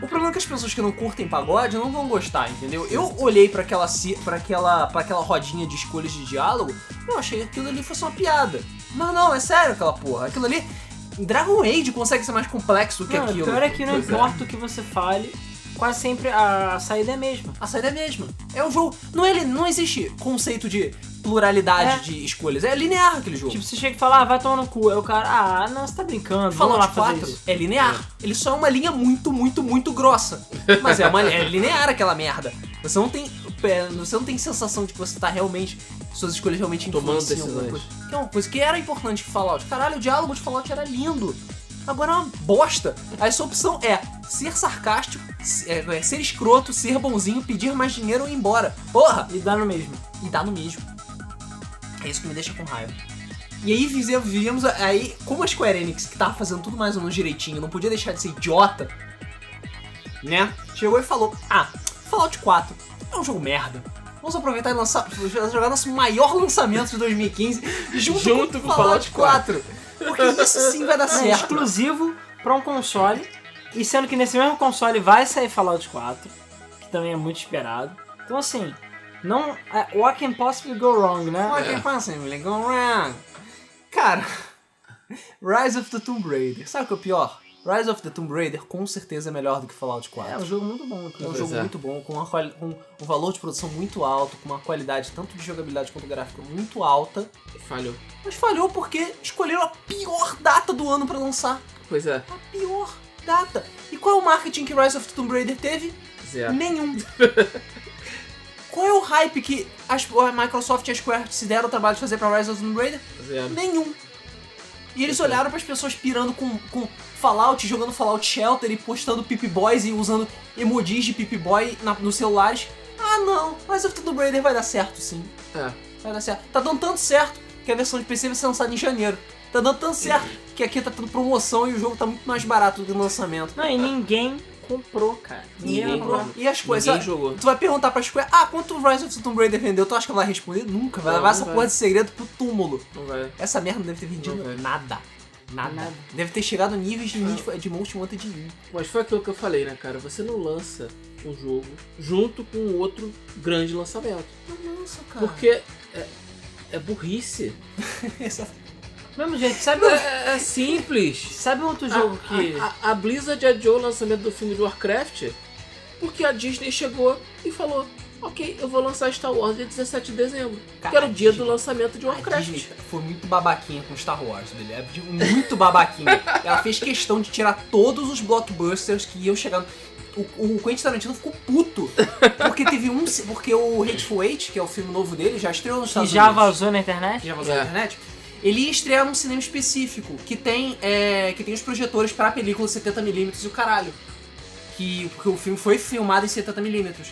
[SPEAKER 1] O problema é que as pessoas que não curtem pagode não vão gostar, entendeu? Eu olhei pra aquela para aquela para aquela rodinha de escolhas de diálogo, eu achei que aquilo ali fosse uma piada. Mas não, é sério aquela porra. Aquilo ali Dragon Age consegue ser mais complexo do que
[SPEAKER 2] não, o
[SPEAKER 1] aquilo.
[SPEAKER 2] pior é que não
[SPEAKER 3] Pois é.
[SPEAKER 2] importa o que você fale, quase sempre a saída é a mesma.
[SPEAKER 1] A saída é a mesma. É um jogo, não ele não existe conceito de pluralidade
[SPEAKER 2] É.
[SPEAKER 1] de escolhas. É linear aquele jogo.
[SPEAKER 2] Tipo, você chega e fala, ah, vai tomar no cu. Aí o cara, ah, não, você tá brincando, vamos lá
[SPEAKER 1] Fallout
[SPEAKER 2] fazer
[SPEAKER 1] 4
[SPEAKER 2] isso.
[SPEAKER 1] é linear. Ele só é uma linha muito, muito, muito grossa. Mas é, uma, é linear aquela merda. Você não tem. é, Você não tem sensação de que você tá realmente. Suas escolhas realmente
[SPEAKER 3] Tomando
[SPEAKER 1] influenciam alguma
[SPEAKER 3] decisões.
[SPEAKER 1] coisa. Que é uma coisa que era importante de Fallout. Caralho, o diálogo de Fallout era lindo. Agora é uma bosta. Aí sua opção é ser sarcástico, se- é, é, ser escroto, ser bonzinho, pedir mais dinheiro ou ir embora. Porra!
[SPEAKER 2] E dá no mesmo.
[SPEAKER 1] e dá no mesmo. É isso que me deixa com raiva. E aí vive- vivíamos, aí, como a Square Enix, que tava fazendo tudo mais ou menos direitinho, não podia deixar de ser idiota, né? Chegou e falou: Ah, Fallout 4 é um jogo merda. Vamos aproveitar e lançar, jogar nosso maior lançamento de 2015 junto,
[SPEAKER 3] Junto
[SPEAKER 1] com
[SPEAKER 3] com
[SPEAKER 1] o Fallout
[SPEAKER 3] Fallout
[SPEAKER 1] 4. Porque isso sim
[SPEAKER 3] (laughs)
[SPEAKER 1] vai dar
[SPEAKER 2] É
[SPEAKER 1] certo.
[SPEAKER 2] exclusivo pra um console. E sendo que nesse mesmo console vai sair Fallout 4, que também é muito esperado. Então assim, não. é, What can possibly go wrong, né?
[SPEAKER 1] What can possibly (laughs) go wrong? Cara, Rise of the Tomb Raider, sabe o que é o pior? Rise of the Tomb Raider com certeza é melhor do que Fallout 4.
[SPEAKER 2] É um jogo muito bom,
[SPEAKER 1] É um
[SPEAKER 2] inclusive.
[SPEAKER 3] Pois
[SPEAKER 1] jogo
[SPEAKER 3] é.
[SPEAKER 1] muito bom, com, uma quali- com um valor de produção muito alto, com uma qualidade tanto de jogabilidade quanto gráfica muito alta,
[SPEAKER 3] Falhou.
[SPEAKER 1] mas falhou porque escolheram a pior data do ano pra lançar.
[SPEAKER 3] Pois é,
[SPEAKER 1] A pior data. E qual é o marketing que Rise of the Tomb Raider teve?
[SPEAKER 3] zero.
[SPEAKER 1] Nenhum. qual é o hype que as- a Microsoft e a Square se deram o trabalho de fazer pra Rise of the Tomb Raider?
[SPEAKER 3] Zero.
[SPEAKER 1] Nenhum. E eles olharam pras pessoas pirando com, com Fallout, jogando Fallout Shelter e postando Pip Boys e usando emojis de Pip Boy na- nos celulares. Ah não, Rise of the Tomb Raider vai dar certo sim.
[SPEAKER 3] É.
[SPEAKER 1] Vai dar certo. Tá dando tanto certo que a versão de PC vai ser lançada em janeiro. Tá dando tanto certo que aqui tá tendo promoção e o jogo tá muito mais barato do lançamento.
[SPEAKER 2] Não, e ninguém comprou, cara. Ninguém,
[SPEAKER 3] Ninguém
[SPEAKER 2] comprou.
[SPEAKER 3] comprou.
[SPEAKER 1] E as coisas.
[SPEAKER 3] Ninguém jogou.
[SPEAKER 1] Tu vai perguntar pra Square, ah, quanto o Rise of the Tomb Raider vendeu? Tu acha que ela vai responder? Nunca, vai
[SPEAKER 3] Não,
[SPEAKER 1] levar
[SPEAKER 3] não
[SPEAKER 1] essa
[SPEAKER 3] vai.
[SPEAKER 1] porra de segredo pro túmulo.
[SPEAKER 3] Não vai.
[SPEAKER 1] Essa merda não deve ter vendido
[SPEAKER 3] Não, velho.
[SPEAKER 1] nada. Nada.
[SPEAKER 2] Nada.
[SPEAKER 1] Deve ter chegado a níveis de, Need for- de Most Wanted de
[SPEAKER 3] Mas foi aquilo que eu falei, né, cara? Você não lança um jogo junto com outro grande lançamento.
[SPEAKER 1] Nossa, cara.
[SPEAKER 3] (laughs) Porque é, é burrice.
[SPEAKER 2] Mesmo jeito, sabe, outro-
[SPEAKER 3] É, é simples.
[SPEAKER 2] sabe outro jogo
[SPEAKER 3] A-
[SPEAKER 2] que.
[SPEAKER 3] A, a, a Blizzard adiou o lançamento do filme de Warcraft porque a Disney chegou e falou: Ok, eu vou lançar Star Wars dia 17 de dezembro. que era o dia do lançamento de
[SPEAKER 1] A
[SPEAKER 3] Warcraft.
[SPEAKER 1] Disney Ah, foi muito babaquinha com Star Wars, dele. É muito babaquinha. Ela fez questão de tirar todos os blockbusters que iam chegar. O, o Quentin Tarantino ficou puto. Porque teve um. Porque o Hateful Eight, que é o filme novo dele, já estreou nos
[SPEAKER 2] que
[SPEAKER 1] Estados
[SPEAKER 2] já
[SPEAKER 1] Unidos.
[SPEAKER 2] vazou na internet?
[SPEAKER 1] que já vazou na
[SPEAKER 3] É.
[SPEAKER 1] internet, ele ia estrear num cinema específico, que tem, é, que tem os projetores pra película 70mm e o caralho. Que, porque o filme foi filmado em 70mm.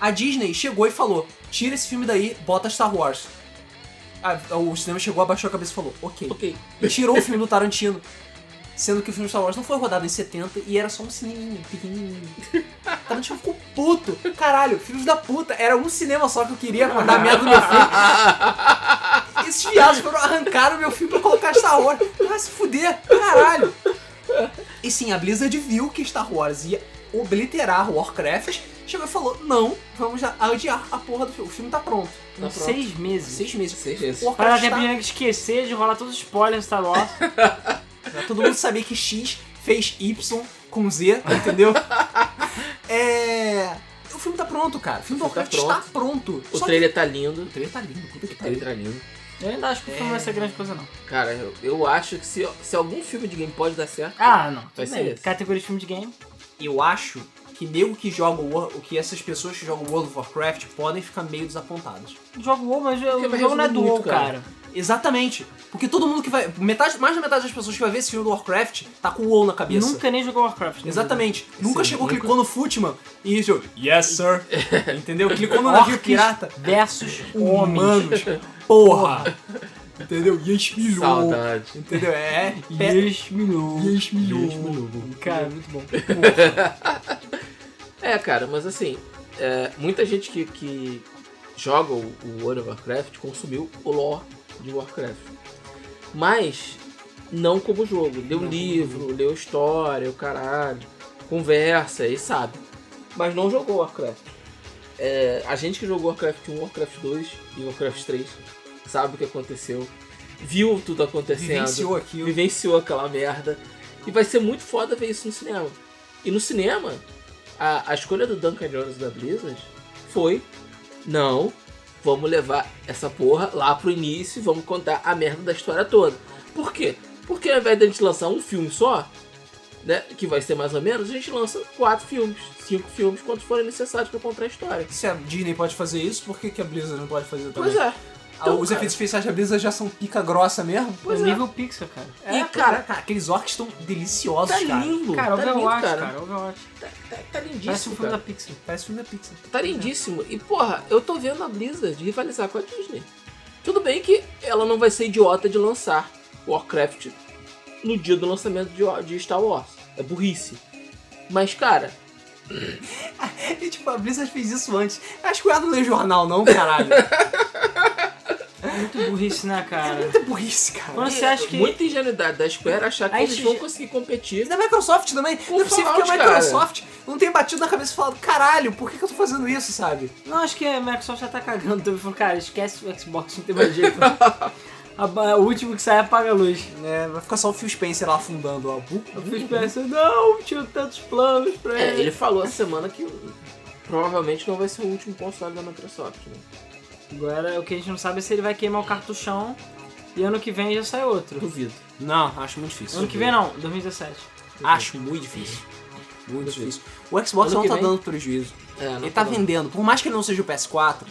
[SPEAKER 1] A Disney chegou e falou: tira esse filme daí, bota Star Wars. A- o cinema chegou, abaixou a cabeça e falou: ok.
[SPEAKER 3] Ok.
[SPEAKER 1] E tirou o filme do Tarantino. Sendo que o filme Star Wars não foi rodado em 70 e era só um cineminha, pequenininho. (laughs) Tarantino ficou puto. Caralho, filhos da puta. Era um cinema só que eu queria rodar merda no meu filme.
[SPEAKER 3] Ah, Tá
[SPEAKER 1] Esses viados foram arrancar o meu filme pra colocar Star Wars. Vai se fuder, caralho. E sim, a Blizzard viu que Star Wars ia obliterar Warcraft. Chegou e falou, não, vamos adiar a porra do filme. O filme tá pronto.
[SPEAKER 3] Tá pronto.
[SPEAKER 2] Seis meses.
[SPEAKER 1] Seis meses.
[SPEAKER 3] Seis meses.
[SPEAKER 2] Para dar
[SPEAKER 1] Warcraft
[SPEAKER 2] tempo de
[SPEAKER 1] tá...
[SPEAKER 2] gente esquecer de rolar todos os spoilers do Star Wars.
[SPEAKER 1] Pra todo mundo saber que X fez Y com Z, entendeu? é... O filme tá pronto, cara. O filme do
[SPEAKER 3] O filme
[SPEAKER 1] Warcraft
[SPEAKER 3] tá
[SPEAKER 1] está pronto.
[SPEAKER 3] O
[SPEAKER 1] Só que-
[SPEAKER 3] trailer tá lindo.
[SPEAKER 1] O trailer tá lindo, puta que
[SPEAKER 3] O
[SPEAKER 1] pariu.
[SPEAKER 3] trailer tá lindo.
[SPEAKER 2] Eu ainda acho que o filme não vai ser grande coisa, não.
[SPEAKER 3] Cara, eu, eu acho que se, se algum filme de game pode dar certo,
[SPEAKER 2] Ah, não.
[SPEAKER 3] Vai
[SPEAKER 2] tudo
[SPEAKER 3] ser
[SPEAKER 2] bem.
[SPEAKER 3] esse.
[SPEAKER 2] Categoria de filme de game.
[SPEAKER 1] eu acho que nego que joga o War- o que essas pessoas que jogam World of Warcraft podem ficar meio desapontadas.
[SPEAKER 2] Jogo WoW, mas o
[SPEAKER 3] vai
[SPEAKER 2] jogo não é
[SPEAKER 3] resumir
[SPEAKER 2] do
[SPEAKER 3] muito,
[SPEAKER 2] WoW, cara.
[SPEAKER 3] cara.
[SPEAKER 1] Exatamente. Porque todo mundo que vai. Metade, mais da metade das pessoas que vai ver esse filme do Warcraft tá com o WoW na cabeça.
[SPEAKER 3] é
[SPEAKER 2] Nunca nem jogou Warcraft. né?
[SPEAKER 1] Exatamente. nunca chegou,
[SPEAKER 3] nunca.
[SPEAKER 1] clicou no Footman e disse, yes, sir. (laughs) Entendeu?
[SPEAKER 3] É
[SPEAKER 1] Clicou
[SPEAKER 3] (laughs)
[SPEAKER 1] no navio
[SPEAKER 2] Orcs.
[SPEAKER 1] pirata.
[SPEAKER 2] Versus
[SPEAKER 3] Hum.
[SPEAKER 2] homens.
[SPEAKER 1] Humanos. Porra! Entendeu? Yes, milhão.
[SPEAKER 3] saudade.
[SPEAKER 1] Entendeu?
[SPEAKER 3] (laughs)
[SPEAKER 1] É. é
[SPEAKER 2] Yes, milhão.
[SPEAKER 1] yes, milhão.
[SPEAKER 2] Cara, muito bom.
[SPEAKER 3] É, cara, mas assim, é, muita gente que, que joga o, o World of Warcraft consumiu o lore de Warcraft. Mas não como jogo. Leu livro, leu história, o caralho. Conversa e sabe. Mas não jogou Warcraft. É, a gente que jogou Warcraft 1, Warcraft 2 e Warcraft 3 sabe o que aconteceu. Viu tudo acontecendo.
[SPEAKER 1] Vivenciou aquilo.
[SPEAKER 3] vivenciou aquela merda. E vai ser muito foda ver isso no cinema. E no cinema, a, a escolha do Duncan Jones da Blizzard foi: não, vamos levar essa porra lá pro início e vamos contar a merda da história toda. Por quê? Porque ao invés de a gente lançar um filme só, né, que vai ser mais ou menos, a gente lança quatro filmes, cinco filmes, quantos forem necessários pra contar a história.
[SPEAKER 1] Se a Disney pode fazer isso, por que, que a Blizzard não pode fazer também?
[SPEAKER 3] Pois é.
[SPEAKER 1] Ah,
[SPEAKER 3] Então,
[SPEAKER 1] Os
[SPEAKER 3] cara.
[SPEAKER 1] efeitos especiais da Blizzard já são pica grossa mesmo.
[SPEAKER 3] Pois
[SPEAKER 2] é
[SPEAKER 3] é.
[SPEAKER 2] nível Pixel, cara.
[SPEAKER 1] e,
[SPEAKER 3] É,
[SPEAKER 1] cara, cara, aqueles orcs estão deliciosos,
[SPEAKER 3] Tá
[SPEAKER 1] cara.
[SPEAKER 3] lindo, tá
[SPEAKER 2] Cara,
[SPEAKER 3] lindo,
[SPEAKER 2] Overwatch,
[SPEAKER 3] cara.
[SPEAKER 2] cara. Overwatch.
[SPEAKER 3] Tá, tá
[SPEAKER 2] Parece um
[SPEAKER 3] lindíssimo,
[SPEAKER 2] filme
[SPEAKER 3] cara.
[SPEAKER 2] da Pixel.
[SPEAKER 1] Parece filme da Pixar. (laughs)
[SPEAKER 3] Tá lindíssimo. E, porra, eu tô vendo a Blizzard rivalizar com a Disney. Tudo bem que ela não vai ser idiota de lançar Warcraft no dia do lançamento de- de Star Wars. É burrice. Mas, cara,
[SPEAKER 1] (laughs) E tipo, a Blizzard fez isso antes. Acho que o Ed não lê jornal, não, caralho.
[SPEAKER 2] muito burrice, né,
[SPEAKER 3] (laughs)
[SPEAKER 2] cara?
[SPEAKER 1] Muita burrice, cara.
[SPEAKER 2] Quando você acha que.
[SPEAKER 3] Muita ingenuidade da Square achar que
[SPEAKER 2] A
[SPEAKER 3] eles
[SPEAKER 2] gente
[SPEAKER 3] vão
[SPEAKER 2] já-
[SPEAKER 3] conseguir
[SPEAKER 1] E
[SPEAKER 3] competir.
[SPEAKER 1] da Microsoft também. não é possível que a
[SPEAKER 3] Fallout, cara.
[SPEAKER 1] Microsoft não tenha batido na cabeça e falado, caralho, por que, que eu tô fazendo isso, sabe?
[SPEAKER 2] Não, acho que a Microsoft já tá cagando. também. Falou, cara, esquece o Xbox, não tem mais
[SPEAKER 3] (laughs)
[SPEAKER 2] jeito. A ba- o último que sai apaga a luz.
[SPEAKER 1] É, vai ficar só o Phil Spencer lá afundando o álbum.
[SPEAKER 2] Eu fiz pensando, não, tinha tantos planos pra
[SPEAKER 3] É,
[SPEAKER 2] ele.
[SPEAKER 3] ele falou essa semana que provavelmente não vai ser o último console da Microsoft. Né?
[SPEAKER 2] Agora o que a gente não sabe é se ele vai queimar o cartuchão e ano que vem já sai outro.
[SPEAKER 3] Duvido.
[SPEAKER 1] Não, acho muito difícil.
[SPEAKER 2] Ano que vem não, 2017.
[SPEAKER 1] Acho muito difícil. Muito difícil. O Xbox
[SPEAKER 3] Ano
[SPEAKER 1] não
[SPEAKER 3] que
[SPEAKER 1] tá
[SPEAKER 3] vem?
[SPEAKER 1] dando prejuízo.
[SPEAKER 3] É, não
[SPEAKER 1] Ele tá
[SPEAKER 3] falou.
[SPEAKER 1] vendendo. Por mais que ele não seja o PS4,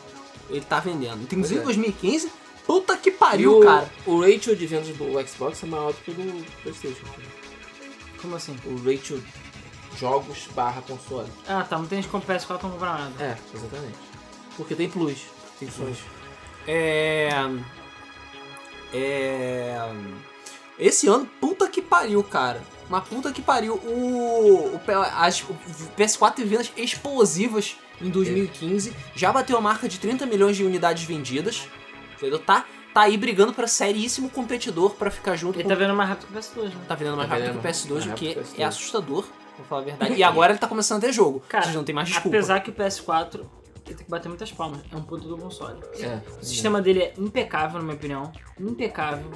[SPEAKER 1] ele tá vendendo. Inclusive
[SPEAKER 3] Pois é.
[SPEAKER 1] 2015, puta que
[SPEAKER 3] E
[SPEAKER 1] pariu,
[SPEAKER 3] o,
[SPEAKER 1] cara.
[SPEAKER 3] o ratio de vendas do Xbox é maior do que o do Playstation. cara.
[SPEAKER 2] Como assim?
[SPEAKER 3] O ratio jogos barra console.
[SPEAKER 2] Ah tá, não tem gente com PS4 não comprar nada.
[SPEAKER 3] É, exatamente. Porque tem plus. Tem plus.
[SPEAKER 1] É. É. Esse ano, puta que pariu, cara. Uma puta que pariu. O, o, P- as, o PS4 teve vendas explosivas em 2015. Já bateu a marca de 30 milhões de unidades vendidas. Entendeu? Tá, tá aí brigando pra seríssimo competidor pra ficar junto
[SPEAKER 2] Ele
[SPEAKER 1] com
[SPEAKER 2] tá vendo mais rápido que o PS2, né?
[SPEAKER 1] Tá vendendo mais
[SPEAKER 3] Tá
[SPEAKER 1] rápido que
[SPEAKER 3] vendendo
[SPEAKER 1] o PS2, o
[SPEAKER 3] mais
[SPEAKER 1] que
[SPEAKER 3] rápido que o PS2.
[SPEAKER 1] é assustador, vou falar a verdade. E agora ele tá começando a ter jogo.
[SPEAKER 2] Cara,
[SPEAKER 1] Vocês não tem mais desculpa.
[SPEAKER 2] Apesar que o PS4, ele tem que bater muitas palmas, é um puto do console.
[SPEAKER 3] É.
[SPEAKER 2] O sistema dele é impecável, na minha opinião. Impecável.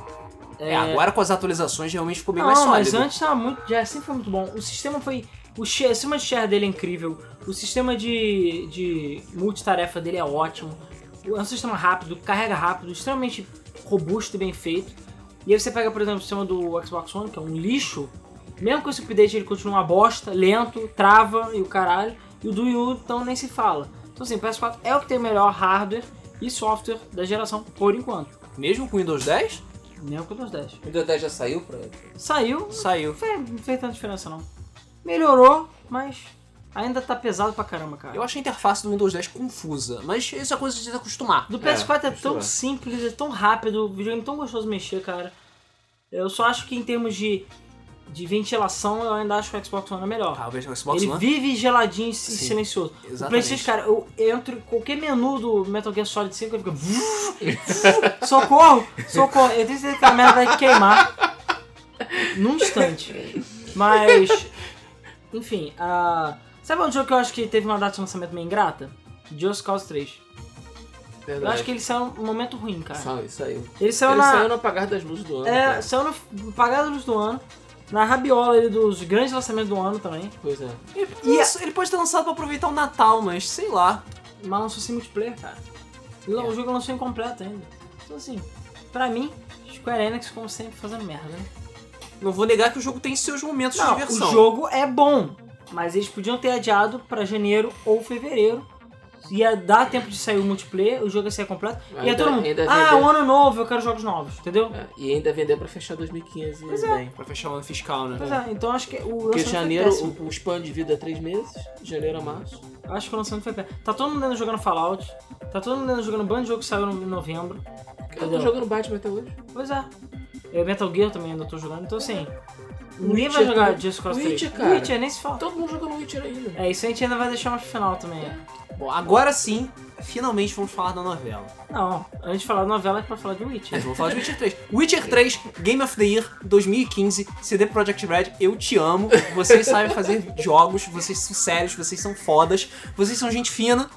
[SPEAKER 1] É, agora com as atualizações realmente ficou bem
[SPEAKER 2] Não,
[SPEAKER 1] mais sólido.
[SPEAKER 2] mas antes tava muito. Já sempre foi muito bom. O sistema foi. O, share, o sistema de share dele é incrível. O sistema de, de multitarefa dele é ótimo. É um sistema rápido, carrega rápido, extremamente robusto e bem feito. E aí você pega, por exemplo, o sistema do Xbox One, que é um lixo. Mesmo com esse update ele continua uma bosta, lento, trava e o caralho. E o do Wii U, então nem se fala. Então assim, o PS4 é o que tem o melhor hardware e software da geração por enquanto.
[SPEAKER 1] Mesmo com o Windows 10,
[SPEAKER 2] Mesmo com o Windows 10.
[SPEAKER 3] O Windows 10 já saiu pra.
[SPEAKER 2] Saiu,
[SPEAKER 1] saiu.
[SPEAKER 2] Fe- Não fez tanta diferença, não. Melhorou, mas ainda tá pesado pra caramba, cara.
[SPEAKER 1] Eu acho a interface do Windows 10 confusa, mas isso é coisa de se acostumar.
[SPEAKER 2] Do PS4 é,
[SPEAKER 3] deixa eu
[SPEAKER 2] tão
[SPEAKER 3] ver.
[SPEAKER 2] simples, é tão rápido, o videogame é tão gostoso de mexer, cara. Eu só acho que em termos de, de ventilação, eu ainda acho que o Xbox One é melhor.
[SPEAKER 1] Talvez Ah, o Xbox
[SPEAKER 2] Ele
[SPEAKER 1] One.
[SPEAKER 2] vive geladinho e si-
[SPEAKER 1] Sim,
[SPEAKER 2] silencioso. O
[SPEAKER 1] exatamente.
[SPEAKER 2] PlayStation, cara, eu entro em qualquer menu do Metal Gear Solid 5 e fica. socorro! Socorro! Eu tenho certeza que a merda vai queimar. Num instante. Mas. Enfim, a. Sabe um jogo que eu acho que teve uma data de lançamento meio ingrata? Just Cause 3. Eu acho que ele saiu num momento ruim, cara.
[SPEAKER 3] Saiu, saiu.
[SPEAKER 2] Ele saiu
[SPEAKER 3] ele
[SPEAKER 2] na.
[SPEAKER 3] saiu no apagar das luzes do ano.
[SPEAKER 2] Ah, então É,
[SPEAKER 3] cara.
[SPEAKER 2] saiu no Pagada Luz do Ano. Na rabiola ele, dos grandes lançamentos do ano também.
[SPEAKER 3] Pois é.
[SPEAKER 1] Ele, lança- ele pode ter lançado pra aproveitar o Natal, mas sei lá.
[SPEAKER 2] Mas lançou sem multiplayer, cara. E
[SPEAKER 3] É.
[SPEAKER 2] lá, O jogo lançou incompleto ainda. Então assim, pra mim, Square Enix, como sempre, fazendo merda, né?
[SPEAKER 1] Não vou negar que o jogo tem seus momentos de
[SPEAKER 2] Não,
[SPEAKER 1] diversão.
[SPEAKER 2] o jogo é bom, mas eles podiam ter adiado pra janeiro ou fevereiro. Ia dar tempo de sair o multiplayer, o jogo ia ser completo. e ia
[SPEAKER 3] Ainda-
[SPEAKER 2] todo mundo,
[SPEAKER 3] ainda
[SPEAKER 2] ah,
[SPEAKER 3] vender."
[SPEAKER 2] um ano novo, eu quero jogos novos, entendeu?
[SPEAKER 3] É, E ainda vender pra fechar 2015.
[SPEAKER 2] Pois é.
[SPEAKER 3] bem.
[SPEAKER 1] Pra fechar o ano fiscal, né?
[SPEAKER 2] Pois é, então acho que o
[SPEAKER 3] Porque
[SPEAKER 2] lançamento
[SPEAKER 3] janeiro,
[SPEAKER 2] foi
[SPEAKER 3] o,
[SPEAKER 2] péssimo.
[SPEAKER 3] o span de vida é 3 meses, de janeiro a março.
[SPEAKER 2] Acho que o lançamento foi péssimo. Tá todo mundo dentro jogando Fallout, tá todo mundo dentro jogando um bando de jogo que saiu no- em novembro.
[SPEAKER 3] Eu
[SPEAKER 2] Entendeu?
[SPEAKER 3] tô jogando Batman até hoje.
[SPEAKER 2] Pois é. Eu Metal Gear também ainda tô jogando, então assim. Ninguém vai
[SPEAKER 3] Witcher
[SPEAKER 2] jogar
[SPEAKER 3] também.
[SPEAKER 2] Just Cause 3.
[SPEAKER 3] Witcher, cara.
[SPEAKER 2] nem se fala.
[SPEAKER 3] Todo mundo jogando Witcher ainda.
[SPEAKER 2] É, isso a gente ainda vai deixar mais pro final também.
[SPEAKER 1] Bom, agora sim, finalmente vamos falar da novela.
[SPEAKER 2] Não, antes de falar de novela é pra falar de Witcher.
[SPEAKER 1] Vamos falar de Witcher 3. Witcher 3, Game of the Year 2015, CD Projekt Red, eu te amo. Vocês sabem fazer jogos, vocês são sérios, vocês são fodas, vocês são gente fina.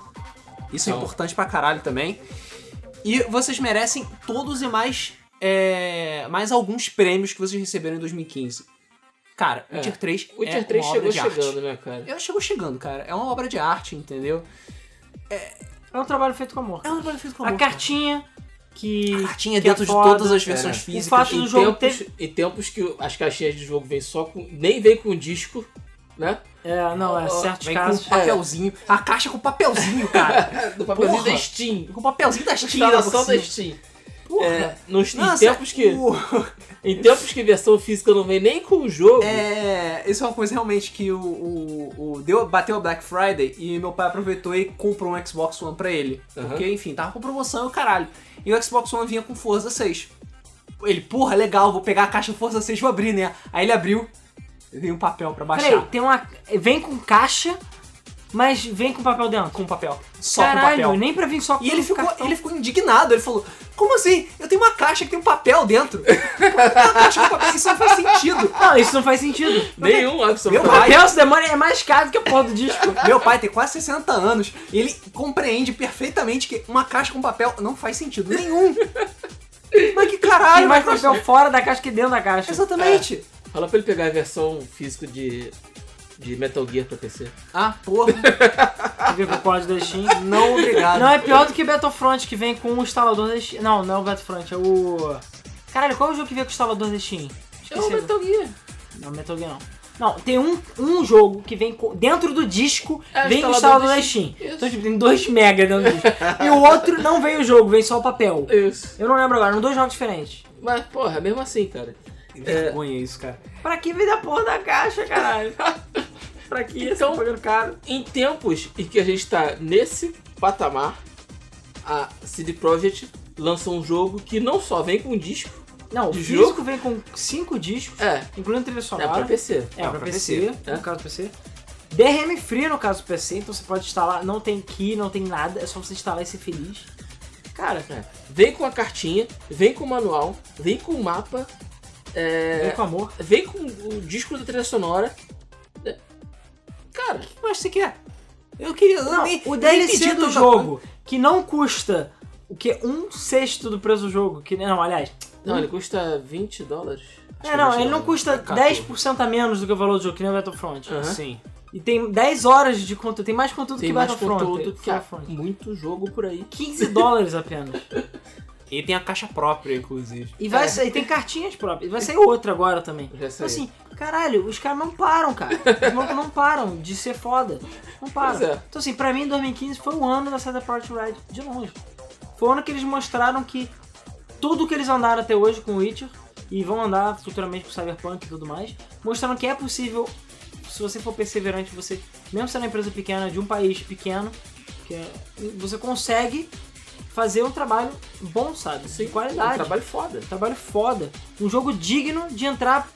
[SPEAKER 1] Isso é
[SPEAKER 3] São.
[SPEAKER 1] importante pra caralho também. E vocês merecem todos e mais, é, mais alguns prêmios que vocês receberam em 2015. Cara,
[SPEAKER 3] É.
[SPEAKER 1] Witcher 3 é
[SPEAKER 3] Witcher 3
[SPEAKER 1] uma obra
[SPEAKER 3] chegou
[SPEAKER 1] de arte.
[SPEAKER 3] chegando, né, cara?
[SPEAKER 1] Ela chegou chegando, cara. É uma obra de arte, entendeu?
[SPEAKER 2] É um trabalho feito com amor.
[SPEAKER 1] É uma obra feita com
[SPEAKER 2] A
[SPEAKER 1] amor.
[SPEAKER 2] cartinha que.
[SPEAKER 1] A cartinha
[SPEAKER 2] que é
[SPEAKER 1] dentro de
[SPEAKER 2] foda.
[SPEAKER 1] todas as versões
[SPEAKER 3] É. O
[SPEAKER 1] físicas.
[SPEAKER 2] fato
[SPEAKER 1] e
[SPEAKER 2] do jogo
[SPEAKER 3] tempos, Em tempos que as caixinhas de jogo vêm só com. Nem vem com disco, né?
[SPEAKER 2] É, não, é certos
[SPEAKER 1] Vem com
[SPEAKER 2] casos.
[SPEAKER 1] um papelzinho. A caixa com papelzinho, (laughs) cara.
[SPEAKER 3] Do papelzinho
[SPEAKER 1] Porra!
[SPEAKER 3] da Steam. assim,
[SPEAKER 1] com papelzinho das tiras.
[SPEAKER 3] Instalação da Steam.
[SPEAKER 1] Porra.
[SPEAKER 3] É, nos, em,
[SPEAKER 1] Nossa,
[SPEAKER 3] tempos que,
[SPEAKER 1] o- (laughs)
[SPEAKER 3] em tempos que versão física não vem nem com o jogo.
[SPEAKER 1] É, isso é uma coisa realmente que o, o, o- deu, bateu a Black Friday e meu pai aproveitou e comprou um Xbox One pra ele.
[SPEAKER 3] Aham.
[SPEAKER 1] Porque, enfim, tava com promoção e o caralho. E o Xbox One vinha com Forza 6. Ele, porra, legal, vou pegar a caixa Forza 6 e vou abrir, né? Aí ele abriu, veio um papel pra baixar.
[SPEAKER 2] Peraí, tem uma. Vem com caixa Mas vem com papel dentro.
[SPEAKER 1] com papel. Só
[SPEAKER 2] Caralho,
[SPEAKER 1] com papel.
[SPEAKER 2] nem pra vir só com
[SPEAKER 1] E ele ficou,
[SPEAKER 2] cartão.
[SPEAKER 1] ele ficou indignado, ele falou, como assim? Eu tenho uma caixa que tem um papel dentro. (laughs) Uma caixa com papel, isso não faz sentido.
[SPEAKER 2] Não, isso não faz sentido.
[SPEAKER 3] Nenhum,
[SPEAKER 1] Meu
[SPEAKER 3] absolutamente.
[SPEAKER 1] pai,
[SPEAKER 2] Papel, se demora, é mais caro do que a porra do disco.
[SPEAKER 1] meu pai tem quase 60 anos e ele compreende perfeitamente que uma caixa com papel não faz sentido nenhum. Mas que
[SPEAKER 2] Tem
[SPEAKER 1] caralho,
[SPEAKER 2] mais É.
[SPEAKER 1] mas-
[SPEAKER 2] papel fora da caixa que dentro da caixa.
[SPEAKER 1] Exatamente.
[SPEAKER 3] Fala pra ele pegar a versão física de, de Metal Gear pra PC.
[SPEAKER 1] Ah, porra.
[SPEAKER 2] Vem com o código da
[SPEAKER 3] (laughs)
[SPEAKER 2] Steam.
[SPEAKER 1] Não, obrigado.
[SPEAKER 2] Não, é pior do que Battlefront, que vem com o instalador da Steam. Não, não é o Battlefront, é o... Caralho, qual é o jogo que vem com o instalador da Steam?
[SPEAKER 3] É o
[SPEAKER 2] agora.
[SPEAKER 3] Metal Gear.
[SPEAKER 2] Não, Metal Gear não. Não, tem um, um jogo que vem co- dentro do disco,
[SPEAKER 3] É,
[SPEAKER 2] vem
[SPEAKER 3] instalador
[SPEAKER 2] com o instalador
[SPEAKER 3] do
[SPEAKER 2] da
[SPEAKER 3] Steam.
[SPEAKER 2] Steam.
[SPEAKER 3] Isso.
[SPEAKER 2] Então, tipo, tem dois mega dentro do disco. e o outro não vem o jogo, vem só o papel.
[SPEAKER 3] Isso.
[SPEAKER 2] Eu não lembro agora, eram dois jogos diferentes.
[SPEAKER 3] Mas, porra, mesmo assim, cara.
[SPEAKER 1] Que vergonha isso, cara.
[SPEAKER 2] Pra que vem da porra da caixa,
[SPEAKER 3] (laughs)
[SPEAKER 2] caralho? pra que isso?
[SPEAKER 3] Então-
[SPEAKER 2] Tá pagando caro.
[SPEAKER 3] Em tempos em que a gente tá nesse patamar, a CD Projekt lança um jogo que não só vem com disco,
[SPEAKER 2] Não, o
[SPEAKER 3] De
[SPEAKER 2] físico
[SPEAKER 3] jogo?
[SPEAKER 2] vem com cinco discos,
[SPEAKER 3] é,
[SPEAKER 2] incluindo trilha
[SPEAKER 3] é
[SPEAKER 2] sonora.
[SPEAKER 3] pra PC.
[SPEAKER 2] É, pra,
[SPEAKER 1] pra
[SPEAKER 2] PC,
[SPEAKER 1] PC,
[SPEAKER 3] né?
[SPEAKER 2] no caso do PC. DRM Free no caso do PC, então você pode instalar, não tem key, não tem nada, é só você instalar e ser feliz. Cara,
[SPEAKER 3] É. Vem com a cartinha, vem com o manual, vem com o mapa, é,
[SPEAKER 2] vem com amor.
[SPEAKER 3] vem com o disco da trilha sonora. É. Cara,
[SPEAKER 1] O que mais você quer? Eu queria. eu
[SPEAKER 2] Não,
[SPEAKER 1] nem-
[SPEAKER 2] o
[SPEAKER 1] nem
[SPEAKER 2] DLC
[SPEAKER 1] pedi
[SPEAKER 2] um do
[SPEAKER 1] tanta
[SPEAKER 2] jogo, que não custa o que? Um sexto do preço do jogo, que não, aliás.
[SPEAKER 3] não, ele custa 20 dólares. Acho
[SPEAKER 2] Hum? É,
[SPEAKER 3] que
[SPEAKER 2] não,
[SPEAKER 3] 20
[SPEAKER 2] ele não
[SPEAKER 3] dólares. Tá
[SPEAKER 2] custa
[SPEAKER 1] Cacau.
[SPEAKER 2] 10% a menos do que o valor do jogo, que nem o Battlefront.
[SPEAKER 3] Aham.
[SPEAKER 1] coisa. Sim.
[SPEAKER 2] E tem 10 horas de conteúdo, tem mais conteúdo
[SPEAKER 3] Tem
[SPEAKER 2] que
[SPEAKER 3] mais
[SPEAKER 2] Battlefront.
[SPEAKER 3] conteúdo que há
[SPEAKER 2] Battlefront.
[SPEAKER 3] muito jogo por aí.
[SPEAKER 2] 15 dólares apenas.
[SPEAKER 1] E tem a caixa própria, inclusive.
[SPEAKER 2] E vai
[SPEAKER 3] É.
[SPEAKER 2] sair, tem cartinhas próprias. E vai sair outra agora também.
[SPEAKER 3] Já
[SPEAKER 2] Então,
[SPEAKER 3] saiu.
[SPEAKER 2] assim, caralho, os caras não param, cara. Os malucos não param de ser foda. Não param.
[SPEAKER 3] Pois é.
[SPEAKER 2] Então, assim, pra mim, 2015 foi o ano da saída Project Red, de longe. Foi o ano que eles mostraram que tudo que eles andaram até hoje com o Witcher, e vão andar futuramente com Cyberpunk e tudo mais, mostraram que é possível, se você for perseverante, você, mesmo sendo uma empresa pequena, de um país pequeno, que é- você consegue fazer um trabalho bom, sabe? de
[SPEAKER 3] Um
[SPEAKER 2] qualidade.
[SPEAKER 3] trabalho foda.
[SPEAKER 2] Trabalho foda. Um jogo digno de entrar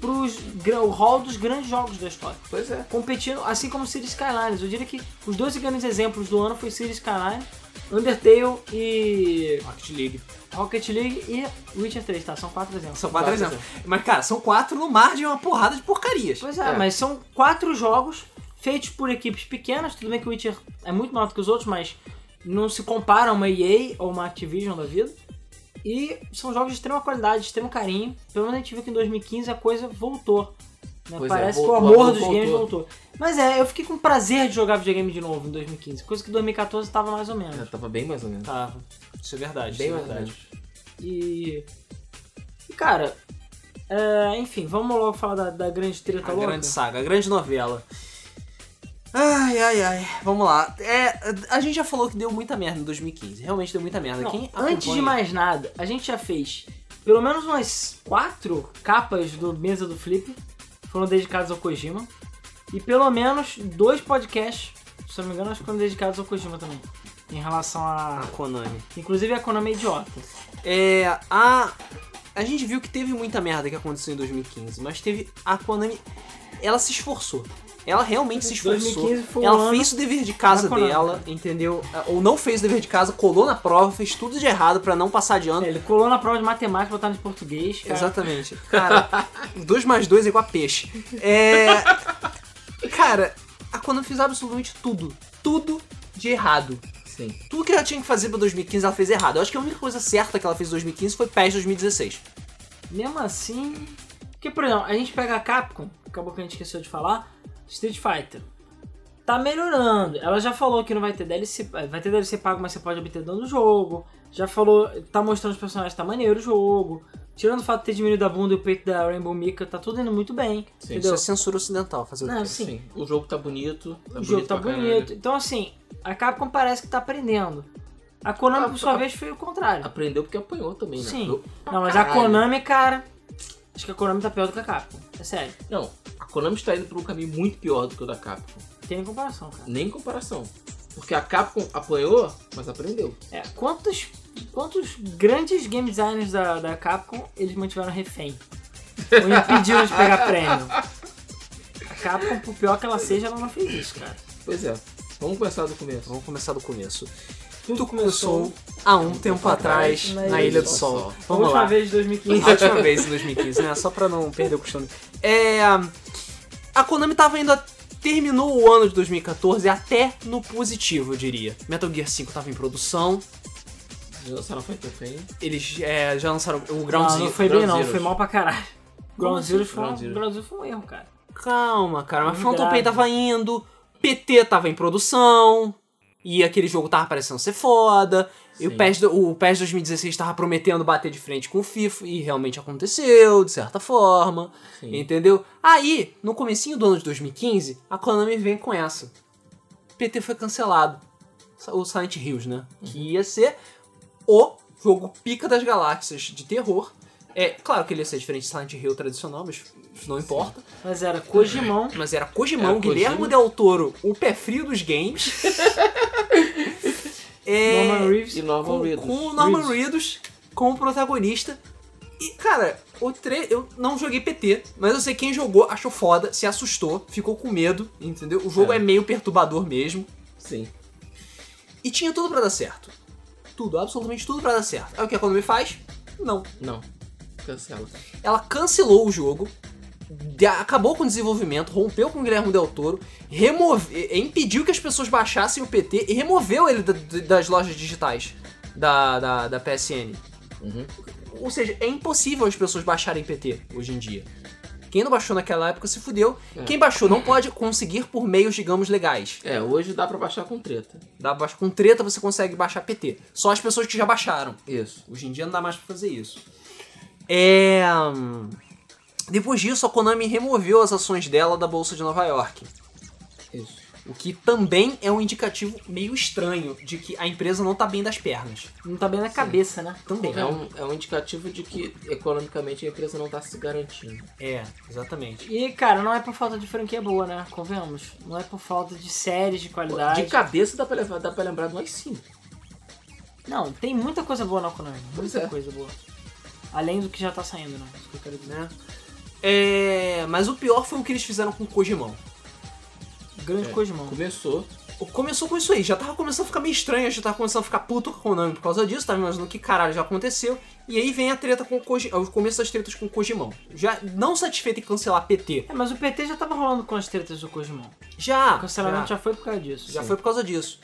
[SPEAKER 2] pros gra- o hall dos grandes jogos da história.
[SPEAKER 3] Pois é.
[SPEAKER 2] Competindo, assim como Cities Skylines. Eu diria que os dois grandes exemplos do ano foi Cities Skylines, Undertale e
[SPEAKER 1] Rocket League.
[SPEAKER 2] Rocket League e Witcher 3, tá? São quatro exemplos.
[SPEAKER 1] São quatro
[SPEAKER 3] Quatro
[SPEAKER 1] exemplos. Mas, cara, são quatro no mar de uma porrada de porcarias.
[SPEAKER 2] Pois é,
[SPEAKER 3] É.
[SPEAKER 2] mas são quatro jogos feitos por equipes pequenas. Tudo bem que o Witcher é muito maior do que os outros, mas não se compara a uma EA ou uma Activision da vida. E são jogos de extrema qualidade, de extremo carinho. Pelo menos a gente viu que em 2015 a coisa voltou. né?
[SPEAKER 3] Pois é,
[SPEAKER 2] Parece
[SPEAKER 3] voltou,
[SPEAKER 2] que o amor
[SPEAKER 3] voltou,
[SPEAKER 2] dos games
[SPEAKER 3] voltou.
[SPEAKER 2] voltou. Mas é, eu fiquei com prazer de jogar videogame de novo em 2015. Coisa que em 2014 tava mais ou menos.
[SPEAKER 3] Já É, tava bem mais ou menos.
[SPEAKER 1] Tá. Isso é verdade.
[SPEAKER 3] bem
[SPEAKER 1] isso é
[SPEAKER 3] mais ou
[SPEAKER 1] verdade.
[SPEAKER 3] menos.
[SPEAKER 2] E. e, cara. é, enfim, vamos logo falar da, da grande treta
[SPEAKER 1] A
[SPEAKER 2] Tá louca.
[SPEAKER 1] grande saga, a grande novela. Ai, ai, ai. Vamos lá. É, a gente já falou que deu muita merda em 2015. Realmente deu muita merda.
[SPEAKER 2] Não,
[SPEAKER 1] Quem
[SPEAKER 2] antes de
[SPEAKER 1] acompanha-
[SPEAKER 2] mais nada, a gente já fez pelo menos umas quatro capas do Mesa do Flip, foram dedicadas ao Kojima. E pelo menos dois podcasts, se eu não me engano, acho que foram dedicados ao Kojima também. Em relação
[SPEAKER 1] A
[SPEAKER 2] a.
[SPEAKER 1] Konami.
[SPEAKER 2] Inclusive a Konami é idiota.
[SPEAKER 1] É, a... A gente viu que teve muita merda que aconteceu em 2015, mas teve a Konami... Ela se esforçou. Ela realmente se esforçou.
[SPEAKER 2] 2015 foi o
[SPEAKER 1] ela
[SPEAKER 2] ano
[SPEAKER 1] fez o dever de casa
[SPEAKER 2] da Konami,
[SPEAKER 1] dela, entendeu? Ou não fez o dever de casa, colou na prova, fez tudo de errado pra não passar de ano.
[SPEAKER 2] É, ele colou na prova de matemática, botaram de português. Cara.
[SPEAKER 1] Exatamente. Cara, (laughs) 2 mais 2 é igual a peixe. É. Cara, a Konami fez absolutamente tudo. Tudo de errado.
[SPEAKER 3] Sim.
[SPEAKER 1] Tudo que ela tinha que fazer pra 2015, ela fez errado. Eu acho que a única coisa certa que ela fez em 2015 foi PES 2016.
[SPEAKER 2] Mesmo assim. Porque, por exemplo, a gente pega a Capcom, acabou que a gente esqueceu de falar, Street Fighter. Tá melhorando. Ela já falou que não vai ter DLC. Vai ter DLC pago, mas você pode obter dano no jogo. Já falou. Tá mostrando os personagens, tá maneiro o jogo. Tirando o fato de ter diminuído a bunda e o peito da Rainbow Mika, tá tudo indo muito bem.
[SPEAKER 3] Sim,
[SPEAKER 1] Isso
[SPEAKER 2] entendeu?
[SPEAKER 1] é censura ocidental, fazer
[SPEAKER 2] Não,
[SPEAKER 1] o quê?
[SPEAKER 2] Ah, sim.
[SPEAKER 3] O jogo tá bonito. Tá
[SPEAKER 2] o jogo tá
[SPEAKER 3] pra caralho.
[SPEAKER 2] bonito. Então, assim, a Capcom parece que tá aprendendo. A Konami, por sua vez, foi o contrário.
[SPEAKER 3] Aprendeu porque apanhou também, né?
[SPEAKER 2] Sim.
[SPEAKER 3] Eu-
[SPEAKER 2] Não, mas a
[SPEAKER 3] Caralho.
[SPEAKER 2] Konami, cara. Acho que a Konami tá pior do que a Capcom. É sério.
[SPEAKER 3] Não, a Konami está indo por um caminho muito pior do que o da Capcom.
[SPEAKER 2] Não tem nem comparação, cara.
[SPEAKER 3] Nem em comparação. Porque a Capcom apanhou, mas aprendeu.
[SPEAKER 2] É, quantos, quantos grandes game designers da, da Capcom eles mantiveram refém? Ou impediram de pegar prêmio? A Capcom, por pior que ela seja, ela não fez isso, cara.
[SPEAKER 3] Pois é. Vamos começar do começo.
[SPEAKER 1] Vamos começar do começo. Tudo começou há um tempo atrás na Ilha do Sol.
[SPEAKER 2] A
[SPEAKER 1] Vamos
[SPEAKER 2] última
[SPEAKER 1] lá.
[SPEAKER 2] vez de
[SPEAKER 1] A
[SPEAKER 2] 2015.
[SPEAKER 1] última vez em 2015, né? Só pra não perder o costume. É, a Konami tava indo. a- Terminou o ano de 2014 até no positivo, eu diria. Metal Gear 5 tava em produção.
[SPEAKER 3] Dinossauro foi campanha.
[SPEAKER 1] Eles é, já lançaram o Ground
[SPEAKER 2] Não,
[SPEAKER 1] Zero.
[SPEAKER 2] não foi bem
[SPEAKER 3] Ground
[SPEAKER 2] não,
[SPEAKER 3] Zeroes.
[SPEAKER 2] foi mal pra caralho. Ground Zero foi,
[SPEAKER 3] Ground Zero?
[SPEAKER 2] um- Ground Zero foi um erro, cara.
[SPEAKER 1] Calma, cara. Mas Phantom
[SPEAKER 2] Verdade.
[SPEAKER 1] Pain tava indo, PT tava em produção, e aquele jogo tava parecendo ser foda. E o
[SPEAKER 3] Sim.
[SPEAKER 1] PES, do- o PES 2016 tava prometendo bater de frente com o FIFA, e realmente aconteceu, de certa forma.
[SPEAKER 3] Sim.
[SPEAKER 1] Entendeu? Aí, no comecinho do ano de 2015, a Konami vem com essa. PT foi cancelado. O Silent Hills, né?
[SPEAKER 3] Uhum.
[SPEAKER 1] Que ia ser o jogo pica das galáxias de terror. É, claro que ele ia ser diferente de Silent Hill tradicional, mas isso não importa.
[SPEAKER 2] Mas era Kojimão.
[SPEAKER 1] Mas era Cogimão,
[SPEAKER 3] Era
[SPEAKER 1] Guilherme
[SPEAKER 3] Kojima.
[SPEAKER 1] Del Toro, o pé frio dos
[SPEAKER 3] (laughs)
[SPEAKER 1] games. É,
[SPEAKER 2] Norman Reeves.
[SPEAKER 3] E Norman
[SPEAKER 1] com,
[SPEAKER 3] Reedus.
[SPEAKER 1] com o Norman Reedus como protagonista. E, cara, o tre... eu não joguei PT, mas eu sei quem jogou achou foda, se assustou, ficou com medo, entendeu? O jogo
[SPEAKER 3] É.
[SPEAKER 1] é meio perturbador mesmo.
[SPEAKER 3] Sim.
[SPEAKER 1] E tinha tudo pra dar certo. Tudo, absolutamente tudo pra dar certo. Aí o que a Konami faz? Não.
[SPEAKER 3] Não. Cancela.
[SPEAKER 1] ela cancelou o jogo, de- acabou com o desenvolvimento, rompeu com o Guilherme Del Toro, remove, eh, impediu que as pessoas baixassem o PT e removeu ele da- da- das lojas digitais da, da, da PSN.
[SPEAKER 3] Uhum.
[SPEAKER 1] Ou seja, é impossível as pessoas baixarem PT hoje em dia. Quem não baixou naquela época se fudeu.
[SPEAKER 3] É.
[SPEAKER 1] Quem baixou não pode conseguir por meios, digamos, legais.
[SPEAKER 3] É, hoje dá pra baixar com treta.
[SPEAKER 1] Dá baixo, com treta você consegue baixar PT. Só as pessoas que já baixaram.
[SPEAKER 3] Isso.
[SPEAKER 1] Hoje em dia não dá mais pra fazer isso. É. hum, Depois disso, a Konami removeu as ações dela da Bolsa de Nova York.
[SPEAKER 3] Isso.
[SPEAKER 1] O que também é um indicativo meio estranho de que a empresa não tá bem das pernas.
[SPEAKER 2] Não tá bem na cabeça, né?
[SPEAKER 1] Também.
[SPEAKER 3] É um, é um indicativo de que economicamente a empresa não tá se garantindo.
[SPEAKER 1] É, exatamente.
[SPEAKER 2] E, cara, não é por falta de franquia boa, né? Convenhamos. Não é por falta de séries de qualidade.
[SPEAKER 3] De cabeça dá pra, levar- dá pra lembrar de umas cinco.
[SPEAKER 2] Não, tem muita coisa boa na Konami.
[SPEAKER 3] Pois
[SPEAKER 2] Muita
[SPEAKER 3] é.
[SPEAKER 2] coisa boa. Além do que já tá saindo, né? Isso que eu quero dizer.
[SPEAKER 1] Né? É, mas o pior foi o que eles fizeram com o Kojimão.
[SPEAKER 2] Grande
[SPEAKER 3] É.
[SPEAKER 2] Kojimão.
[SPEAKER 3] Começou.
[SPEAKER 1] Começou com isso aí, já tava começando a ficar meio estranho, eu já tava começando a ficar puto com a Konami por causa disso, tava imaginando que caralho já aconteceu. E aí vem a treta com o Kojimão, o começo das tretas com o Kojimão. Já não satisfeito em cancelar PT,
[SPEAKER 2] É, mas o PT já tava rolando com as tretas do Kojimão.
[SPEAKER 1] já.
[SPEAKER 2] O cancelamento já, foi por causa disso.
[SPEAKER 1] Já foi por causa disso.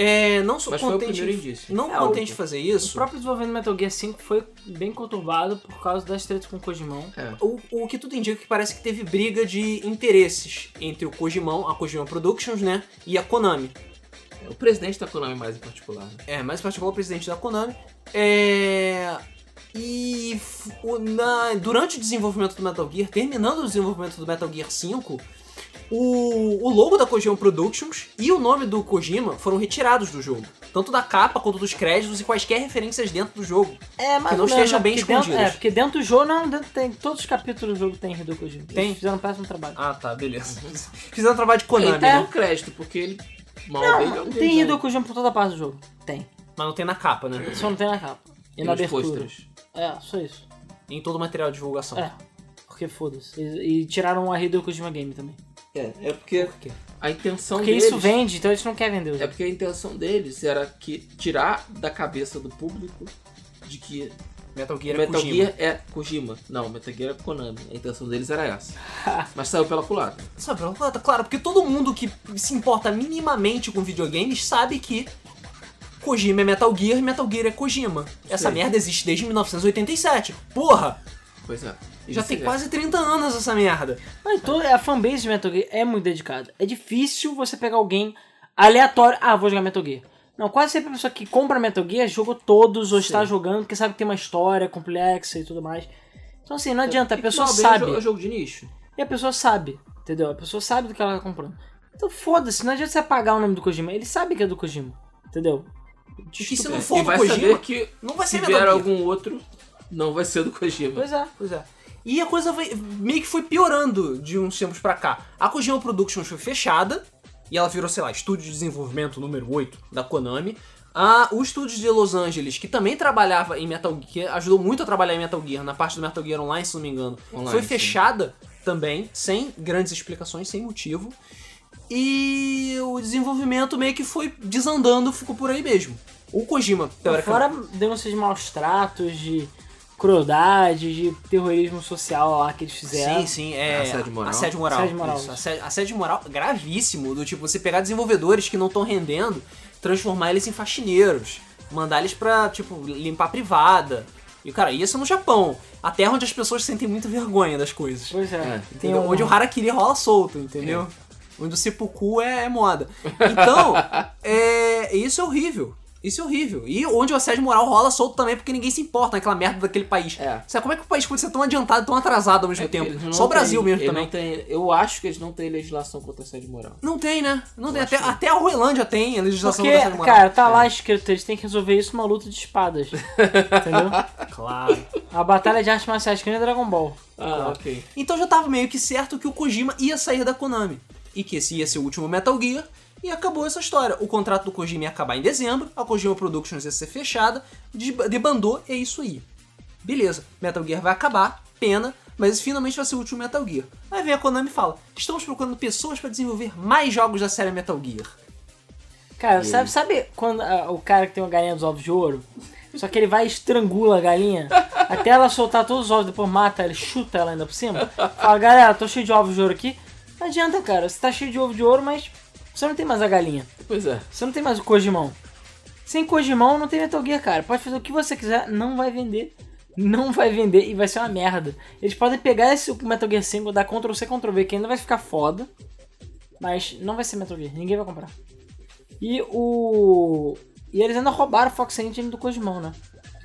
[SPEAKER 1] É, não sou
[SPEAKER 3] Mas foi o
[SPEAKER 1] contente.
[SPEAKER 3] primeiro indício.
[SPEAKER 1] Não
[SPEAKER 2] É,
[SPEAKER 1] contente
[SPEAKER 3] o-
[SPEAKER 1] de fazer
[SPEAKER 2] O
[SPEAKER 1] isso.
[SPEAKER 2] próprio desenvolvimento do Metal Gear 5 foi bem conturbado por causa das tretas com o Kojimão.
[SPEAKER 3] É.
[SPEAKER 1] O, o que tudo indica é que parece que teve briga de interesses entre o Kojimão, a Kojima Productions, né? E a Konami.
[SPEAKER 3] O presidente da Konami mais em particular. né?
[SPEAKER 1] É, mais em particular o presidente da Konami. É. E f- o- na- durante o desenvolvimento do Metal Gear, terminando o desenvolvimento do Metal Gear 5, o, o logo da Kojima Productions e o nome do Kojima foram retirados do jogo. Tanto da capa quanto dos créditos e quaisquer referências dentro do jogo.
[SPEAKER 2] É,
[SPEAKER 1] Que não esteja bem
[SPEAKER 2] porque dentro-
[SPEAKER 1] escondidas.
[SPEAKER 2] É, porque dentro do jogo, não, dentro tem todos os capítulos do jogo tem Hideo Kojima. Eles
[SPEAKER 1] Tem?
[SPEAKER 2] Fizeram um péssimo trabalho.
[SPEAKER 1] Ah, tá, beleza. (laughs) Fizeram um trabalho de Konami,
[SPEAKER 3] Ele tem
[SPEAKER 1] né?
[SPEAKER 3] um crédito, porque ele mal bem é um deles,
[SPEAKER 2] Tem
[SPEAKER 3] né?
[SPEAKER 2] Hideo Kojima por toda parte do jogo. Tem.
[SPEAKER 1] Mas não tem na capa, né?
[SPEAKER 2] Só não tem na capa. E
[SPEAKER 3] Tem
[SPEAKER 2] na
[SPEAKER 3] os
[SPEAKER 2] abertura.
[SPEAKER 3] pôsteres.
[SPEAKER 2] É, só isso.
[SPEAKER 1] Em todo o material de divulgação.
[SPEAKER 2] É. Porque foda-se. E, e tiraram a Hideo Kojima Game também.
[SPEAKER 3] É, é porque
[SPEAKER 1] Por quê?
[SPEAKER 3] a intenção
[SPEAKER 2] Porque
[SPEAKER 3] deles...
[SPEAKER 2] isso vende, então eles não querem vender o
[SPEAKER 3] É
[SPEAKER 2] jogo.
[SPEAKER 3] porque a intenção deles era que tirar da cabeça do público de que
[SPEAKER 1] Metal Gear é
[SPEAKER 3] Metal
[SPEAKER 1] Kojima.
[SPEAKER 3] Gear é Kojima. Não, Metal Gear é Konami. A intenção deles era
[SPEAKER 1] (laughs)
[SPEAKER 3] essa. Mas saiu pela culatra.
[SPEAKER 1] Sabe, Lota? tá claro, porque todo mundo que se importa minimamente com videogames sabe que Kojima é Metal Gear e Metal Gear é Kojima. Essa
[SPEAKER 3] Sim.
[SPEAKER 1] merda existe desde 1987. Porra!
[SPEAKER 3] Pois é. E
[SPEAKER 1] Já
[SPEAKER 3] vice-versa.
[SPEAKER 1] tem quase 30 anos essa merda.
[SPEAKER 2] Mas toda a fanbase de Metal Gear é muito dedicada. É difícil você pegar alguém aleatório. Ah, vou jogar Metal Gear. Não, quase sempre a pessoa que compra Metal Gear jogou todos ou está jogando, porque sabe que tem uma história complexa e tudo mais. Então assim, não adianta, a
[SPEAKER 3] E
[SPEAKER 2] pessoa
[SPEAKER 3] Tchau, bem, é
[SPEAKER 2] sabe.
[SPEAKER 3] jo- É jogo de nicho.
[SPEAKER 2] E a pessoa sabe, entendeu? A pessoa sabe do que ela tá comprando. Então foda-se, não adianta você apagar o nome do Kojima. Ele sabe que é do Kojima, entendeu?
[SPEAKER 1] E que se
[SPEAKER 3] É,
[SPEAKER 1] não for
[SPEAKER 3] e
[SPEAKER 1] do
[SPEAKER 3] vai
[SPEAKER 1] Kojima,
[SPEAKER 3] saber que
[SPEAKER 1] não vai ser Metal
[SPEAKER 3] se vier
[SPEAKER 1] Gear.
[SPEAKER 3] algum outro, não vai ser do Kojima.
[SPEAKER 2] Pois é.
[SPEAKER 1] Pois é. E a coisa vai- meio que foi piorando de uns tempos pra cá. A Kojima Productions foi fechada, e ela virou, sei lá, estúdio de desenvolvimento número 8 da Konami. Ah, o estúdio de Los Angeles, que também trabalhava em Metal Gear, ajudou muito a trabalhar em Metal Gear, na parte do Metal Gear Online, se não me engano,
[SPEAKER 3] Online,
[SPEAKER 1] foi
[SPEAKER 3] sim.
[SPEAKER 1] fechada também, sem grandes explicações, sem motivo. E o desenvolvimento meio que foi desandando, ficou por aí mesmo. O Kojima, teoricamente.
[SPEAKER 2] Então, Fora denúncias de maus tratos, de crueldade, de terrorismo social lá que eles fizeram.
[SPEAKER 1] Sim, sim, é.
[SPEAKER 3] Assédio moral.
[SPEAKER 1] Assédio moral.
[SPEAKER 2] Assédio moral,
[SPEAKER 1] isso.
[SPEAKER 2] isso.
[SPEAKER 1] Assédio, assédio moral gravíssimo, do tipo, você pegar desenvolvedores que não estão rendendo, transformar eles em faxineiros, mandar eles pra, tipo, limpar a privada. E, cara, isso é no Japão. A terra onde as pessoas sentem muito vergonha das coisas.
[SPEAKER 2] Pois é.
[SPEAKER 3] É.
[SPEAKER 2] Tem
[SPEAKER 1] Entendeu?
[SPEAKER 2] um-
[SPEAKER 1] Onde o harakiri rola solto, entendeu? Onde o seppuku é, é moda.
[SPEAKER 3] (laughs)
[SPEAKER 1] Então, é, isso é horrível. Isso é horrível. E onde o assédio moral rola solto também, porque ninguém se importa naquela merda daquele país.
[SPEAKER 3] É.
[SPEAKER 1] Sabe como é que o país pode ser tão adiantado, tão atrasado ao mesmo
[SPEAKER 3] Eles
[SPEAKER 1] tempo?
[SPEAKER 3] não
[SPEAKER 1] é, Só o Brasil
[SPEAKER 3] têm-
[SPEAKER 1] mesmo
[SPEAKER 3] eles
[SPEAKER 1] também.
[SPEAKER 3] não têm- eu acho que eles não têm legislação contra assédio moral.
[SPEAKER 1] Não tem, né? Não tem.
[SPEAKER 3] acho
[SPEAKER 1] Até,
[SPEAKER 3] que-
[SPEAKER 1] até a Ruelândia tem a legislação do assédio
[SPEAKER 2] Porque,
[SPEAKER 1] moral.
[SPEAKER 2] cara, tá lá escrito, eles têm que resolver isso numa luta de espadas. entendeu?
[SPEAKER 1] É, Claro.
[SPEAKER 2] A batalha de artes marciais que nem Dragon Ball.
[SPEAKER 3] Ah, ok.
[SPEAKER 1] Então já tava meio que certo que o Kojima ia sair da Konami. E que esse ia ser o último Metal Gear. E acabou essa história. O contrato do Kojima ia acabar em dezembro, a Kojima Productions ia ser fechada, deba- debandou, é isso aí. Beleza, Metal Gear vai acabar, pena, mas finalmente vai ser o último Metal Gear. Aí vem a Konami e fala: estamos procurando pessoas para desenvolver mais jogos da série Metal Gear.
[SPEAKER 2] Cara, sabe, sabe quando ah, o cara que tem uma galinha dos ovos de ouro? Só que ele vai e estrangula a galinha até ela soltar todos os ovos, depois mata, ele chuta ela ainda por cima. Fala, galera, tô cheio de ovos de ouro aqui. Não adianta, cara, você tá cheio de ovo de ouro, mas você não tem mais a galinha.
[SPEAKER 3] Pois é.
[SPEAKER 2] Você não tem mais o Cojimão. Sem Cojimão não tem Metal Gear, cara. Pode fazer o que você quiser, não vai vender. Não vai vender e vai ser uma merda. Eles podem pegar esse Metal Gear 5, dar Ctrl C, Ctrl V, que ainda vai ficar foda. Mas não vai ser Metal Gear, ninguém vai comprar. E o. E eles ainda roubaram o Fox Engine do Cojimão, né?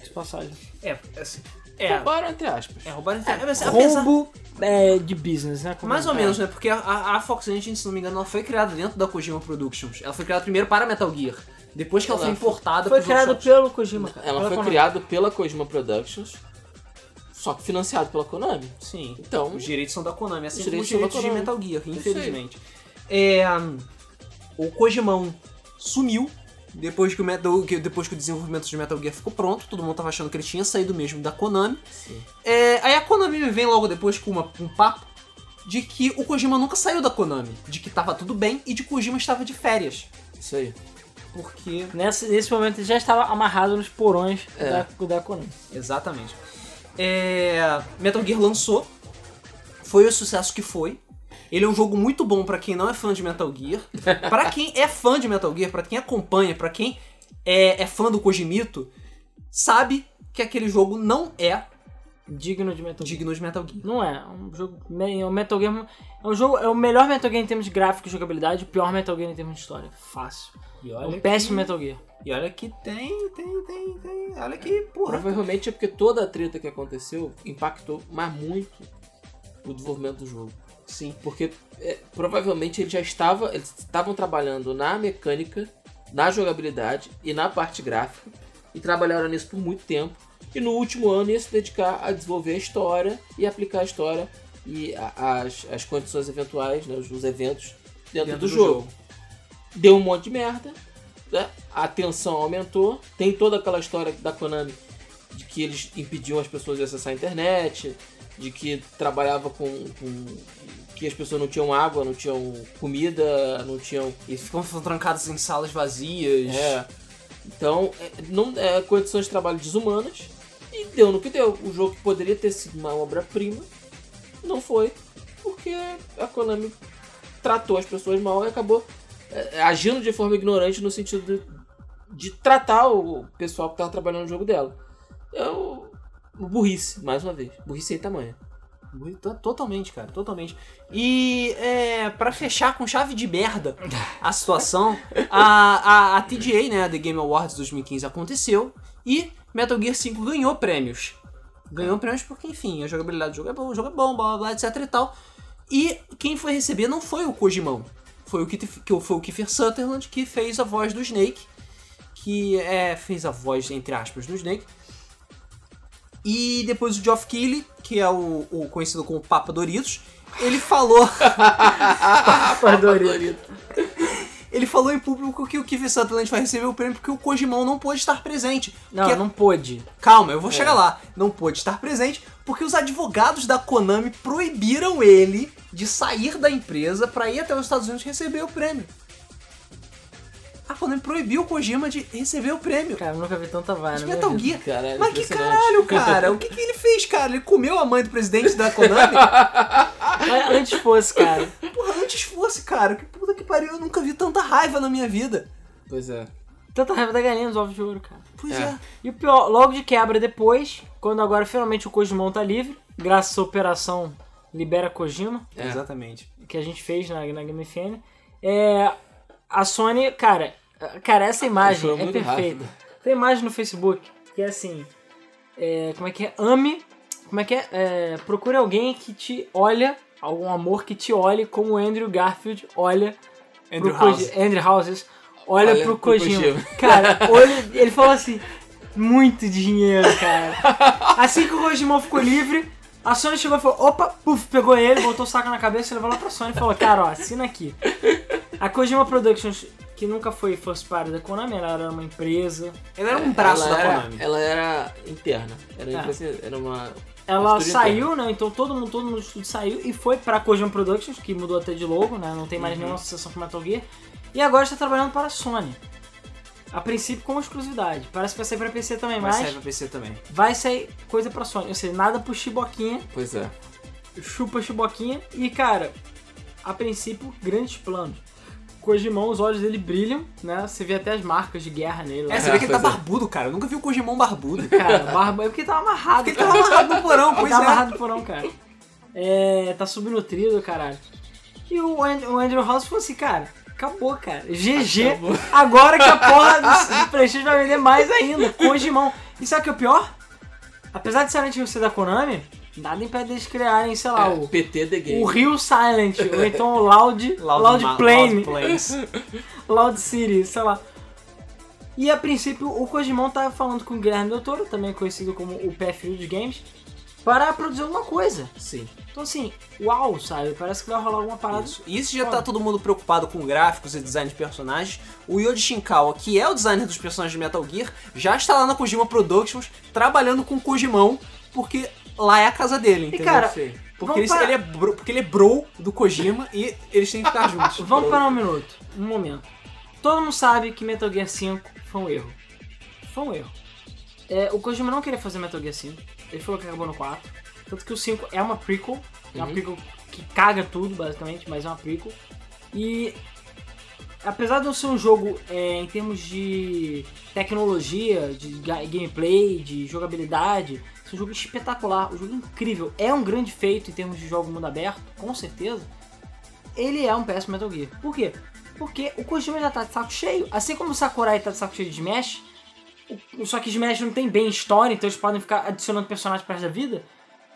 [SPEAKER 2] De passagem.
[SPEAKER 1] É, assim. É,
[SPEAKER 3] Roubaram, entre aspas.
[SPEAKER 1] é roubaram. É, mas apesar-
[SPEAKER 2] Roubo é, de business, né? Como
[SPEAKER 1] Mais
[SPEAKER 2] é?
[SPEAKER 1] ou menos, né? Porque a- a, a Fox Engine, se não me engano, ela foi criada dentro da Kojima Productions. Ela foi criada primeiro para Metal Gear. Depois que ela,
[SPEAKER 3] Ela
[SPEAKER 1] foi importada
[SPEAKER 2] É. Foi
[SPEAKER 1] pros
[SPEAKER 2] criado
[SPEAKER 1] workshops.
[SPEAKER 2] pelo Kojima, cara.
[SPEAKER 3] Ela
[SPEAKER 2] Pela
[SPEAKER 3] foi
[SPEAKER 2] Konami.
[SPEAKER 3] criada pela Kojima Productions, só que financiado pela Konami.
[SPEAKER 1] Sim.
[SPEAKER 3] Então,
[SPEAKER 1] Os direitos são da Konami, assim
[SPEAKER 3] Os
[SPEAKER 1] como os
[SPEAKER 3] direitos são da
[SPEAKER 1] direitos de
[SPEAKER 3] Konami.
[SPEAKER 1] Metal Gear,
[SPEAKER 3] aí.
[SPEAKER 1] infelizmente. É, hum, o Kojimão sumiu depois que, o Metal, que- depois que o desenvolvimento de Metal Gear ficou pronto. Todo mundo tava achando que ele tinha saído mesmo da Konami.
[SPEAKER 3] sim.
[SPEAKER 1] É, aí a Konami me vem logo depois com uma- um papo de que o Kojima nunca saiu da Konami. De que tava tudo bem e de que o Kojima estava de férias.
[SPEAKER 3] isso aí.
[SPEAKER 1] Porque
[SPEAKER 2] Nessa- nesse momento ele já estava amarrado nos porões
[SPEAKER 3] É.
[SPEAKER 2] da, da Konami.
[SPEAKER 1] Exatamente. É, Metal Gear lançou, foi o sucesso que foi. Ele é um jogo muito bom pra quem não é fã de Metal Gear. Pra quem é fã de Metal Gear, pra quem acompanha, pra quem é, é fã do Kojimito, sabe que aquele jogo não é
[SPEAKER 2] Digno de Metal Gear.
[SPEAKER 1] digno de Metal Gear.
[SPEAKER 2] Não é, é um jogo. É um Metal Gear. É um jogo. É o melhor Metal Gear em termos de gráfico e jogabilidade, o pior Metal Gear em termos de história. Fácil.
[SPEAKER 1] E
[SPEAKER 2] É
[SPEAKER 1] olha,
[SPEAKER 2] um péssimo Metal Gear.
[SPEAKER 1] e olha que tem, tem, tem, tem. Olha que, porra.
[SPEAKER 3] Provavelmente é porque toda a treta que aconteceu impactou, mas muito, o desenvolvimento do jogo.
[SPEAKER 1] Sim.
[SPEAKER 3] Porque é, provavelmente ele já estava. Eles estavam trabalhando na mecânica, na jogabilidade e na parte gráfica. E trabalharam nisso por muito tempo. E no último ano ia se dedicar a desenvolver a história e aplicar a história e a- as, as condições eventuais, né, os, os eventos dentro, do, jogo. Deu um monte de merda. né, A tensão aumentou. Tem toda aquela história da Konami de que eles impediam as pessoas de acessar a internet, de que trabalhava com, com- que as pessoas não tinham água, não tinham comida, não tinham.
[SPEAKER 1] E ficam trancados em salas vazias.
[SPEAKER 3] É. Então, é, não, é, condições de trabalho desumanas. E deu no que deu. O jogo que poderia ter sido uma obra-prima, não foi. Porque a Konami tratou as pessoas mal e acabou é, agindo de forma ignorante no sentido de, de tratar o pessoal que estava trabalhando no jogo dela. É o o burrice, mais uma vez. Burrice sem tamanho.
[SPEAKER 1] Muito- to- Totalmente, cara, totalmente. E é, para fechar com chave de merda a situação, a, a, a TGA, né, a The Game Awards 2015 aconteceu e Metal Gear 5 ganhou prêmios. Ganhou prêmios porque, enfim, a jogabilidade do jogo é bom, o jogo é bom, blá blá, blá etc e tal. E quem foi receber não foi o Kojimão, foi o, Keith- que, foi o Kiefer Sutherland que fez a voz do Snake, que é, fez a voz, entre aspas, do Snake. E depois o Geoff Keighley, que é o, o conhecido como Papa Doritos, ele falou, (laughs) ele falou em público que o Kiefer Sutherland vai receber o prêmio porque o Kojimão não pôde estar presente.
[SPEAKER 2] Não, É.
[SPEAKER 1] Porque-
[SPEAKER 2] não pôde.
[SPEAKER 1] Calma, eu vou chegar lá. Não pôde estar presente porque os advogados da Konami proibiram ele de sair da empresa pra ir até os Estados Unidos receber o prêmio. A Konami proibiu o Kojima de receber o prêmio.
[SPEAKER 2] Cara, eu nunca vi tanta vaia
[SPEAKER 1] Mas
[SPEAKER 2] na minha
[SPEAKER 1] Metal
[SPEAKER 2] vida. é
[SPEAKER 1] Gear.
[SPEAKER 3] Caralho,
[SPEAKER 1] Mas que
[SPEAKER 3] impressionante. (laughs)
[SPEAKER 1] caralho, cara? O que, que ele fez, cara? Ele comeu a mãe do presidente da
[SPEAKER 2] (laughs)
[SPEAKER 1] Konami?
[SPEAKER 2] Ah, Antes fosse, cara.
[SPEAKER 1] Porra, antes fosse, cara. Que puta que pariu, eu nunca vi tanta raiva na minha vida.
[SPEAKER 3] Pois é.
[SPEAKER 2] Tanta raiva da galinha dos ovos de ouro, cara.
[SPEAKER 1] Pois
[SPEAKER 3] É.
[SPEAKER 1] é.
[SPEAKER 2] E o pior, logo de quebra depois, quando agora finalmente o Kojimão tá livre, graças à operação Libera Kojima,
[SPEAKER 3] É.
[SPEAKER 1] Exatamente.
[SPEAKER 2] que a gente fez na, na Game FM, é, a Sony, cara, cara, essa imagem
[SPEAKER 3] Foi
[SPEAKER 2] é
[SPEAKER 3] muito
[SPEAKER 2] perfeita.
[SPEAKER 3] rápido.
[SPEAKER 2] Tem imagem no Facebook que é assim, é, como é que é? Ame, como é que é? é? Procure alguém que te olha, algum amor que te olhe como o Andrew Garfield olha
[SPEAKER 1] Andrew
[SPEAKER 2] pro
[SPEAKER 1] House.
[SPEAKER 2] Koji- Andrew Houses olha,
[SPEAKER 3] Olha
[SPEAKER 2] pro
[SPEAKER 3] pro
[SPEAKER 2] Kojima.
[SPEAKER 3] Kojima.
[SPEAKER 2] Cara, olha, ele falou assim: muito dinheiro, cara. Assim que o Kojima ficou livre, a Sony chegou e falou: opa, puf, pegou ele, botou o saco na cabeça, levou lá pra Sony e falou: cara, ó, assina aqui. A Kojima Productions, que nunca foi first party da Konami, ela era uma empresa.
[SPEAKER 1] Ele era um braço
[SPEAKER 3] ela
[SPEAKER 1] da
[SPEAKER 3] era,
[SPEAKER 1] Konami. Ah.
[SPEAKER 3] Ela era interna. Era,
[SPEAKER 2] É.
[SPEAKER 3] empresa- era uma.
[SPEAKER 2] Ela
[SPEAKER 3] Estúdio
[SPEAKER 2] saiu, né? Então todo mundo, todo mundo do estúdio saiu e foi pra Kojima Productions, que mudou até de logo, né? Não tem mais nenhuma associação com Metal Gear. E agora está trabalhando para a Sony. A princípio com exclusividade. Parece que vai sair pra PC também,
[SPEAKER 3] é
[SPEAKER 1] Mas
[SPEAKER 2] mas,
[SPEAKER 1] serve pra PC também.
[SPEAKER 2] vai sair coisa pra Sony. Ou seja, nada pro Chiboquinha,
[SPEAKER 3] Pois é.
[SPEAKER 2] chupa Chiboquinha. E, cara, a princípio, grandes planos. Kojimão, os olhos dele brilham, né? Você vê até as marcas de guerra nele. lá.
[SPEAKER 1] É, você vê que ele tá
[SPEAKER 3] Pois é.
[SPEAKER 1] barbudo, cara. Eu nunca vi o Kojimon (laughs) barbudo.
[SPEAKER 2] Cara, barba é porque ele tava amarrado.
[SPEAKER 1] Ele
[SPEAKER 2] cara.
[SPEAKER 1] tava amarrado no porão,
[SPEAKER 2] Ele
[SPEAKER 1] pois
[SPEAKER 2] tá
[SPEAKER 1] é.
[SPEAKER 2] amarrado no porão, cara. É, tá subnutrido, caralho. E o, And- o Andrew House falou assim, cara, acabou, cara. GG,
[SPEAKER 3] Acabou.
[SPEAKER 2] (laughs) agora que a porra do, do Prestige vai vender mais ainda, Kojimão. E sabe o que é o pior? Apesar de Silent Hill ser da Konami, nada impede eles criarem, sei lá,
[SPEAKER 3] É,
[SPEAKER 2] o,
[SPEAKER 3] PT The Game.
[SPEAKER 2] o Rio Silent, ou então o Loud, Loud,
[SPEAKER 1] Ma- Loud
[SPEAKER 2] Plane,
[SPEAKER 1] Plains.
[SPEAKER 2] Loud City, sei lá. E a princípio o Kojimon tá falando com o Guilherme Del Toro, também conhecido como o Pé Frio dos Games, para produzir alguma coisa.
[SPEAKER 3] Sim.
[SPEAKER 2] Então assim, uau, sabe? Parece que vai rolar alguma parada.
[SPEAKER 1] Isso. E isso já tá todo mundo preocupado com gráficos e design de personagens. O Yoji Shinkawa, que é o designer dos personagens de Metal Gear, já está lá na Kojima Productions trabalhando com o Kojimão, porque lá é a casa dele, entendeu?
[SPEAKER 2] cara,
[SPEAKER 3] Sim.
[SPEAKER 1] porque, ele,
[SPEAKER 2] vamos parar-
[SPEAKER 1] ele é bro, porque ele é bro do Kojima e eles têm que ficar juntos.
[SPEAKER 2] (laughs) Vamos parar um minuto, um momento. Todo mundo sabe que Metal Gear 5 foi um erro. Foi um erro. É, o Kojima não queria fazer Metal Gear 5. Ele falou que acabou no 4. Tanto que o 5 é uma prequel. É uma
[SPEAKER 3] Uhum.
[SPEAKER 2] prequel que caga tudo, basicamente, mas é uma prequel. E apesar de não ser um jogo é, em termos de tecnologia, de ga- gameplay, de jogabilidade, é um jogo espetacular, um jogo incrível. É um grande feito em termos de jogo mundo aberto, com certeza. Ele é um péssimo Metal Gear. Por quê? Porque o Kojima já tá de saco cheio. Assim como o Sakurai tá de saco cheio de Smash, o- só que Smash não tem bem história, então eles podem ficar adicionando personagens perto da vida.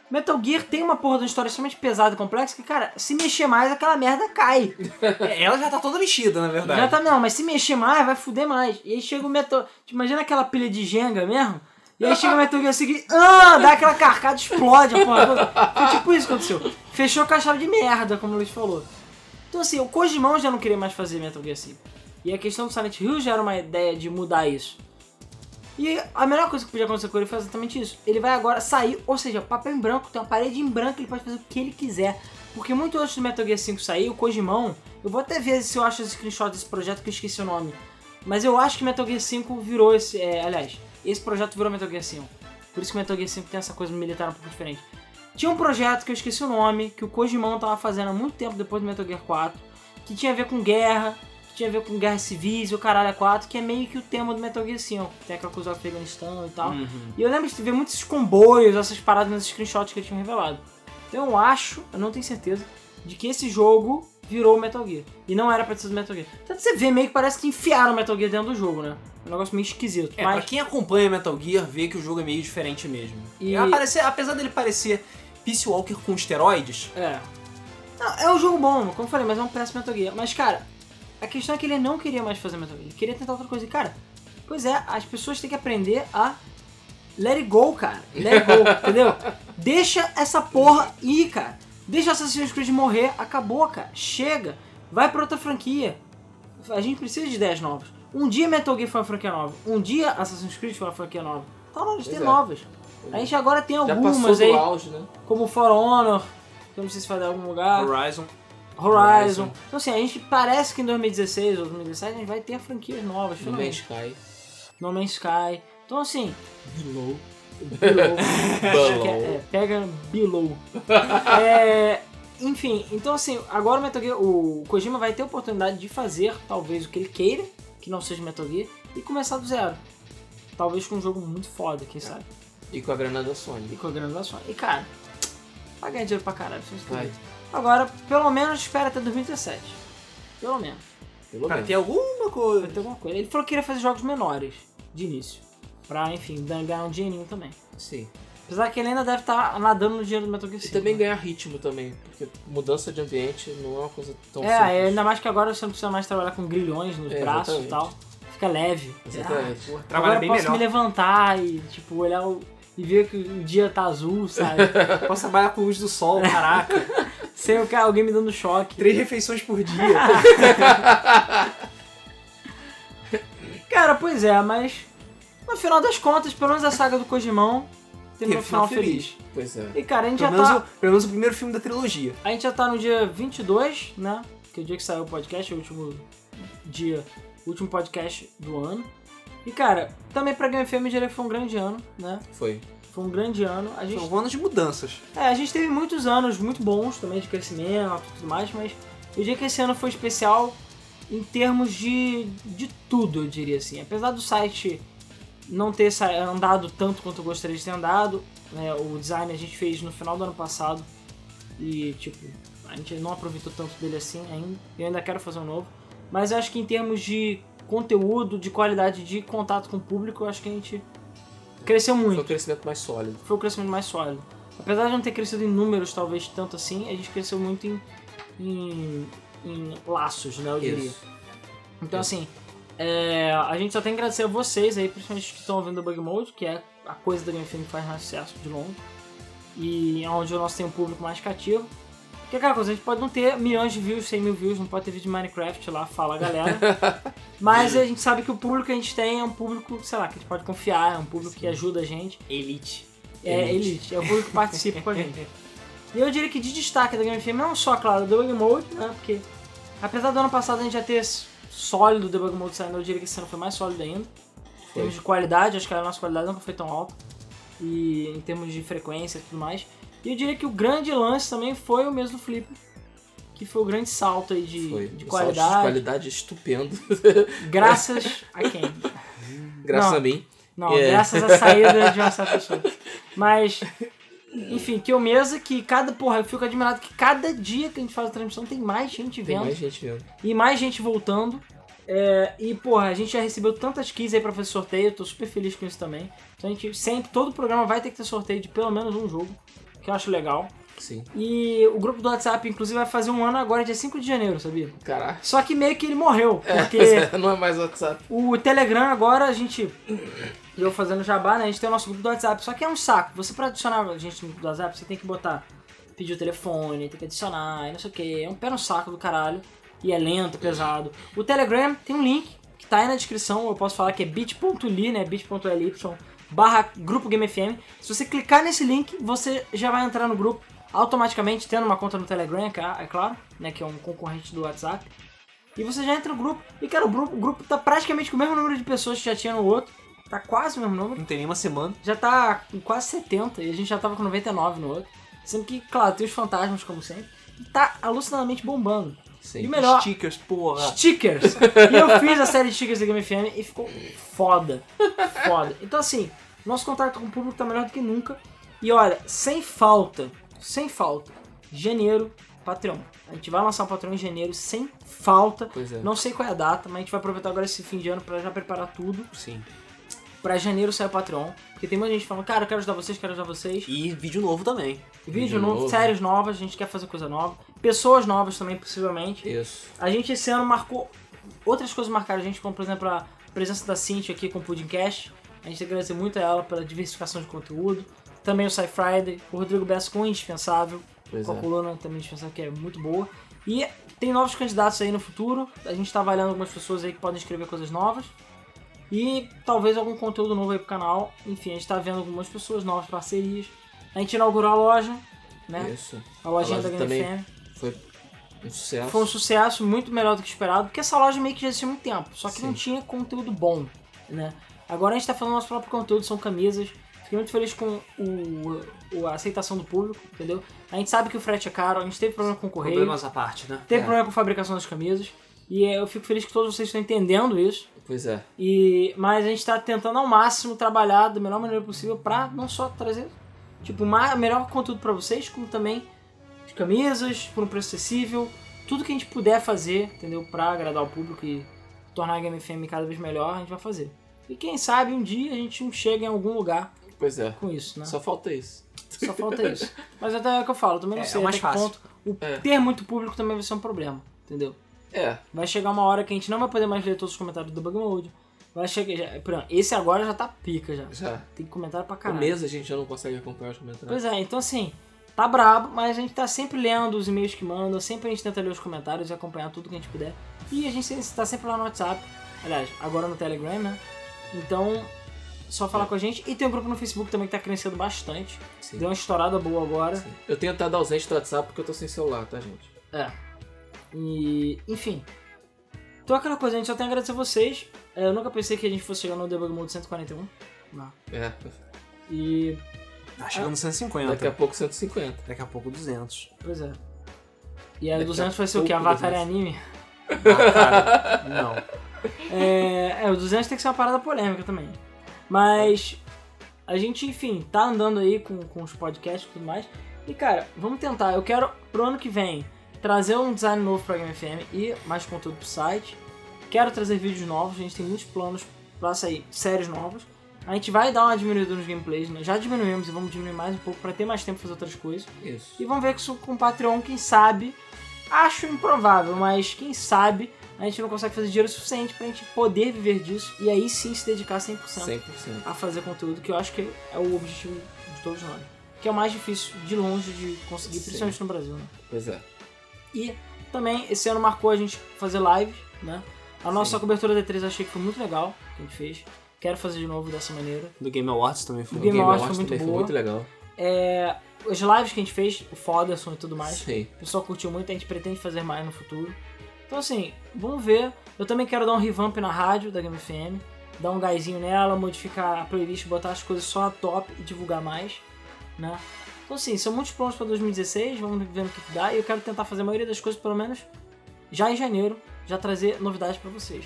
[SPEAKER 2] Metal Gear tem uma porra de uma história extremamente pesada e complexa que, cara, se mexer mais, aquela merda cai.
[SPEAKER 1] Ela já tá toda mexida, na verdade.
[SPEAKER 2] Já tá, não, mas se mexer mais, vai fuder mais. E aí chega o Metal. tipo, Imagina aquela pilha de Jenga mesmo? E aí chega o Metal Gear seguinte, ah, dá aquela carcada, explode a porra toda. Foi tipo isso que aconteceu. Fechou com a chave de merda, como o Luiz falou. Então assim, o Kojimão já não queria mais fazer Metal Gear 5. E a questão do Silent Hill já era uma ideia de mudar isso. E a melhor coisa que podia acontecer com ele foi exatamente isso. Ele vai agora sair, ou seja, papel em branco, tem uma parede em branco, ele pode fazer o que ele quiser. Porque muito antes do Metal Gear 5 sair, o Kojimão, eu vou até ver se eu acho esse screenshot desse projeto que eu esqueci o nome. Mas eu acho que Metal Gear 5 virou esse. é, aliás, esse projeto virou Metal Gear 5. Por isso que Metal Gear 5 tem essa coisa militar um pouco diferente. Tinha um projeto que eu esqueci o nome, que o Kojimão tava fazendo há muito tempo depois do Metal Gear 4, que tinha a ver com guerra, que tinha a ver com guerra civis e o caralho a 4, que é meio que o tema do Metal Gear 5. Tem aquela coisa do Afeganistão e tal.
[SPEAKER 1] Uhum.
[SPEAKER 2] E eu lembro de ver muitos comboios, essas paradas nos screenshots que eu tinha revelado. Então eu acho, eu não tenho certeza, de que esse jogo virou Metal Gear. E não era pra ter sido Metal Gear. Tanto você vê meio que parece que enfiaram o Metal Gear dentro do jogo, né? Um negócio meio esquisito.
[SPEAKER 1] É, pra
[SPEAKER 2] mas
[SPEAKER 1] quem acompanha Metal Gear, vê que o jogo é meio diferente mesmo.
[SPEAKER 2] E-
[SPEAKER 1] Aparece- apesar dele parecer Peace Walker com esteroides,
[SPEAKER 2] É. Não, é um jogo bom, como eu falei, mas é um péssimo Metal Gear. Mas, cara, a questão é que ele não queria mais fazer Metal Gear. Ele queria tentar outra coisa. E, cara, pois é, as pessoas têm que aprender a let it go, cara. Let it go,
[SPEAKER 3] (laughs)
[SPEAKER 2] entendeu? Deixa essa porra ir, cara. Deixa Assassin's Creed morrer. Acabou, cara. Chega. Vai pra outra franquia. A gente precisa de ideias novas. Um dia Metal Gear foi uma franquia nova. Um dia Assassin's Creed foi uma franquia nova. Tá na hora de
[SPEAKER 3] Pois
[SPEAKER 2] ter
[SPEAKER 3] é.
[SPEAKER 2] novas. A gente agora tem
[SPEAKER 3] Já passou
[SPEAKER 2] algumas
[SPEAKER 3] do
[SPEAKER 2] aí,
[SPEAKER 3] auge, né?
[SPEAKER 2] como For Honor, que eu não sei se vai dar em algum lugar.
[SPEAKER 1] Horizon.
[SPEAKER 2] Horizon.
[SPEAKER 3] Horizon.
[SPEAKER 2] Então assim, a gente parece que em 2016 ou 2017 a gente vai ter franquias novas,
[SPEAKER 3] No Man's
[SPEAKER 2] finalmente. (laughs)
[SPEAKER 3] Sky.
[SPEAKER 2] No Man's Sky. Então assim,
[SPEAKER 3] Below.
[SPEAKER 2] Below. Que é-
[SPEAKER 3] Below.
[SPEAKER 2] é, pega Below. (laughs) É, enfim, então assim, agora o Metal Gear, o Kojima vai ter a oportunidade de fazer talvez o que ele queira, que não seja Metal Gear, e começar do zero. Talvez com um jogo muito foda, quem sabe?
[SPEAKER 3] E com a grana da
[SPEAKER 2] E
[SPEAKER 3] Sony.
[SPEAKER 2] com a gravação. E cara, vai ganhar dinheiro pra caralho. vocês estão
[SPEAKER 3] Vai.
[SPEAKER 2] doidos. Agora, pelo menos espera até 2017. Pelo menos.
[SPEAKER 3] Pelo
[SPEAKER 1] Cara,
[SPEAKER 3] menos.
[SPEAKER 1] tem alguma
[SPEAKER 2] Vai
[SPEAKER 1] coisa.
[SPEAKER 2] ter alguma coisa. Ele falou que queria fazer jogos menores, de início. Pra, enfim, dar- ganhar um dinheirinho também.
[SPEAKER 3] Sim.
[SPEAKER 2] Apesar que ele ainda deve estar nadando no dinheiro do Metal Gear
[SPEAKER 3] E
[SPEAKER 2] 5.
[SPEAKER 3] também
[SPEAKER 2] né?
[SPEAKER 3] ganhar ritmo também, porque mudança de ambiente não é uma coisa tão
[SPEAKER 2] É,
[SPEAKER 3] simples.
[SPEAKER 2] ainda mais que agora você não precisa mais trabalhar com grilhões nos
[SPEAKER 3] É,
[SPEAKER 2] braços e tal.
[SPEAKER 3] exatamente.
[SPEAKER 2] Fica leve.
[SPEAKER 3] Exatamente.
[SPEAKER 1] Pô,
[SPEAKER 2] é. Ah,
[SPEAKER 1] Trabalha
[SPEAKER 2] agora
[SPEAKER 1] bem
[SPEAKER 2] posso me
[SPEAKER 1] melhor.
[SPEAKER 2] levantar e, tipo, olhar o... E ver que o dia tá azul,
[SPEAKER 1] (laughs)
[SPEAKER 2] sabe?
[SPEAKER 1] Posso trabalhar com luz do
[SPEAKER 2] (laughs)
[SPEAKER 1] sol,
[SPEAKER 2] É.
[SPEAKER 1] caraca.
[SPEAKER 2] Sem o cara- alguém me dando choque.
[SPEAKER 1] Três refeições por dia.
[SPEAKER 2] (laughs) Cara, pois é, mas no final das contas, pelo menos a saga do Kojimão teve um final feliz.
[SPEAKER 3] Pois é.
[SPEAKER 2] E cara, a gente,
[SPEAKER 1] Pelo
[SPEAKER 2] já
[SPEAKER 1] menos,
[SPEAKER 2] tá,
[SPEAKER 1] o, pelo menos o primeiro filme da trilogia.
[SPEAKER 2] a gente já tá no dia 22, né? Que é o dia que saiu o podcast, é o último dia, o último podcast do ano. E cara, também pra Game FM eu diria que foi um grande ano, né?
[SPEAKER 3] Foi.
[SPEAKER 2] Foi um grande ano. A gente,
[SPEAKER 1] São anos de mudanças.
[SPEAKER 2] é, a gente teve muitos anos muito bons também de crescimento e tudo mais, mas eu diria que esse ano foi especial em termos de, de tudo, eu diria assim. Apesar do site não ter sa- andado tanto quanto eu gostaria de ter andado, né, o design a gente fez no final do ano passado e, tipo, a gente não aproveitou tanto dele assim ainda. Eu ainda quero fazer um novo. Mas eu acho que em termos de conteúdo, de qualidade de contato com o público, eu acho que a gente cresceu muito
[SPEAKER 3] Foi um crescimento mais sólido.
[SPEAKER 2] foi o crescimento mais sólido. Apesar de não ter crescido em números, talvez, tanto assim, a gente cresceu muito em, em, em laços, né, eu diria.
[SPEAKER 3] Isso.
[SPEAKER 2] Então, assim, é, a gente só tem que agradecer a vocês aí, principalmente os que estão ouvindo o Bug Mode, que é a coisa da Game Film que faz mais sucesso de longo. E é onde o nosso tem um público mais cativo. Porque aquela coisa, a gente pode não ter milhões de views, 100 mil views, não pode ter vídeo de Minecraft lá, fala galera. Mas a gente sabe que o público que a gente tem é um público, sei lá, que a gente pode confiar, é um público que ajuda a gente.
[SPEAKER 1] Elite.
[SPEAKER 2] É
[SPEAKER 3] Elite.
[SPEAKER 2] elite, é o público que participa com a gente. E eu diria que de destaque da Game FM, não só, claro, o Debug Mode, né? Porque apesar do ano passado a gente já ter sólido o Debug Mode saindo, eu diria que esse ano foi mais sólido ainda. Em termos de qualidade, acho que a nossa qualidade nunca foi tão alta. E em termos de frequência e tudo mais. E eu diria que o grande lance também foi o mesmo do Flip. Que foi o grande salto aí de,
[SPEAKER 3] Foi.
[SPEAKER 2] de
[SPEAKER 3] Um salto
[SPEAKER 2] qualidade.
[SPEAKER 3] De qualidade estupendo.
[SPEAKER 2] Graças a quem?
[SPEAKER 3] (laughs) Graças
[SPEAKER 2] Não.
[SPEAKER 3] a mim.
[SPEAKER 2] Não,
[SPEAKER 3] É.
[SPEAKER 2] graças à saída de uma certa
[SPEAKER 3] (laughs)
[SPEAKER 2] pessoa. Mas, enfim, que o mesa que cada. Porra, eu fico admirado que cada dia que a gente faz a transmissão tem mais gente
[SPEAKER 3] Tem
[SPEAKER 2] vendo
[SPEAKER 3] mais gente vendo.
[SPEAKER 2] e mais gente voltando. É, e, porra, a gente já recebeu tantas keys aí pra fazer sorteio, eu tô super feliz com isso também. Então a gente sempre, todo programa vai ter que ter sorteio de pelo menos um jogo, que eu acho legal.
[SPEAKER 3] Sim.
[SPEAKER 2] E o grupo do WhatsApp, inclusive, vai fazer um ano agora, dia 5 de janeiro, sabia?
[SPEAKER 3] Caraca.
[SPEAKER 2] Só que meio que ele morreu,
[SPEAKER 3] (laughs)
[SPEAKER 2] porque.
[SPEAKER 3] Não é mais WhatsApp.
[SPEAKER 2] O Telegram agora a gente. e Eu fazendo jabá, né? A gente tem o nosso grupo do WhatsApp. Só que é um saco. Você pra adicionar a gente no grupo do WhatsApp, você tem que botar. Pedir o telefone, tem que adicionar, e não sei o que. É um pé no saco do caralho. E é lento, pesado. O Telegram tem um link que tá aí na descrição. Eu posso falar que é bit.ly, né? bit.ly barra grupo Game FM. Se você clicar nesse link, você já vai entrar no grupo automaticamente, tendo uma conta no Telegram, é ca- é claro, né? Que é um concorrente do WhatsApp. E você já entra no grupo. E, cara, o grupo, o grupo tá praticamente com o mesmo número de pessoas que já tinha no outro. Tá quase o mesmo número.
[SPEAKER 1] Não tem nenhuma semana.
[SPEAKER 2] Já tá com quase 70 e a gente já tava com 99 no outro. Sendo que, claro, tem os fantasmas, como sempre. E tá alucinadamente bombando.
[SPEAKER 3] Sim.
[SPEAKER 2] E o melhor,
[SPEAKER 1] Stickers, porra.
[SPEAKER 2] stickers. e eu fiz a série de stickers da Game FM e ficou foda. Foda. Então, assim, nosso contato com o público tá melhor do que nunca. E olha, sem falta, sem falta, janeiro, Patreon. A gente vai lançar o Patreon em janeiro, sem falta.
[SPEAKER 3] Pois é.
[SPEAKER 2] Não sei qual é a data, mas a gente vai aproveitar agora esse fim de ano pra já preparar tudo.
[SPEAKER 1] Sim.
[SPEAKER 2] Pra janeiro sair o Patreon. Porque tem muita gente falando, cara, eu quero ajudar vocês, quero ajudar vocês.
[SPEAKER 1] E vídeo novo também.
[SPEAKER 2] Vídeo
[SPEAKER 3] Vídeo
[SPEAKER 2] novo,
[SPEAKER 3] novo.
[SPEAKER 2] séries novas, a gente quer fazer coisa nova. Pessoas novas também, possivelmente.
[SPEAKER 3] Isso.
[SPEAKER 2] A gente esse ano marcou. Outras coisas marcaram a gente, como por exemplo a presença da Cintia aqui com o Pudimcast. A gente agradece muito a ela pela diversificação de conteúdo. Também o Sci Friday, o Rodrigo Bessa com o Indispensável,
[SPEAKER 3] Pois
[SPEAKER 2] com a
[SPEAKER 3] é.
[SPEAKER 2] coluna também Indispensável, que é muito boa. E tem novos candidatos aí no futuro. A gente tá avaliando algumas pessoas aí que podem escrever coisas novas. E talvez algum conteúdo novo aí pro canal. Enfim, a gente tá vendo algumas pessoas, novas parcerias. A gente inaugurou a loja, né?
[SPEAKER 3] Isso.
[SPEAKER 2] A lojinha
[SPEAKER 3] A loja
[SPEAKER 2] da Game
[SPEAKER 3] também
[SPEAKER 2] FM.
[SPEAKER 3] Foi um sucesso.
[SPEAKER 2] Foi um sucesso muito melhor do que esperado, porque essa loja meio que já existia há muito tempo, só que não
[SPEAKER 3] Sim.
[SPEAKER 2] tinha conteúdo bom, né? Agora a gente tá fazendo nosso próprio conteúdo, são camisas. Fiquei muito feliz com o, o- a aceitação do público, entendeu? A gente sabe que o frete é caro, a gente teve problema com o correio,
[SPEAKER 1] Problemas à parte, né?
[SPEAKER 2] teve
[SPEAKER 3] é.
[SPEAKER 2] problema com a fabricação das camisas, e eh, eu fico feliz que todos vocês estão entendendo isso.
[SPEAKER 3] Pois é.
[SPEAKER 2] E, mas a gente tá tentando ao máximo trabalhar da melhor maneira possível pra não só trazer tipo o ma- melhor conteúdo pra vocês, como também de camisas por um preço acessível, tudo que a gente puder fazer, entendeu? Pra agradar o público e tornar a Game FM cada vez melhor, a gente vai fazer. E quem sabe um dia a gente chega em algum lugar
[SPEAKER 3] Pois é.
[SPEAKER 2] com isso, né? Só,
[SPEAKER 3] Só falta isso.
[SPEAKER 2] falta isso. Mas até é o que eu falo, também
[SPEAKER 1] (laughs)
[SPEAKER 2] não
[SPEAKER 1] É,
[SPEAKER 2] sei
[SPEAKER 1] é o mais
[SPEAKER 2] até que
[SPEAKER 1] fácil.
[SPEAKER 2] ponto o
[SPEAKER 3] É.
[SPEAKER 2] ter muito público também vai ser um problema, entendeu?
[SPEAKER 3] É.
[SPEAKER 2] Vai chegar uma hora que a gente não vai poder mais ler todos os comentários do Bug Mode. Vai chegar. Já, por exemplo, esse agora já tá pica já.
[SPEAKER 3] Já.
[SPEAKER 2] Tem comentário pra
[SPEAKER 3] Com
[SPEAKER 2] caralho.
[SPEAKER 3] mesa a gente já não consegue acompanhar os comentários.
[SPEAKER 2] Pois é, então assim, tá brabo, mas a gente tá sempre lendo os e-mails que mandam, sempre a gente tenta ler os comentários e acompanhar tudo que a gente puder. E a gente se- tá sempre lá no WhatsApp. Aliás, agora no Telegram, né? Então, só falar com a gente. E tem um grupo no Facebook também que tá crescendo bastante.
[SPEAKER 3] Sim.
[SPEAKER 2] Deu uma estourada boa agora.
[SPEAKER 3] Sim. Eu tenho estado ausente do WhatsApp porque eu tô sem celular, tá, gente?
[SPEAKER 2] É. E, enfim. Então é aquela coisa, a gente só tem a agradecer a vocês. É, Eu nunca pensei que a gente fosse chegar no Debug Mode 141. Não.
[SPEAKER 3] É.
[SPEAKER 2] um, né? E,
[SPEAKER 1] Tá chegando 150.
[SPEAKER 3] Daqui a pouco 150.
[SPEAKER 1] Daqui a pouco
[SPEAKER 3] (laughs)
[SPEAKER 1] 200.
[SPEAKER 2] pois é. E a
[SPEAKER 3] Daqui a
[SPEAKER 2] 200 vai ser o que?
[SPEAKER 3] pouco,
[SPEAKER 2] Avatar é
[SPEAKER 3] 200.
[SPEAKER 2] anime?
[SPEAKER 1] Ah, cara, não.
[SPEAKER 2] É, é, o 200 tem que ser uma parada polêmica também. Mas a gente, enfim, tá andando aí com, com os podcasts e tudo mais. E, cara, vamos tentar. Eu quero, pro ano que vem, trazer um design novo pra Game FM e mais conteúdo pro site. Quero trazer vídeos novos. A gente tem muitos planos pra sair séries novas. A gente vai dar uma diminuída nos gameplays, né? Já diminuímos e vamos diminuir mais um pouco pra ter mais tempo pra fazer outras coisas.
[SPEAKER 3] Isso.
[SPEAKER 2] E vamos ver que isso com o Patreon, quem sabe. Acho improvável, mas quem sabe a gente não consegue fazer dinheiro suficiente pra gente poder viver disso e aí sim se dedicar 100%,
[SPEAKER 3] 100%.
[SPEAKER 2] a fazer conteúdo, que eu acho que é o objetivo de todos nós. Que é o mais difícil de longe de conseguir,
[SPEAKER 3] Sim.
[SPEAKER 2] principalmente no Brasil, né?
[SPEAKER 3] Pois é.
[SPEAKER 2] E também esse ano marcou a gente fazer live, né? A nossa
[SPEAKER 3] Sim.
[SPEAKER 2] cobertura da 3 eu achei que foi muito legal que a gente fez. Quero fazer de novo dessa maneira.
[SPEAKER 1] Do Game Awards também foi.
[SPEAKER 2] Do Game Awards foi muito
[SPEAKER 3] também foi
[SPEAKER 2] boa.
[SPEAKER 3] muito legal.
[SPEAKER 2] É, as lives que a gente fez, o Foderson e tudo mais.
[SPEAKER 3] Sim.
[SPEAKER 2] O pessoal curtiu muito, a gente pretende fazer mais no futuro. Então assim, vamos ver. Eu também quero dar um revamp na rádio da Game FM, dar um gásinho nela, modificar a playlist, botar as coisas só a top e divulgar mais, né? Então assim, são muitos planos para 2016, vamos ver no que que dá. E eu quero tentar fazer a maioria das coisas, pelo menos já em janeiro, já trazer novidades para vocês.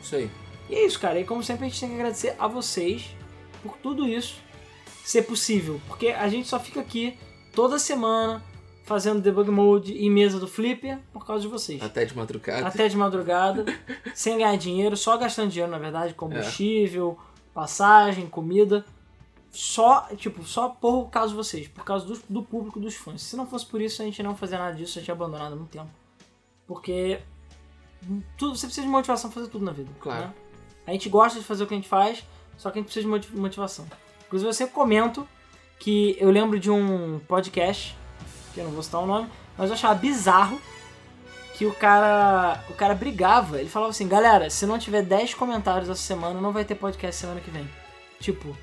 [SPEAKER 3] Isso aí.
[SPEAKER 2] E é isso, cara. E como sempre, a gente tem que agradecer a vocês por tudo isso ser possível. Porque a gente só fica aqui toda semana fazendo debug mode e mesa do Flipper por causa de vocês.
[SPEAKER 3] Até de madrugada.
[SPEAKER 2] Até
[SPEAKER 3] (laughs)
[SPEAKER 2] de madrugada, sem ganhar dinheiro, só gastando dinheiro, na
[SPEAKER 3] É.
[SPEAKER 2] verdade, combustível, passagem, comida. Só, tipo, só por causa de vocês, por causa do, do público, dos fãs. Se não fosse por isso, a gente não fazia nada disso, a gente ia abandonar há muito tempo. Porque tudo, você precisa de motivação pra fazer tudo na vida.
[SPEAKER 3] Claro.
[SPEAKER 2] né? A gente gosta de fazer o que a gente faz, só que a gente precisa de moti- motivação. Inclusive, eu sempre comento que eu lembro de um podcast, que eu não vou citar o nome, mas eu achava bizarro que o cara, o cara brigava. Ele falava assim, galera, se não tiver 10 comentários essa semana, não vai ter podcast semana que vem. Tipo,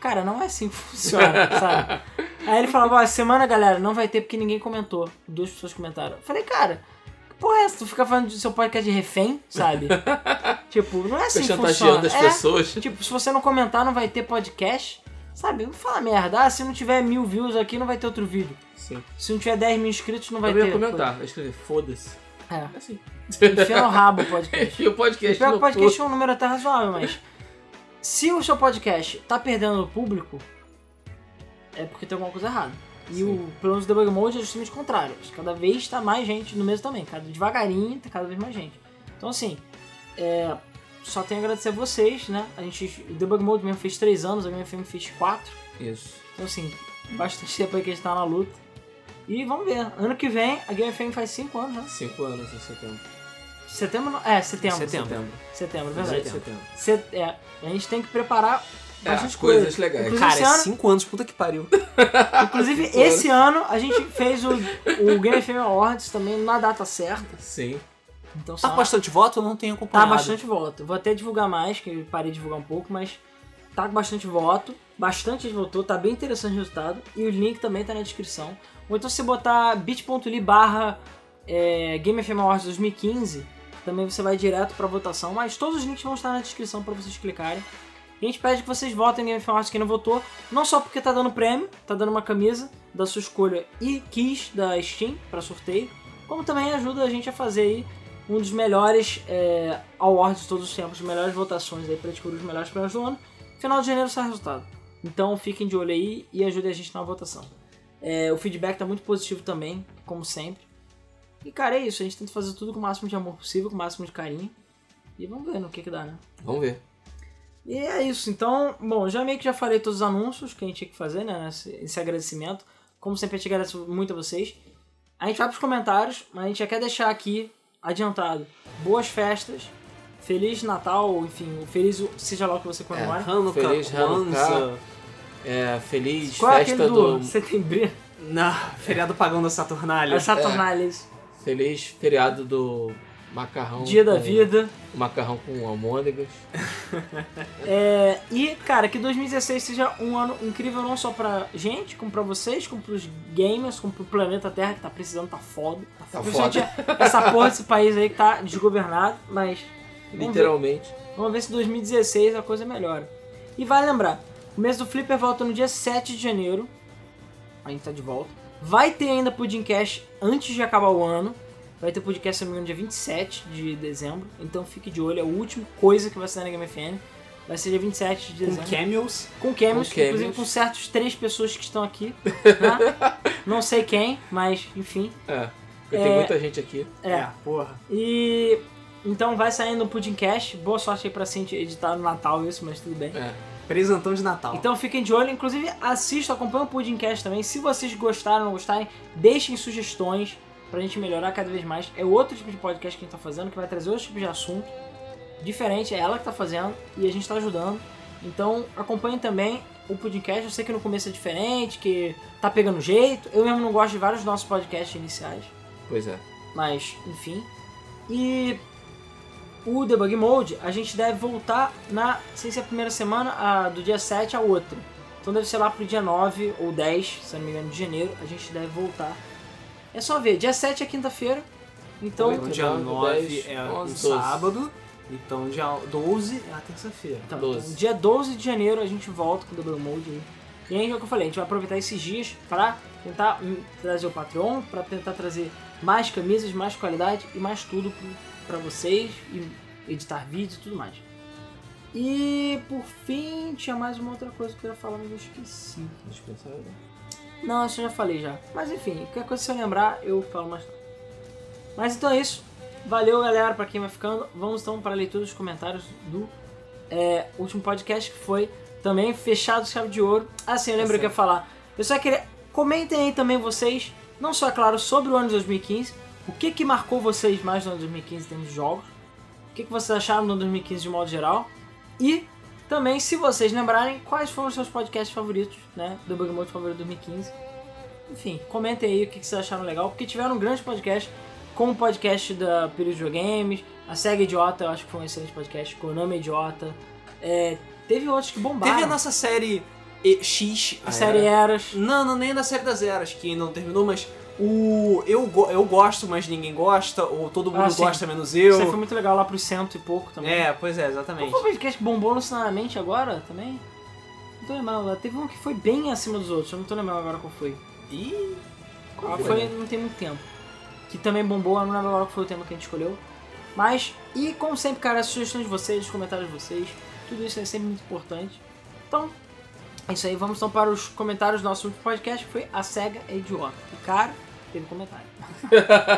[SPEAKER 2] cara, não é assim que (laughs) funciona, sabe? Aí ele falava, ó, essa semana, galera, não vai ter porque ninguém comentou. Duas pessoas comentaram. Eu falei, cara, que porra é essa? Tu fica falando do seu podcast de refém,
[SPEAKER 3] (laughs)
[SPEAKER 2] sabe? tipo, não é assim
[SPEAKER 3] Fica
[SPEAKER 2] que
[SPEAKER 3] chantageando
[SPEAKER 2] funciona.
[SPEAKER 3] as
[SPEAKER 2] É,
[SPEAKER 3] pessoas.
[SPEAKER 2] Tipo, se você não comentar, não vai ter podcast. Sabe? Não fala merda. Ah, se não tiver mil views aqui, não vai ter outro vídeo.
[SPEAKER 3] Sim.
[SPEAKER 2] Se não tiver 10 mil inscritos, não vai
[SPEAKER 3] Eu não
[SPEAKER 2] ter.
[SPEAKER 3] ia comentar. Eu escrevi, foda-se. (laughs)
[SPEAKER 2] É.
[SPEAKER 3] É assim.
[SPEAKER 2] Enfia no rabo
[SPEAKER 3] (laughs)
[SPEAKER 2] o podcast.
[SPEAKER 3] E o podcast.
[SPEAKER 2] O pior que
[SPEAKER 3] no
[SPEAKER 2] o podcast é um número até razoável, mas. Se o seu podcast tá perdendo o público, é porque tem alguma coisa errada. E
[SPEAKER 3] Sim.
[SPEAKER 2] o pelo menos o debug mode é justamente o contrário. Cada vez tá mais gente no mesmo também. Cada, devagarinho tá cada vez mais gente. Então assim, é, só tenho a agradecer a vocês, né? A gente. O debug mode mesmo fez 3 anos, a minha FM fez 4.
[SPEAKER 3] Isso.
[SPEAKER 2] Então, assim, bastante tempo aí que a gente tá na luta. E vamos ver. Ano que vem, a Game FM faz 5 anos, né?
[SPEAKER 3] Cinco anos em setembro.
[SPEAKER 2] Setembro? não- É, setembro.
[SPEAKER 1] Setembro.
[SPEAKER 2] Setembro,
[SPEAKER 3] Dezoito de
[SPEAKER 2] verdade.
[SPEAKER 3] setembro.
[SPEAKER 2] Set- é, a gente tem que preparar
[SPEAKER 3] É,
[SPEAKER 2] bastante coisa.
[SPEAKER 3] coisas legais.
[SPEAKER 2] Inclusive,
[SPEAKER 1] Cara,
[SPEAKER 2] esse
[SPEAKER 1] é
[SPEAKER 2] ano-
[SPEAKER 1] 5 anos, puta que pariu.
[SPEAKER 3] Tá
[SPEAKER 2] Inclusive, esse ano a gente fez o, o Game FM Awards também na data certa.
[SPEAKER 3] Sim.
[SPEAKER 2] Então,
[SPEAKER 1] Tá
[SPEAKER 2] só-
[SPEAKER 1] com bastante voto, eu não tenho
[SPEAKER 2] Tá
[SPEAKER 1] acompanhado.
[SPEAKER 2] bastante voto. Vou até divulgar mais, que eu parei de divulgar um pouco, mas tá com bastante voto. Bastante gente votou, tá bem interessante o resultado. E o link também tá na descrição. Ou então se você botar bit.ly barra é, Game FM Awards 2015, também você vai direto pra votação. Mas todos os links vão estar na descrição pra vocês clicarem. E a gente pede que vocês votem em Game FM Awards quem não votou. Não só porque tá dando prêmio, tá dando uma camisa da sua escolha e quis da Steam pra sorteio. Como também ajuda a gente a fazer aí um dos melhores é, awards de todos os tempos, as melhores votações aí pra descobrir os melhores prêmios do ano. Final de janeiro sai o resultado. Então fiquem de olho aí e ajudem a gente na votação. É, o feedback tá muito positivo também, como sempre. E cara, é isso. A gente tenta fazer tudo com o máximo de amor possível, com o máximo de carinho. E vamos ver no que que dá, né?
[SPEAKER 3] Vamos ver.
[SPEAKER 2] E é isso, então, bom, já meio que já falei todos os anúncios que a gente tinha que fazer, né, nesse, esse agradecimento. Como sempre, a gente agradece muito a vocês. A gente vai pros comentários, mas a gente já quer deixar aqui, adiantado, boas festas, Feliz Natal, ou, enfim, o feliz o- seja lá o que você comemora.
[SPEAKER 1] Hanukkah,
[SPEAKER 3] Feliz
[SPEAKER 1] Kwanzaa.
[SPEAKER 3] Hanukkah. É, feliz
[SPEAKER 2] Qual é
[SPEAKER 3] festa
[SPEAKER 2] aquele do, (laughs)
[SPEAKER 3] do...
[SPEAKER 2] setembro?
[SPEAKER 1] Não, feriado pagão da Saturnália.
[SPEAKER 2] É Saturnales,
[SPEAKER 3] Feliz feriado do macarrão.
[SPEAKER 2] Dia da
[SPEAKER 3] com-
[SPEAKER 2] Vida.
[SPEAKER 3] Macarrão com almôndegas.
[SPEAKER 2] É, e, cara, que 2016 seja um ano incrível não só pra gente, como pra vocês, como pros gamers, como pro planeta Terra, que tá precisando, tá foda.
[SPEAKER 3] Tá
[SPEAKER 2] Principalmente
[SPEAKER 3] foda.
[SPEAKER 2] é Essa porra desse país aí que tá desgovernado, mas
[SPEAKER 3] (laughs)
[SPEAKER 2] vamos ver,
[SPEAKER 3] Literalmente.
[SPEAKER 2] vamos ver se 2016 a coisa melhora. E vai lembrar, o mês do Flipper volta no dia 7 de janeiro. A gente tá de volta. Vai ter ainda podcast antes de acabar o ano. Vai ter podcast, se não me engano, dia 27 de dezembro. Então fique de olho, é a última coisa que vai sair na Game FM. Vai ser dia 27 de
[SPEAKER 1] Com
[SPEAKER 3] né?
[SPEAKER 2] dezembro.
[SPEAKER 1] cameos.
[SPEAKER 2] Com cameos,
[SPEAKER 3] Com cameos.
[SPEAKER 2] inclusive com certos três pessoas que estão aqui. né? não sei quem, mas enfim.
[SPEAKER 3] É. Porque
[SPEAKER 2] É.
[SPEAKER 3] tem muita gente aqui.
[SPEAKER 2] É,
[SPEAKER 1] porra.
[SPEAKER 2] E então vai saindo o Pudimcast. Boa sorte aí pra Cintia editar no Natal isso, mas tudo bem.
[SPEAKER 3] É.
[SPEAKER 1] Presentão de Natal.
[SPEAKER 2] Então fiquem de olho, inclusive assista, acompanha o Pudimcast também. Se vocês gostaram ou não gostarem, deixem sugestões pra gente melhorar cada vez mais. É outro tipo de podcast que a gente tá fazendo, que vai trazer outro tipo de assunto. Diferente, é ela que tá fazendo e a gente tá ajudando. Então acompanhem também o Pudimcast. Eu sei que no começo é diferente, que tá pegando jeito. Eu mesmo não gosto de vários dos nossos podcasts iniciais.
[SPEAKER 3] Pois é.
[SPEAKER 2] Mas, enfim. E o Debug Mode, a gente deve voltar na, não sei se é a primeira semana, a- do dia 7 a outra. Então deve ser lá pro dia 9 ou 10, se eu não me engano, de janeiro, a gente deve voltar. É só ver, dia 7 é quinta-feira. Então,
[SPEAKER 3] Oito,
[SPEAKER 1] Então, dia
[SPEAKER 3] nove,
[SPEAKER 1] 9
[SPEAKER 3] dez,
[SPEAKER 1] é
[SPEAKER 3] onze,
[SPEAKER 1] um
[SPEAKER 3] doze.
[SPEAKER 1] sábado. Então, dia 12 é a terça-feira.
[SPEAKER 2] então,
[SPEAKER 3] doze.
[SPEAKER 2] então, dia 12 de janeiro a gente volta com o Double Mode aí. E aí é o que eu falei, a gente vai aproveitar esses dias pra tentar hum, trazer o Patreon, pra tentar trazer mais camisas, mais qualidade e mais tudo pro- pra vocês, e editar vídeo e tudo mais. E por fim, tinha mais uma outra coisa que eu ia falar, mas eu esqueci.
[SPEAKER 3] Deixa eu pensar.
[SPEAKER 2] Não, isso eu já falei já. Mas enfim, qualquer coisa se eu lembrar, eu falo mais tarde. Mas então é isso. Valeu, galera, pra quem vai ficando. Vamos então para a leitura dos comentários do é, último podcast, que foi também fechado chave de ouro. Ah, sim, eu lembro o que eu ia falar. Eu só queria... Comentem aí também vocês, não só, é claro, sobre o ano de 2015. O que que marcou vocês mais no ano de 2015 em termos de jogos? O que que vocês acharam do ano de 2015 de modo geral? E também, se vocês lembrarem, quais foram os seus podcasts favoritos, né? Do Bug Mode favorito 2015. Enfim, comentem aí o que que vocês acharam legal, porque tiveram um grande podcast, como o podcast da Período Games, a SEGA Idiota, eu acho que foi um excelente podcast, Konami Idiota. É, teve outros que bombaram.
[SPEAKER 1] Teve a nossa Ah, é. série E- X.
[SPEAKER 2] A série Eras.
[SPEAKER 1] Não, não, nem da série das eras, que não terminou, mas o. Eu, go- eu gosto, mas ninguém gosta, ou todo mundo
[SPEAKER 2] Ah, sim.
[SPEAKER 1] gosta menos
[SPEAKER 2] Isso aí foi
[SPEAKER 1] eu.
[SPEAKER 2] muito legal lá pro cento e pouco também.
[SPEAKER 1] É, pois é,
[SPEAKER 2] Qual
[SPEAKER 1] exatamente.
[SPEAKER 2] foi o podcast que bombou lucidamente agora também? Não tô lembrando agora. Teve um que foi bem acima dos outros, eu não tô lembrando agora qual foi.
[SPEAKER 1] Ih,
[SPEAKER 2] Ah,
[SPEAKER 3] foi,
[SPEAKER 2] foi não tem muito tempo. Que também bombou, eu não lembro agora qual foi o tema que a gente escolheu. Mas, e como sempre, cara, as sugestões de vocês, os comentários de vocês, tudo isso é sempre muito importante. Então, é isso aí. Vamos então para os comentários do nosso último podcast, que foi a SEGA é idiota. E, cara, teve comentário. (laughs)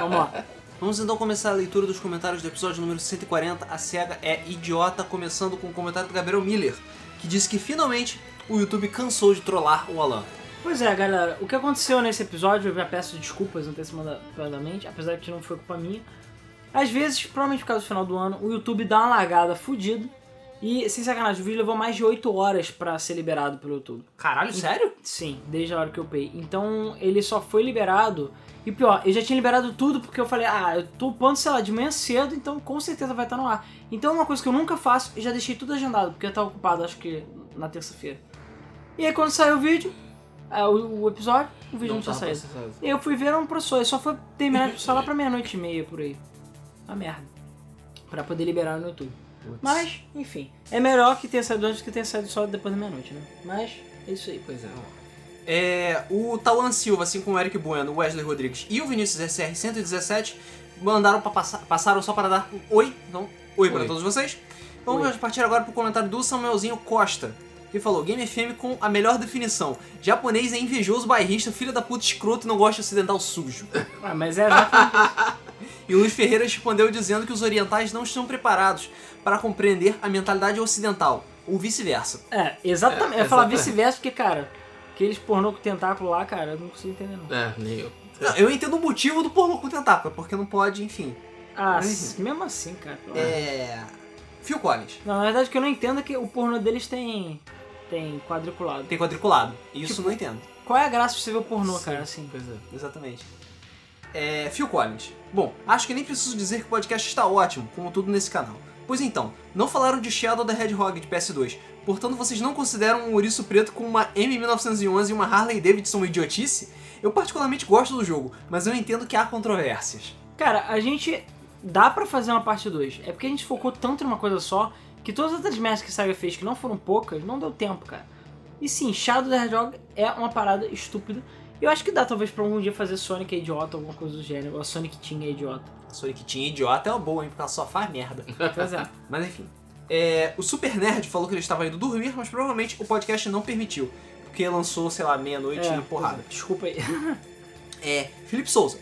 [SPEAKER 2] Vamos lá.
[SPEAKER 1] Vamos então começar a leitura dos comentários do episódio número 140, A SEGA é Idiota, começando com o comentário do Gabriel Miller, que disse que finalmente o YouTube cansou de trollar o Alan.
[SPEAKER 2] Pois é, galera, o que aconteceu nesse episódio, eu já peço desculpas antecipadamente, apesar que não foi culpa minha. Às vezes, provavelmente por causa do final do ano, o YouTube dá uma largada fudida E, sem sacanagem, o vídeo levou mais de 8 horas pra ser liberado pelo YouTube.
[SPEAKER 1] Caralho, sério?
[SPEAKER 2] Sim, desde a hora que eu pei. Então ele só foi liberado. E pior, eu já tinha liberado tudo porque eu falei, ah, eu tô upando, sei lá, de manhã cedo, então com certeza vai estar no ar. Então é uma coisa que eu nunca faço, eu já deixei tudo agendado, porque eu tava ocupado, acho que na terça-feira. E aí quando saiu o vídeo, ah, o, o episódio, o vídeo não, tinha
[SPEAKER 3] tava
[SPEAKER 2] saído.
[SPEAKER 3] processado.
[SPEAKER 2] E eu fui ver era um professor, eu só foi terminar de processar lá pra meia-noite e meia por aí. Uma merda. Pra poder liberar no YouTube.
[SPEAKER 3] Putz.
[SPEAKER 2] Mas, enfim. É melhor que tenha saído antes que tenha saído só depois da meia-noite, né? Mas, é isso aí.
[SPEAKER 3] Pois é.
[SPEAKER 1] É, o Tauan Silva, assim como o Eric Bueno, o Wesley Rodrigues e o Vinícius SR117 mandaram para passar, passaram só para dar um oi, não, oi, para
[SPEAKER 3] Oi.
[SPEAKER 1] todos vocês. Vamos
[SPEAKER 3] Oi.
[SPEAKER 1] partir agora pro comentário do Samuelzinho Costa, que falou: Game FM com a melhor definição. Japonês é invejoso, bairrista, filho da puta escroto e não gosta de ocidental sujo.
[SPEAKER 2] Ah, mas é exatamente
[SPEAKER 1] E o Luiz Ferreira respondeu dizendo que os orientais não estão preparados para compreender a mentalidade ocidental, ou vice-versa.
[SPEAKER 2] É, exatamente.
[SPEAKER 3] É,
[SPEAKER 2] eu ia falar
[SPEAKER 3] exatamente.
[SPEAKER 2] vice-versa, porque, cara, aqueles pornô com tentáculo lá, cara, eu não consigo entender, não.
[SPEAKER 3] É, nem eu.
[SPEAKER 1] Não, eu entendo o motivo do pornô com tentáculo, porque não pode, enfim.
[SPEAKER 2] Ah,
[SPEAKER 1] Mas,
[SPEAKER 2] s- mesmo assim, cara. pelo amor.
[SPEAKER 1] É. Phil Collins.
[SPEAKER 2] Não, na verdade, o que eu não entendo é que o pornô deles tem. tem quadriculado.
[SPEAKER 1] Tem quadriculado. E isso eu não entendo.
[SPEAKER 2] Qual é a graça de você ver o pornô,
[SPEAKER 3] Sim,
[SPEAKER 2] cara, assim?
[SPEAKER 3] Pois é.
[SPEAKER 1] Exatamente. É, Phil Collins. Bom, acho que nem preciso dizer que o podcast está ótimo, como tudo nesse canal. Pois então, não falaram de Shadow da Hedgehog de PS2, portanto vocês não consideram um ouriço preto com uma M1911 e uma Harley Davidson uma idiotice? Eu particularmente gosto do jogo, mas eu entendo que há controvérsias.
[SPEAKER 2] Cara, a gente. dá pra fazer uma parte 2. É porque a gente focou tanto numa coisa só que todas as outras merdas que a saga fez, que não foram poucas, não deu tempo, cara. E sim, Shadow the Hedgehog é uma parada estúpida. E eu acho que dá talvez pra algum dia fazer Sonic é idiota, alguma coisa do gênero. Ou a Sonic Team é idiota.
[SPEAKER 1] Sonic Team idiota é uma boa, hein? Porque ela só faz merda.
[SPEAKER 2] (laughs) Pois é.
[SPEAKER 1] Mas enfim. É, o Super Nerd falou que ele estava indo dormir, mas provavelmente o podcast não permitiu. Porque lançou, sei lá, meia-noite
[SPEAKER 2] É,
[SPEAKER 1] e porrada.
[SPEAKER 2] Desculpa aí.
[SPEAKER 1] É, Felipe Souza.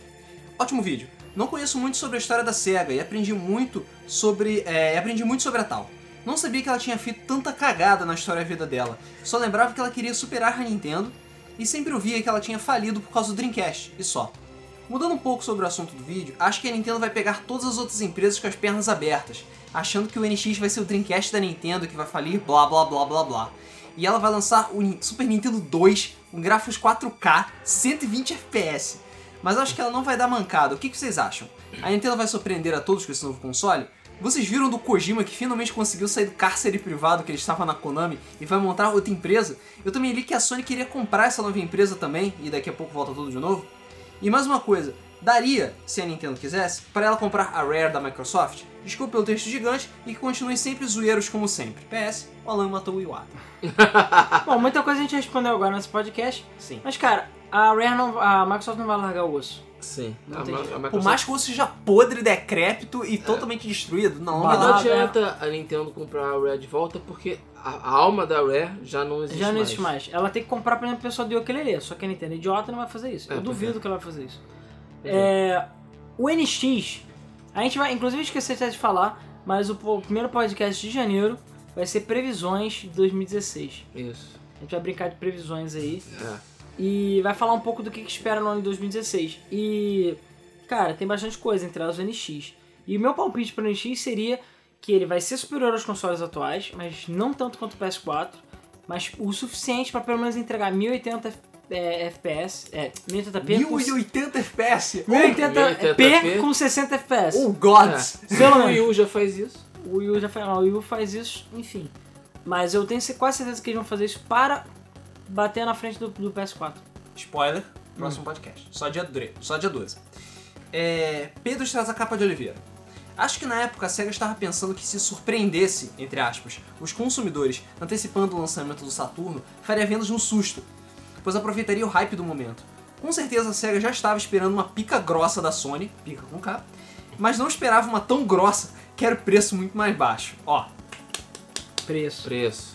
[SPEAKER 1] Ótimo vídeo. Não conheço muito sobre a história da SEGA e aprendi muito sobre. é, aprendi muito sobre a tal. Não sabia que ela tinha feito tanta cagada na história da vida dela. Só lembrava que ela queria superar a Nintendo e sempre ouvia que ela tinha falido por causa do Dreamcast, e só. Mudando um pouco sobre o assunto do vídeo, acho que a Nintendo vai pegar todas as outras empresas com as pernas abertas, achando que o NX vai ser o Dreamcast da Nintendo que vai falir, blá blá blá blá blá. E ela vai lançar o Ni- Super Nintendo 2 com gráficos 4K, 120 FPS. Mas acho que ela não vai dar mancada. O que, que vocês acham? A Nintendo vai surpreender a todos com esse novo console? Vocês viram do Kojima que finalmente conseguiu sair do cárcere privado que ele estava na Konami e vai montar outra empresa? Eu também li que a Sony queria comprar essa nova empresa também, e daqui a pouco volta tudo de novo. E mais uma coisa, daria, se a Nintendo quisesse, para ela comprar a Rare da Microsoft? Desculpe pelo texto gigante e que continuem sempre zoeiros como sempre. PS, o Alan matou o Iwata.
[SPEAKER 2] Bom, muita coisa a gente respondeu agora nesse podcast.
[SPEAKER 1] Sim.
[SPEAKER 2] Mas, cara, a Rare não. A Microsoft não vai largar o osso.
[SPEAKER 3] Sim.
[SPEAKER 2] Não
[SPEAKER 3] A
[SPEAKER 2] tem
[SPEAKER 3] Ma- a
[SPEAKER 2] jeito.
[SPEAKER 3] Microsoft-
[SPEAKER 1] Por mais que você seja podre, decrépito e totalmente destruído, não,
[SPEAKER 2] Balada.
[SPEAKER 3] Não
[SPEAKER 1] não,
[SPEAKER 3] adianta a Nintendo comprar a Rare de volta porque a, a alma da Rare já não existe mais.
[SPEAKER 2] Já não existe mais. Ela tem que comprar, por exemplo, o pessoal de Okelele. Só que a Nintendo é idiota não vai fazer isso.
[SPEAKER 3] É,
[SPEAKER 2] Eu
[SPEAKER 3] pois
[SPEAKER 2] duvido
[SPEAKER 3] é.
[SPEAKER 2] que ela vai fazer isso.
[SPEAKER 3] Pois
[SPEAKER 2] É, o NX, a gente vai, inclusive, esqueci até de falar, mas o, po- primeiro podcast de janeiro vai ser previsões de 2016.
[SPEAKER 3] Isso.
[SPEAKER 2] A gente vai brincar de previsões aí.
[SPEAKER 3] É.
[SPEAKER 2] E vai falar um pouco do que, que espera no ano de 2016. E, cara, tem bastante coisa, entre elas o NX. E o meu palpite para o NX seria que ele vai ser superior aos consoles atuais, mas não tanto quanto o PS4, mas o suficiente para pelo menos entregar 1080 F- eh, FPS, é, 1080p com
[SPEAKER 1] 1080 FPS.
[SPEAKER 2] 1080p
[SPEAKER 3] 1080p
[SPEAKER 2] com 60 FPS.
[SPEAKER 1] Oh, gods!
[SPEAKER 2] Pelo
[SPEAKER 3] O É.
[SPEAKER 2] menos.
[SPEAKER 3] Wii U já faz isso.
[SPEAKER 2] O Will já faz, o Will faz isso, enfim. Mas eu tenho quase certeza que eles vão fazer isso para bater na frente do, do PS4.
[SPEAKER 1] Spoiler, próximo podcast. Só dia, dre- só dia 12. É, Pedro traz a capa de Oliveira. Acho que na época a SEGA estava pensando que se surpreendesse, entre aspas, os consumidores antecipando o lançamento do Saturno, faria vendas no susto, pois aproveitaria o hype do momento. Com certeza a SEGA já estava esperando uma pica grossa da Sony, pica com K, mas não esperava uma tão grossa que era o preço muito mais baixo. Ó,
[SPEAKER 2] Preço.
[SPEAKER 3] Preço.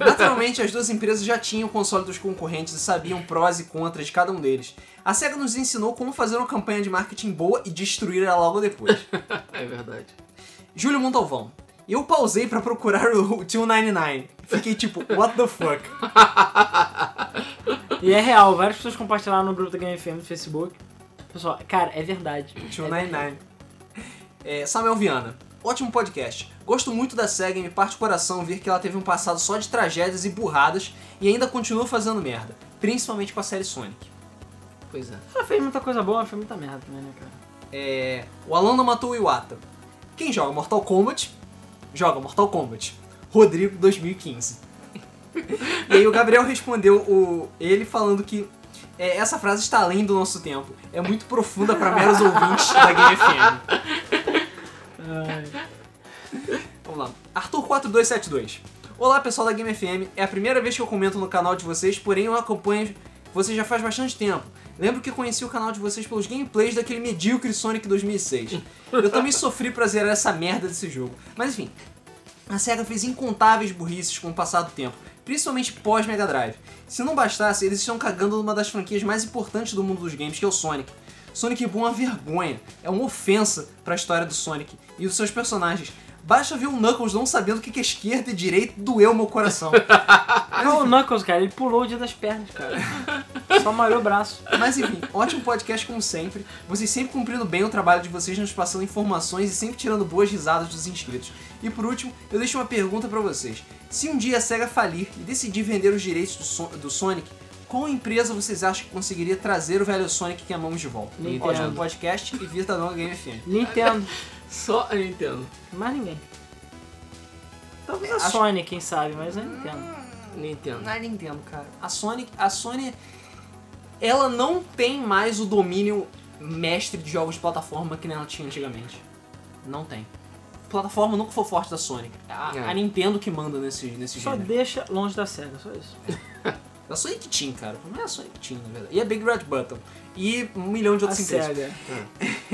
[SPEAKER 1] Naturalmente, as duas empresas já tinham o console dos concorrentes e sabiam prós e contras de cada um deles. A SEGA nos ensinou como fazer uma campanha de marketing boa e destruir ela logo depois.
[SPEAKER 3] É verdade.
[SPEAKER 1] Júlio Montalvão. Eu pausei pra procurar o (laughs) 299. Fiquei tipo, what the fuck?
[SPEAKER 2] E é real, várias pessoas compartilharam no grupo da Game FM do Facebook. Pessoal, cara, é verdade. É verdade.
[SPEAKER 1] 299. É, Samuel Viana. Ótimo podcast. Gosto muito da SEGA e me parte o coração ver que ela teve um passado só de tragédias e burradas e ainda continua fazendo merda, principalmente com a série Sonic.
[SPEAKER 3] Pois é.
[SPEAKER 2] Ela fez muita coisa boa, mas fez muita merda também, né, cara?
[SPEAKER 1] É, o Alano matou o Iwata. Quem joga Mortal Kombat, joga Mortal Kombat. Rodrigo 2015. (laughs) e aí o Gabriel respondeu o, ele falando que é, essa frase está além do nosso tempo. É muito profunda para meros ouvintes da Game FM. Vamos lá. Arthur4272. Olá pessoal da Game FM. É a primeira vez que eu comento no canal de vocês, porém eu acompanho vocês já faz bastante tempo. Lembro que conheci o canal de vocês pelos gameplays daquele medíocre Sonic 2006. Eu também sofri pra zerar essa merda desse jogo. Mas enfim, a SEGA fez incontáveis burrices com o passar do tempo, principalmente pós-Mega Drive. Se não bastasse, eles estão cagando numa das franquias mais importantes do mundo dos games, que é o Sonic. Sonic Boom é uma vergonha, é uma ofensa pra história do Sonic e dos seus personagens. Basta ver o Knuckles não sabendo o que que é esquerda e direita doeu meu coração.
[SPEAKER 2] Não, Ah, o Knuckles, cara, ele pulou o dia das pernas, (laughs) cara. Só malhou o braço.
[SPEAKER 1] Mas enfim, ótimo podcast como sempre. Vocês sempre cumprindo bem o trabalho de vocês, nos passando informações e sempre tirando boas risadas dos inscritos. E por último, eu deixo uma pergunta pra vocês. Se um dia a SEGA falir e decidir vender os direitos do, Son- do Sonic, qual empresa vocês acham que conseguiria trazer o velho Sonic que amamos de volta?
[SPEAKER 2] Nintendo.
[SPEAKER 1] Ótimo podcast e vida longa Game FM.
[SPEAKER 2] Nintendo,
[SPEAKER 3] Só a Nintendo.
[SPEAKER 2] mais ninguém. Talvez a
[SPEAKER 1] Acho-
[SPEAKER 2] Sony, quem sabe, mas é eu não entendo.
[SPEAKER 3] Nintendo.
[SPEAKER 1] Não é Nintendo, cara. A Sony, a Sony, ela não tem mais o domínio mestre de jogos de plataforma que nem ela tinha antigamente. Não tem. Plataforma nunca foi forte da Sony. A,
[SPEAKER 3] É.
[SPEAKER 1] a Nintendo que manda nesse, nesse
[SPEAKER 2] Só
[SPEAKER 1] gênero. É
[SPEAKER 2] deixa longe da SEGA, só isso.
[SPEAKER 1] Da Sonic Team, cara. O problema é a Sonic Team, na verdade. E a Big Red Button. E um milhão de
[SPEAKER 2] A
[SPEAKER 1] outras empresas.
[SPEAKER 2] SEGA.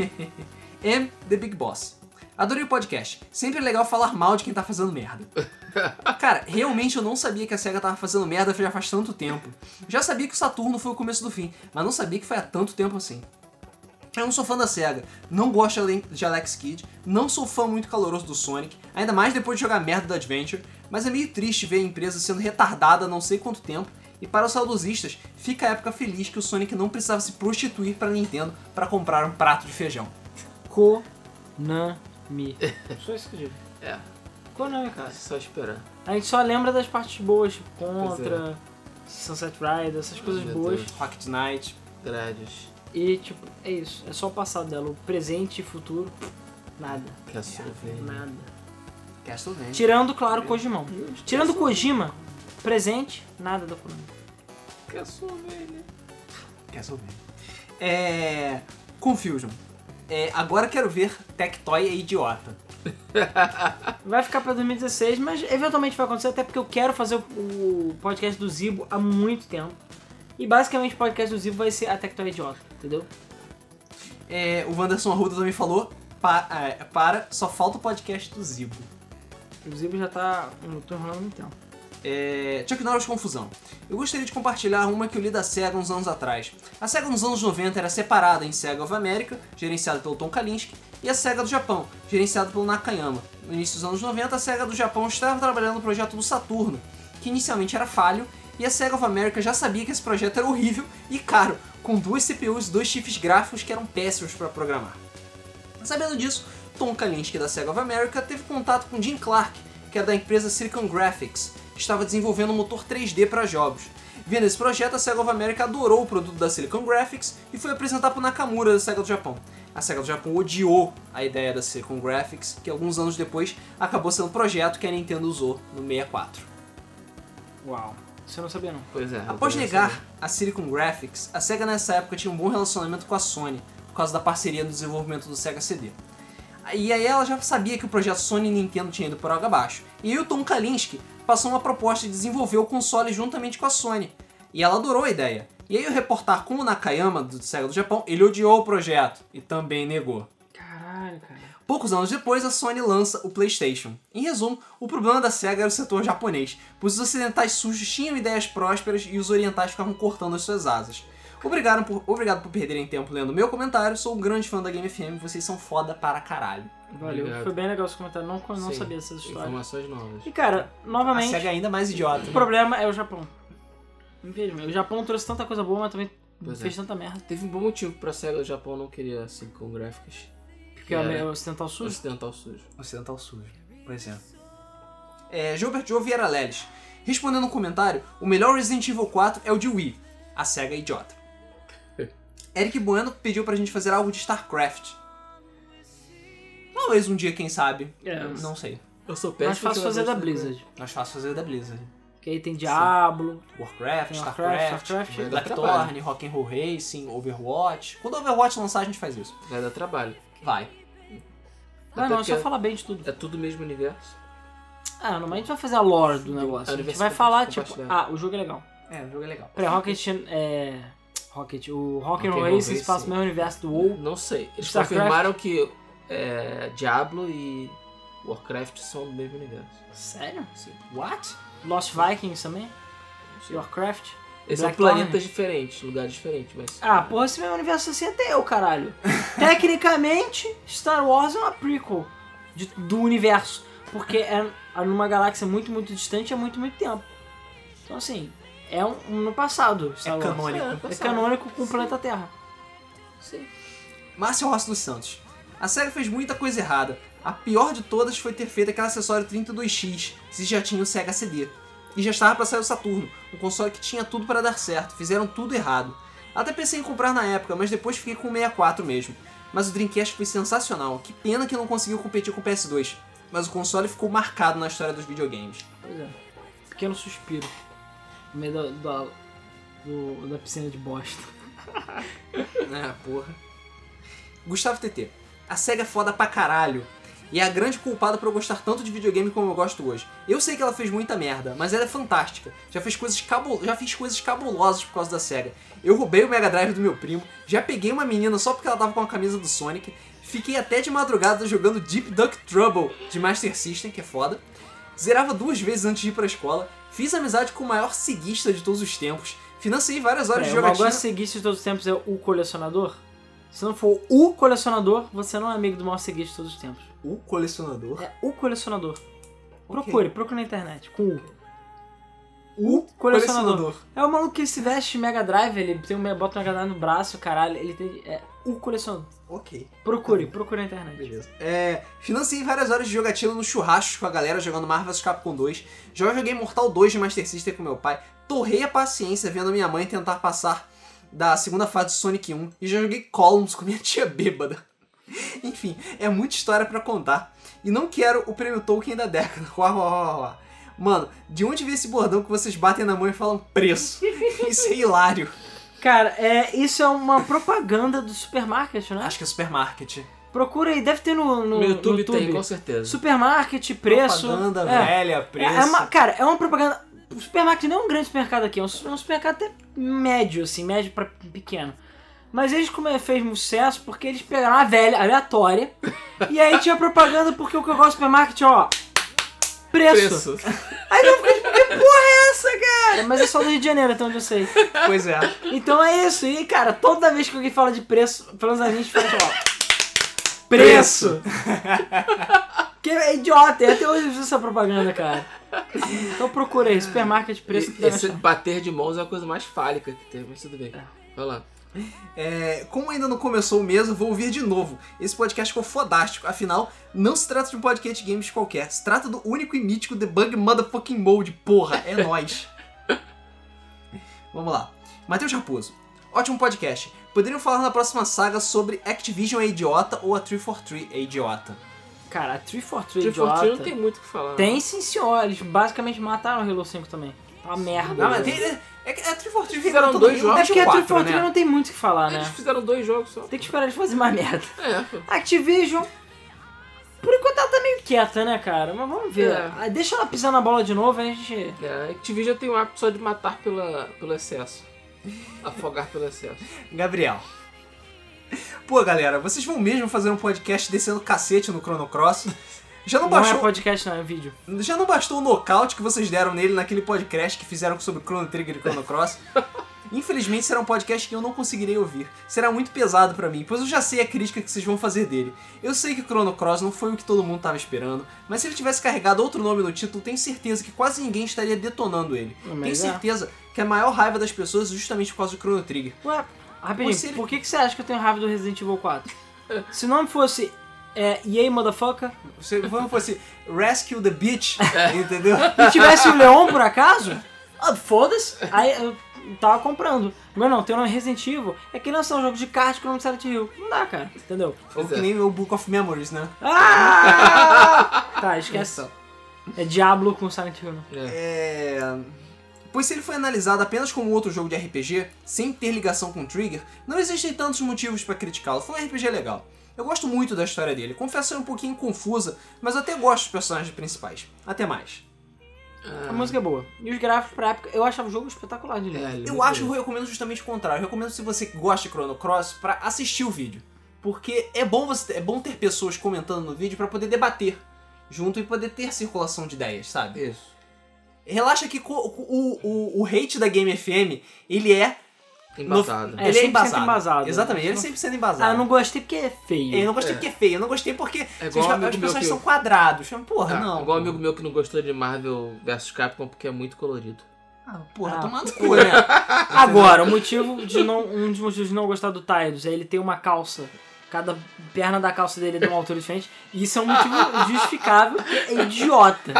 [SPEAKER 1] (laughs) M The Big Boss. Adorei o podcast. Sempre é legal falar mal de quem tá fazendo merda. Cara, realmente eu não sabia que a SEGA tava fazendo merda já faz tanto tempo. Já sabia que o Saturno foi o começo do fim, mas não sabia que foi há tanto tempo assim. Eu não sou fã da SEGA, não gosto de Ale- de Alex Kidd, não sou fã muito caloroso do Sonic, ainda mais depois de jogar merda do Adventure, mas é meio triste ver a empresa sendo retardada há não sei quanto tempo, e para os saudosistas, fica a época feliz que o Sonic não precisava se prostituir pra Nintendo pra comprar um prato de feijão.
[SPEAKER 2] Konami. (laughs) Só isso que eu digo.
[SPEAKER 3] É, Ah,
[SPEAKER 2] Konami, cara.
[SPEAKER 3] só esperar.
[SPEAKER 2] A gente só lembra das partes boas, tipo Contra,
[SPEAKER 3] Pois
[SPEAKER 2] Sunset Ride, essas coisas
[SPEAKER 3] Meu
[SPEAKER 2] boas.
[SPEAKER 3] Deus.
[SPEAKER 1] Rocket Knight.
[SPEAKER 3] Grades.
[SPEAKER 2] E, tipo, é isso. É só o passado dela. O presente e futuro, nada.
[SPEAKER 3] Quer sorver.
[SPEAKER 2] Nada.
[SPEAKER 1] Castlevania.
[SPEAKER 2] Tirando, claro, o Kojimão. Tirando o Kojima, presente, nada da Konami.
[SPEAKER 3] Quer sorver, né?
[SPEAKER 1] Castlevania. É. Confusion. É, agora quero ver Tectoy é idiota.
[SPEAKER 2] Vai ficar pra 2016, mas eventualmente vai acontecer, até porque eu quero fazer o o podcast do Zibo há muito tempo. E basicamente o podcast do Zibo vai ser a Tectoy Idiota, entendeu?
[SPEAKER 1] É, o Wanderson Arruda também falou. pa- é, para, só falta o podcast do Zibo.
[SPEAKER 2] O Zibo já tá. Eu tô enrolando há muito tempo.
[SPEAKER 1] É, Chuck Norris Confusão. Eu gostaria de compartilhar uma que eu li da SEGA uns anos atrás. A SEGA nos anos 90 era separada em SEGA of America, gerenciada pelo Tom Kalinske, e a SEGA do Japão, gerenciada pelo Nakayama. No início dos anos 90, a SEGA do Japão estava trabalhando no projeto do Saturno, que inicialmente era falho, e a SEGA of America já sabia que esse projeto era horrível e caro, com duas CPUs e dois chips gráficos que eram péssimos para programar. Sabendo disso, Tom Kalinske da Sega of America teve contato com Jim Clark, que é da empresa Silicon Graphics, que estava desenvolvendo um motor 3D para jogos. Vendo esse projeto, a Sega of America adorou o produto da Silicon Graphics e foi apresentar para Nakamura da Sega do Japão. A Sega do Japão odiou a ideia da Silicon Graphics, que alguns anos depois acabou sendo o projeto que a Nintendo usou no 64.
[SPEAKER 2] Uau. Você não sabia, não.
[SPEAKER 3] Pois é.
[SPEAKER 1] Após
[SPEAKER 3] eu também
[SPEAKER 1] negar a Silicon Graphics, a SEGA nessa época tinha um bom relacionamento com a Sony, por causa da parceria no desenvolvimento do Sega CD. E aí ela já sabia que o projeto Sony e Nintendo tinha ido por água abaixo. E aí o Tom Kalinske passou uma proposta de desenvolver o console juntamente com a Sony. E ela adorou a ideia. E aí o repórter como Nakayama, do Sega do Japão, ele odiou o projeto e também negou.
[SPEAKER 2] Caralho, cara.
[SPEAKER 1] Poucos anos depois, a Sony lança o PlayStation. Em resumo, o problema da SEGA era o setor japonês, pois os ocidentais sujos tinham ideias prósperas e os orientais ficavam cortando as suas asas. Obrigado por, obrigado por perderem tempo lendo meu comentário, sou um grande fã da Game FM, vocês são foda para caralho.
[SPEAKER 2] Valeu.
[SPEAKER 3] Obrigado.
[SPEAKER 2] Foi bem legal esse comentário. Não, não
[SPEAKER 3] Sim.
[SPEAKER 2] sabia dessas histórias.
[SPEAKER 3] Informações novas.
[SPEAKER 2] E, cara,
[SPEAKER 1] A
[SPEAKER 2] novamente,
[SPEAKER 1] SEGA é ainda mais idiota.
[SPEAKER 2] o problema é o Japão. Infelizmente. O Japão trouxe tanta coisa boa, mas também
[SPEAKER 3] Pois é.
[SPEAKER 2] fez tanta merda.
[SPEAKER 3] Teve um bom motivo pra SEGA do Japão não querer assim com gráficos.
[SPEAKER 2] que é,
[SPEAKER 3] Era.
[SPEAKER 2] o Ocidental Sul.
[SPEAKER 3] Ocidental sujo.
[SPEAKER 1] Ocidental Sujo, pois é. é Gilbert Joe Vieira Leles. Respondendo um comentário, o melhor Resident Evil 4 é o de Wii, a SEGA (laughs) idiota. Eric Bueno pediu pra gente fazer algo de StarCraft. Talvez um dia, quem sabe.
[SPEAKER 2] É.
[SPEAKER 1] Não sei.
[SPEAKER 3] Eu sou péssimo.
[SPEAKER 2] Mas é
[SPEAKER 3] jogador
[SPEAKER 2] fácil fazer
[SPEAKER 3] de
[SPEAKER 2] da
[SPEAKER 3] Starcraft.
[SPEAKER 2] Blizzard.
[SPEAKER 1] Nós fácil fazer da Blizzard.
[SPEAKER 2] Que aí tem Diablo,
[SPEAKER 1] É, Warcraft,
[SPEAKER 2] tem
[SPEAKER 1] StarCraft,
[SPEAKER 2] Warcraft, Starcraft.
[SPEAKER 3] Vai dar
[SPEAKER 1] Blackthorn, Rock'n'Roll Racing, Overwatch. Quando o Overwatch lançar, a gente faz isso.
[SPEAKER 3] Vai dar trabalho.
[SPEAKER 1] Vai.
[SPEAKER 2] Ah,
[SPEAKER 3] Até
[SPEAKER 2] não, é só
[SPEAKER 3] porque-
[SPEAKER 2] falar bem de tudo.
[SPEAKER 3] É tudo o mesmo universo.
[SPEAKER 2] Ah, não, mas a gente vai fazer a lore do negócio. A gente
[SPEAKER 3] universo
[SPEAKER 2] vai falar, tipo,
[SPEAKER 3] compartilhado.
[SPEAKER 2] ah, o jogo é legal.
[SPEAKER 1] É, o jogo é legal.
[SPEAKER 2] Peraí, Rocket. É. Rocket. O Rock and
[SPEAKER 3] Rock and
[SPEAKER 2] Roll
[SPEAKER 3] Roll
[SPEAKER 2] Racing se passa
[SPEAKER 3] Racing.
[SPEAKER 2] no mesmo universo do WoW.
[SPEAKER 3] Não sei. Eles
[SPEAKER 2] Starcraft?
[SPEAKER 3] confirmaram que é, Diablo e Warcraft são do mesmo universo.
[SPEAKER 2] Sério?
[SPEAKER 3] Sim.
[SPEAKER 1] What?
[SPEAKER 2] Lost Vikings também?
[SPEAKER 3] Não sei.
[SPEAKER 2] Warcraft?
[SPEAKER 3] Eles são
[SPEAKER 2] Blackthorn?
[SPEAKER 3] planetas diferentes, lugares diferentes, mas.
[SPEAKER 2] Ah, porra, esse mesmo universo assim é teu,
[SPEAKER 1] (laughs)
[SPEAKER 2] caralho. Tecnicamente, Star Wars é uma prequel de- do universo. Porque é, é numa galáxia muito, muito distante há muito, muito tempo. Então, assim, é um, um no passado. Star
[SPEAKER 1] É
[SPEAKER 2] Wars.
[SPEAKER 1] canônico.
[SPEAKER 3] É,
[SPEAKER 2] É
[SPEAKER 3] passado.
[SPEAKER 2] canônico com o planeta Terra.
[SPEAKER 3] Sim.
[SPEAKER 1] Márcio Rossi dos Santos. A série fez muita coisa errada. A pior de todas foi ter feito aquele acessório 32X, se já tinha o Sega CD. E já estava para sair o Saturno, um console que tinha tudo para dar certo, fizeram tudo errado. Até pensei em comprar na época, mas depois fiquei com o 64 mesmo. Mas o Dreamcast foi sensacional, que pena que não conseguiu competir com o PS2. Mas o console ficou marcado na história dos videogames.
[SPEAKER 2] Pois é. Pequeno suspiro. No meio da, da, do- da piscina de bosta.
[SPEAKER 1] Ah, porra. Gustavo TT. A SEGA é foda pra caralho. E é a grande culpada por eu gostar tanto de videogame como eu gosto hoje. Eu sei que ela fez muita merda, mas ela é fantástica. Já fez coisas cabul... já fiz coisas cabulosas por causa da SEGA. Eu roubei o Mega Drive do meu primo, já peguei uma menina só porque ela tava com a camisa do Sonic, fiquei até de madrugada jogando Deep Duck Trouble de Master System, que é foda. Zerava duas vezes antes de ir pra escola, fiz amizade com o maior seguista de todos os tempos, financei várias horas
[SPEAKER 2] Peraí,
[SPEAKER 1] de
[SPEAKER 2] É, o
[SPEAKER 1] jogatina...
[SPEAKER 2] bagulho seguinte de todos os tempos é o colecionador? Se não for o colecionador, você não é amigo do maior seguinte de todos os tempos.
[SPEAKER 1] O colecionador.
[SPEAKER 2] É o colecionador. Procure, procure na internet, com o.
[SPEAKER 1] O
[SPEAKER 2] colecionador. É o maluco que se veste de Mega Drive, ele tem um, bota um Mega Drive no braço, caralho, ele tem... É o colecionador.
[SPEAKER 1] Ok,
[SPEAKER 2] Procure, procure na internet.
[SPEAKER 1] beleza. É, financei várias horas de jogatina nos churrascos com a galera jogando Marvel vs Capcom 2. Já joguei Mortal 2 de Master System com meu pai. Torrei a paciência vendo a minha mãe tentar passar da segunda fase de Sonic 1. E já joguei Columns com minha (laughs) tia bêbada. Enfim, é muita história pra contar. E não quero o prêmio Tolkien da década. (laughs) Uá, uá, uá, uá. Mano, de onde veio esse bordão que vocês batem na mão e falam
[SPEAKER 2] (laughs)
[SPEAKER 1] preço? Isso é hilário.
[SPEAKER 2] Cara, é, isso é uma propaganda do supermarket, né?
[SPEAKER 1] Acho que é supermarket.
[SPEAKER 2] Procura aí, deve ter no, no,
[SPEAKER 3] No YouTube,
[SPEAKER 2] no
[SPEAKER 3] tem, com certeza.
[SPEAKER 2] Supermarket, preço.
[SPEAKER 1] Propaganda
[SPEAKER 2] é.
[SPEAKER 1] velha,
[SPEAKER 2] É,
[SPEAKER 1] preço.
[SPEAKER 2] é uma- cara, é uma propaganda. O supermercado não é um grande supermercado aqui, é um, su- é um supermercado até médio, assim, médio pra pequeno. Mas eles como é, fez um sucesso porque eles pegaram uma velha aleatória e aí tinha propaganda porque o que eu gosto do supermarket, ó. Preço.
[SPEAKER 3] Preço.
[SPEAKER 2] Aí eu fiquei, tipo, que porra é essa, cara? Mas é só do Rio de Janeiro, então eu sei.
[SPEAKER 1] Pois é.
[SPEAKER 2] Então é isso. E, cara, toda vez que alguém fala de preço, pelo menos a gente fala, tipo, ó.
[SPEAKER 1] Preço.
[SPEAKER 2] Que é idiota, e até hoje eu uso essa propaganda, cara. Então procura aí, supermarket preço que deve
[SPEAKER 3] Esse
[SPEAKER 2] achar.
[SPEAKER 3] bater de mãos é a coisa mais fálica que tem, mas tudo bem. Vai lá.
[SPEAKER 1] É, como ainda não começou o mês, eu vou ouvir de novo. Esse podcast ficou fodástico. Afinal, não se trata de um podcast de games qualquer. Se trata do único e mítico The Bug Motherfucking Mode. Porra, é nóis. Vamos lá. Matheus Raposo. Ótimo podcast. Poderiam falar na próxima saga sobre Activision é idiota ou a 343 é idiota.
[SPEAKER 2] Cara, a 343 é idiota.
[SPEAKER 3] Fortune não tem muito Tipo, o que falar.
[SPEAKER 2] Tem sim, senhor. Eles basicamente mataram o Halo 5 também. Tá Uma merda.
[SPEAKER 1] Ah, mas tem, é, é, que a 343
[SPEAKER 3] Fizeram
[SPEAKER 1] todo mundo,
[SPEAKER 3] dois jogos.
[SPEAKER 2] é
[SPEAKER 1] deve ter
[SPEAKER 2] porque a
[SPEAKER 1] quatro,
[SPEAKER 2] 343
[SPEAKER 1] né?
[SPEAKER 2] não tem muito o que falar, né?
[SPEAKER 3] Eles fizeram dois jogos só.
[SPEAKER 2] Tem que esperar eles fazerem
[SPEAKER 1] (laughs)
[SPEAKER 2] uma merda.
[SPEAKER 3] É, pô.
[SPEAKER 2] Activision. Por enquanto ela tá meio quieta, né, cara? Mas vamos ver.
[SPEAKER 3] É.
[SPEAKER 2] Ah, Deixa ela pisar na bola de novo, aí a gente.
[SPEAKER 3] É, a Activision tem o hábito só de matar pela, pelo excesso. Afogar pelo
[SPEAKER 2] (laughs)
[SPEAKER 3] excesso.
[SPEAKER 1] é um- Gabriel. Pô, galera, vocês vão mesmo fazer um podcast descendo cacete no Chrono Cross? Já não,
[SPEAKER 2] Não,
[SPEAKER 1] baixou,
[SPEAKER 2] é podcast, não, é vídeo.
[SPEAKER 1] já não bastou o nocaute que vocês deram nele naquele podcast que fizeram sobre Chrono Trigger e Chrono Cross? Infelizmente será um podcast que eu não conseguirei ouvir. Será muito pesado pra mim, pois eu já sei a crítica que vocês vão fazer dele. Eu sei que o Chrono Cross não foi o que todo mundo tava esperando, mas se ele tivesse carregado outro nome no título, tenho certeza que quase ninguém estaria detonando ele.
[SPEAKER 2] Não, mas
[SPEAKER 1] Tenho
[SPEAKER 2] é.
[SPEAKER 1] certeza que a maior raiva das pessoas é justamente por causa do Chrono Trigger.
[SPEAKER 2] Ué, rapidinho,
[SPEAKER 1] Você-
[SPEAKER 2] por que, que você acha que eu tenho raiva do Resident Evil 4? Se o nome fosse é EA Motherfucker.
[SPEAKER 1] Se não fosse (laughs) Rescue the Beach, entendeu?
[SPEAKER 2] E tivesse o Leon, por acaso, ah, foda-se, aí eu tava comprando. Mas não, tem o nome Resident Evil, é que não são jogos de kart com o nome Silent Hill. Não dá, cara, entendeu?
[SPEAKER 1] Ou
[SPEAKER 3] Pois
[SPEAKER 1] que
[SPEAKER 3] é.
[SPEAKER 1] nem o Book of Memories, né?
[SPEAKER 2] Ah! tá, esquece. É Diablo com Silent Hill, né?
[SPEAKER 3] É.
[SPEAKER 1] É... Pois se ele foi analisado apenas como outro jogo de RPG, sem ter ligação com Trigger, não existem tantos motivos pra criticá-lo. Foi um RPG legal. Eu gosto muito da história dele. Confesso ser um pouquinho confusa, mas eu até gosto dos personagens principais. Até mais.
[SPEAKER 2] A música é boa. E os gráficos pra época, eu achava o jogo espetacular
[SPEAKER 3] Ah,
[SPEAKER 2] de
[SPEAKER 3] É,
[SPEAKER 2] ler.
[SPEAKER 1] Eu acho que eu recomendo justamente o contrário. Eu recomendo se você gosta de Chrono Cross pra assistir o vídeo. Porque é bom você é bom ter pessoas comentando no vídeo pra poder debater junto e poder ter circulação de ideias, sabe?
[SPEAKER 3] Isso.
[SPEAKER 1] Relaxa que co- o, o, o hate da Game FM, ele é
[SPEAKER 3] Embatado.
[SPEAKER 1] No-
[SPEAKER 2] É,
[SPEAKER 1] ele é
[SPEAKER 2] sempre
[SPEAKER 1] embasado.
[SPEAKER 2] sendo embasado.
[SPEAKER 1] Exatamente, ele é sempre sendo embasado.
[SPEAKER 2] Ah, eu não gostei porque é feio.
[SPEAKER 1] Eu não gostei porque é feio, eu não gostei porque
[SPEAKER 3] É
[SPEAKER 1] vocês-
[SPEAKER 3] igual um amigo
[SPEAKER 1] as
[SPEAKER 3] meu
[SPEAKER 1] pessoas
[SPEAKER 3] que-
[SPEAKER 1] são quadrados. Porra,
[SPEAKER 3] Ah,
[SPEAKER 1] não.
[SPEAKER 3] Igual um amigo meu que não gostou de Marvel vs Capcom porque é muito colorido.
[SPEAKER 1] Ah, porra,
[SPEAKER 2] Ah.
[SPEAKER 1] tomar no cu,
[SPEAKER 2] (laughs)
[SPEAKER 1] né?
[SPEAKER 2] Agora, o motivo de não. Um dos motivos de não gostar do Tidus é ele ter uma calça. Cada perna da calça dele é de uma altura diferente. E isso é
[SPEAKER 1] (laughs)
[SPEAKER 2] um motivo justificável, porque é idiota.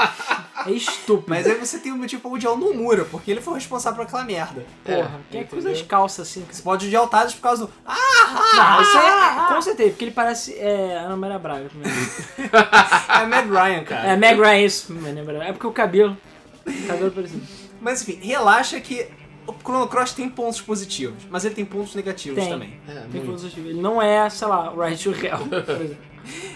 [SPEAKER 2] É estúpido.
[SPEAKER 1] Mas aí você tem o motivo pra odiar o Nomura, porque ele foi o responsável por aquela merda.
[SPEAKER 2] Porra,
[SPEAKER 3] É,
[SPEAKER 2] quem é que usa
[SPEAKER 3] entendeu?
[SPEAKER 2] as calças assim?
[SPEAKER 1] Você pode odiar o Tades por causa do. Ah!
[SPEAKER 2] Não, isso é. Com certeza, porque ele parece. É. Ana Maria Braga
[SPEAKER 1] (laughs)
[SPEAKER 2] também.
[SPEAKER 1] É Mad Ryan, cara.
[SPEAKER 2] É, Meg Ryan, isso, Ana Maria Braga. É porque o cabelo. O cabelo parecido.
[SPEAKER 1] Mas enfim, relaxa que o Chrono Cross tem pontos positivos, mas ele tem pontos negativos
[SPEAKER 2] Tem.
[SPEAKER 1] também.
[SPEAKER 3] É,
[SPEAKER 2] Tem
[SPEAKER 3] muito.
[SPEAKER 2] todos os tipos. Ele não é, sei lá, o Right to Hell, por exemplo.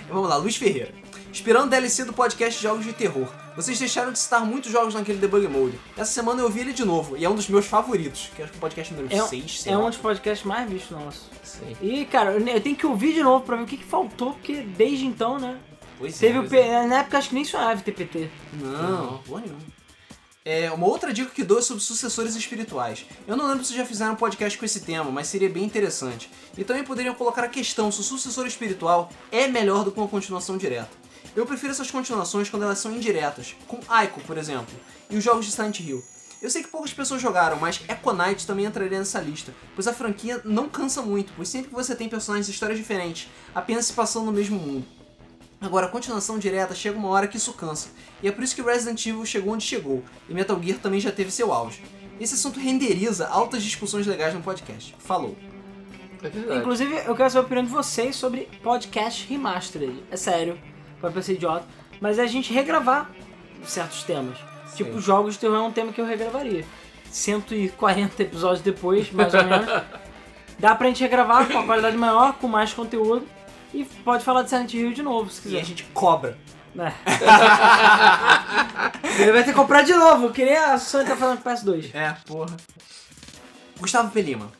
[SPEAKER 1] Vamos lá, Luiz Ferreira. Esperando DLC do podcast Jogos de Terror. Vocês deixaram de citar muitos jogos naquele debug mode. Essa semana eu vi ele de novo, e é um dos meus favoritos, que acho que é o podcast número
[SPEAKER 2] É um-
[SPEAKER 1] 6, sei
[SPEAKER 2] É
[SPEAKER 1] lá.
[SPEAKER 2] um dos podcasts mais vistos nossos.
[SPEAKER 3] Sim.
[SPEAKER 2] E, cara, eu ne- eu tenho que ouvir de novo pra ver o que, que faltou, porque desde então, né?
[SPEAKER 1] Pois é,
[SPEAKER 2] Teve o
[SPEAKER 1] pois
[SPEAKER 2] P... Na época acho que nem sonhava TPT.
[SPEAKER 1] Não, porra nenhuma. É, uma outra dica que dou é sobre sucessores espirituais. Eu não lembro se já fizeram um podcast com esse tema, mas seria bem interessante. E também poderiam colocar a questão se o sucessor espiritual é melhor do que uma continuação direta. Eu prefiro essas continuações quando elas são indiretas, com Aiko, por exemplo, e os jogos de Silent Hill. Eu sei que poucas pessoas jogaram, mas Econite também entraria nessa lista, pois a franquia não cansa muito, pois sempre que você tem personagens e histórias diferentes, apenas se passando no mesmo mundo. Agora, a continuação direta chega uma hora que isso cansa, e é por isso que Resident Evil chegou onde chegou, e Metal Gear também já teve seu auge. Esse assunto renderiza altas discussões legais no podcast. Falou.
[SPEAKER 3] É verdade.
[SPEAKER 2] Inclusive, eu quero saber a opinião de vocês sobre podcast remastered. É sério, pode parecer idiota, mas é a gente regravar certos temas.
[SPEAKER 3] Sim.
[SPEAKER 2] Tipo, jogos de terror é um tema que eu regravaria. 140 episódios depois, mais ou menos. Dá pra gente regravar com uma qualidade maior, com mais conteúdo. E pode falar de Silent Hill de novo, se
[SPEAKER 1] E
[SPEAKER 2] quiser.
[SPEAKER 1] a gente cobra.
[SPEAKER 2] É. Né? (laughs) Ele vai ter que comprar de novo, que nem a Sony tá falando com o PS2.
[SPEAKER 1] É, porra. Gustavo Pelima.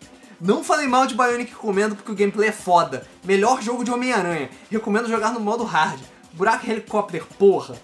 [SPEAKER 1] Não falei mal de Bionic Comendo porque o gameplay é foda. Melhor jogo de Homem-Aranha. Recomendo jogar no modo hard. Buraco helicóptero, porra.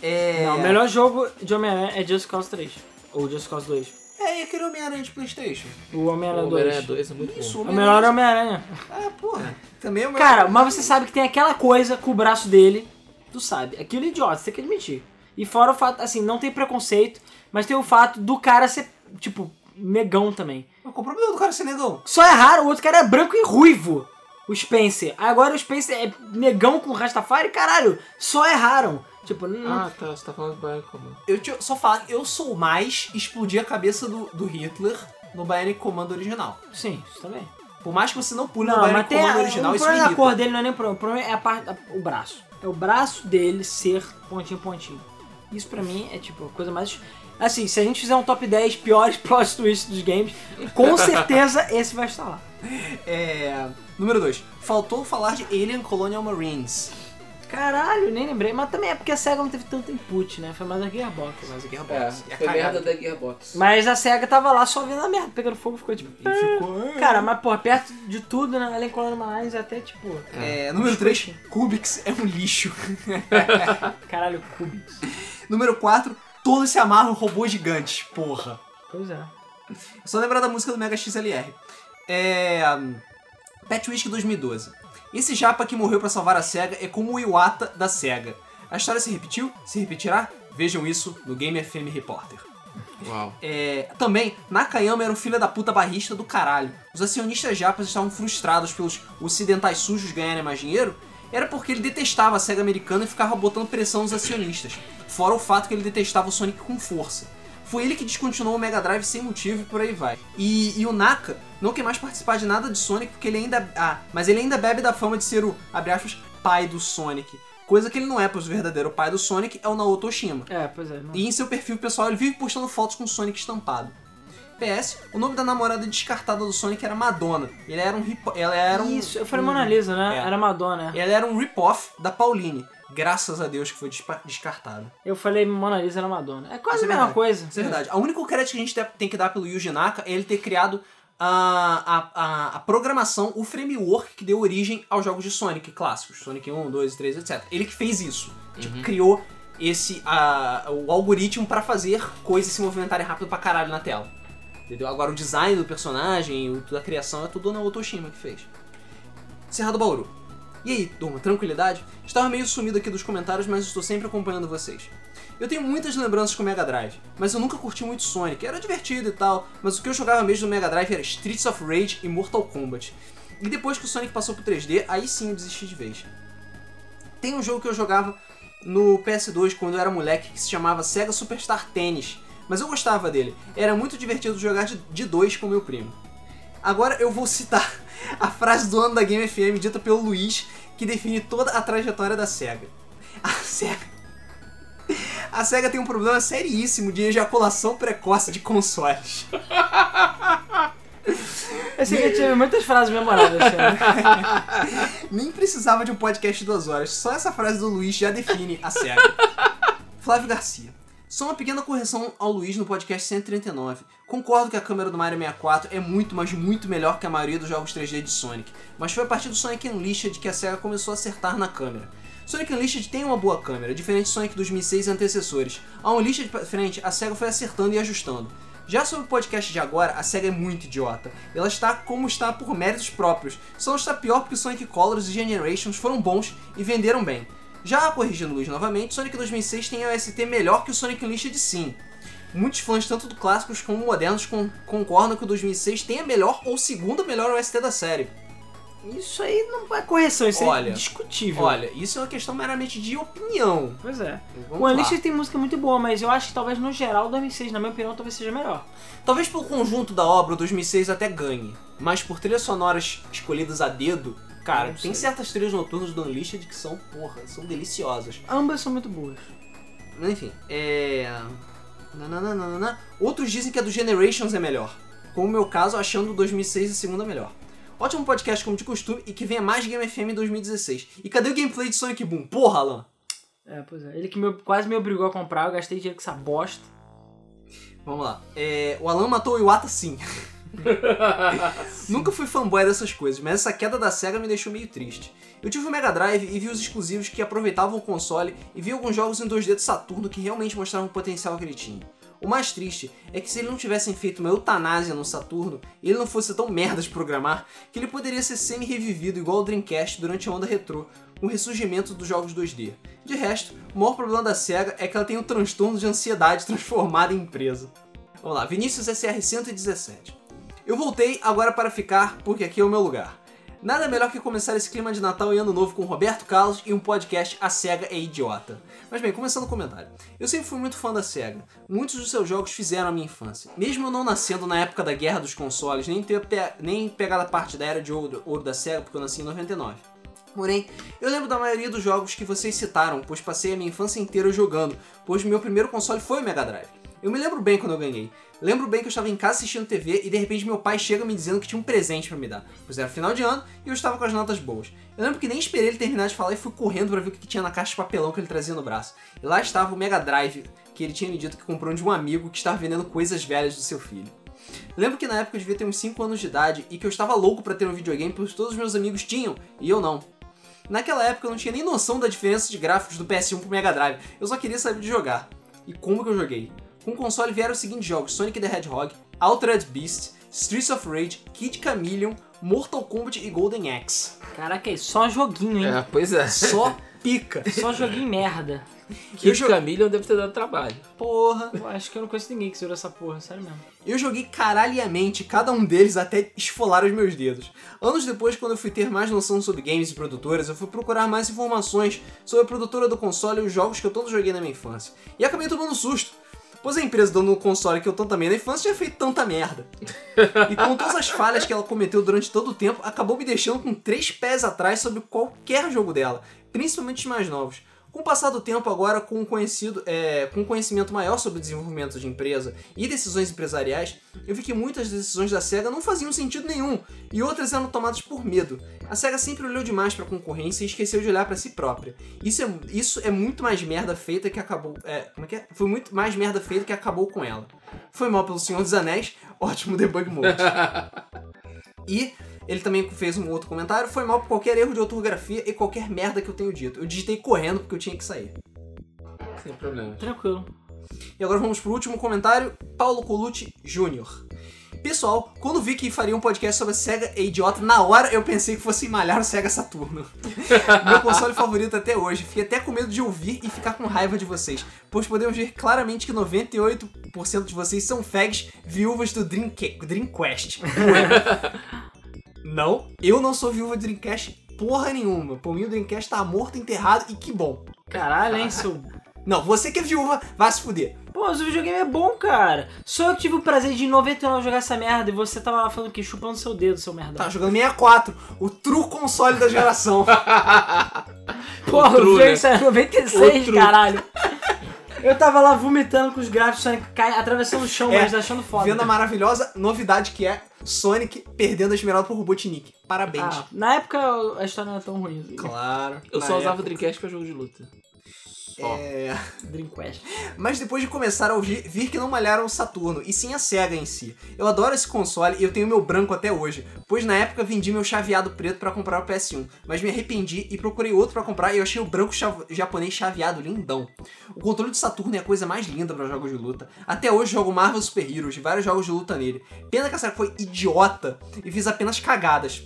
[SPEAKER 1] É.
[SPEAKER 2] Não, o melhor jogo de Homem-Aranha é Just Cause 3. Ou Just Cause 2.
[SPEAKER 1] É, e aquele Homem-Aranha de Playstation.
[SPEAKER 2] O
[SPEAKER 3] O
[SPEAKER 2] Homem-Aranha 2.
[SPEAKER 3] Homem-Aranha 2 é muito
[SPEAKER 1] Isso,
[SPEAKER 3] bom.
[SPEAKER 2] O melhor é
[SPEAKER 1] Homem-Aranha.
[SPEAKER 2] Homem-Aranha.
[SPEAKER 1] É, porra. Também é o melhor.
[SPEAKER 2] Cara, mas você sabe que tem aquela coisa com o braço dele. Tu sabe. Aquilo é idiota, você tem que admitir. E fora o fato, assim, não tem preconceito, mas tem o fato do cara ser, tipo, negão também.
[SPEAKER 1] Qual é o problema do cara ser negão?
[SPEAKER 2] Só é raro, o outro cara é branco e ruivo. O Spencer. Agora o Spencer é negão com Rastafari, caralho. Só erraram. Tipo, não,
[SPEAKER 3] Ah, tá. Você tá falando do Bionic Commando.
[SPEAKER 1] Eu te- só falo, eu sou mais explodir a cabeça do, do Hitler no Bionic Comando original.
[SPEAKER 2] Sim, isso também.
[SPEAKER 1] Por mais que você não pule no
[SPEAKER 2] Não, mas
[SPEAKER 1] Bionic
[SPEAKER 2] tem a,
[SPEAKER 1] Comando
[SPEAKER 2] original,
[SPEAKER 1] original,
[SPEAKER 2] o
[SPEAKER 1] isso me
[SPEAKER 2] problema da
[SPEAKER 1] irrita.
[SPEAKER 2] cor dele não é nem problema. O problema é a parte, a- o braço. É o braço dele ser pontinho pontinho. Isso pra mim é tipo a coisa mais. Assim, se a gente fizer um top 10 piores (laughs) plot twists dos games, com certeza esse vai estar lá.
[SPEAKER 1] É, número 2. Faltou falar de Alien Colonial Marines.
[SPEAKER 2] Caralho, nem lembrei. Mas também é porque a SEGA não teve tanto input, né? Foi mais a Gearbox.
[SPEAKER 1] Mas o Gearbox.
[SPEAKER 3] É,
[SPEAKER 1] a
[SPEAKER 3] foi merda
[SPEAKER 1] cagada.
[SPEAKER 3] da Gearbox.
[SPEAKER 2] Mas a SEGA tava lá só vendo a merda, pegando fogo ficou tipo.
[SPEAKER 1] E ficou-
[SPEAKER 2] Cara, mas pô, perto de tudo, né? Além Colonial Marines é até tipo.
[SPEAKER 1] É, número 3. Kubix é um lixo. (laughs) É.
[SPEAKER 2] Caralho, Cubics.
[SPEAKER 1] número 4. Todos se amarram robôs gigantes. Porra.
[SPEAKER 2] Pois é.
[SPEAKER 1] É Só lembrar da música do Mega XLR. É. hum, Pet Whisky 2012. Esse japa que morreu pra salvar a SEGA é como o Iwata da SEGA. A história se repetiu? Se repetirá? Vejam isso no Game FM Reporter.
[SPEAKER 3] Uau.
[SPEAKER 1] É, também, Nakayama era um filho da puta barrista do caralho. Os acionistas japas estavam frustrados pelos ocidentais sujos ganharem mais dinheiro era porque ele detestava a SEGA americana e ficava botando pressão nos acionistas. Fora o fato que ele detestava o Sonic com força. Foi ele que descontinuou o Mega Drive sem motivo e por aí vai. E, e o Naka não quer mais participar de nada de Sonic porque ele ainda. Ah, mas ele ainda bebe da fama de ser o, abre aspas, pai do Sonic. Coisa que ele não é, pois o verdadeiro pai do Sonic é o Naoto Oshima.
[SPEAKER 2] É, pois é. não-
[SPEAKER 1] E em seu perfil pessoal ele vive postando fotos com o Sonic estampado. PS, o nome da namorada descartada do Sonic era Madonna. Ele era um hip- ela era um,
[SPEAKER 2] Isso, eu falei Mona Lisa, né?
[SPEAKER 1] É.
[SPEAKER 2] Era Madonna.
[SPEAKER 1] ela era um rip-off da Pauline. Graças a Deus que foi despa- descartada.
[SPEAKER 2] Eu falei Mona Lisa era Madona. É quase
[SPEAKER 1] Isso
[SPEAKER 2] a
[SPEAKER 1] é
[SPEAKER 2] mesma
[SPEAKER 1] verdade.
[SPEAKER 2] coisa.
[SPEAKER 1] Isso é verdade. A única crédito que a gente te- tem que dar pelo Yuji Naka é ele ter criado a, a, a, a programação, o framework que deu origem aos jogos de Sonic clássicos. Sonic 1, 2, 3, etc. Ele que fez isso. Tipo, criou esse a, o algoritmo pra fazer coisas se movimentarem rápido pra caralho na tela. Entendeu? Agora o design do personagem, o- da criação, é tudo na Otoshima que fez. Serra do Bauru. E aí, turma, tranquilidade? Estava meio sumido aqui dos comentários, mas estou sempre acompanhando vocês. Eu tenho muitas lembranças com o Mega Drive, mas eu nunca curti muito Sonic, era divertido e tal, mas o que eu jogava mesmo no Mega Drive era Streets of Rage e Mortal Kombat. E depois que o Sonic passou pro 3D, aí sim eu desisti de vez. Tem um jogo que eu jogava no PS2 quando eu era moleque que se chamava Sega Superstar Tennis, mas eu gostava dele, era muito divertido jogar de- de dois com meu primo. Agora eu vou citar a frase do ano da Game FM dita pelo Luiz, que define toda a trajetória da SEGA. A SEGA. A SEGA tem um problema seríssimo de ejaculação precoce de consoles.
[SPEAKER 2] Eu sei que eu tive muitas frases memoráveis. assim, né. cara.
[SPEAKER 1] Nem precisava de um podcast de duas horas, só essa frase do Luiz já define a SEGA. Flávio Garcia. Só uma pequena correção ao Luiz no podcast 139. Concordo que a câmera do Mario 64 é muito, mas muito melhor que a maioria dos jogos 3D de Sonic, mas foi a partir do Sonic Unleashed que a SEGA começou a acertar na câmera. Sonic Unleashed tem uma boa câmera, diferente de Sonic 2006 e antecessores. A Unleashed pra frente, a SEGA foi acertando e ajustando. Já sobre o podcast de agora, a SEGA é muito idiota. Ela está como está por méritos próprios, só não está pior porque Sonic Colors e Generations foram bons e venderam bem. Já corrigindo o Luiz novamente, Sonic 2006 tem a OST melhor que o Sonic Unleashed sim. Muitos fãs, tanto do clássicos como modernos, con- concordam que o 2006 tem a melhor ou segunda melhor OST da série.
[SPEAKER 2] Isso aí não é correção, isso
[SPEAKER 1] Olha,
[SPEAKER 2] é discutível.
[SPEAKER 1] Olha, isso é uma questão meramente de opinião.
[SPEAKER 2] Pois é.
[SPEAKER 1] Vamos
[SPEAKER 2] O
[SPEAKER 1] lá.
[SPEAKER 2] Unleashed tem música muito boa, mas eu acho que talvez no geral o 2006, na minha opinião, talvez seja melhor.
[SPEAKER 1] Talvez pelo conjunto da obra, o 2006 até ganhe. Mas por trilhas sonoras escolhidas a dedo, cara,
[SPEAKER 2] Não
[SPEAKER 1] tem
[SPEAKER 2] sei.
[SPEAKER 1] certas trilhas noturnas do Unleashed que são, porra, são deliciosas.
[SPEAKER 2] Ambas são muito boas.
[SPEAKER 1] Mas enfim, é. nananana. Outros dizem que a do Generations é melhor. Como o meu caso, achando o 2006 a segunda melhor. Ótimo podcast, como de costume, e que venha mais Game FM em 2016. E cadê o gameplay de Sonic Boom? Porra, Alan!
[SPEAKER 2] É, pois é. Ele que me- quase me obrigou a comprar, eu gastei dinheiro com essa bosta.
[SPEAKER 1] Vamos lá. É, o Alan matou o Iwata sim. Nunca fui fanboy dessas coisas, mas essa queda da SEGA me deixou meio triste. Eu tive o Mega Drive e vi os exclusivos que aproveitavam o console e vi alguns jogos em 2D de Saturno que realmente mostravam o potencial que ele tinha. O mais triste é que se eles não tivessem feito uma eutanásia no Saturno e ele não fosse tão merda de programar, que ele poderia ser semi-revivido igual o Dreamcast durante a onda retrô, com o ressurgimento dos jogos 2D. De resto, o maior problema da SEGA é que ela tem um transtorno de ansiedade transformada em empresa. Vamos lá, Vinícius SR 117. Eu voltei agora para ficar, porque aqui é o meu lugar. Nada melhor que começar esse clima de Natal e Ano Novo com Roberto Carlos e um podcast A SEGA é Idiota. Mas bem, começando o comentário. Eu sempre fui muito fã da SEGA. Muitos dos seus jogos fizeram a minha infância. Mesmo eu não nascendo na época da guerra dos consoles, nem, ter pe- nem pegado a parte da era de ouro, ouro da SEGA, porque eu nasci em 99. Porém, eu lembro da maioria dos jogos que vocês citaram, pois passei a minha infância inteira jogando, pois meu primeiro console foi o Mega Drive. Eu me lembro bem quando eu ganhei. Lembro bem que eu estava em casa assistindo TV e de repente meu pai chega me dizendo que tinha um presente pra me dar. Pois era final de ano e eu estava com as notas boas. Eu lembro que nem esperei ele terminar de falar e fui correndo pra ver o que tinha na caixa de papelão que ele trazia no braço. E lá estava o Mega Drive, que ele tinha me dito que comprou de um amigo que estava vendendo coisas velhas do seu filho. Lembro que na época eu devia ter uns 5 anos de idade e que eu estava louco pra ter um videogame, pois todos os meus amigos tinham e eu não. Naquela época eu não tinha nem noção da diferença de gráficos do PS1 pro Mega Drive, eu só queria saber de jogar. E como que eu joguei? Com o console vieram os seguintes jogos: Sonic the Hedgehog, Altered Beast, Streets of Rage, Kid Chameleon, Mortal Kombat e Golden Axe.
[SPEAKER 2] Caraca, é só joguinho, hein?
[SPEAKER 3] É, pois é.
[SPEAKER 1] Só (laughs) pica.
[SPEAKER 2] Só joguinho merda.
[SPEAKER 3] Kid
[SPEAKER 1] jo-
[SPEAKER 3] Chameleon deve ter dado trabalho.
[SPEAKER 1] Porra.
[SPEAKER 2] Eu acho que eu não conheço ninguém que zerou essa porra, sério mesmo.
[SPEAKER 1] Eu joguei caralhamente cada um deles até esfolar os meus dedos. Anos depois, quando eu fui ter mais noção sobre games e produtoras, eu fui procurar mais informações sobre a produtora do console e os jogos que eu tanto joguei na minha infância. E acabei tomando um susto, pois a empresa dona do console que eu tanto amei na infância tinha feito tanta merda. E com todas as falhas que ela cometeu durante todo o tempo, acabou me deixando com três pés atrás sobre qualquer jogo dela, principalmente os mais novos. Com o passar do tempo, agora com um conhecido, é, com um conhecimento maior sobre o desenvolvimento de empresa e decisões empresariais, eu vi que muitas decisões da SEGA não faziam sentido nenhum e outras eram tomadas por medo. A SEGA sempre olhou demais pra concorrência e esqueceu de olhar pra si própria. Isso é, isso é muito mais merda feita que acabou. É, como é que é? Foi muito mais merda feita que acabou com ela. Foi mal pelo Senhor dos Anéis, ótimo debug mode. E ele também fez um outro comentário. Foi mal por qualquer erro de ortografia e qualquer merda que eu tenho dito. Eu digitei correndo porque eu tinha que sair.
[SPEAKER 3] Sem problema. (laughs)
[SPEAKER 2] Tranquilo.
[SPEAKER 1] E agora vamos pro último comentário. Paulo Colucci Jr. Pessoal, quando vi que faria um podcast sobre a SEGA e idiota, na hora eu pensei que fosse malhar o SEGA Saturno. (laughs) Meu console favorito até hoje. Fiquei até com medo de ouvir e ficar com raiva de vocês, pois podemos ver claramente que 98% de vocês são fags viúvas do Dreamca- Dreamcast. (laughs) não, eu não sou viúva de Dreamcast porra nenhuma. Por mim o Dreamcast tá morto, enterrado e que bom.
[SPEAKER 2] Caralho, hein, seu.
[SPEAKER 1] Não, você que é viúva, vai se fuder.
[SPEAKER 2] Pô, mas o videogame é bom, cara. Só eu que tive o prazer de em 99 jogar essa merda e você tava lá falando que chupando seu dedo, seu merda.
[SPEAKER 1] Tá jogando 64, o true console da
[SPEAKER 3] (laughs)
[SPEAKER 1] geração.
[SPEAKER 3] Outro,
[SPEAKER 2] Porra, o videogame
[SPEAKER 3] né?
[SPEAKER 2] saiu em 96,
[SPEAKER 3] Outro.
[SPEAKER 2] caralho. Eu tava lá vomitando com os gráficos, Sonic cai, atravessando o chão,
[SPEAKER 1] É,
[SPEAKER 2] mas achando foda. Ah,
[SPEAKER 1] Vendo a maravilhosa novidade que é Sonic perdendo a esmeralda pro Robotnik. Parabéns.
[SPEAKER 2] Ah, na época a história não era tão ruim. assim.
[SPEAKER 1] Claro.
[SPEAKER 3] Eu
[SPEAKER 1] na
[SPEAKER 3] só usava o
[SPEAKER 1] época.
[SPEAKER 3] Dreamcast pra jogo de luta. Só.
[SPEAKER 1] É,
[SPEAKER 2] Dreamcast.
[SPEAKER 1] mas depois de começar a ouvir, vir que não malharam o Saturno, e sim a SEGA em si. Eu adoro esse console e eu tenho meu branco até hoje, pois na época vendi meu chaveado preto pra comprar o PS1, mas me arrependi e procurei outro pra comprar e eu achei o branco chav- japonês chaveado lindão. O controle do Saturno é a coisa mais linda pra jogos de luta. Até hoje jogo Marvel Super Heroes e vários jogos de luta nele. Pena que essa foi idiota e fiz apenas cagadas.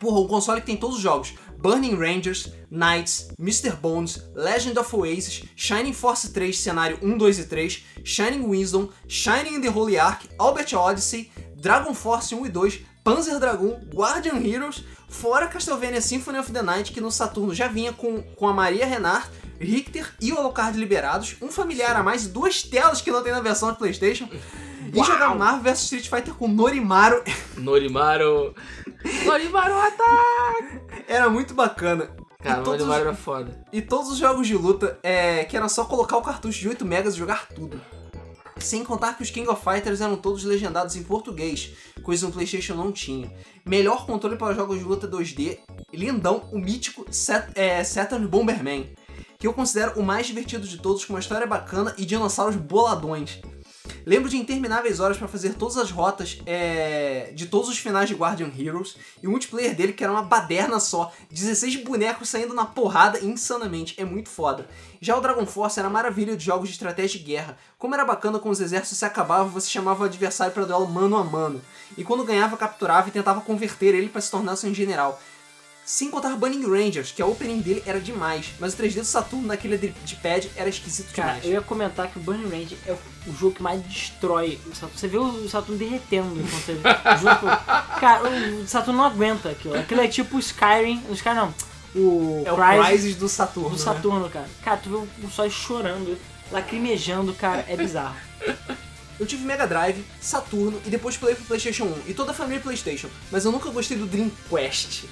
[SPEAKER 1] Porra, um console que tem todos os jogos: Burning Rangers, Knights, Mr. Bones, Legend of Oasis, Shining Force 3, cenário 1, 2 e 3, Shining Wisdom, Shining in the Holy Ark, Albert Odyssey, Dragon Force 1 e 2, Panzer Dragoon, Guardian Heroes, fora Castlevania Symphony of the Night, que no Saturno já vinha com, com a Maria Renard, Richter e o Alucard liberados, um familiar a mais e duas telas que não tem na versão de Playstation, e jogar Marvel vs Street Fighter com Norimaru (laughs)
[SPEAKER 3] Norimaru. Norimaru ah, tá! ataca!
[SPEAKER 1] era muito bacana.
[SPEAKER 3] Cara,
[SPEAKER 1] todos os-
[SPEAKER 3] Norimaru era foda.
[SPEAKER 1] E todos os jogos de luta é, que era só colocar o cartucho de 8 megas e jogar tudo. Sem contar que os King of Fighters eram todos legendados em português, coisa que o PlayStation não tinha. Melhor controle para jogos de luta 2D, lindão, o mítico Set, é, Saturn Bomberman, que eu considero o mais divertido de todos, com uma história bacana e dinossauros boladões. Lembro de intermináveis horas para fazer todas as rotas é, de todos os finais de Guardian Heroes e o multiplayer dele que era uma baderna só, 16 bonecos saindo na porrada insanamente, é muito foda. Já o Dragon Force era maravilha de jogos de estratégia de guerra. Como era bacana quando os exércitos se acabavam, você chamava o adversário para duelo mano a mano. E quando ganhava, capturava e tentava converter ele para se tornar seu general. Sem contar Burning Rangers, que a opening dele era demais, mas o 3D do Saturno naquele de, de pad era esquisito
[SPEAKER 2] Cara,
[SPEAKER 1] demais.
[SPEAKER 2] eu ia comentar que o Burning Range é o jogo que mais destrói o Saturno. Você vê o Saturno derretendo
[SPEAKER 1] (laughs)
[SPEAKER 2] enquanto você junto. Cara, o Saturno não aguenta aquilo. Aquilo é tipo o Skyrim. O Skyrim não. O
[SPEAKER 1] É o
[SPEAKER 2] Crysis
[SPEAKER 1] Crysis do Saturno.
[SPEAKER 2] do
[SPEAKER 1] né?
[SPEAKER 2] Saturno, cara. Cara, tu vê o sol chorando, lacrimejando, cara. É bizarro.
[SPEAKER 1] Eu tive Mega Drive, Saturno e depois pulei pro PlayStation 1 e toda a família é PlayStation, mas eu nunca gostei do Dreamcast.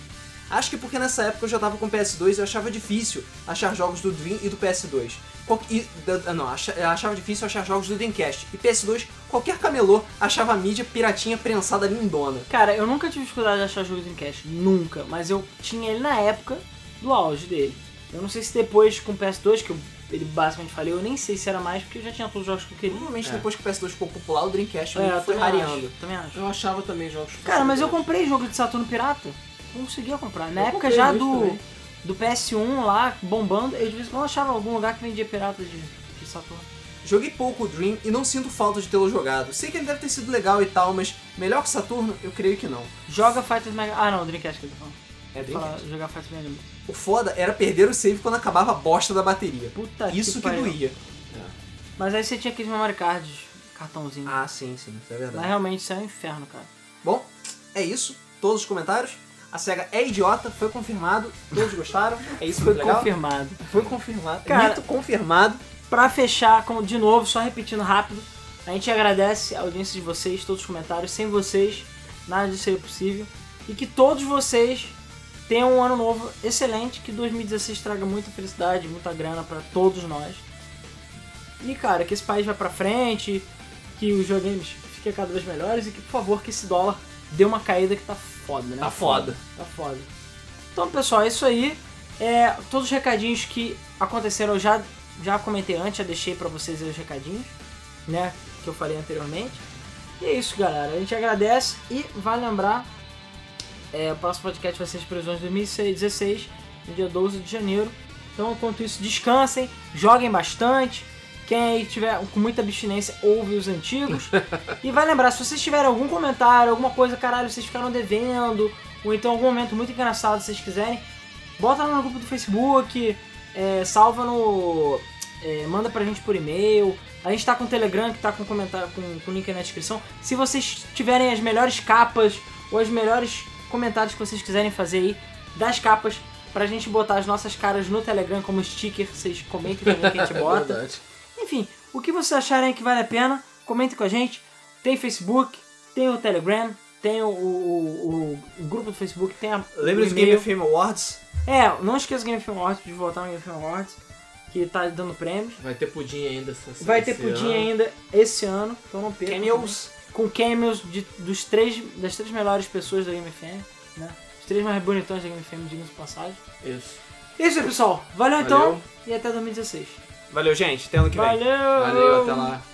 [SPEAKER 1] Acho que porque nessa época eu já tava com PS2 e eu achava difícil achar jogos do Dream e do PS2. Qual- e- da- ah, não, acha- eu achava difícil achar jogos do Dreamcast. E PS2, qualquer camelô achava a mídia piratinha prensada lindona.
[SPEAKER 2] Cara, eu nunca tive dificuldade de achar jogo do Dreamcast, nunca, mas eu tinha ele na época do auge dele. Eu não sei se depois com o PS2, que eu- ele basicamente falhou, eu nem sei se era mais, porque eu já tinha todos os jogos que eu queria.
[SPEAKER 1] Provavelmente
[SPEAKER 3] É.
[SPEAKER 1] depois que o PS2 ficou popular, o Dreamcast
[SPEAKER 2] É,
[SPEAKER 1] meio que Hum, foi
[SPEAKER 2] também
[SPEAKER 1] rareando.
[SPEAKER 2] acho, também acho.
[SPEAKER 3] Eu achava também jogos.
[SPEAKER 2] Cara, mas eu comprei jogo de Saturno Pirata, não conseguia comprar. Na
[SPEAKER 3] Eu
[SPEAKER 2] época
[SPEAKER 3] comprei
[SPEAKER 2] já
[SPEAKER 3] isso
[SPEAKER 2] do,
[SPEAKER 3] também.
[SPEAKER 2] do PS1 lá, bombando, eu de vez em quando achava algum lugar que vendia pirata de, de Saturno.
[SPEAKER 1] Joguei pouco o Dream e não sinto falta de tê-lo jogado. Sei que ele deve ter sido legal e tal, mas melhor que Saturno, eu creio que não.
[SPEAKER 2] Joga Fighters Mega... Ah, não, Dreamcast que eu tô falando.
[SPEAKER 1] É bem
[SPEAKER 2] falar, jogar Fight Emblem.
[SPEAKER 1] O foda era perder o save quando acabava a bosta da bateria.
[SPEAKER 2] Puta
[SPEAKER 1] Isso que
[SPEAKER 2] pariu.
[SPEAKER 1] doía.
[SPEAKER 2] Mas aí você tinha aqueles memory cards, cartãozinho.
[SPEAKER 1] Ah, sim, sim, isso é
[SPEAKER 2] Mas
[SPEAKER 1] verdade.
[SPEAKER 2] realmente isso é um inferno, cara.
[SPEAKER 1] Bom, é isso. Todos os comentários. A SEGA é idiota, foi confirmado. Todos gostaram. (laughs) É isso, foi
[SPEAKER 2] Foi
[SPEAKER 1] legal.
[SPEAKER 2] confirmado.
[SPEAKER 1] Foi confirmado.
[SPEAKER 2] Cara-
[SPEAKER 1] Mito confirmado.
[SPEAKER 2] Pra fechar, como de novo, só repetindo rápido, a gente agradece a audiência de vocês, todos os comentários. Sem vocês, nada disso seria possível. E que todos vocês tenham um ano novo excelente, que 2016 traga muita felicidade, muita grana pra todos nós. E cara, que esse país vá pra frente, que os videogames fiquem cada vez melhores e que, por favor, que esse dólar dê uma caída que tá foda, né?
[SPEAKER 1] Tá foda.
[SPEAKER 2] Tá foda. Então, pessoal, é isso aí. É, todos os recadinhos que aconteceram eu já, já comentei antes, já deixei pra vocês aí os recadinhos, né? Que eu falei anteriormente. E é isso, galera. A gente agradece e vai lembrar: é, o próximo podcast vai ser as previsões de 2016, no dia 12 de janeiro. Então, enquanto isso, descansem, joguem bastante. Quem aí tiver com muita abstinência, ouve os antigos. e vai lembrar, se vocês tiverem algum comentário, alguma coisa, caralho, vocês ficaram devendo, ou então algum momento muito engraçado, se vocês quiserem, bota lá no grupo do Facebook, é, salva no. É, manda pra gente por e-mail. A gente tá com o Telegram que tá com comentário com, com o link aí na descrição. Se vocês tiverem as melhores capas ou os melhores comentários que vocês quiserem fazer aí das capas pra gente botar as nossas caras no Telegram como sticker, vocês comentem também que a gente bota.
[SPEAKER 3] É verdade.
[SPEAKER 2] Enfim, o que vocês acharem que vale a pena, comentem com a gente. Tem Facebook, tem o Telegram, tem o, o- o- o grupo do Facebook, tem a.
[SPEAKER 1] Lembra
[SPEAKER 2] o
[SPEAKER 1] dos Game
[SPEAKER 2] e-mail.
[SPEAKER 1] FM Awards?
[SPEAKER 2] É, não esqueça o Game Film Awards, de voltar no Game Film Awards, que tá dando prêmios.
[SPEAKER 3] Vai ter pudim ainda essa
[SPEAKER 2] Vai ter
[SPEAKER 3] esse
[SPEAKER 2] pudim
[SPEAKER 3] ano.
[SPEAKER 2] ainda esse ano, então não perca.
[SPEAKER 1] Cameos.
[SPEAKER 2] Com cameos de, dos três, das três melhores pessoas da Game FM, né? Os três mais bonitões da Game FM, diga-se de passagem.
[SPEAKER 3] Isso.
[SPEAKER 2] É isso aí, pessoal. Valeu, então
[SPEAKER 3] Valeu.
[SPEAKER 2] e até 2016.
[SPEAKER 1] Valeu, gente. Até ano que vem.
[SPEAKER 2] Valeu!
[SPEAKER 3] Valeu, até lá.